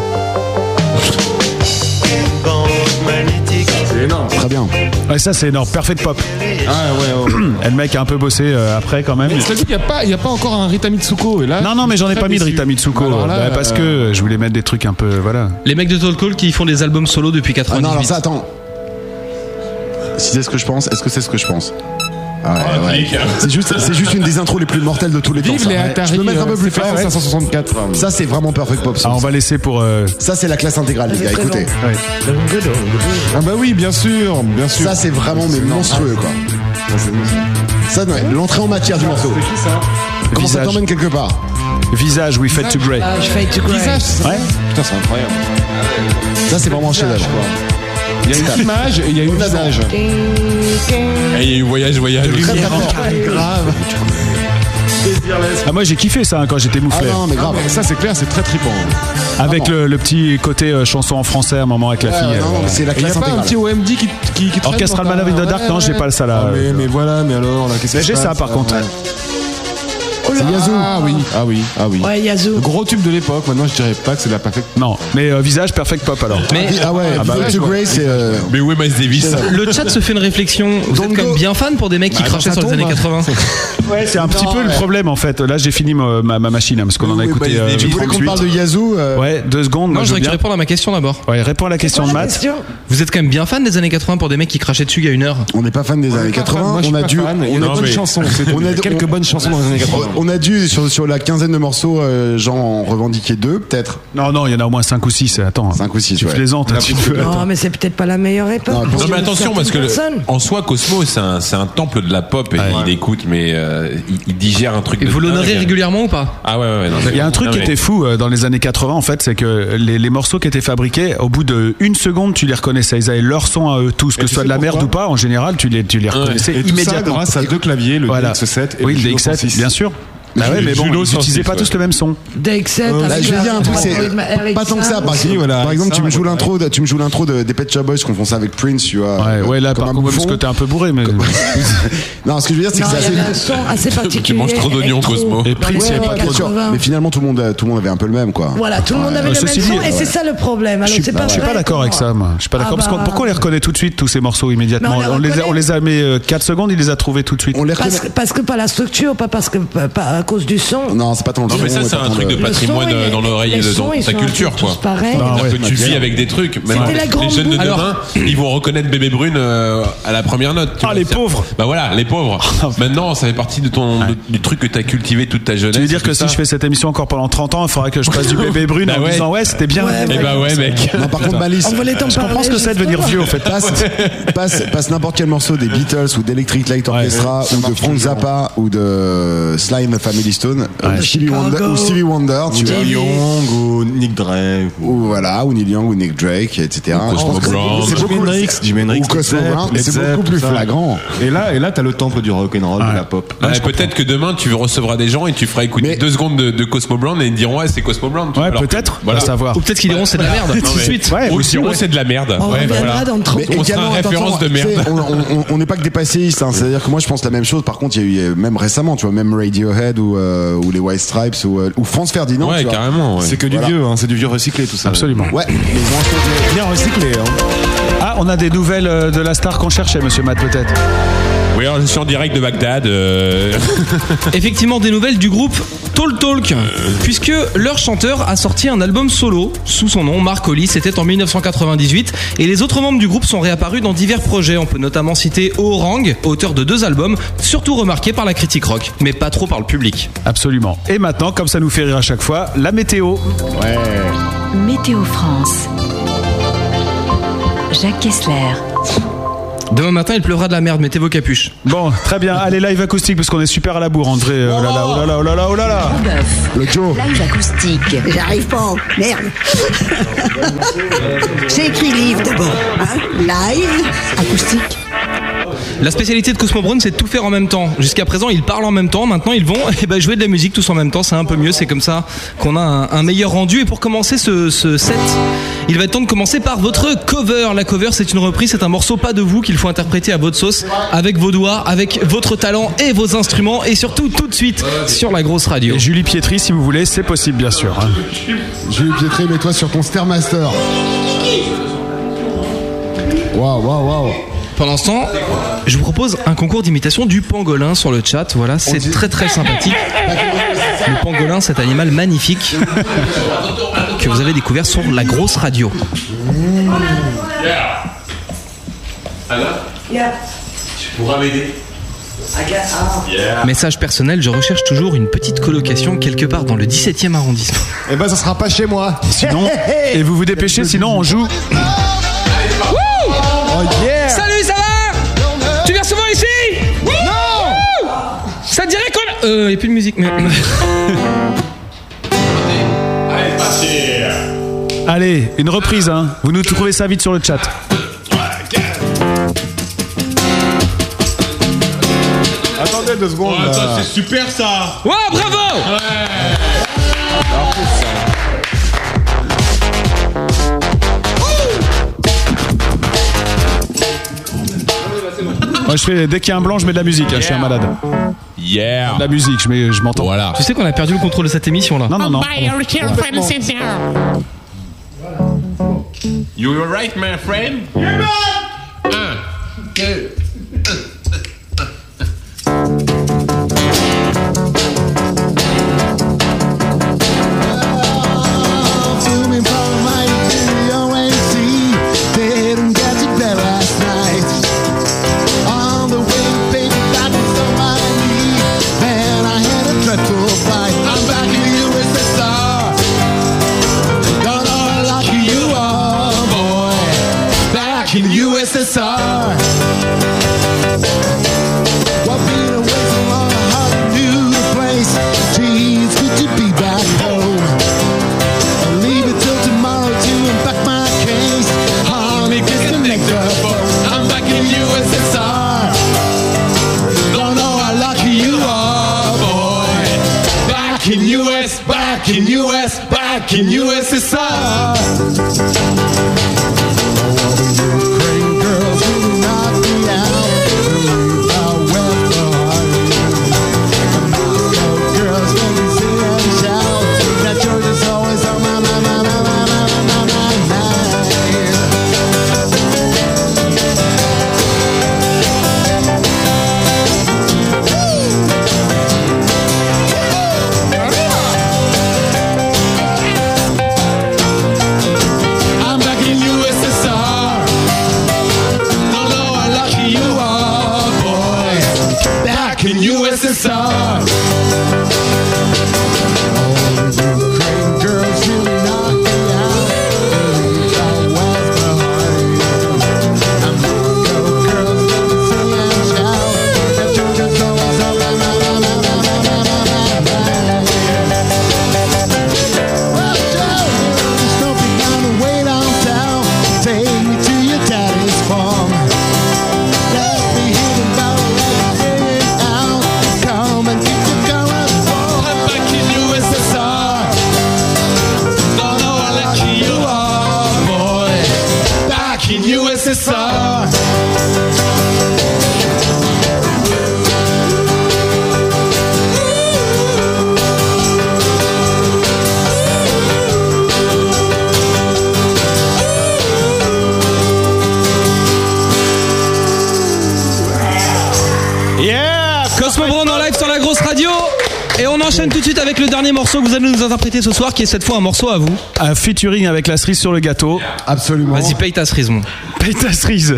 [SPEAKER 5] C'est énorme. Très bien.
[SPEAKER 3] Ouais, ça, c'est énorme. Perfect Pop.
[SPEAKER 5] Ah,
[SPEAKER 3] Et le mec a un peu bossé euh, après quand même.
[SPEAKER 11] Mais cela dit, il n'y a, pas- il y a pas encore un Rita Mitsuko. Et là,
[SPEAKER 3] Non, non, mais j'en ai
[SPEAKER 11] très
[SPEAKER 3] pas mis de
[SPEAKER 11] déçu.
[SPEAKER 3] Rita Mitsuko.
[SPEAKER 11] Alors là,
[SPEAKER 3] bah, parce
[SPEAKER 11] euh,
[SPEAKER 3] que je voulais mettre des trucs un peu. Voilà.
[SPEAKER 6] Les mecs de Talk Call qui font des albums solo depuis
[SPEAKER 5] Ah
[SPEAKER 6] 98.
[SPEAKER 5] non, alors ça, attends. Si c'est ce que je pense, est-ce que c'est ce que je pense Ah ouais,
[SPEAKER 4] Oh,
[SPEAKER 5] ouais.
[SPEAKER 4] clique.
[SPEAKER 5] C'est juste, c'est juste une des intros les plus mortelles de tous les temps.
[SPEAKER 11] Vive
[SPEAKER 5] ça.
[SPEAKER 11] les
[SPEAKER 5] Ouais.
[SPEAKER 11] Atari,
[SPEAKER 5] je peux mettre un peu
[SPEAKER 11] euh,
[SPEAKER 5] plus
[SPEAKER 11] CPR
[SPEAKER 5] fort.
[SPEAKER 11] 564.
[SPEAKER 5] Ça, c'est vraiment Perfect Pop. ça.
[SPEAKER 3] Ah, on va laisser pour. euh,
[SPEAKER 5] Ça, c'est la classe intégrale, les gars. Écoutez.
[SPEAKER 3] ouais.
[SPEAKER 11] Ah bah oui, bien sûr, bien sûr.
[SPEAKER 5] Ça, c'est vraiment mais monstrueux, quoi. Ça, ouais, l'entrée en matière du morceau. Comment ça
[SPEAKER 3] Visage.
[SPEAKER 5] t'emmène quelque part
[SPEAKER 3] Visage, We Fade to Grey.
[SPEAKER 7] Ah, je fais to grey.
[SPEAKER 11] Visage, c'est ça
[SPEAKER 3] Ouais.
[SPEAKER 11] Putain, c'est incroyable.
[SPEAKER 5] Ça, c'est vraiment un chef-d'œuvre.
[SPEAKER 11] Il y a une image et il y a une visage.
[SPEAKER 4] Eh, il y a eu voyage, voyage.
[SPEAKER 5] Très, très fort.
[SPEAKER 11] Grave.
[SPEAKER 3] Ah, moi j'ai kiffé ça hein, quand j'étais
[SPEAKER 5] Ah
[SPEAKER 3] mouflé.
[SPEAKER 5] non, mais grave.
[SPEAKER 11] Ça, c'est clair, c'est très trippant. Ah
[SPEAKER 3] avec le, le petit côté euh, chanson en français à un moment avec la
[SPEAKER 5] Ouais,
[SPEAKER 3] fille.
[SPEAKER 5] ouais,
[SPEAKER 3] euh,
[SPEAKER 5] non, non, mais
[SPEAKER 3] voilà.
[SPEAKER 5] c'est la
[SPEAKER 11] Il n'y
[SPEAKER 5] classe
[SPEAKER 11] a pas un
[SPEAKER 5] intégrale.
[SPEAKER 11] petit OMD qui, qui, qui traîne
[SPEAKER 3] Orchestral
[SPEAKER 11] dans ta-
[SPEAKER 3] Man in the Dark,
[SPEAKER 11] Ouais,
[SPEAKER 3] non, j'ai
[SPEAKER 11] ouais,
[SPEAKER 3] pas le ça, là.
[SPEAKER 11] Ah, Mais,
[SPEAKER 3] Euh,
[SPEAKER 11] mais voilà, mais alors, là, qu'est-ce que
[SPEAKER 3] J'ai
[SPEAKER 11] se
[SPEAKER 3] ça,
[SPEAKER 11] passe,
[SPEAKER 3] par
[SPEAKER 11] là
[SPEAKER 3] contre.
[SPEAKER 6] Oh
[SPEAKER 5] C'est Yazoo.
[SPEAKER 11] Ah oui, ah oui, ah oui.
[SPEAKER 7] Ouais, Yazoo.
[SPEAKER 11] Gros tube de l'époque, maintenant je dirais pas que c'est de la perfecte.
[SPEAKER 3] Non, mais euh, visage perfect pop alors.
[SPEAKER 6] Mais
[SPEAKER 5] Ah ouais,
[SPEAKER 11] bah
[SPEAKER 5] Fade
[SPEAKER 11] ouais,
[SPEAKER 5] to
[SPEAKER 11] ouais.
[SPEAKER 5] Grey, c'est. euh,
[SPEAKER 4] Mais où est Miles Davis
[SPEAKER 6] Le chat se fait une réflexion. Vous êtes quand même bien fan pour des mecs qui
[SPEAKER 3] Bah,
[SPEAKER 6] crachaient sur les années 80.
[SPEAKER 3] Ouais, c'est hein. un petit
[SPEAKER 5] Non,
[SPEAKER 3] peu le
[SPEAKER 5] ouais.
[SPEAKER 3] problème en fait. Là j'ai fini ma, ma- ma machine hein, parce qu'on en a
[SPEAKER 5] oui,
[SPEAKER 3] écouté.
[SPEAKER 5] bah,
[SPEAKER 3] euh,
[SPEAKER 5] Tu voulais qu'on
[SPEAKER 3] 38.
[SPEAKER 5] parle de Yazoo euh,
[SPEAKER 3] Ouais, deux secondes.
[SPEAKER 6] Moi,
[SPEAKER 3] moi,
[SPEAKER 6] je voudrais
[SPEAKER 3] je
[SPEAKER 6] que
[SPEAKER 3] veux
[SPEAKER 6] tu
[SPEAKER 3] bien.
[SPEAKER 6] répondes à ma question d'abord.
[SPEAKER 3] Ouais, réponds à la question de
[SPEAKER 7] Voilà la
[SPEAKER 3] Matt.
[SPEAKER 7] question.
[SPEAKER 6] Vous êtes quand même bien fan des années 80 pour des mecs qui crachaient dessus il y a une heure.
[SPEAKER 5] On n'est pas fan des années
[SPEAKER 11] pas
[SPEAKER 5] 80.
[SPEAKER 11] fan, moi, je suis
[SPEAKER 5] on a
[SPEAKER 11] pas
[SPEAKER 5] dû.
[SPEAKER 11] fan. Il y a
[SPEAKER 5] on
[SPEAKER 11] des
[SPEAKER 5] a-
[SPEAKER 11] bonnes chansons, c'est tout.
[SPEAKER 5] on
[SPEAKER 11] Il y a quelques bonnes chansons dans les années 80.
[SPEAKER 5] On a dû sur, sur la quinzaine de morceaux, euh, genre en revendiquer deux, peut-être
[SPEAKER 3] Non, non, il y en a au moins 5 ou 6. Attends,
[SPEAKER 5] 5 ou 6
[SPEAKER 3] tu
[SPEAKER 5] ouais.
[SPEAKER 3] plaisantes. hein, tu peux-
[SPEAKER 7] Non, mais c'est peut-être pas la meilleure époque.
[SPEAKER 3] Ah,
[SPEAKER 5] Non,
[SPEAKER 4] Non mais attention parce que le-
[SPEAKER 7] Personne.
[SPEAKER 4] en soi Cosmo c'est un, c'est un temple de la pop et il écoute mais euh, il, il digère un truc.
[SPEAKER 6] Et
[SPEAKER 4] de
[SPEAKER 6] vous l'honorez
[SPEAKER 4] dingue.
[SPEAKER 6] régulièrement ou pas
[SPEAKER 4] Ah ouais ouais. ouais, non,
[SPEAKER 3] Il y a un truc
[SPEAKER 4] non,
[SPEAKER 3] qui
[SPEAKER 4] mais-
[SPEAKER 3] était fou euh, dans les années 80 en fait, c'est que les, les morceaux qui étaient fabriqués, au bout d'une seconde, tu les reconnaissais. Ils avaient leur son à eux tous, que
[SPEAKER 11] Et
[SPEAKER 3] ce
[SPEAKER 11] tu
[SPEAKER 3] soit
[SPEAKER 11] sais
[SPEAKER 3] de la merde ou
[SPEAKER 11] pourquoi
[SPEAKER 3] pas, en général, tu les, tu les reconnaissais
[SPEAKER 11] Et tout ça
[SPEAKER 3] immédiatement.
[SPEAKER 11] grâce à deux claviers, le
[SPEAKER 3] Voilà.
[SPEAKER 11] DX7 et
[SPEAKER 3] oui, le
[SPEAKER 11] Juno
[SPEAKER 3] DX7,
[SPEAKER 11] 106.
[SPEAKER 3] bien sûr. Bah ouais,
[SPEAKER 4] Le
[SPEAKER 3] mais bon,
[SPEAKER 4] Juno
[SPEAKER 3] ils n'utilisaient
[SPEAKER 4] 106,
[SPEAKER 3] pas
[SPEAKER 4] ouais.
[SPEAKER 3] tous le même son.
[SPEAKER 7] DX7.
[SPEAKER 5] Là,
[SPEAKER 7] avec
[SPEAKER 5] Euh, je vais
[SPEAKER 7] la-
[SPEAKER 5] dire un truc, c'est
[SPEAKER 7] avec ma- avec
[SPEAKER 5] pas tant que ça. Par,
[SPEAKER 11] aussi, voilà,
[SPEAKER 5] par exemple,
[SPEAKER 11] ça,
[SPEAKER 5] tu me joues
[SPEAKER 11] ouais.
[SPEAKER 5] l'intro, de- tu me joues l'intro de, des Pet Shop Boys, je confonds ça avec Prince, tu vois.
[SPEAKER 3] Ouais,
[SPEAKER 5] euh,
[SPEAKER 3] ouais, là,
[SPEAKER 5] comme
[SPEAKER 3] par
[SPEAKER 5] un
[SPEAKER 3] contre, parce que
[SPEAKER 5] bouffon.
[SPEAKER 3] t'es un peu bourré, mais.
[SPEAKER 5] Non, ce que je veux dire, c'est que
[SPEAKER 7] Non,
[SPEAKER 5] c'est
[SPEAKER 7] il
[SPEAKER 5] assez.
[SPEAKER 7] y avait un son ah, assez particulier.
[SPEAKER 4] Tu manges trop d'oignons,
[SPEAKER 7] électro.
[SPEAKER 4] Cosmo.
[SPEAKER 3] Et
[SPEAKER 7] Dans
[SPEAKER 3] Prince,
[SPEAKER 7] les
[SPEAKER 3] il y avait
[SPEAKER 7] années
[SPEAKER 3] pas
[SPEAKER 5] Bien sûr.
[SPEAKER 7] 80.
[SPEAKER 5] Mais finalement, tout le monde, tout le monde avait un peu le même, quoi.
[SPEAKER 7] Voilà, tout le monde avait
[SPEAKER 3] Ouais,
[SPEAKER 7] le même
[SPEAKER 3] ceci dit,
[SPEAKER 7] son et
[SPEAKER 3] ouais.
[SPEAKER 7] c'est ça le problème. Alors, c'est
[SPEAKER 3] Bah, Je
[SPEAKER 7] pas
[SPEAKER 3] suis pas
[SPEAKER 7] vrai
[SPEAKER 3] d'accord
[SPEAKER 7] pour
[SPEAKER 3] avec ça, moi. Je suis pas d'accord.
[SPEAKER 7] Ah
[SPEAKER 3] parce qu'on-
[SPEAKER 7] bah.
[SPEAKER 3] pourquoi on les reconnaît tout de suite, tous ces morceaux, immédiatement
[SPEAKER 7] Mais on les
[SPEAKER 3] on, les a,
[SPEAKER 7] reconnaît.
[SPEAKER 3] on les a mis 4 secondes, il les a trouvés tout de suite.
[SPEAKER 5] On les
[SPEAKER 7] Parce
[SPEAKER 5] reconnaît.
[SPEAKER 7] que, parce que pas la structure, pas parce que pas, pas, à cause du son.
[SPEAKER 5] Non, c'est pas tant le
[SPEAKER 4] Non, mais ça, c'est un truc de patrimoine euh, dans l'oreille,
[SPEAKER 7] les
[SPEAKER 4] dans-
[SPEAKER 7] sons,
[SPEAKER 4] dans
[SPEAKER 7] ils
[SPEAKER 4] ta
[SPEAKER 7] sont un
[SPEAKER 4] culture,
[SPEAKER 7] peu
[SPEAKER 4] quoi.
[SPEAKER 7] tous pareils. Bah
[SPEAKER 3] Ah
[SPEAKER 4] C'est-à-dire
[SPEAKER 7] ouais,
[SPEAKER 4] que tu
[SPEAKER 7] bien.
[SPEAKER 4] vis avec des trucs. Même
[SPEAKER 7] C'était la
[SPEAKER 4] les
[SPEAKER 7] grande
[SPEAKER 4] jeunes de
[SPEAKER 7] boue.
[SPEAKER 4] demain,
[SPEAKER 7] Alors-
[SPEAKER 4] ils vont reconnaître Bébé Brune euh, à la première note. Ah, les pauvres Bah voilà, les pauvres. Maintenant, ça fait partie de ton, de- du truc que t'as cultivé toute ta jeunesse.
[SPEAKER 3] Tu veux dire que
[SPEAKER 4] tout
[SPEAKER 3] si
[SPEAKER 4] ça.
[SPEAKER 3] je fais cette émission encore pendant 30 ans, il faudra que je passe du bébé brune
[SPEAKER 4] Bah
[SPEAKER 3] en
[SPEAKER 4] ouais.
[SPEAKER 3] disant ouais, c'était bien. ben
[SPEAKER 4] Ouais, Eh ouais. bah ouais, mec.
[SPEAKER 5] Non, par contre, Malice.
[SPEAKER 3] On voulait t'en
[SPEAKER 5] Je comprends
[SPEAKER 3] parler,
[SPEAKER 5] ce que c'est de
[SPEAKER 3] justement.
[SPEAKER 5] devenir vieux, en fait. Passe, passe, passe n'importe quel morceau des Beatles ou d'Electric Light Orchestra
[SPEAKER 16] Ouais, ça
[SPEAKER 5] ou de
[SPEAKER 16] marche
[SPEAKER 5] Frank
[SPEAKER 16] toujours.
[SPEAKER 5] Zappa ou de Slime Family Stone ou, Stevie Wonder, ou Stevie Wonder, tu vois.
[SPEAKER 16] Neil Young
[SPEAKER 5] ou Nick Drake. Ou voilà, ou Neil Young ou Nick Drake, etc.
[SPEAKER 16] Ou
[SPEAKER 5] Ah, Je pense que c'est-
[SPEAKER 16] Brown.
[SPEAKER 5] c'est beaucoup-
[SPEAKER 16] Jimi Hendrix, Jimi Hendrix,
[SPEAKER 5] Ou Cosmo
[SPEAKER 16] Led
[SPEAKER 5] Brown,
[SPEAKER 16] Zepp,
[SPEAKER 5] c'est
[SPEAKER 16] Led
[SPEAKER 5] beaucoup
[SPEAKER 16] Zepp,
[SPEAKER 5] plus
[SPEAKER 16] tout ça.
[SPEAKER 5] flagrant.
[SPEAKER 16] Et là, et là, t'as le temple du rock'n'roll, de la pop.
[SPEAKER 4] Ouais, peut-être que demain tu recevras des gens et tu feras écouter deux secondes de, de Cosmo Brown et ils diront ouais c'est Cosmo Brown. tu vois, alors que-
[SPEAKER 3] peut-être, on va savoir.
[SPEAKER 4] Ou peut-être qu'ils diront c'est de la merde.
[SPEAKER 3] Tout de suite. Ouais,
[SPEAKER 4] Ou
[SPEAKER 3] aussi,
[SPEAKER 4] ils diront
[SPEAKER 3] ouais.
[SPEAKER 4] c'est de la merde.
[SPEAKER 5] On
[SPEAKER 4] Ouais,
[SPEAKER 5] reviendra
[SPEAKER 4] voilà.
[SPEAKER 5] dans 30
[SPEAKER 4] On sera
[SPEAKER 5] également,
[SPEAKER 4] en référence
[SPEAKER 5] attention,
[SPEAKER 4] de
[SPEAKER 5] tu
[SPEAKER 4] merde.
[SPEAKER 5] sais, on- on- On n'est pas que des passéistes, hein. c'est-à-dire que moi je pense la même chose. Par contre, il y a eu euh, même récemment, tu vois, même Radiohead ou, euh, ou les White Stripes ou, euh, ou France Ferdinand.
[SPEAKER 16] Ouais,
[SPEAKER 5] tu vois.
[SPEAKER 16] carrément, ouais. C'est que du vieux, hein, c'est du vieux recyclé tout ça.
[SPEAKER 3] Absolument.
[SPEAKER 5] Ouais, mais ils ont acheté
[SPEAKER 3] bien recyclé.
[SPEAKER 16] hein.
[SPEAKER 3] Ah, on a des nouvelles euh, de la star qu'on cherchait, monsieur Matt, peut-être.
[SPEAKER 4] Oui, alors je suis en direct de Bagdad. euh.
[SPEAKER 6] Effectivement, des nouvelles du groupe Talk Talk, puisque leur chanteur a sorti un album solo sous son nom, Marc Hollis, c'était en 1998, et les autres membres du groupe sont réapparus dans divers projets. On peut notamment citer Orang, auteur de deux albums, surtout remarqué par la critique rock, mais pas trop par le public.
[SPEAKER 3] Absolument. Et maintenant, comme ça nous fait rire à chaque fois, la météo. Ouais.
[SPEAKER 14] Météo France. Jacques Kessler.
[SPEAKER 6] Demain matin, il pleuvra de la merde, mettez vos capuches.
[SPEAKER 3] Bon, très bien. Allez, live acoustique, parce qu'on est super à la bourre, André. Oh là là, oh là là, oh là là, oh là là. Le Joe.
[SPEAKER 2] Live acoustique. J'arrive pas. Merde. J'ai écrit livre d'abord. hein. Live acoustique.
[SPEAKER 6] La spécialité de Cosmo Brown, c'est de tout faire en même temps. Jusqu'à présent, ils parlent en même temps. Maintenant, ils vont eh ben, jouer de la musique tous en même temps. C'est un peu mieux. C'est comme ça qu'on a un, un meilleur rendu. Et pour commencer ce, ce set, il va être temps de commencer par votre cover. La cover, c'est une reprise. C'est un morceau pas de vous qu'il faut interpréter à votre sauce, avec vos doigts, avec votre talent et vos instruments. Et surtout, tout de suite, sur la grosse radio.
[SPEAKER 3] Et Julie Pietri, si vous voulez, c'est possible, bien sûr. hein.
[SPEAKER 5] Julie Pietri, mets-toi sur ton Stairmaster. Waouh, waouh, waouh.
[SPEAKER 6] Pendant ce temps, je vous propose un concours d'imitation du pangolin sur le chat. Voilà, c'est très très sympathique. Le pangolin, cet animal magnifique que vous avez découvert sur la grosse radio.
[SPEAKER 4] Anna,
[SPEAKER 2] Yeah.
[SPEAKER 4] tu pourras m'aider.
[SPEAKER 6] Message personnel, je recherche toujours une petite colocation quelque part dans le 17e arrondissement.
[SPEAKER 16] Et ben, ça sera pas chez moi.
[SPEAKER 6] Sinon-
[SPEAKER 3] et vous vous dépêchez, sinon on joue. Oh,
[SPEAKER 6] Salut, ça va Tu viens souvent ici Non Ça te dirait qu'on... Euh, y a plus de musique, mais...
[SPEAKER 3] Allez, une reprise, hein. Vous nous trouvez ça vite sur le chat.
[SPEAKER 16] Attendez deux secondes.
[SPEAKER 17] Oh, attends,
[SPEAKER 16] là.
[SPEAKER 17] c'est super ça
[SPEAKER 6] Ouais, bravo
[SPEAKER 3] Moi, je fais, dès qu'il y a un blanc, je mets de la musique. hein, je suis un malade.
[SPEAKER 4] Yeah.
[SPEAKER 3] De la musique, je, mets, je m'entends.
[SPEAKER 4] Voilà.
[SPEAKER 6] Tu sais qu'on a perdu le contrôle de cette émission, là
[SPEAKER 3] Non, non, non.
[SPEAKER 4] You were right, my friend. Un, deux.
[SPEAKER 9] to me, but my video ain't see. They didn't get to bed last night. On the way, baby, that was on my knee. Man, I had a dreadful fight. I'm back in the USSR. Don't know how lucky you are, boy. Back in the USSR. What been away so long, I hardly knew the place. Jeez, could you be back home? I leave it till tomorrow to unpack my case. Hardly disconnect the phone. I'm back in USSR. Don't know how lucky you are, boy. Back in US, back in US, back in USSR. Ukraine girls who knock me out. How well girls when you see them shout that yours is always on my mind, mind, mind, mind, mind, mind, mind, mind. in USSR. Stomping down the way downtown, take me to your daddy's farm. Let me hear the bell ring in out. Come and get your colors warm. I'm back in USSR. Don't know how lucky you are, boy. Back in USSR.
[SPEAKER 6] Yeah Cosmo Brown en live sur la grosse radio Et on enchaîne tout de suite avec le dernier morceau que vous allez nous interpréter ce soir, qui est cette fois un morceau à vous.
[SPEAKER 3] Un featuring avec la cerise sur le gâteau.
[SPEAKER 18] Absolument.
[SPEAKER 6] Vas-y, paye ta cerise, mon.
[SPEAKER 3] Paye ta cerise.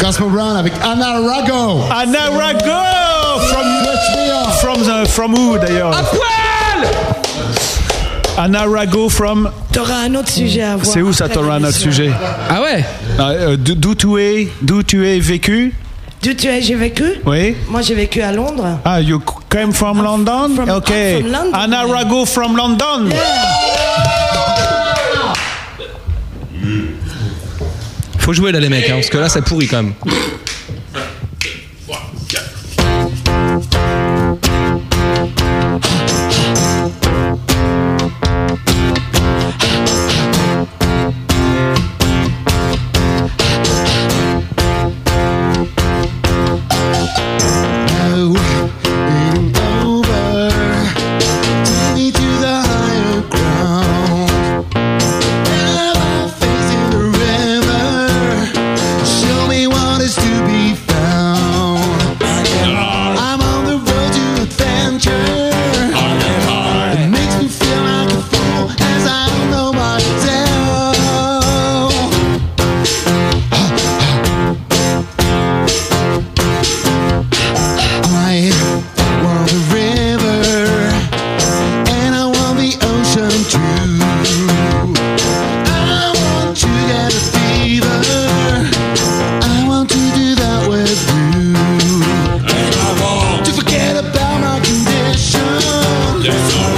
[SPEAKER 18] Cosmo Brown avec Anna Rago.
[SPEAKER 3] Anna Rago from, from, the- from who d'ailleurs Anna Rago from.
[SPEAKER 7] T'auras un autre sujet à voir.
[SPEAKER 3] C'est où ça
[SPEAKER 7] après
[SPEAKER 3] t'aura un autre
[SPEAKER 7] l'émission.
[SPEAKER 3] sujet euh,
[SPEAKER 6] Ah ouais
[SPEAKER 3] D'où tu es, d'où tu es vécu
[SPEAKER 7] D'où tu es, j'ai vécu
[SPEAKER 3] Oui.
[SPEAKER 7] Moi, j'ai vécu à Londres.
[SPEAKER 3] Ah, you came from London Ok.
[SPEAKER 7] I'm from London.
[SPEAKER 3] Anna Rago from London.
[SPEAKER 6] Faut jouer là, les mecs, hein, parce que là, ça pourrit quand même.
[SPEAKER 9] No, it ain't over. Take me to the higher ground. Have my face in the river. Show me what is to Oh,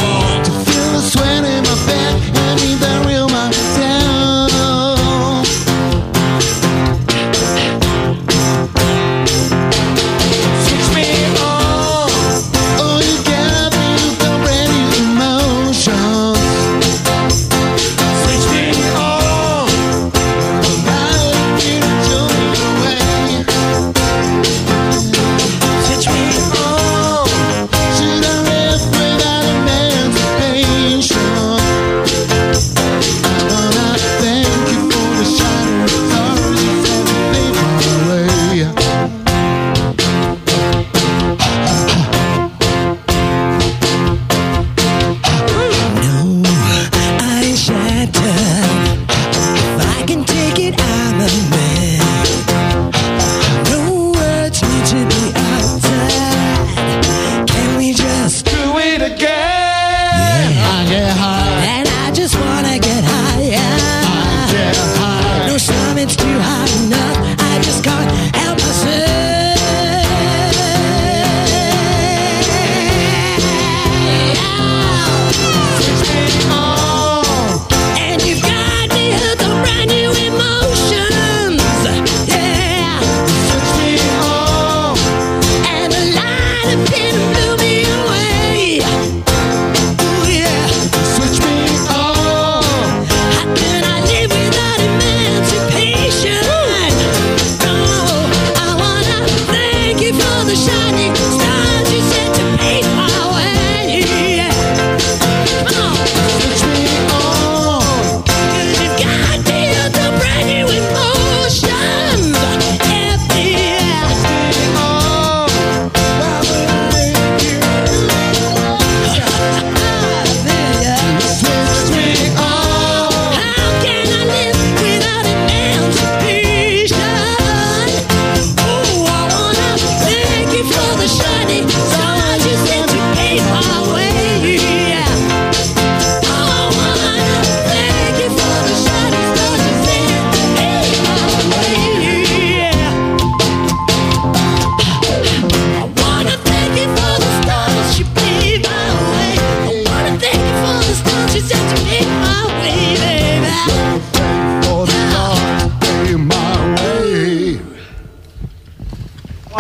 [SPEAKER 3] Oh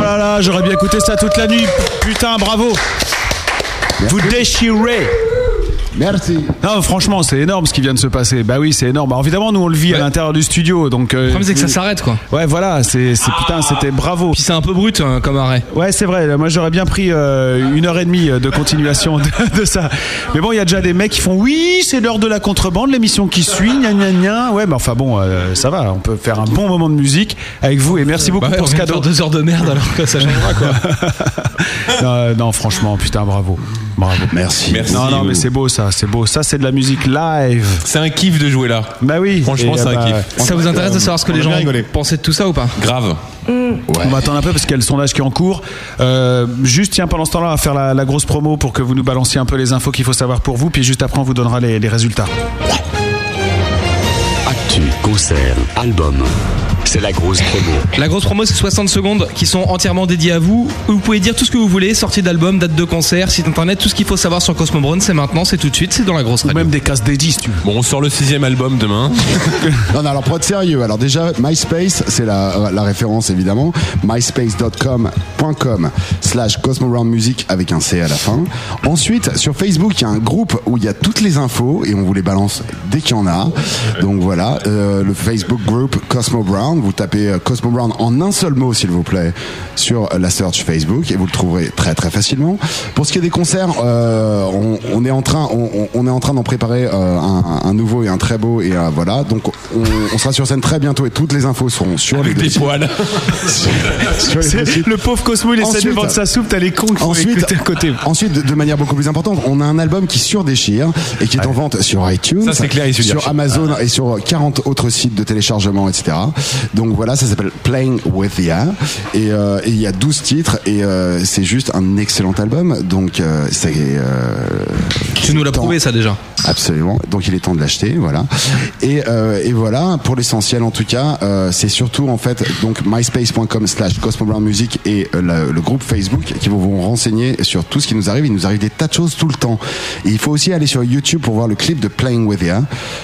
[SPEAKER 3] là, j'aurais bien écouté ça toute la nuit. Putain, bravo. Vous déchirez.
[SPEAKER 5] Merci.
[SPEAKER 3] Non, franchement, c'est énorme ce qui vient de se passer. Bah oui, c'est énorme. Alors, évidemment, nous on le vit à l'intérieur du studio, donc. euh, Le
[SPEAKER 6] problème, c'est que ça s'arrête, quoi.
[SPEAKER 3] Ouais, voilà, c'est c'est- putain, c'était bravo. Puis
[SPEAKER 6] c'est un peu brut hein, comme arrêt.
[SPEAKER 3] Ouais, c'est vrai. Moi, j'aurais bien pris euh, une heure et demie de continuation de, de ça. Mais bon, il y a déjà des mecs qui font oui, c'est l'heure de la contrebande, l'émission qui suit, gna gna gna. Ouais, mais enfin bon, euh, ça va. On peut faire un bon moment de musique avec vous et merci beaucoup
[SPEAKER 6] Bah ouais,
[SPEAKER 3] pour
[SPEAKER 6] on
[SPEAKER 3] ce
[SPEAKER 6] vient de
[SPEAKER 3] cadeau.
[SPEAKER 6] faire deux heures de merde alors que ça changera quoi.
[SPEAKER 3] non, euh, non, franchement, putain, bravo. Bravo.
[SPEAKER 5] Merci.
[SPEAKER 4] Merci,
[SPEAKER 3] Non, non,
[SPEAKER 4] vous.
[SPEAKER 3] mais c'est beau ça, c'est beau. Ça, c'est de la musique live.
[SPEAKER 4] C'est un kiff de jouer là.
[SPEAKER 3] Bah oui.
[SPEAKER 4] Franchement,
[SPEAKER 3] Et,
[SPEAKER 4] c'est un
[SPEAKER 3] bah,
[SPEAKER 4] kiff.
[SPEAKER 6] Ça vous intéresse de savoir ce que les gens pensaient de tout ça ou pas
[SPEAKER 4] Grave.
[SPEAKER 5] Mm.
[SPEAKER 3] On va attendre un peu parce qu'il y a le sondage qui est en cours. Euh, juste, tiens, pendant ce temps-là, on va faire la, la grosse promo pour que vous nous balanciez un peu les infos qu'il faut savoir pour vous. Puis juste après, on vous donnera les, les résultats.
[SPEAKER 19] Actu, concert, album. C'est la grosse promo.
[SPEAKER 6] La grosse promo, c'est 60 secondes qui sont entièrement dédiées à vous. Vous pouvez dire tout ce que vous voulez, sortie d'album, date de concert, site internet, tout ce qu'il faut savoir sur Cosmo Brown, c'est maintenant, c'est tout de suite, c'est dans la grosse radio.
[SPEAKER 3] même des casses dédiées, tu
[SPEAKER 4] Bon, on sort le sixième album demain.
[SPEAKER 5] non, non, alors pour être sérieux, alors déjà, MySpace, c'est la, la référence évidemment, myspace.com.com slash Cosmoground Music avec un C à la fin. Ensuite, sur Facebook, il y a un groupe où il y a toutes les infos et on vous les balance dès qu'il y en a. Donc voilà, euh, le Facebook group Cosmo Brown, vous tapez euh, Cosmo Brown en un seul mot s'il vous plaît sur euh, la search Facebook et vous le trouverez très très facilement. Pour ce qui est des concerts, euh, on, on est en train, on, on- on est en train d'en préparer euh, un, un nouveau et un très beau et euh, voilà. Donc on, on sera sur scène très bientôt et toutes les infos seront sur les
[SPEAKER 4] Des poils.
[SPEAKER 3] C'est- Le pauvre Cosmo, il essaie de
[SPEAKER 5] Ensuite-
[SPEAKER 3] vendre sa soupe, t'as les cons qui font
[SPEAKER 5] Ensuite,
[SPEAKER 3] écouter à côté.
[SPEAKER 5] ensuite, de- de manière beaucoup plus importante, on a un album qui surdéchire et qui est en vente sur iTunes,
[SPEAKER 4] Ça, c'est clair, il
[SPEAKER 5] sur
[SPEAKER 4] surdéchire.
[SPEAKER 5] Amazon et sur 40 autres sites de téléchargement, etc. Donc voilà, ça s'appelle Playing with the Air et euh, et il y a 12 titres et euh, c'est juste un excellent album. Donc euh, c'est euh,
[SPEAKER 6] Tu nous l'as prouvé ça déjà.
[SPEAKER 5] Absolument. Donc il est temps de l'acheter, voilà. Et, euh, et voilà, pour l'essentiel en tout cas, euh, c'est surtout en fait donc myspace.com slash Cosmo Brown Music et euh, le, le groupe Facebook qui vont vous renseigner sur tout ce qui nous arrive. Il nous arrive des tas de choses tout le temps. Et il faut aussi aller sur YouTube pour voir le clip de Playing With It,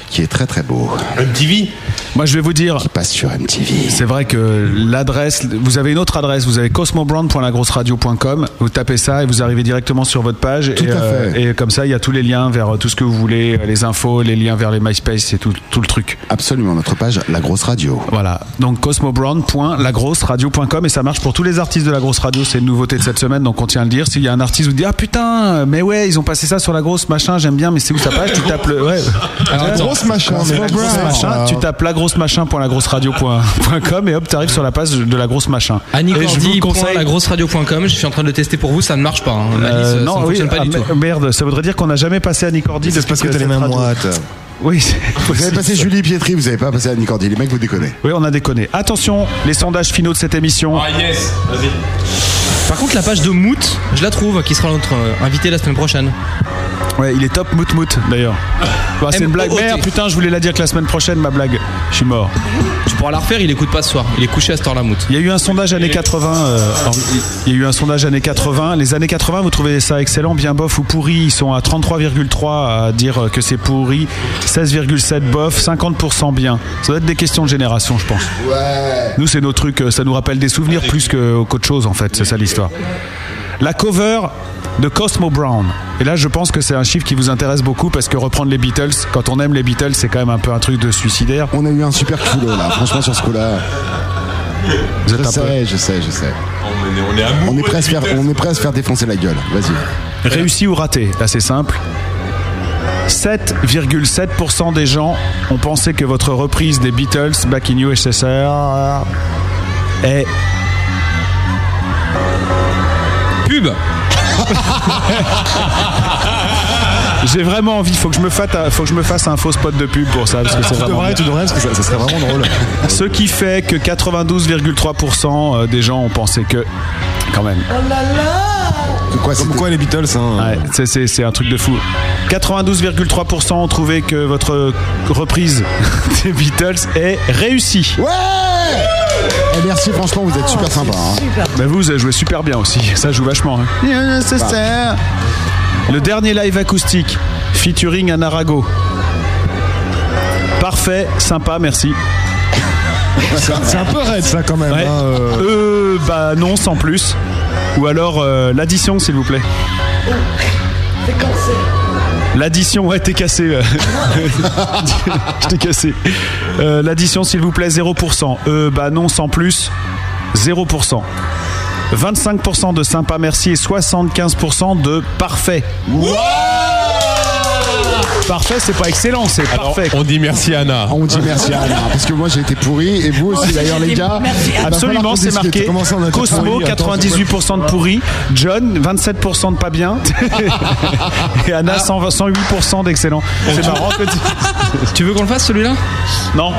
[SPEAKER 5] qui est très très beau.
[SPEAKER 4] MTV
[SPEAKER 3] Moi, je vais vous dire.
[SPEAKER 5] Qui passe sur MTV.
[SPEAKER 3] C'est vrai que l'adresse, vous avez une autre adresse, vous avez cosmobrand.lagrosseradio.com, vous tapez ça et vous arrivez directement sur votre page. et,
[SPEAKER 5] à
[SPEAKER 3] euh, et comme ça, il y a tous les liens vers euh, tout ce que vous voulez, euh, les infos, les liens vers les MySpace et tout, tout le truc.
[SPEAKER 5] Absolument, notre page La Grosse Radio.
[SPEAKER 3] Voilà, donc cosmobrand.lagrosseradio.com et ça marche pour tous les artistes de la grosse radio, c'est une nouveauté de cette semaine, donc on tient à le dire. S'il y a un artiste qui vous dit Ah putain, mais ouais, ils ont passé ça sur la grosse machin, j'aime bien, mais c'est où ça passe Tu tapes le. Ouais.
[SPEAKER 11] Alors, attends. Ah, Grosse machin, mais
[SPEAKER 3] la grosse
[SPEAKER 11] Brown.
[SPEAKER 3] machin, hein, tu tapes la grosse machin.lagrosseradio.com et hop, t'arrives sur la page de la grosse machin.
[SPEAKER 6] Annie
[SPEAKER 3] Et je vous conseille.
[SPEAKER 6] lagrosseradio.com, je suis en train de le tester pour vous, ça ne marche pas. hein. Malice,
[SPEAKER 3] Euh,
[SPEAKER 6] ça
[SPEAKER 3] non,
[SPEAKER 6] ne
[SPEAKER 3] oui,
[SPEAKER 6] fonctionne pas
[SPEAKER 3] ah,
[SPEAKER 6] du tout.
[SPEAKER 3] mais- merde, ça voudrait dire qu'on n'a jamais passé à Nicordi depuis
[SPEAKER 5] parce que t'as les
[SPEAKER 3] cette
[SPEAKER 5] mains
[SPEAKER 3] radio.
[SPEAKER 5] moites.
[SPEAKER 3] Oui, c'est
[SPEAKER 5] Vous avez
[SPEAKER 3] possible.
[SPEAKER 5] passé Julie Pietri, vous avez pas passé Annie Cordy. Les mecs, vous déconnez.
[SPEAKER 3] Oui, on a déconné. Attention, les sondages finaux de cette émission.
[SPEAKER 4] Ah yes, vas-y.
[SPEAKER 6] Par contre, la page de Moot, je la trouve, qui sera notre euh, invité la semaine prochaine.
[SPEAKER 3] Ouais, il est top mout mout d'ailleurs. Bah, c'est une blague.
[SPEAKER 6] M.O.O.T..
[SPEAKER 3] Merde, putain, je voulais la dire que la semaine prochaine, ma blague. Je suis mort.
[SPEAKER 6] Tu pourras la refaire, il écoute pas ce soir, il est couché à cette heure-là, Moot.
[SPEAKER 3] Il y a eu un sondage années 80. euh, alors, il y a eu un sondage années 80. Les années 80, vous trouvez ça excellent, bien bof ou pourri Ils sont à 33,3 à dire euh, que c'est pourri, 16,7 bof, 50% bien. Ça doit être des questions de génération, je pense. Nous, c'est nos trucs. euh, Ça nous rappelle des souvenirs plus que- euh, qu'autre chose, en fait. C'est ça l'histoire. La cover de Cosmo Brown. Et là, je pense que c'est un chiffre qui vous intéresse beaucoup parce que reprendre les Beatles, quand on aime les Beatles, c'est quand même un peu un truc de suicidaire.
[SPEAKER 5] On a eu un super culot là, franchement sur ce coup-là.
[SPEAKER 3] Vous
[SPEAKER 5] je sais, je sais, je sais.
[SPEAKER 4] On est, on est amoureux
[SPEAKER 5] On est
[SPEAKER 4] de
[SPEAKER 5] prêt à se faire,
[SPEAKER 4] Beatles.
[SPEAKER 5] on est prêt à se faire défoncer la gueule. Vas-y.
[SPEAKER 3] Réussi ou raté Là, c'est simple. 7,7% des gens ont pensé que votre reprise des Beatles Back in USSR est
[SPEAKER 6] pub.
[SPEAKER 3] J'ai vraiment envie, faut que je me fasse, un- faut que je me fasse un faux spot de pub pour ça parce que c'est
[SPEAKER 8] Tu
[SPEAKER 3] vraiment.
[SPEAKER 8] devrais,
[SPEAKER 3] bien.
[SPEAKER 8] tu devrais, parce que ça, ça serait vraiment drôle.
[SPEAKER 3] Ce qui fait que 92,3% euh, des gens ont pensé que, quand même.
[SPEAKER 8] Comme quoi les Beatles, hein.
[SPEAKER 3] Ouais, c'est- c'est c'est un truc de fou. 92,3% ont trouvé que votre reprise des Beatles est réussie.
[SPEAKER 5] Ouais Eh, merci, franchement, vous êtes super sympa. hein.
[SPEAKER 3] Mais vous, vous avez joué super bien aussi. Ça joue vachement. hein. Le dernier live acoustique, featuring un Arago. Parfait, sympa, merci. C'est un peu raide ça quand même. hein, Euh, bah non, sans plus. Ou alors euh, l'addition s'il vous plaît. L'addition, ouais, t'es cassé. euh. Je t'ai cassé. Euh, L'addition, s'il vous plaît, 0%. Euh, bah non, sans plus. 0%. 25% de sympa merci et 75% de parfait. parfait, c'est pas excellent, c'est parfait.
[SPEAKER 4] On dit merci à Anna.
[SPEAKER 5] On dit merci à Anna, parce que moi j'ai été pourri et vous aussi d'ailleurs les gars. Il va falloir
[SPEAKER 3] Absolument,
[SPEAKER 5] qu'on
[SPEAKER 3] c'est
[SPEAKER 5] discute.
[SPEAKER 3] marqué.
[SPEAKER 5] Comment ça, on a été
[SPEAKER 3] Cosmo,
[SPEAKER 5] pourri Attends,
[SPEAKER 3] 98% de pourri. John, 27% de pas bien. Et Anna, 120 108% d'excellent. C'est marrant que Ah. tu...
[SPEAKER 6] veux qu'on le fasse celui-là
[SPEAKER 3] Non.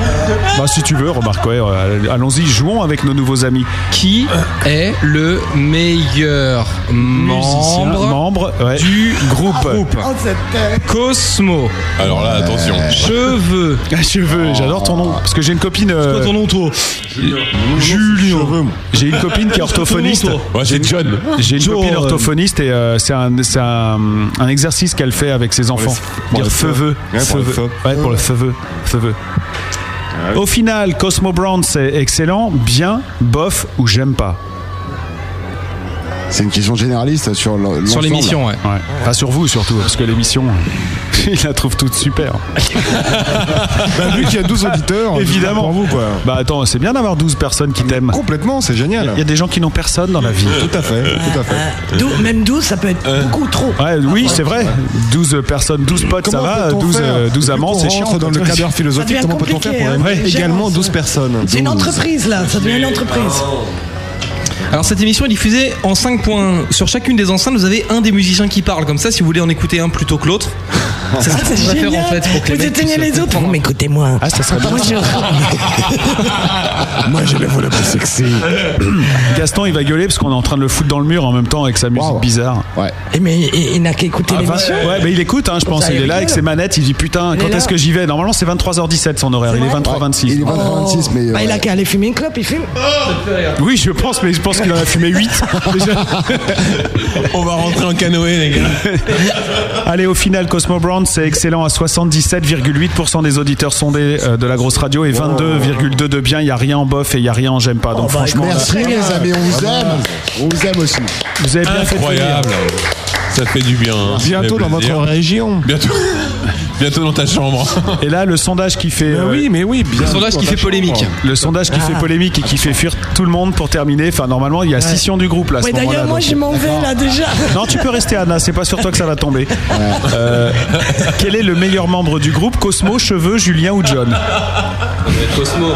[SPEAKER 3] Bah, si tu veux, remarque, ouais, ouais, allons-y, jouons avec nos nouveaux amis.
[SPEAKER 6] Qui est le meilleur membre, du groupe.
[SPEAKER 7] Oh,
[SPEAKER 6] Cosmo. Euh,
[SPEAKER 4] Alors là, attention.
[SPEAKER 6] Cheveux.
[SPEAKER 3] Ah, Cheveux, j'adore ton nom. Parce que j'ai une copine. euh,
[SPEAKER 6] Quoi ton nom toi
[SPEAKER 3] Julien. J'ai une copine qui est orthophoniste.
[SPEAKER 4] Ouais, c'est John.
[SPEAKER 3] J'ai une
[SPEAKER 4] John.
[SPEAKER 3] copine orthophoniste et euh, c'est un, c'est un, un exercice qu'elle fait avec ses enfants.
[SPEAKER 4] pour
[SPEAKER 3] Dire
[SPEAKER 4] le feu.
[SPEAKER 3] feveux.
[SPEAKER 4] Ouais, pour le
[SPEAKER 3] Feveux.
[SPEAKER 4] feu.
[SPEAKER 3] Ouais, pour le feveux. Feveux. Au final, Cosmo Brown, c'est excellent, bien, bof ou j'aime pas.
[SPEAKER 5] C'est une question généraliste sur le- l'ensemble.
[SPEAKER 3] Pas sur vous surtout, parce que l'émission, il la trouve toute super.
[SPEAKER 8] Bah, vu qu'il y a 12 auditeurs,
[SPEAKER 3] Évidemment.
[SPEAKER 8] pour vous, quoi. Ah,
[SPEAKER 3] Bah attends, c'est bien d'avoir 12 personnes qui t'aiment.
[SPEAKER 8] Complètement, c'est génial.
[SPEAKER 3] Il y a des gens qui n'ont personne dans la vie.
[SPEAKER 8] Tout à fait, tout à
[SPEAKER 7] Euh,
[SPEAKER 8] fait.
[SPEAKER 7] Dou- même 12, ça peut être
[SPEAKER 8] Euh.
[SPEAKER 7] beaucoup trop.
[SPEAKER 3] Ouais, oui, c'est vrai. 12 personnes, 12 potes,
[SPEAKER 8] Comment
[SPEAKER 3] ça va.
[SPEAKER 8] peut-on
[SPEAKER 3] 12,
[SPEAKER 8] faire
[SPEAKER 3] euh, 12
[SPEAKER 8] Vu
[SPEAKER 3] amants,
[SPEAKER 8] qu'on
[SPEAKER 3] c'est
[SPEAKER 8] rentre
[SPEAKER 3] chiant.
[SPEAKER 8] dans le cadre philosophique,
[SPEAKER 7] Ça devient
[SPEAKER 8] comment peut-on faire pour
[SPEAKER 7] compliqué, hein,
[SPEAKER 8] aimer
[SPEAKER 7] les gens,
[SPEAKER 8] également
[SPEAKER 7] ça.
[SPEAKER 8] 12 personnes
[SPEAKER 7] C'est une entreprise là, ça devient une entreprise.
[SPEAKER 6] Alors cette émission est diffusée en 5 points. Sur chacune des enceintes, vous avez un des musiciens qui parle. Comme ça, si vous voulez en écouter un plutôt que l'autre, c'est ça
[SPEAKER 7] Ah,
[SPEAKER 6] qu'on
[SPEAKER 7] c'est
[SPEAKER 6] va faire en
[SPEAKER 7] génial.
[SPEAKER 6] fait pour que
[SPEAKER 7] Vous
[SPEAKER 6] les mecs
[SPEAKER 7] éteignez
[SPEAKER 6] puissent
[SPEAKER 7] les autres.
[SPEAKER 6] comprendre.
[SPEAKER 7] Bon, mais écoutez-moi.
[SPEAKER 3] Ah, ça serait bien.
[SPEAKER 7] Moi, je-
[SPEAKER 5] Moi je le voulais pas sexy.
[SPEAKER 3] Gaston, il va gueuler parce qu'on est en train de le foutre dans le mur en même temps avec sa musique bizarre.
[SPEAKER 5] Ouais.
[SPEAKER 7] Eh, mais il il n'a qu'à écouter
[SPEAKER 3] Ah,
[SPEAKER 7] l'émission.
[SPEAKER 3] vingt- ouais, mais il écoute, hein, je pense. Il
[SPEAKER 7] Ça,
[SPEAKER 3] est là
[SPEAKER 7] rigole.
[SPEAKER 3] avec ses manettes. Il dit putain,
[SPEAKER 7] Il est
[SPEAKER 3] quand
[SPEAKER 7] là.
[SPEAKER 3] est-ce que j'y vais Normalement, c'est 23h17 son horaire. Il est 23h26.
[SPEAKER 5] Il est 23h26, mais.
[SPEAKER 7] Bah,
[SPEAKER 5] euh,
[SPEAKER 7] il a qu'à aller fumer une clope, il fume.
[SPEAKER 3] Oui, je pense, mais je pense qu'il en a fumé 8.
[SPEAKER 4] On va rentrer en canoë, les gars.
[SPEAKER 3] Allez, au final, Cosmo Brown, c'est excellent à 77,8% des auditeurs sondés euh, de la grosse radio et 22,2% de bien. Il n'y a rien en bof et il n'y a rien en j'aime pas.
[SPEAKER 8] Oh,
[SPEAKER 3] Donc,
[SPEAKER 8] bah,
[SPEAKER 5] bah,
[SPEAKER 3] franchement,
[SPEAKER 5] Ah, Merci
[SPEAKER 3] là,
[SPEAKER 5] les amis, on vous
[SPEAKER 3] Bravo.
[SPEAKER 5] aime. On vous aime aussi.
[SPEAKER 3] vous avez bien fait de
[SPEAKER 4] Incroyable.
[SPEAKER 3] venir.
[SPEAKER 4] Ça fait du bien. hein. Ça
[SPEAKER 8] Bientôt
[SPEAKER 4] fait
[SPEAKER 8] dans
[SPEAKER 4] plaisir.
[SPEAKER 8] votre région.
[SPEAKER 4] Bientôt. Bientôt dans ta chambre.
[SPEAKER 3] Et là, le sondage qui fait. euh,
[SPEAKER 8] Oui, mais oui, bien.
[SPEAKER 6] Le sondage qui fait polémique.
[SPEAKER 3] Le sondage qui
[SPEAKER 7] Ah.
[SPEAKER 3] fait polémique et qui fait fuir tout le monde pour terminer. Enfin, normalement, il y a scission du groupe là. à
[SPEAKER 7] Mais
[SPEAKER 3] ce moment-là,
[SPEAKER 7] d'ailleurs, moi,
[SPEAKER 3] donc-
[SPEAKER 7] je m'en vais là déjà.
[SPEAKER 3] Non, tu peux rester, Anna. C'est pas sur toi que ça va tomber. Euh, quel est le meilleur membre du groupe Cosmo, Cheveux, Julien ou John
[SPEAKER 12] Cosmo.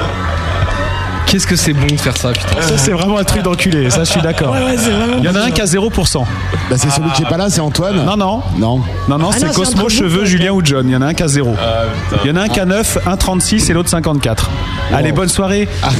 [SPEAKER 6] Qu'est-ce que c'est bon de faire ça, putain.
[SPEAKER 3] Ça, c'est vraiment un truc d'enculé. Ça, je suis d'accord.
[SPEAKER 7] Ouais, ouais, c'est vraiment
[SPEAKER 3] Il y en a un qui a 0%.
[SPEAKER 5] Bah, c'est celui qui est pas là, c'est Antoine.
[SPEAKER 3] Non, non.
[SPEAKER 5] Non.
[SPEAKER 3] Non, non,
[SPEAKER 7] Ah
[SPEAKER 3] c'est
[SPEAKER 7] non, c'est
[SPEAKER 3] Cosmo,
[SPEAKER 7] entre vous,
[SPEAKER 3] Cheveux,
[SPEAKER 7] ouais.
[SPEAKER 3] Julien ou John. Il y en a un qui a 0. Il y en a un qui a 9, un 36 et l'autre 54. Allez, bonne soirée.
[SPEAKER 5] Ah,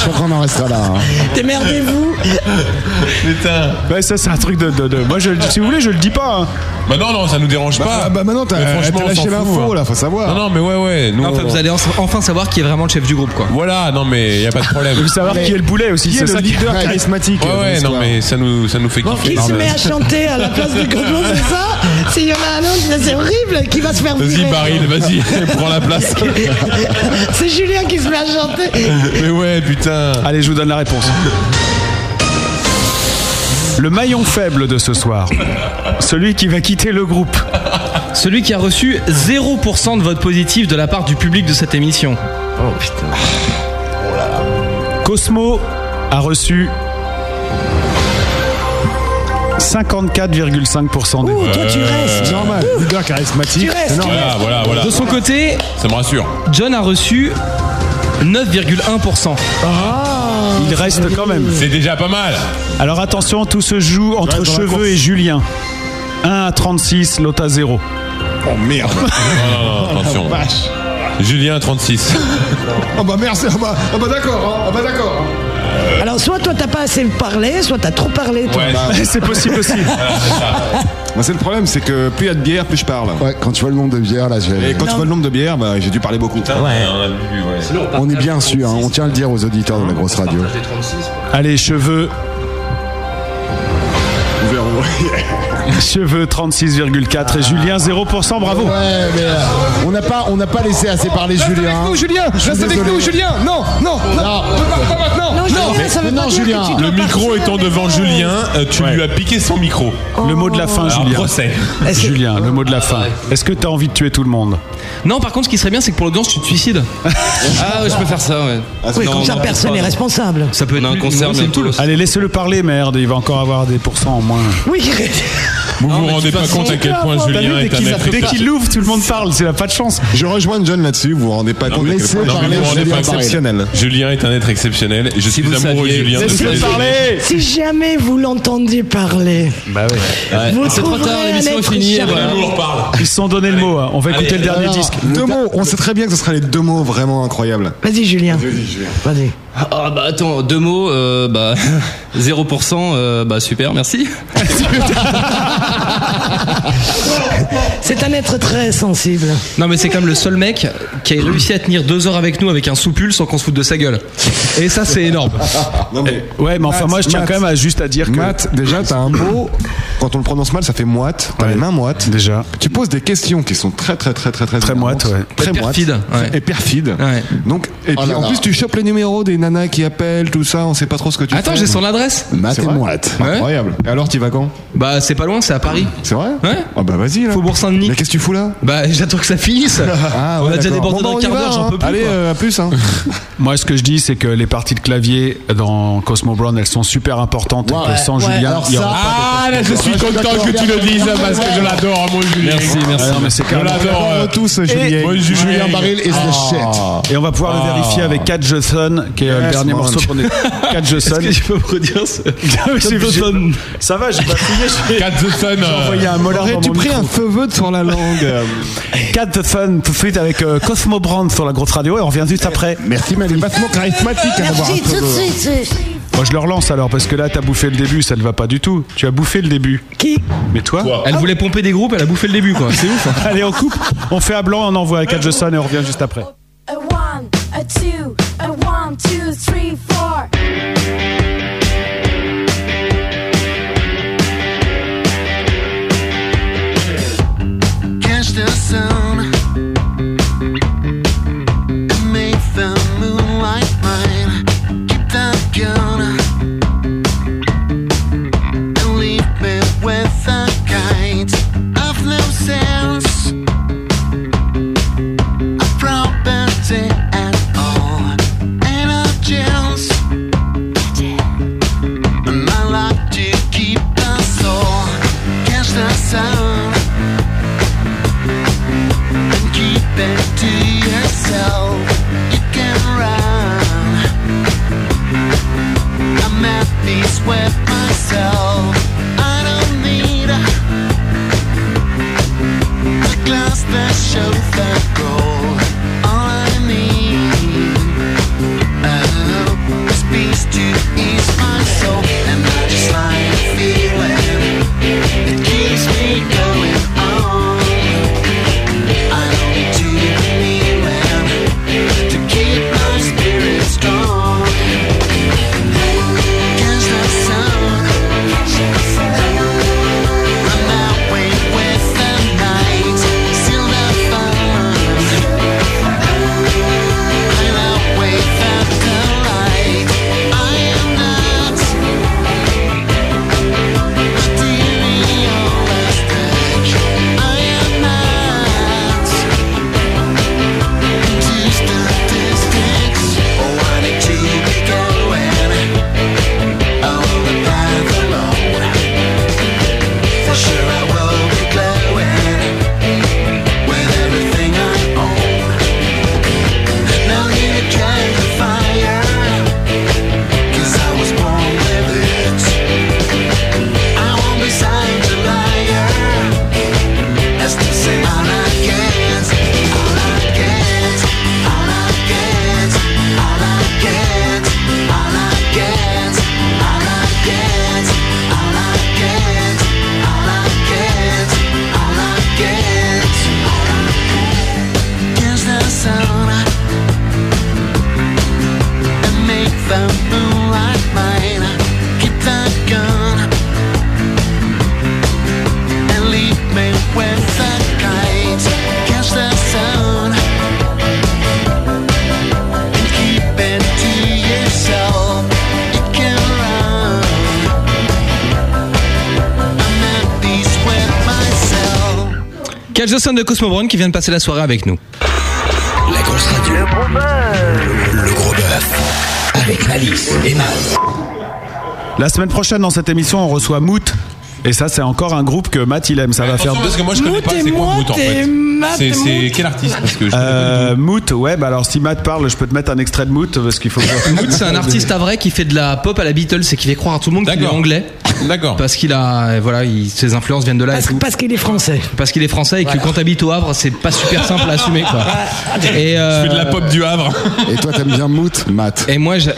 [SPEAKER 5] Je crois qu'on en restera là. hein.
[SPEAKER 7] Démerdez-vous.
[SPEAKER 4] Putain.
[SPEAKER 3] Ouais, ça, c'est un truc de. de- de- Moi, je, si vous voulez, je le dis pas. hein.
[SPEAKER 4] Bah ah, non, non, ça nous dérange
[SPEAKER 8] Bah,
[SPEAKER 4] pas.
[SPEAKER 8] bah maintenant,
[SPEAKER 4] Mais
[SPEAKER 8] t'as
[SPEAKER 4] franchement,
[SPEAKER 8] t'as
[SPEAKER 4] on s'en
[SPEAKER 8] lâché
[SPEAKER 4] fout,
[SPEAKER 8] l'info
[SPEAKER 4] hein.
[SPEAKER 8] là, faut
[SPEAKER 4] Non,
[SPEAKER 8] savoir.
[SPEAKER 4] non, mais ouais, ouais. Nous,
[SPEAKER 6] Enfin,
[SPEAKER 4] on-
[SPEAKER 6] vous allez en- enfin savoir qui est vraiment le chef du groupe, quoi.
[SPEAKER 4] Voilà, non, mais y a pas de problème.
[SPEAKER 3] Vous savoir qui est le boulet aussi.
[SPEAKER 8] Qui
[SPEAKER 3] C'est
[SPEAKER 8] est le
[SPEAKER 3] ça qui
[SPEAKER 8] leader
[SPEAKER 5] Ouais.
[SPEAKER 8] charismatique
[SPEAKER 4] Ouais,
[SPEAKER 8] dans
[SPEAKER 4] ouais, non,
[SPEAKER 8] l'histoire
[SPEAKER 4] mais ça nous, ça nous fait
[SPEAKER 7] Bon,
[SPEAKER 4] kiffer.
[SPEAKER 7] qui se met à chanter à la place de Cosmo, c'est ça S'il y en a un autre, là, c'est horrible, qui va se faire
[SPEAKER 4] Vas-y,
[SPEAKER 7] virer.
[SPEAKER 4] Baril, vas-y, prends la place.
[SPEAKER 7] C'est Julien qui se met à chanter.
[SPEAKER 4] Mais ouais, putain.
[SPEAKER 3] Allez, je vous donne la réponse. Le maillon faible de ce soir. Celui qui va quitter le groupe.
[SPEAKER 6] Celui qui a reçu 0% de vote positif de la part du public de cette émission.
[SPEAKER 3] Cosmo a reçu 54,5% des votes.
[SPEAKER 7] Toi, tu restes.
[SPEAKER 8] Normal, leader charismatique.
[SPEAKER 7] Tu restes,
[SPEAKER 8] c'est normal.
[SPEAKER 4] Voilà, voilà, voilà.
[SPEAKER 6] De son côté,
[SPEAKER 4] Ça me rassure.
[SPEAKER 6] John a reçu 9,1%.
[SPEAKER 8] Ah.
[SPEAKER 3] Il reste quand même.
[SPEAKER 4] C'est déjà pas mal.
[SPEAKER 3] Alors attention, tout se joue entre
[SPEAKER 8] dans la course.
[SPEAKER 3] Cheveux et Julien. 1 à 36, l'autre à 0.
[SPEAKER 8] Oh merde.
[SPEAKER 4] Non, non, non, attention.
[SPEAKER 8] Vache.
[SPEAKER 4] Julien, 36.
[SPEAKER 8] Oh bah merci, ah bah, ah bah d'accord, hein, ah bah d'accord. hein.
[SPEAKER 7] Euh, Alors, soit toi, t'as pas assez parlé, soit t'as trop parlé. toi.
[SPEAKER 4] Ouais,
[SPEAKER 3] C'est possible aussi.
[SPEAKER 8] Bah, c'est le problème, c'est que plus il y a de bière, plus je parle.
[SPEAKER 5] Ouais, quand tu vois le nombre de bières là, je vais-
[SPEAKER 8] Et quand tu vois le nombre de bières, bah, j'ai dû parler beaucoup.
[SPEAKER 4] on a vu, ouais.
[SPEAKER 5] on est bien sûr, hein, on tient à le dire aux auditeurs de la grosse radio.
[SPEAKER 3] Allez, Cheveux,
[SPEAKER 8] Ouvert au
[SPEAKER 3] Cheveux 36,4 et Julien 0%, bravo.
[SPEAKER 13] Ouais, mais euh, on n'a pas, on n'a pas laissé assez parler Julien. Reste avec
[SPEAKER 5] hein.
[SPEAKER 13] nous,
[SPEAKER 6] Julien. Reste avec nous, Julien. Non, non, non.
[SPEAKER 13] Pas,
[SPEAKER 6] maintenant.
[SPEAKER 13] Non, Julien,
[SPEAKER 7] Ah,
[SPEAKER 4] mais-
[SPEAKER 13] ça veut pas dire que tu dois
[SPEAKER 4] le micro
[SPEAKER 13] partir
[SPEAKER 4] étant
[SPEAKER 13] avec
[SPEAKER 4] devant
[SPEAKER 13] nous.
[SPEAKER 4] Julien, euh, tu lui as piqué son micro.
[SPEAKER 3] Le mot de la fin,
[SPEAKER 4] Alors,
[SPEAKER 3] Julien.
[SPEAKER 4] procès.
[SPEAKER 3] Julien, le mot de la fin. Est-ce que t'as envie de tuer tout le monde
[SPEAKER 6] Non, par contre, ce qui serait bien, c'est que pour l'audience, tu te suicides.
[SPEAKER 12] Ah ouais, je peux faire ça, ouais.
[SPEAKER 8] Ah,
[SPEAKER 7] Oui, comme ça, personne n'est responsable.
[SPEAKER 12] Ça peut être un concert bientôt.
[SPEAKER 3] Allez, laissez-le parler, merde. Il va encore avoir des pourcents en moins.
[SPEAKER 7] Oui,
[SPEAKER 4] Vous vous rendez pas compte à quel point Julien est un être
[SPEAKER 3] Dès qu'il l'ouvre, tout le monde parle. C'est la pas de chance.
[SPEAKER 5] Je rejoins John là-dessus, vous vous rendez
[SPEAKER 3] Bah,
[SPEAKER 5] pas
[SPEAKER 4] Non,
[SPEAKER 5] compte.
[SPEAKER 4] mais-
[SPEAKER 5] Laissez
[SPEAKER 4] non, mais
[SPEAKER 5] parler
[SPEAKER 4] vous vous rendez
[SPEAKER 5] Julien
[SPEAKER 4] pas compte.
[SPEAKER 5] exceptionnel.
[SPEAKER 4] Julien est un être exceptionnel. et Je suis amoureux de Julien. depuis
[SPEAKER 7] si,
[SPEAKER 4] le début.
[SPEAKER 7] si jamais vous l'entendez parler,
[SPEAKER 3] Bah oui.
[SPEAKER 7] Vous C'est trop trouverez tard, l'émission un est finie, être voilà. charmant.
[SPEAKER 3] Ils se sont donné le mot. hein. On va écouter le dernier
[SPEAKER 5] Alors,
[SPEAKER 3] disque.
[SPEAKER 5] Deux mots, on sait très bien que ce sera les deux mots vraiment incroyables.
[SPEAKER 7] vas-y Julien. Vas-y.
[SPEAKER 12] Ah bah attends, deux mots, euh, bah 0%, euh, bah super, merci.
[SPEAKER 7] C'est un être très sensible.
[SPEAKER 13] Euh,
[SPEAKER 6] Non, mais c'est quand même le seul mec qui a réussi à tenir deux heures avec nous avec un soupule sans qu'on se foute de sa gueule. Et ça, c'est énorme.
[SPEAKER 3] Eh, Ouais, mais enfin, moi, je tiens quand même à juste à dire que.
[SPEAKER 5] Matt, déjà, t'as un mot. Quand on le prononce mal, ça fait moite. T'as les mains moites.
[SPEAKER 3] Déjà.
[SPEAKER 5] Tu poses des questions qui sont très, très, très, très, très.
[SPEAKER 3] Très moites, ouais.
[SPEAKER 5] Très
[SPEAKER 6] Et
[SPEAKER 5] moites.
[SPEAKER 6] perfides, ouais.
[SPEAKER 5] Et perfides. Donc, et
[SPEAKER 6] Oh
[SPEAKER 5] puis,
[SPEAKER 6] là
[SPEAKER 5] en
[SPEAKER 6] là.
[SPEAKER 5] plus, tu chopes les numéros des nanas qui appellent, tout ça. On sait pas trop ce que tu
[SPEAKER 6] Attends,
[SPEAKER 5] fais.
[SPEAKER 6] j'ai son adresse.
[SPEAKER 5] Matt
[SPEAKER 6] C'est
[SPEAKER 5] et
[SPEAKER 6] vrai
[SPEAKER 5] moite.
[SPEAKER 6] Ouais.
[SPEAKER 5] Incroyable. Et alors, t'y vas quand
[SPEAKER 6] Bah, c'est pas loin, c'est à Paris.
[SPEAKER 5] C'est vrai
[SPEAKER 6] Ouais.
[SPEAKER 5] Ah bah vas-y là.
[SPEAKER 6] Faubourg Saint-Denis.
[SPEAKER 5] Mais qu'est-ce que tu fous là
[SPEAKER 6] Bah, j'attends que ça finisse.
[SPEAKER 5] Ah,
[SPEAKER 6] on
[SPEAKER 5] ouais,
[SPEAKER 6] a déjà
[SPEAKER 5] d'accord.
[SPEAKER 6] débordé
[SPEAKER 5] Bon,
[SPEAKER 6] d'un
[SPEAKER 5] bah, on y
[SPEAKER 6] quart
[SPEAKER 5] va,
[SPEAKER 6] d'heure,
[SPEAKER 5] hein.
[SPEAKER 6] j'en peux plus.
[SPEAKER 5] Allez,
[SPEAKER 6] quoi.
[SPEAKER 5] euh, à plus. Hein.
[SPEAKER 3] Moi, ce que je dis, c'est que les parties de clavier dans Cosmo Brown, elles sont super importantes. et que sans Julien, il y aura pas
[SPEAKER 4] Ah là, je suis content que tu le dises parce que je l'adore, mon Julien.
[SPEAKER 3] Merci, merci.
[SPEAKER 4] Ah, non, mais c'est
[SPEAKER 3] Je l'adore,
[SPEAKER 4] euh,
[SPEAKER 5] tous,
[SPEAKER 4] Julien. Moi, Julien. Julien Baril is the
[SPEAKER 5] Ah.
[SPEAKER 3] Et on va pouvoir le
[SPEAKER 4] Ah.
[SPEAKER 3] vérifier avec Cat Johnson, qui est euh, le
[SPEAKER 4] Yes,
[SPEAKER 3] dernier
[SPEAKER 4] man.
[SPEAKER 3] morceau qu'on est. Cat Johnson.
[SPEAKER 4] Est-ce que tu
[SPEAKER 3] peux me redire Ça va, j'ai pas fouillé.
[SPEAKER 4] Cat Johnson.
[SPEAKER 3] J'ai envoyé un molar dans
[SPEAKER 5] tu
[SPEAKER 3] mon
[SPEAKER 5] pris
[SPEAKER 3] micro.
[SPEAKER 5] un feu veude sur la langue euh,
[SPEAKER 3] Cat Johnson, tout de suite avec euh, Cosmo Brand sur la grosse radio et on revient juste après.
[SPEAKER 5] Merci, mais les battements charismatiques à avoir un
[SPEAKER 13] Merci,
[SPEAKER 5] feu
[SPEAKER 13] tout de
[SPEAKER 5] veude.
[SPEAKER 13] suite.
[SPEAKER 3] Moi je le relance alors parce que là t'as bouffé le début, ça ne va pas du tout. Tu as bouffé le début.
[SPEAKER 7] Qui
[SPEAKER 3] Mais toi
[SPEAKER 6] Elle voulait pomper des groupes, elle a bouffé le début, quoi. C'est ouf. hein.
[SPEAKER 3] Allez on coupe, on fait à blanc, on envoie à Cat Johnson et on revient juste après.
[SPEAKER 20] A one, a two, a one, two, three, four.
[SPEAKER 9] Catch the sun and make the moonlight mine. Keep that gun and leave me with a kite of no sense. A property at all, and a chance.
[SPEAKER 6] Catch the Sun de Cosmo Brown qui vient de passer la soirée avec nous.
[SPEAKER 1] La grosse radio. Le gros bœuf. Le, gros bœuf. Avec Malice et Mal.
[SPEAKER 3] La semaine prochaine, dans cette émission, on reçoit Moot. Et ça, c'est encore un groupe que Matt il aime. Ça va faire.
[SPEAKER 4] Attention, parce que moi je connais pas c'est quoi Mout en fait. C'est- C'est quel artiste Parce que je-
[SPEAKER 3] Euh, Moot, ouais, bah alors si Matt parle, je peux te mettre un extrait de Moot parce qu'il faut que.
[SPEAKER 6] Moot, Ah c'est un artiste à vrai qui fait de la pop à la Beatles et qui fait croire à tout le monde qu'il est
[SPEAKER 3] D'accord.
[SPEAKER 6] anglais. D'accord. Parce qu'il a, euh, voilà, il- ses influences viennent de là. Parce, qu'il est français. Parce qu'il est français et que quand t'habites au Havre, c'est pas super simple à assumer quoi. Et
[SPEAKER 5] Je fais de la pop
[SPEAKER 6] du Havre.
[SPEAKER 5] Et toi, t'aimes bien Moot, Matt
[SPEAKER 6] Et moi, j'ai.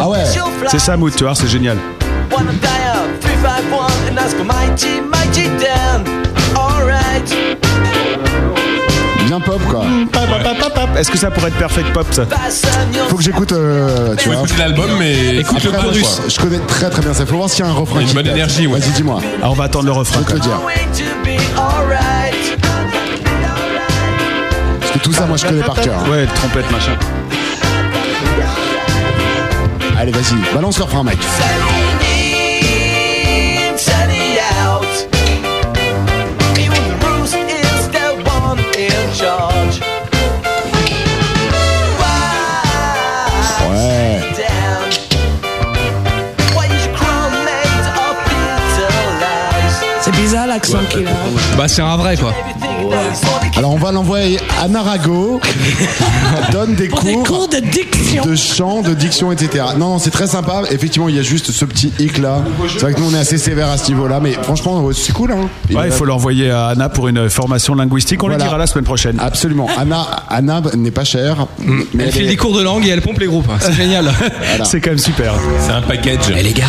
[SPEAKER 3] Ah ouais. C'est ça Moot, tu vois, c'est génial.
[SPEAKER 21] Wanna die up 351 and ask for mighty, mighty Dan. Alright.
[SPEAKER 5] Bien pop quoi.
[SPEAKER 3] Mm, Est-ce que ça pourrait être perfect pop ça
[SPEAKER 5] Faut que j'écoute. euh, tu
[SPEAKER 4] Faut
[SPEAKER 5] vois.
[SPEAKER 4] écouter l'album, mais
[SPEAKER 5] Écoute
[SPEAKER 4] après,
[SPEAKER 5] le
[SPEAKER 4] moi,
[SPEAKER 5] russe. Je connais très très bien ça. Faut voir s'il y a un refrain.
[SPEAKER 4] Il y a une
[SPEAKER 5] qui
[SPEAKER 4] bonne
[SPEAKER 5] date.
[SPEAKER 4] énergie, ouais.
[SPEAKER 5] Vas-y, dis-moi.
[SPEAKER 3] Ah, on va attendre le refrain.
[SPEAKER 5] Je peux te le dire.
[SPEAKER 21] Going to be alright.
[SPEAKER 5] Parce que tout ça, moi, je connais par cœur. hein.
[SPEAKER 3] Ouais, trompette, machin.
[SPEAKER 5] Allez, vas-y, balance le refrain, mec.
[SPEAKER 21] In, sunny out. Even Bruce is the one in charge.
[SPEAKER 5] Ouais.
[SPEAKER 21] Down. Why is your crewmate up into lies?
[SPEAKER 7] C'est bizarre l'accent qu'il a.
[SPEAKER 6] Bah, c'est un vrai quoi.
[SPEAKER 5] Alors, on va l'envoyer à Narago. donne des cours, de diction. De chant, de diction, etc. Non, non, c'est très sympa. Effectivement, il y a juste ce petit hic là. C'est vrai que nous, on est assez sévère à ce niveau-là. Mais franchement, c'est cool. Hein.
[SPEAKER 3] Ouais, il faut l'envoyer à Anna pour une formation linguistique. On
[SPEAKER 5] Voilà.
[SPEAKER 3] le dira la semaine prochaine.
[SPEAKER 5] Absolument. Anna, Anna n'est pas chère.
[SPEAKER 4] Mm.
[SPEAKER 5] Mais
[SPEAKER 6] Elle
[SPEAKER 5] est-
[SPEAKER 6] file des cours de langue et elle pompe les groupes. hein. C'est génial.
[SPEAKER 5] Voilà.
[SPEAKER 3] C'est quand même super.
[SPEAKER 4] C'est un package. Eh les gars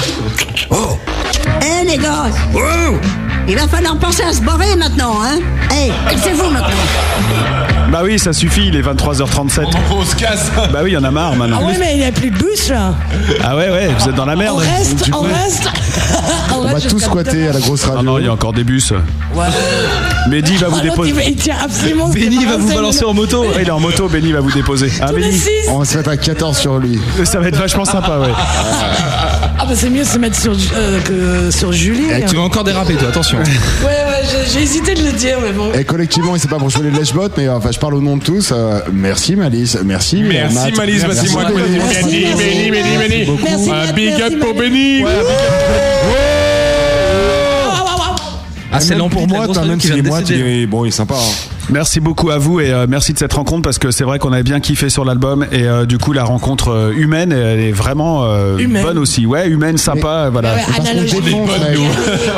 [SPEAKER 2] Eh les gars Il va falloir penser à se barrer maintenant, hein Eh, cassez-vous maintenant
[SPEAKER 3] Bah oui, ça suffit, il est 23h37.
[SPEAKER 4] Oh, On se casse
[SPEAKER 3] Bah oui, il y en a marre maintenant.
[SPEAKER 7] Ah ouais, mais il n'y a plus de bus là.
[SPEAKER 3] Ah ouais, ouais, vous êtes dans la merde.
[SPEAKER 7] On reste,
[SPEAKER 3] Du
[SPEAKER 7] on
[SPEAKER 3] coup-
[SPEAKER 7] reste.
[SPEAKER 5] On va
[SPEAKER 7] reste
[SPEAKER 5] tous
[SPEAKER 7] jusqu'à
[SPEAKER 5] squatter à la grosse radio.
[SPEAKER 3] Ah non, il y a encore des bus. Mehdi va vous
[SPEAKER 7] Ah, l'autre,
[SPEAKER 3] déposer.
[SPEAKER 7] il va- il tient absolument ses bras, c'est-
[SPEAKER 3] moto. il est en moto, Benny va vous déposer. Ah, Benny.
[SPEAKER 5] On va se mettre à 14 sur lui.
[SPEAKER 3] Ça va être vachement sympa, ouais.
[SPEAKER 7] Ah bah c'est mieux de se mettre sur, euh, que sur Julie.
[SPEAKER 5] Eh, tu vas
[SPEAKER 6] encore déraper toi, attention.
[SPEAKER 7] Ouais, ouais, j'ai- j'ai hésité de le dire, mais bon.
[SPEAKER 4] Eh.
[SPEAKER 5] Et Eh, collectivement, et c'est pas pour jouer les lèche-bottes, mais euh, enfin, je parle au nom de tous. euh, merci Malice, merci. euh,
[SPEAKER 4] Merci,
[SPEAKER 5] Matt.
[SPEAKER 4] Malice, merci, moi,
[SPEAKER 5] beaucoup.
[SPEAKER 4] Benny, Benny, Benny, Benny, Benny.
[SPEAKER 5] beaucoup.
[SPEAKER 4] Merci, Un Matt, big merci, up pour Malice. Benny. Ouais, un big
[SPEAKER 6] Ah, c'est
[SPEAKER 8] même pour
[SPEAKER 6] l'ampli de la
[SPEAKER 8] moi,
[SPEAKER 6] grosse
[SPEAKER 8] toi,
[SPEAKER 6] radio
[SPEAKER 8] même
[SPEAKER 6] qui
[SPEAKER 8] s'il
[SPEAKER 6] vient
[SPEAKER 8] est
[SPEAKER 6] de
[SPEAKER 8] moi, tu
[SPEAKER 6] décéder.
[SPEAKER 8] dis, bon, il est sympa. hein.
[SPEAKER 3] Merci beaucoup à vous et euh, merci de cette rencontre parce que c'est vrai qu'on avait bien kiffé sur l'album et euh, du coup la rencontre euh, humaine elle est vraiment euh,
[SPEAKER 7] Humaine.
[SPEAKER 3] bonne aussi. Ouais, humaine, sympa,
[SPEAKER 4] Ah,
[SPEAKER 3] voilà.
[SPEAKER 7] Ouais, ouais, Parce qu'on analogique. défonce, On est bonnes, nous.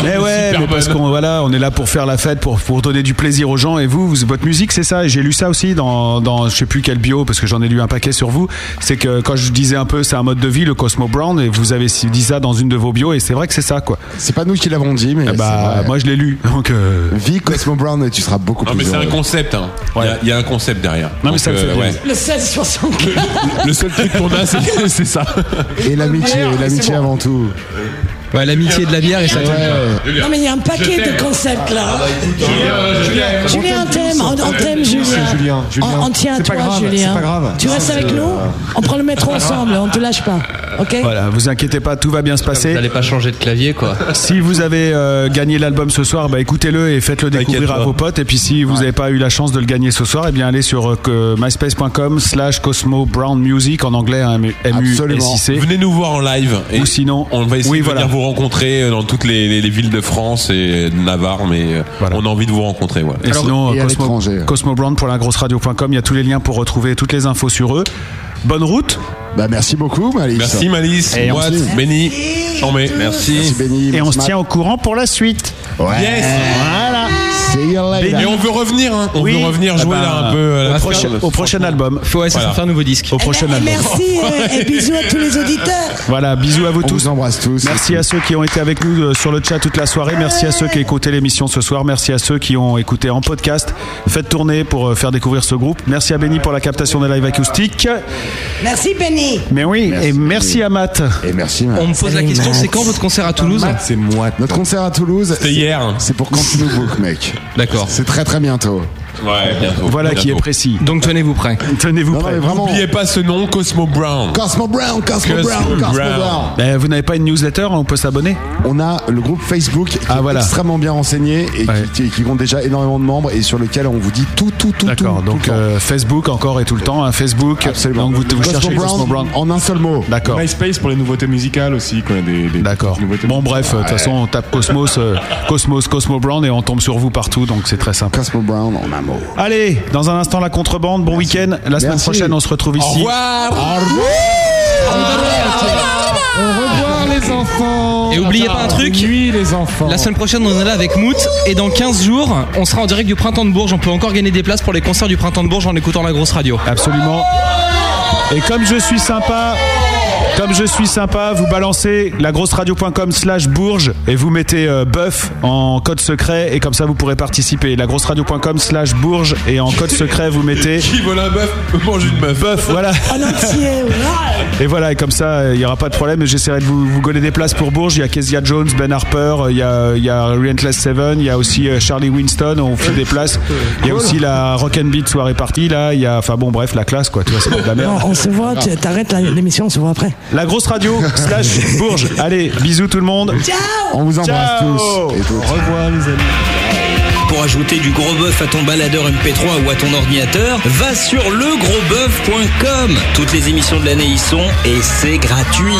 [SPEAKER 3] mais ouais,
[SPEAKER 7] Super
[SPEAKER 3] mais parce qu'on voilà, on est là pour faire la fête, pour pour donner du plaisir aux gens et vous, vous- votre musique, c'est ça. Et J'ai lu ça aussi dans dans je sais plus quel bio parce que j'en ai lu un paquet sur vous. C'est que quand je disais un peu c'est un mode de vie le Cosmo Brown et vous avez dit ça dans une de vos bios et c'est vrai que c'est ça quoi.
[SPEAKER 5] C'est pas nous qui l'avons dit, mais.
[SPEAKER 3] bah, moi, je l'ai lu. Donc,
[SPEAKER 5] Vie Cosmo Brown, et tu seras beaucoup
[SPEAKER 4] Non, mais
[SPEAKER 5] plus.
[SPEAKER 4] c'est un
[SPEAKER 5] heureux.
[SPEAKER 4] concept. hein. Il y a- il y, a un concept derrière. euh,
[SPEAKER 5] Non, mais ça me fait plaisir.
[SPEAKER 7] Le 16
[SPEAKER 4] Le, le seul truc qu'on a, c'est c'est ça.
[SPEAKER 5] Et l'amitié,
[SPEAKER 7] Merde, c'est
[SPEAKER 5] l'amitié
[SPEAKER 7] bon.
[SPEAKER 5] avant tout.
[SPEAKER 6] Ouais, l'amitié de la bière et ça
[SPEAKER 5] Ouais, ouais.
[SPEAKER 7] Non, mais il y a un paquet
[SPEAKER 5] Je t'aime.
[SPEAKER 7] de concepts là. Julien, on t'aime, on on
[SPEAKER 11] Julien,
[SPEAKER 7] t'aime, Julien.
[SPEAKER 11] Julien, Julien.
[SPEAKER 7] On, on tient à
[SPEAKER 11] C'est pas
[SPEAKER 7] toi,
[SPEAKER 11] grave,
[SPEAKER 7] Julien.
[SPEAKER 11] c'est pas grave.
[SPEAKER 7] Tu restes
[SPEAKER 11] C'est,
[SPEAKER 7] avec nous On prend le métro ensemble, on te lâche pas. Ok
[SPEAKER 3] Voilà, vous inquiétez pas, tout va bien se passer. Vous n'allez
[SPEAKER 6] pas changer de clavier, quoi.
[SPEAKER 3] Si vous avez euh, gagné l'album ce soir, bah, écoutez-le et faites-le découvrir à
[SPEAKER 12] pas.
[SPEAKER 3] vos potes. Et puis si vous n'avez pas eu la chance de le gagner ce soir, eh bien allez sur euh, que- myspace.com slash Cosmo Brown Music en anglais, hein, m u
[SPEAKER 4] Venez nous voir en live.
[SPEAKER 3] Ou sinon,
[SPEAKER 4] On va essayer
[SPEAKER 3] Oui,
[SPEAKER 4] de
[SPEAKER 3] voilà.
[SPEAKER 4] venir vous rencontrer euh, dans toutes les, les- les villes de France et de Navarre, mais euh, on a envie de vous rencontrer. Voilà.
[SPEAKER 3] Et sinon, euh, Cosmo, Cosmo Brown pour la grosse radio.com, il y a tous les liens pour retrouver toutes les infos sur eux. Bonne route.
[SPEAKER 5] Bah, merci beaucoup, Malice.
[SPEAKER 4] Merci Malice,
[SPEAKER 3] Et on
[SPEAKER 4] Watt,
[SPEAKER 3] se-
[SPEAKER 4] Benny, Chambé, merci.
[SPEAKER 3] Et on se tient au courant pour la suite.
[SPEAKER 4] Yes.
[SPEAKER 3] Voilà.
[SPEAKER 4] Et on veut revenir, hein. on veut revenir jouer là un peu à
[SPEAKER 6] euh,
[SPEAKER 4] la
[SPEAKER 3] Ah bah, au,
[SPEAKER 4] prochaine-
[SPEAKER 3] prochain, au prochain album.
[SPEAKER 6] Faut
[SPEAKER 4] essayer de Voilà. faire un
[SPEAKER 6] nouveau disque.
[SPEAKER 3] Au prochain album.
[SPEAKER 2] Merci
[SPEAKER 7] Eh,
[SPEAKER 2] euh, et bisous à tous les auditeurs
[SPEAKER 3] Voilà, bisous à vous tous.
[SPEAKER 5] vous embrasse tous.
[SPEAKER 3] Merci à ceux qui ont été avec nous euh, sur le chat toute la soirée. Merci à ceux qui écoutaient l'émission ce soir. Merci à ceux qui ont écouté en podcast. Faites tourner pour euh, faire découvrir ce groupe. Merci à Benny pour la captation des lives acoustiques.
[SPEAKER 2] Merci Benny
[SPEAKER 3] Mais oui, et merci à Matt.
[SPEAKER 5] Et merci, Matt.
[SPEAKER 6] On me pose la question, c'est quand votre concert à Toulouse
[SPEAKER 5] C'est moi. Notre concert à Toulouse.
[SPEAKER 4] C'était hier.
[SPEAKER 5] C'est pour quand tu nous book, mec.
[SPEAKER 6] D'accord.
[SPEAKER 5] C'est très très bientôt.
[SPEAKER 3] Voilà qui est précis.
[SPEAKER 6] Donc tenez-vous prêts.
[SPEAKER 3] Tenez-vous
[SPEAKER 6] prêts.
[SPEAKER 4] N'oubliez pas ce nom, Cosmo Brown.
[SPEAKER 5] Cosmo Brown, Cosmo Brown, Cosmo Brown.
[SPEAKER 3] Ben, vous n'avez pas une newsletter, on peut s'abonner Ah,
[SPEAKER 5] On a le groupe Facebook qui est extrêmement bien renseigné et qui, qui- qui compte déjà énormément de membres et sur lequel on vous dit tout, tout, tout.
[SPEAKER 3] D'accord, donc euh, Facebook encore et tout le temps, hein, Facebook. Donc vous, vous
[SPEAKER 5] Cosmo
[SPEAKER 3] cherchez
[SPEAKER 5] Brown
[SPEAKER 3] Cosmo Brown.
[SPEAKER 5] en un seul mot.
[SPEAKER 3] D'accord.
[SPEAKER 8] MySpace pour les nouveautés musicales aussi, quand il y a des, des
[SPEAKER 3] D'accord.
[SPEAKER 8] nouveautés
[SPEAKER 3] Bon bref, de toute façon on tape Cosmos, euh, Cosmos, Cosmo Brown et on tombe sur vous partout, donc c'est très simple.
[SPEAKER 5] Cosmo Brown en un mot.
[SPEAKER 3] Allez, dans un instant la contrebande, bon week-end. La semaine
[SPEAKER 5] Merci.
[SPEAKER 3] prochaine on se retrouve ici.
[SPEAKER 5] Au revoir.
[SPEAKER 6] Ah,
[SPEAKER 11] revoir les enfants.
[SPEAKER 6] Et oubliez pas un truc.
[SPEAKER 11] les enfants.
[SPEAKER 6] La semaine prochaine, on est là avec Moot. Et dans 15 jours, on sera en direct du Printemps de Bourges. On peut encore gagner des places pour les concerts du Printemps de Bourges en écoutant la grosse radio.
[SPEAKER 3] Absolument. Et comme je suis sympa, comme je suis sympa, vous balancez lagrosseradio.com slash bourge et vous mettez euh, bœuf en code secret et comme ça vous pourrez participer. Lagrosseradio.com slash bourge et en code secret vous mettez...
[SPEAKER 4] Qui vole un bœuf peut manger une bœuf.
[SPEAKER 3] Bœuf, voilà. Et voilà, et comme ça, euh, il n'y aura pas de problème. Et J'essaierai de vous, vous gauler des places pour Bourges. Il y a Kezia Jones, Ben Harper, euh, il y a, il y a Relentless Seven, il y a aussi euh, Charlie Winston. On fait des places. Il y a aussi la Rock and Beat soirée partie. Là, il y a, enfin bon, bref, la classe, quoi. Tu vois, c'est pas de la merde. Ah.
[SPEAKER 7] Non, on se
[SPEAKER 11] Ah.
[SPEAKER 7] voit, tu- t'arrêtes la- l'émission, on se voit après.
[SPEAKER 3] La grosse radio slash Bourges. Allez, bisous tout le monde.
[SPEAKER 7] Ciao
[SPEAKER 5] On vous
[SPEAKER 1] embrasse tous et
[SPEAKER 3] Au revoir les amis.
[SPEAKER 1] Pour ajouter du gros bœuf à ton baladeur MP3 ou à ton ordinateur, va sur legrosboeuf.com. Toutes les émissions de l'année y sont et c'est gratuit.